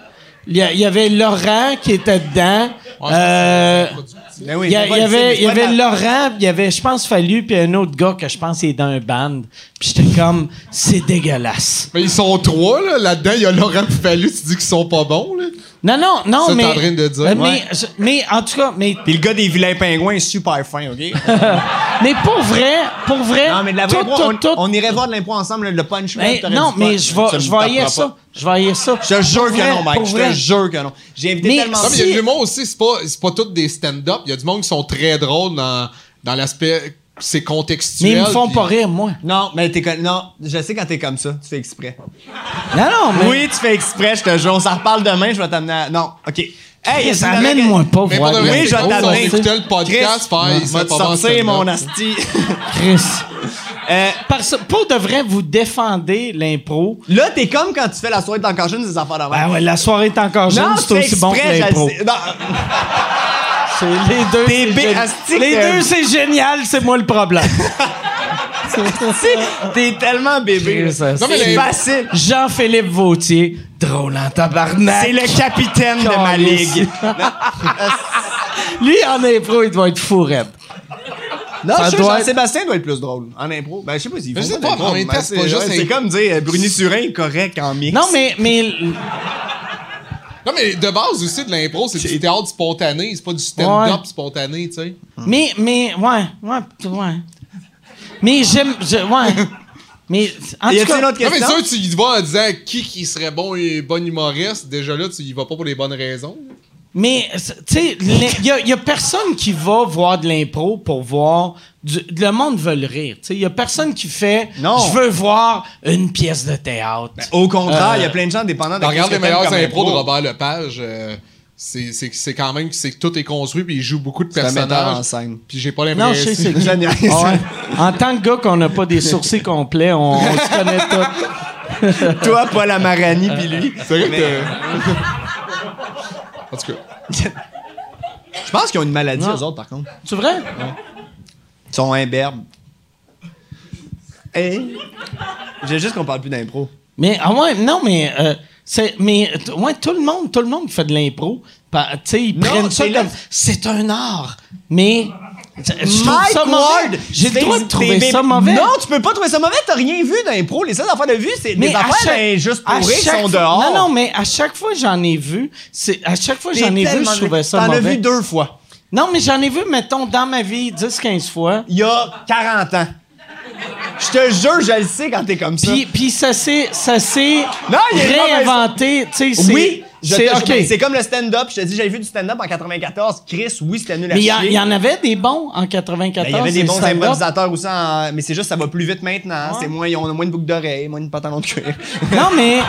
Speaker 1: Il y, a- il y avait Laurent qui était dedans. Euh,
Speaker 5: Ben oui,
Speaker 1: il y, a-
Speaker 5: on va
Speaker 1: il y
Speaker 5: le dire,
Speaker 1: avait, il y
Speaker 5: mais
Speaker 1: avait
Speaker 5: voilà.
Speaker 1: Laurent, il y avait, je pense, Fallu, puis un autre gars que je pense il est dans un band. Puis j'étais comme, c'est dégueulasse.
Speaker 6: Mais ils sont trois, là. Là-dedans, il y a Laurent et Fallu. Tu dis qu'ils sont pas bons, là.
Speaker 1: Non, non, non,
Speaker 6: Ça, t'es
Speaker 1: mais.
Speaker 6: en train de
Speaker 1: mais,
Speaker 6: dire, ouais.
Speaker 1: mais en tout cas, mais,
Speaker 5: Puis le gars des vilains pingouins est super fin, OK?
Speaker 1: mais pour vrai, pour vrai.
Speaker 5: non, mais de la vraie
Speaker 1: Ben, tout,
Speaker 5: impro,
Speaker 1: tout, tout-
Speaker 5: on, on irait voir de l'impro ensemble, là, le punch.
Speaker 1: mais Ben, non, mais je vais, je vais haïr ça. Je vais haïr ça.
Speaker 5: Je te jure
Speaker 1: Pour
Speaker 5: que non,
Speaker 1: vrai,
Speaker 5: Mike.
Speaker 1: pour
Speaker 5: Je
Speaker 1: vrai.
Speaker 5: te jure que non. J'ai invité
Speaker 1: Mais
Speaker 5: tellement
Speaker 6: Non, mais il y a
Speaker 1: Si-
Speaker 6: de l'humour aussi, c'est pas, c'est pas tous des stand-up. Il y a du monde qui sont très drôles dans, dans l'aspect. C'est contextuel.
Speaker 1: Mais ils me font
Speaker 6: puis-
Speaker 1: pas rire, moi.
Speaker 5: Non, mais t'es con- Non, je sais quand t'es comme ça. Tu fais exprès.
Speaker 1: Non, non, mais.
Speaker 5: Oui, tu fais exprès, je te jure. On s'en reparle demain, je vais t'amener à. Non, OK. Hey,
Speaker 1: Chris, amène-moi pas
Speaker 6: Mais pour
Speaker 1: voir.
Speaker 6: de vrai,
Speaker 5: Oui,
Speaker 6: c'est
Speaker 5: je
Speaker 6: drôle,
Speaker 5: t'amener.
Speaker 6: On écoutait le podcast, faire, il
Speaker 5: va
Speaker 6: serait
Speaker 5: te
Speaker 6: pas bon en
Speaker 5: sortir
Speaker 6: stand-up.
Speaker 5: mon asti.
Speaker 1: Chris.
Speaker 5: Euh,
Speaker 1: Parce, pour de vrai, vous défendez l'impro.
Speaker 5: Là, t'es comme quand tu fais la soirée de Tank en jeune, des affaires d'avant.
Speaker 1: Ben ouais, la soirée est encore jeune, c'est aussi bon que l'impro. C'est les deux.
Speaker 5: T'es
Speaker 1: c'est
Speaker 5: bé- euh.
Speaker 1: génial. les
Speaker 5: Asti, t'es-
Speaker 1: deux, c'est génial, c'est moi le problème.
Speaker 5: T'es tellement bébé.
Speaker 1: Chris,
Speaker 6: Non, mais
Speaker 5: C'est
Speaker 6: les-
Speaker 5: facile.
Speaker 1: Jean-Philippe Vautier, drôle en tabarnak.
Speaker 5: C'est le capitaine de ma
Speaker 1: Calice.
Speaker 5: ligue.
Speaker 1: Lui, en impro, il doit être fou raide.
Speaker 5: Non,
Speaker 1: Ah, Ça
Speaker 5: Ah, je suis sûr
Speaker 1: doit
Speaker 5: que
Speaker 1: être-
Speaker 5: Jean-Sébastien doit être plus drôle en impro. Ben, je sais pas s'il
Speaker 6: Mais je sais
Speaker 5: faut
Speaker 6: pas, mais en
Speaker 5: drôle,
Speaker 6: même temps,
Speaker 5: mais
Speaker 6: c'est pas juste
Speaker 5: ouais,
Speaker 6: un-
Speaker 5: C'est comme dire euh, Bruni Surin est correct en mix.
Speaker 1: Non, mais, mais
Speaker 6: Non, mais de base aussi, de l'impro, c'est du théâtre spontané. C'est pas du stand-up spontané, tu sais.
Speaker 1: Mais, mais, ouais, ouais, p- ouais. Mais j'aime, je- ouais. Mais, en
Speaker 5: Y
Speaker 1: tout
Speaker 5: a-t-il une
Speaker 1: cas,
Speaker 5: autre
Speaker 6: Non, mais
Speaker 5: question?
Speaker 6: sûr, tu y vas en disant qui qui serait bon et bon humoriste. Déjà là, tu y vas pas pour les bonnes raisons.
Speaker 1: mais, c'est- tu sais, il y, a- y a personne qui va voir de l'impro pour voir. du- le monde veut le rire, tu sais. Il y a personne qui fait.
Speaker 5: Non. Ben, oh,
Speaker 1: Je veux voir une pièce de théâtre.
Speaker 5: Au contraire,
Speaker 1: Euh,
Speaker 5: il y a plein de gens dépendants de
Speaker 6: Ben, regarde
Speaker 5: qu'est-ce
Speaker 6: les
Speaker 5: que t'aimes
Speaker 6: meilleurs
Speaker 5: comme
Speaker 6: impros de
Speaker 5: impro.
Speaker 6: Robert Lepage. euh, c'est- c'est c'est quand même que c'est que tout est construit puis il joue beaucoup de
Speaker 5: un metteur
Speaker 6: personnages.
Speaker 5: en scène.
Speaker 6: Puis j'ai pas
Speaker 1: non, je
Speaker 6: l'impression.
Speaker 1: sais c'est qui.
Speaker 5: Génial.
Speaker 1: Ah ouais. En tant que gars qu'on n'a pas des sourcils complets, on, on se connaît tous.
Speaker 5: Toi, Paul Amarani, puis lui.
Speaker 6: C'est vrai que
Speaker 5: Mais- euh,
Speaker 6: t'as- En tout cas,
Speaker 5: Je pense qu'ils ont une maladie,
Speaker 1: Non.
Speaker 5: eux autres, par contre.
Speaker 1: C'est vrai?
Speaker 5: Ils sont imberbes. Hey. J'ai juste qu'on parle plus d'impro.
Speaker 1: Mais ah ouais, non mais euh, c'est mais t- ouais tout le monde tout le monde fait de l'impro. Pa- Tu sais ils
Speaker 5: Non,
Speaker 1: prennent ça
Speaker 5: c'est là-
Speaker 1: comme c'est un art. Mais je trouve
Speaker 5: Mike
Speaker 1: ça mauvais.
Speaker 5: Ward!
Speaker 1: J'ai le droit de
Speaker 5: T'es-
Speaker 1: trouver
Speaker 5: t'es-
Speaker 1: ça mauvais.
Speaker 5: Non, tu peux pas trouver ça mauvais, t'as rien vu d'impro. Les seules affaires de vue, c'est des
Speaker 1: à
Speaker 5: affaires
Speaker 1: chaque-
Speaker 5: ben, juste
Speaker 1: à
Speaker 5: pourries qui
Speaker 1: chaque
Speaker 5: sont
Speaker 1: fois-
Speaker 5: dehors.
Speaker 1: Non non, mais à chaque fois j'en ai vu, c'est à chaque fois j'en ai vu, je trouvais ça
Speaker 5: T'en
Speaker 1: mauvais.
Speaker 5: as vu deux fois.
Speaker 1: Non, mais j'en ai vu mettons dans ma vie 10 15 fois.
Speaker 5: Il y a 40 ans. Je te jure, je le sais quand t'es comme ça.
Speaker 1: Puis, puis ça s'est ça s'est
Speaker 5: Non, il est
Speaker 1: réinventé, tu sais c'est
Speaker 5: oui, je
Speaker 1: c'est
Speaker 5: te-
Speaker 1: OK.
Speaker 5: ben, c'est comme le stand-up. Je te dis, j'avais vu du stand-up en 94. Chris, oui, c'était nul à
Speaker 1: Mais il y, a-
Speaker 5: chier.
Speaker 1: il y en avait des bons en
Speaker 5: Ben,
Speaker 1: 94.
Speaker 5: il y avait
Speaker 1: c'est
Speaker 5: des bons
Speaker 1: stand-up.
Speaker 5: improvisateurs aussi, en- mais c'est juste ça va plus vite maintenant.
Speaker 1: Ouais.
Speaker 5: C'est moins, on a moins de boucles d'oreilles, moins de pantalons de cuir.
Speaker 1: Non, mais.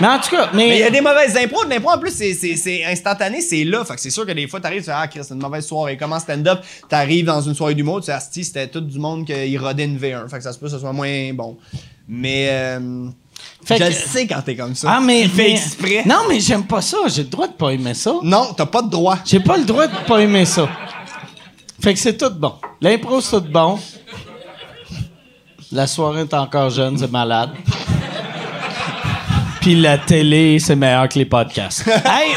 Speaker 1: Mais en tout cas, mais.
Speaker 5: Mais il y a des mauvaises impros. De l'impro, en plus, c'est- c'est c'est instantané, c'est là. Fait que c'est sûr que des fois, t'arrives, tu fais Ah, Chris, c'est une mauvaise soirée. Comment stand-up T'arrives dans une soirée d'humour, tu sais, Asti, c'était tout du monde qui rodait une V1. Fait que ça se peut que ce soit moins bon. Mais. euh,
Speaker 1: Fait
Speaker 5: je
Speaker 1: que-
Speaker 5: sais quand t'es comme ça.
Speaker 1: Ah, mais.
Speaker 5: Il fait
Speaker 1: mais-
Speaker 5: exprès.
Speaker 1: Non, mais j'aime pas ça. J'ai le droit de pas aimer ça.
Speaker 5: Non, t'as pas de droit.
Speaker 1: J'ai pas le droit de pas aimer ça. Fait que c'est tout bon. L'impro, c'est tout bon. La soirée est encore jeune, c'est malade. Puis la télé, c'est meilleur que les podcasts. hey,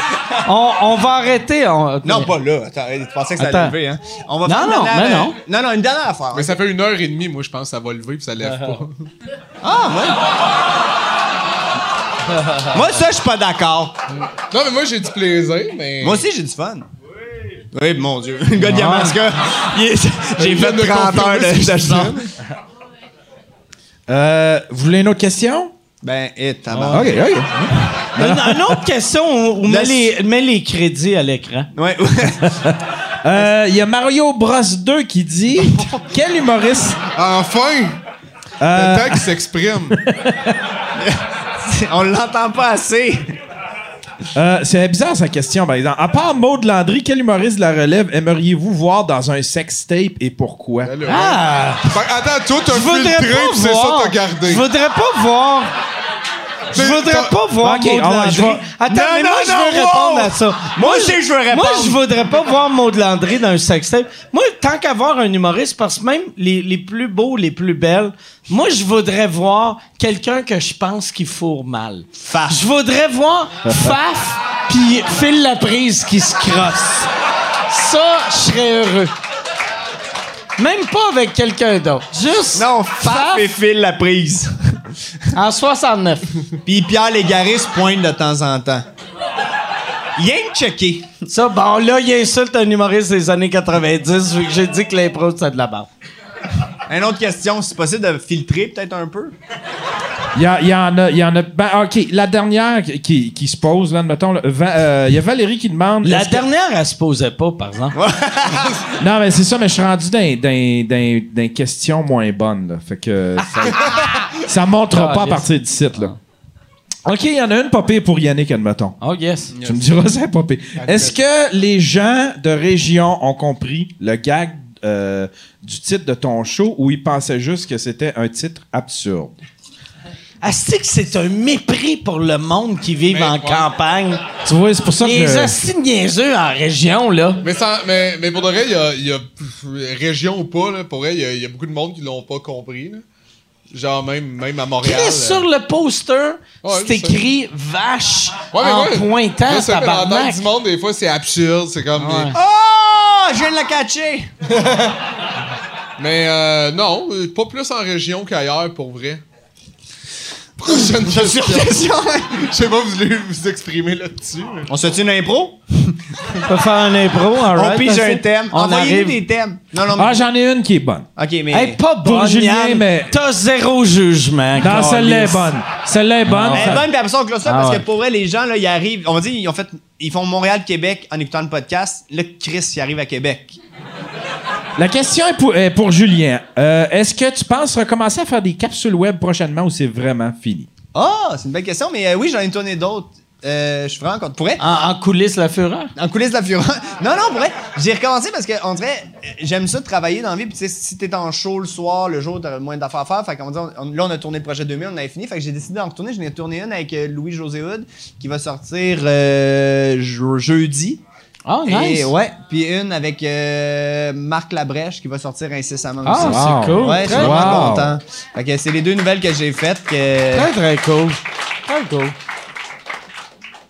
Speaker 1: on, on va arrêter. on-
Speaker 5: Non, pas là. Attends, tu pensais que ça allait
Speaker 1: Attends.
Speaker 5: lever, hein? On va
Speaker 1: Non,
Speaker 5: faire une
Speaker 1: non, mais
Speaker 5: dernière, euh,
Speaker 1: non.
Speaker 5: Non, non, une dernière affaire.
Speaker 6: mais ça fait une heure et demie, moi, je pense que ça va lever puis ça lève pas.
Speaker 5: Ah, ouais. Moi, ça, je suis pas d'accord.
Speaker 6: Non, mais moi, j'ai du plaisir, mais.
Speaker 5: Moi aussi, j'ai du fun. Oui, mon Dieu. Le gars de Yamaska, il est- j'ai
Speaker 6: Il vient
Speaker 5: fait
Speaker 6: de
Speaker 5: 30 heures
Speaker 6: confirmer ce que
Speaker 5: de, de
Speaker 6: je
Speaker 5: chant.
Speaker 4: Euh, vous voulez une autre question?
Speaker 5: Ben, et
Speaker 4: OK,
Speaker 5: tabarnak.
Speaker 4: OK.
Speaker 1: Une, une autre question, on, on met, les, met les crédits à l'écran.
Speaker 5: Ouais.
Speaker 4: Euh, Il y a Mario Bros 2 qui dit Quel humoriste.
Speaker 6: Enfin!
Speaker 4: Euh,
Speaker 6: Le temps qu'il s'exprime.
Speaker 5: On l'entend pas assez.
Speaker 4: euh, c'est bizarre sa question, par exemple. À part Maud Landry, quel humoriste de la relève aimeriez-vous voir dans un sex tape et pourquoi?
Speaker 6: Ben là, ouais.
Speaker 1: Ah!
Speaker 6: Fait que, attends, toi, t'as
Speaker 1: Je voudrais
Speaker 6: filtré,
Speaker 1: pas
Speaker 6: puis c'est ça
Speaker 1: voir.
Speaker 6: t'as gardé.
Speaker 1: Je voudrais pas voir. Je
Speaker 6: Mais
Speaker 1: voudrais
Speaker 6: t'as-
Speaker 1: pas voir.
Speaker 4: Ok,
Speaker 1: Maud
Speaker 4: ah ouais,
Speaker 1: Landry.
Speaker 4: je vais-
Speaker 1: Attends,
Speaker 4: Non,
Speaker 1: mais moi,
Speaker 4: non,
Speaker 1: je veux
Speaker 4: non,
Speaker 1: répondre
Speaker 4: wow!
Speaker 1: à à ça.
Speaker 5: Moi aussi, je veux
Speaker 1: Moi,
Speaker 5: répondre.
Speaker 1: je voudrais pas voir Maud Landry dans un sextape. Moi, tant qu'à voir un humoriste, parce que même les, les plus beaux, les plus belles, moi, je voudrais voir quelqu'un que je pense qu'il fourre mal.
Speaker 5: Faf.
Speaker 1: Je voudrais voir Faf puis Phil Laprise qui se crosse. Ça, je serais heureux. Même pas avec quelqu'un d'autre. Juste
Speaker 5: Non, Faf et file la prise.
Speaker 1: en 69.
Speaker 5: Puis Pierre Légaré se pointe de temps en temps. Rien que checker.
Speaker 1: Ça, bon, là, il insulte un humoriste des années 90, vu que j'ai dit que l'impro, c'est de la barbe.
Speaker 5: Une autre question, c'est possible de filtrer peut-être un peu?
Speaker 4: Il y, a- il y en a. Il y en a ben, OK, la dernière qui- qui, qui se pose, là, admettons, là, va- euh, il y a Valérie qui demande.
Speaker 1: La
Speaker 4: est-ce que-
Speaker 1: dernière, elle se posait pas, par exemple.
Speaker 4: Non, mais c'est ça, mais je suis rendu dans- dans dans- dans des questions moins bonnes. Là. Fait que ça, ça montera pas à partir d'ici. Là. OK, il y en a une pas pire pour Yannick, admettons.
Speaker 1: Oh, yes.
Speaker 4: Tu me diras ça, pas pire. Est-ce que les gens de région ont compris le gag euh, du titre de ton show ou ils pensaient juste que c'était un titre absurde?
Speaker 1: Asti que c'est un mépris pour le monde qui vit en campagne.
Speaker 4: Tu vois, c'est pour ça que...
Speaker 1: Les
Speaker 4: je-
Speaker 1: astis de niaiseux en région, là.
Speaker 6: Mais, ça, mais, mais pour de vrai, il y a, il y a- pff, région ou pas, là, pour vrai, il y, a- il y a beaucoup de monde qui l'ont pas compris. là. Genre, même, même à Montréal.
Speaker 1: Chris,
Speaker 6: euh,
Speaker 1: sur le poster,
Speaker 6: Ouais,
Speaker 1: c'est
Speaker 6: je sais.
Speaker 1: écrit vache
Speaker 6: Ouais, mais
Speaker 1: en
Speaker 6: ouais,
Speaker 1: pointant,
Speaker 6: je sais, mais dans la
Speaker 1: tabarnak.
Speaker 6: tête du monde, des fois, c'est absurde. C'est comme. Ah!
Speaker 1: Ouais.
Speaker 5: Oh! Je viens de la catcher!
Speaker 6: Mais euh, non, euh, pas plus en région qu'ailleurs, pour vrai. Prochaine question. Je sais pas, vous voulez vous exprimer là-dessus. mais-
Speaker 5: On se fait une impro?
Speaker 1: On peut faire un impro, all
Speaker 5: on
Speaker 1: right,
Speaker 5: pige
Speaker 1: parce
Speaker 5: un
Speaker 1: que
Speaker 5: thème.
Speaker 1: On
Speaker 5: Envoyez-nous
Speaker 1: arrive.
Speaker 5: des thèmes. Non, non, mais.
Speaker 4: Ah, j'en ai une qui est bonne.
Speaker 5: ok, mais.
Speaker 1: Hey, pas
Speaker 4: Pour
Speaker 1: bonne,
Speaker 4: Julien,
Speaker 1: Yann.
Speaker 4: mais-
Speaker 1: T'as zéro jugement.
Speaker 4: Non, celle-là
Speaker 1: câlisse.
Speaker 4: est bonne. Celle-là est bonne.
Speaker 5: Elle est
Speaker 4: Ça-
Speaker 5: bonne, puis après ça, on close ça,
Speaker 4: Ah
Speaker 5: parce
Speaker 4: ouais.
Speaker 5: que pour vrai, les gens, là, ils arrivent, on dit, ils ont fait, ils font Montréal-Québec en écoutant le podcast. Là, Chris, il arrive à Québec.
Speaker 4: La question est pour, est pour Julien. Euh, Est-ce que tu penses recommencer à faire des capsules web prochainement ou c'est vraiment fini?
Speaker 5: Ah, c'est une belle question, mais euh, oui, j'en ai tourné d'autres. Euh, je suis vraiment content. Pour vrai,
Speaker 1: En, en coulisses, la fureur.
Speaker 5: en coulisses de la fureur. non, non, pour vrai, j'ai recommencé parce que, on dirait, euh, j'aime ça travailler dans la vie, puis tu sais, si t'es en show le soir, le jour, t'as moins d'affaires à faire. Fait qu'on dit, on- on- là, on a tourné le projet 2000, on avait fini, fait que j'ai décidé d'en retourner. J'en ai tourné une avec euh, Louis-José Hood, qui va sortir euh, je- jeudi.
Speaker 1: Oh, nice.
Speaker 5: Et Eh, ouais, puis une avec euh, Marc Labrèche qui va sortir incessamment
Speaker 1: Ah,
Speaker 5: aussi.
Speaker 1: c'est
Speaker 4: Wow.
Speaker 1: cool.
Speaker 5: Ouais, je suis
Speaker 1: très,
Speaker 5: vraiment
Speaker 4: Wow.
Speaker 5: content. Fait que c'est les deux nouvelles que j'ai faites que
Speaker 1: très, très cool. Très cool.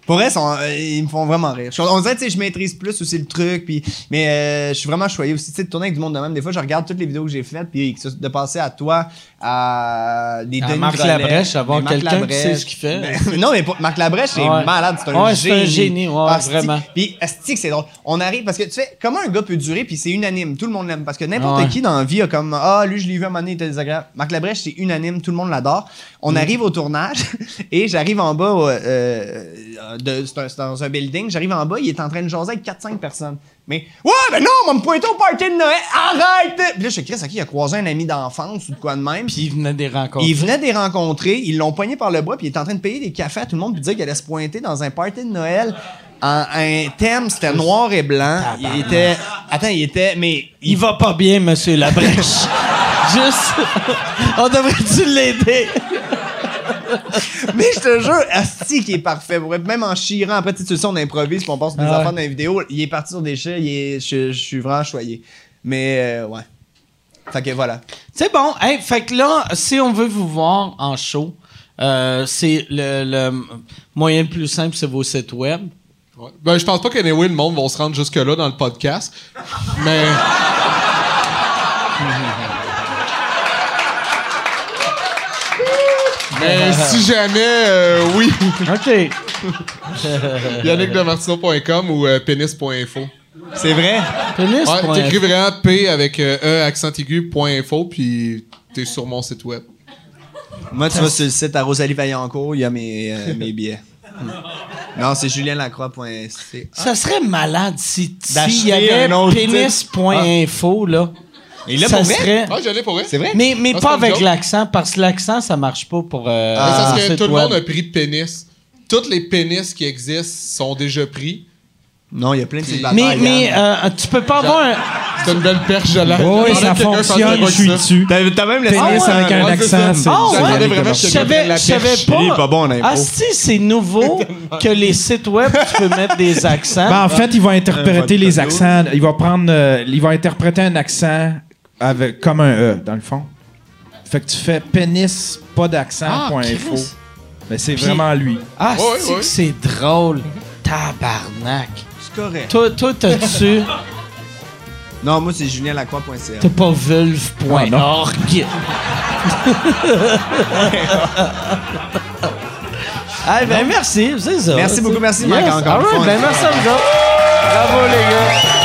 Speaker 5: pour elles sont- euh, ils me font vraiment rire. Je- On dirait tu sais je maîtrise plus aussi le truc puis mais euh, je suis vraiment choyé aussi tu sais de tourner avec du monde de même des fois je regarde toutes les vidéos que j'ai faites puis que ce- de passer à toi à des
Speaker 1: À
Speaker 5: Denis
Speaker 1: Marc
Speaker 5: Drolet,
Speaker 1: Labrèche, avoir
Speaker 5: mais Marc
Speaker 1: quelqu'un qui
Speaker 5: Labrèche.
Speaker 1: sait ce qu'il fait.
Speaker 5: Ben, non mais pour- Marc Labrèche c'est
Speaker 1: Ouais.
Speaker 5: malade, c'est un
Speaker 1: Ouais, c'est
Speaker 5: génie.
Speaker 1: un génie, ouais,
Speaker 5: Asti-
Speaker 1: vraiment.
Speaker 5: Puis asti que c'est drôle. On arrive parce que tu sais comment un gars peut durer puis c'est unanime, tout le monde l'aime parce que n'importe
Speaker 1: Ouais.
Speaker 5: qui dans la vie a comme ah lui je l'ai vu à un moment donné, il était désagréable. Marc Labrèche c'est unanime, tout le monde l'adore. On arrive au tournage et j'arrive en bas euh, euh, de- c'est un- c'est dans un building, j'arrive en bas, il est en train de jaser avec 4 5 personnes. Mais ouais, ben non, on va me pointer au party de Noël. Arrête. Puis là je Chris, OK, il a croisé un ami d'enfance ou de quoi de même.
Speaker 1: Puis il venait des rencontres.
Speaker 5: Il venait de les rencontrer, ils l'ont poigné par le bras, puis il est en train de payer des cafés à tout le monde, puis dire qu'il allait se pointer dans un party de Noël. En un thème, c'était noir et blanc. Il était. Attends, il était. Mais.
Speaker 1: Il va pas bien, monsieur Labrèche. Juste, on devrait-tu l'aider?
Speaker 5: Mais je te jure, Asti qui est parfait. pour vrai. Même en chirant, après, tu sais, tu le sais, on improvise, puis on passe des
Speaker 1: Ah ouais.
Speaker 5: affaires dans les vidéos. Il est parti sur des chats, il est- je, je suis vraiment choyé. Mais, euh, ouais. Fait que voilà.
Speaker 1: C'est bon. Hey, fait que là, si on veut vous voir en show, euh, c'est le, le moyen le plus simple, c'est vos sites web.
Speaker 6: Ouais. Ben, je pense pas qu'anyway, le monde va se rendre jusque-là dans le podcast. Mais. Mais si jamais, euh, oui,
Speaker 1: OK.
Speaker 6: yannickdemartino.com ou euh, penis.info.
Speaker 5: C'est vrai?
Speaker 1: Pénis.
Speaker 6: Ouais,
Speaker 1: point-
Speaker 6: t'écris vraiment P avec euh, E accent aigu, point info, puis t'es sur mon site web.
Speaker 5: Moi, tu vas sur le site à Rosalie Vaillancourt, il y a mes, euh, mes billets. non, c'est julienlacroix.ca.
Speaker 1: Ça serait malade si s'il
Speaker 5: D'acheter
Speaker 1: y avait
Speaker 5: un autre
Speaker 1: pénis.info, là.
Speaker 5: Et là,
Speaker 1: ça
Speaker 5: pour vrai?
Speaker 1: serait...
Speaker 6: Ah, j'allais pour vrai.
Speaker 5: C'est vrai?
Speaker 1: Mais, mais
Speaker 6: Ah, c'est
Speaker 1: pas
Speaker 6: une
Speaker 1: avec
Speaker 6: joke. Ah.
Speaker 1: l'accent, parce que l'accent, ça marche pas pour. euh,
Speaker 6: Mais
Speaker 1: un
Speaker 6: c'est parce que
Speaker 1: site
Speaker 6: tout le
Speaker 1: web.
Speaker 6: monde a pris pénis. Tous les pénis qui existent sont déjà pris.
Speaker 5: Non, il y a plein de
Speaker 6: Puis- Ah,
Speaker 5: célibataires.
Speaker 1: Mais, mais
Speaker 5: Yann.
Speaker 1: euh, tu peux pas avoir un.
Speaker 6: C'est une belle perche, j'allais.
Speaker 11: Oh, oui,
Speaker 6: Ah, j'attendais
Speaker 11: ça
Speaker 6: que quelqu'un fasse de
Speaker 11: fonctionne,
Speaker 6: quoi
Speaker 11: je
Speaker 6: que
Speaker 11: suis
Speaker 6: ça.
Speaker 4: euh,
Speaker 11: dessus.
Speaker 8: T'as t'as même laissé
Speaker 11: Tennis
Speaker 8: un-
Speaker 5: euh,
Speaker 11: avec un
Speaker 8: ouais, c'est ça.
Speaker 11: accent, c'est-
Speaker 8: Ah,
Speaker 11: c'est-
Speaker 8: ouais?
Speaker 6: J'attendais vraiment que
Speaker 1: Je
Speaker 6: quelqu'un prenne
Speaker 1: savais,
Speaker 6: la
Speaker 1: je savais
Speaker 6: perche.
Speaker 8: Il est pas
Speaker 1: pas.
Speaker 8: bon en impro.
Speaker 1: Ah, si, c'est nouveau que les sites web, tu peux mettre des accents.
Speaker 6: Bah.
Speaker 4: Ben, en fait, il va
Speaker 11: vodka
Speaker 4: interpréter
Speaker 6: Euh,
Speaker 4: les
Speaker 11: d'eau.
Speaker 4: accents. Il va prendre. euh, il va interpréter un accent avec, comme un E, dans le fond. Fait que tu fais pénis, pas d'accent, point info. Mais c'est vraiment lui.
Speaker 1: Ah,
Speaker 6: Ouais,
Speaker 1: c'est
Speaker 6: ouais.
Speaker 1: que c'est drôle. Tabarnak.
Speaker 5: C'est correct.
Speaker 1: Toi, toi, t'as-tu...
Speaker 5: Non, moi, c'est julienlacroix.ca.
Speaker 1: T'as pas vulve.org. ah, ben merci, c'est ça. ben,
Speaker 5: Merci beaucoup, merci, Mike,
Speaker 1: Yes,
Speaker 5: encore une
Speaker 1: alright,
Speaker 5: fois.
Speaker 1: ben merci à vous autres. Bravo, les gars.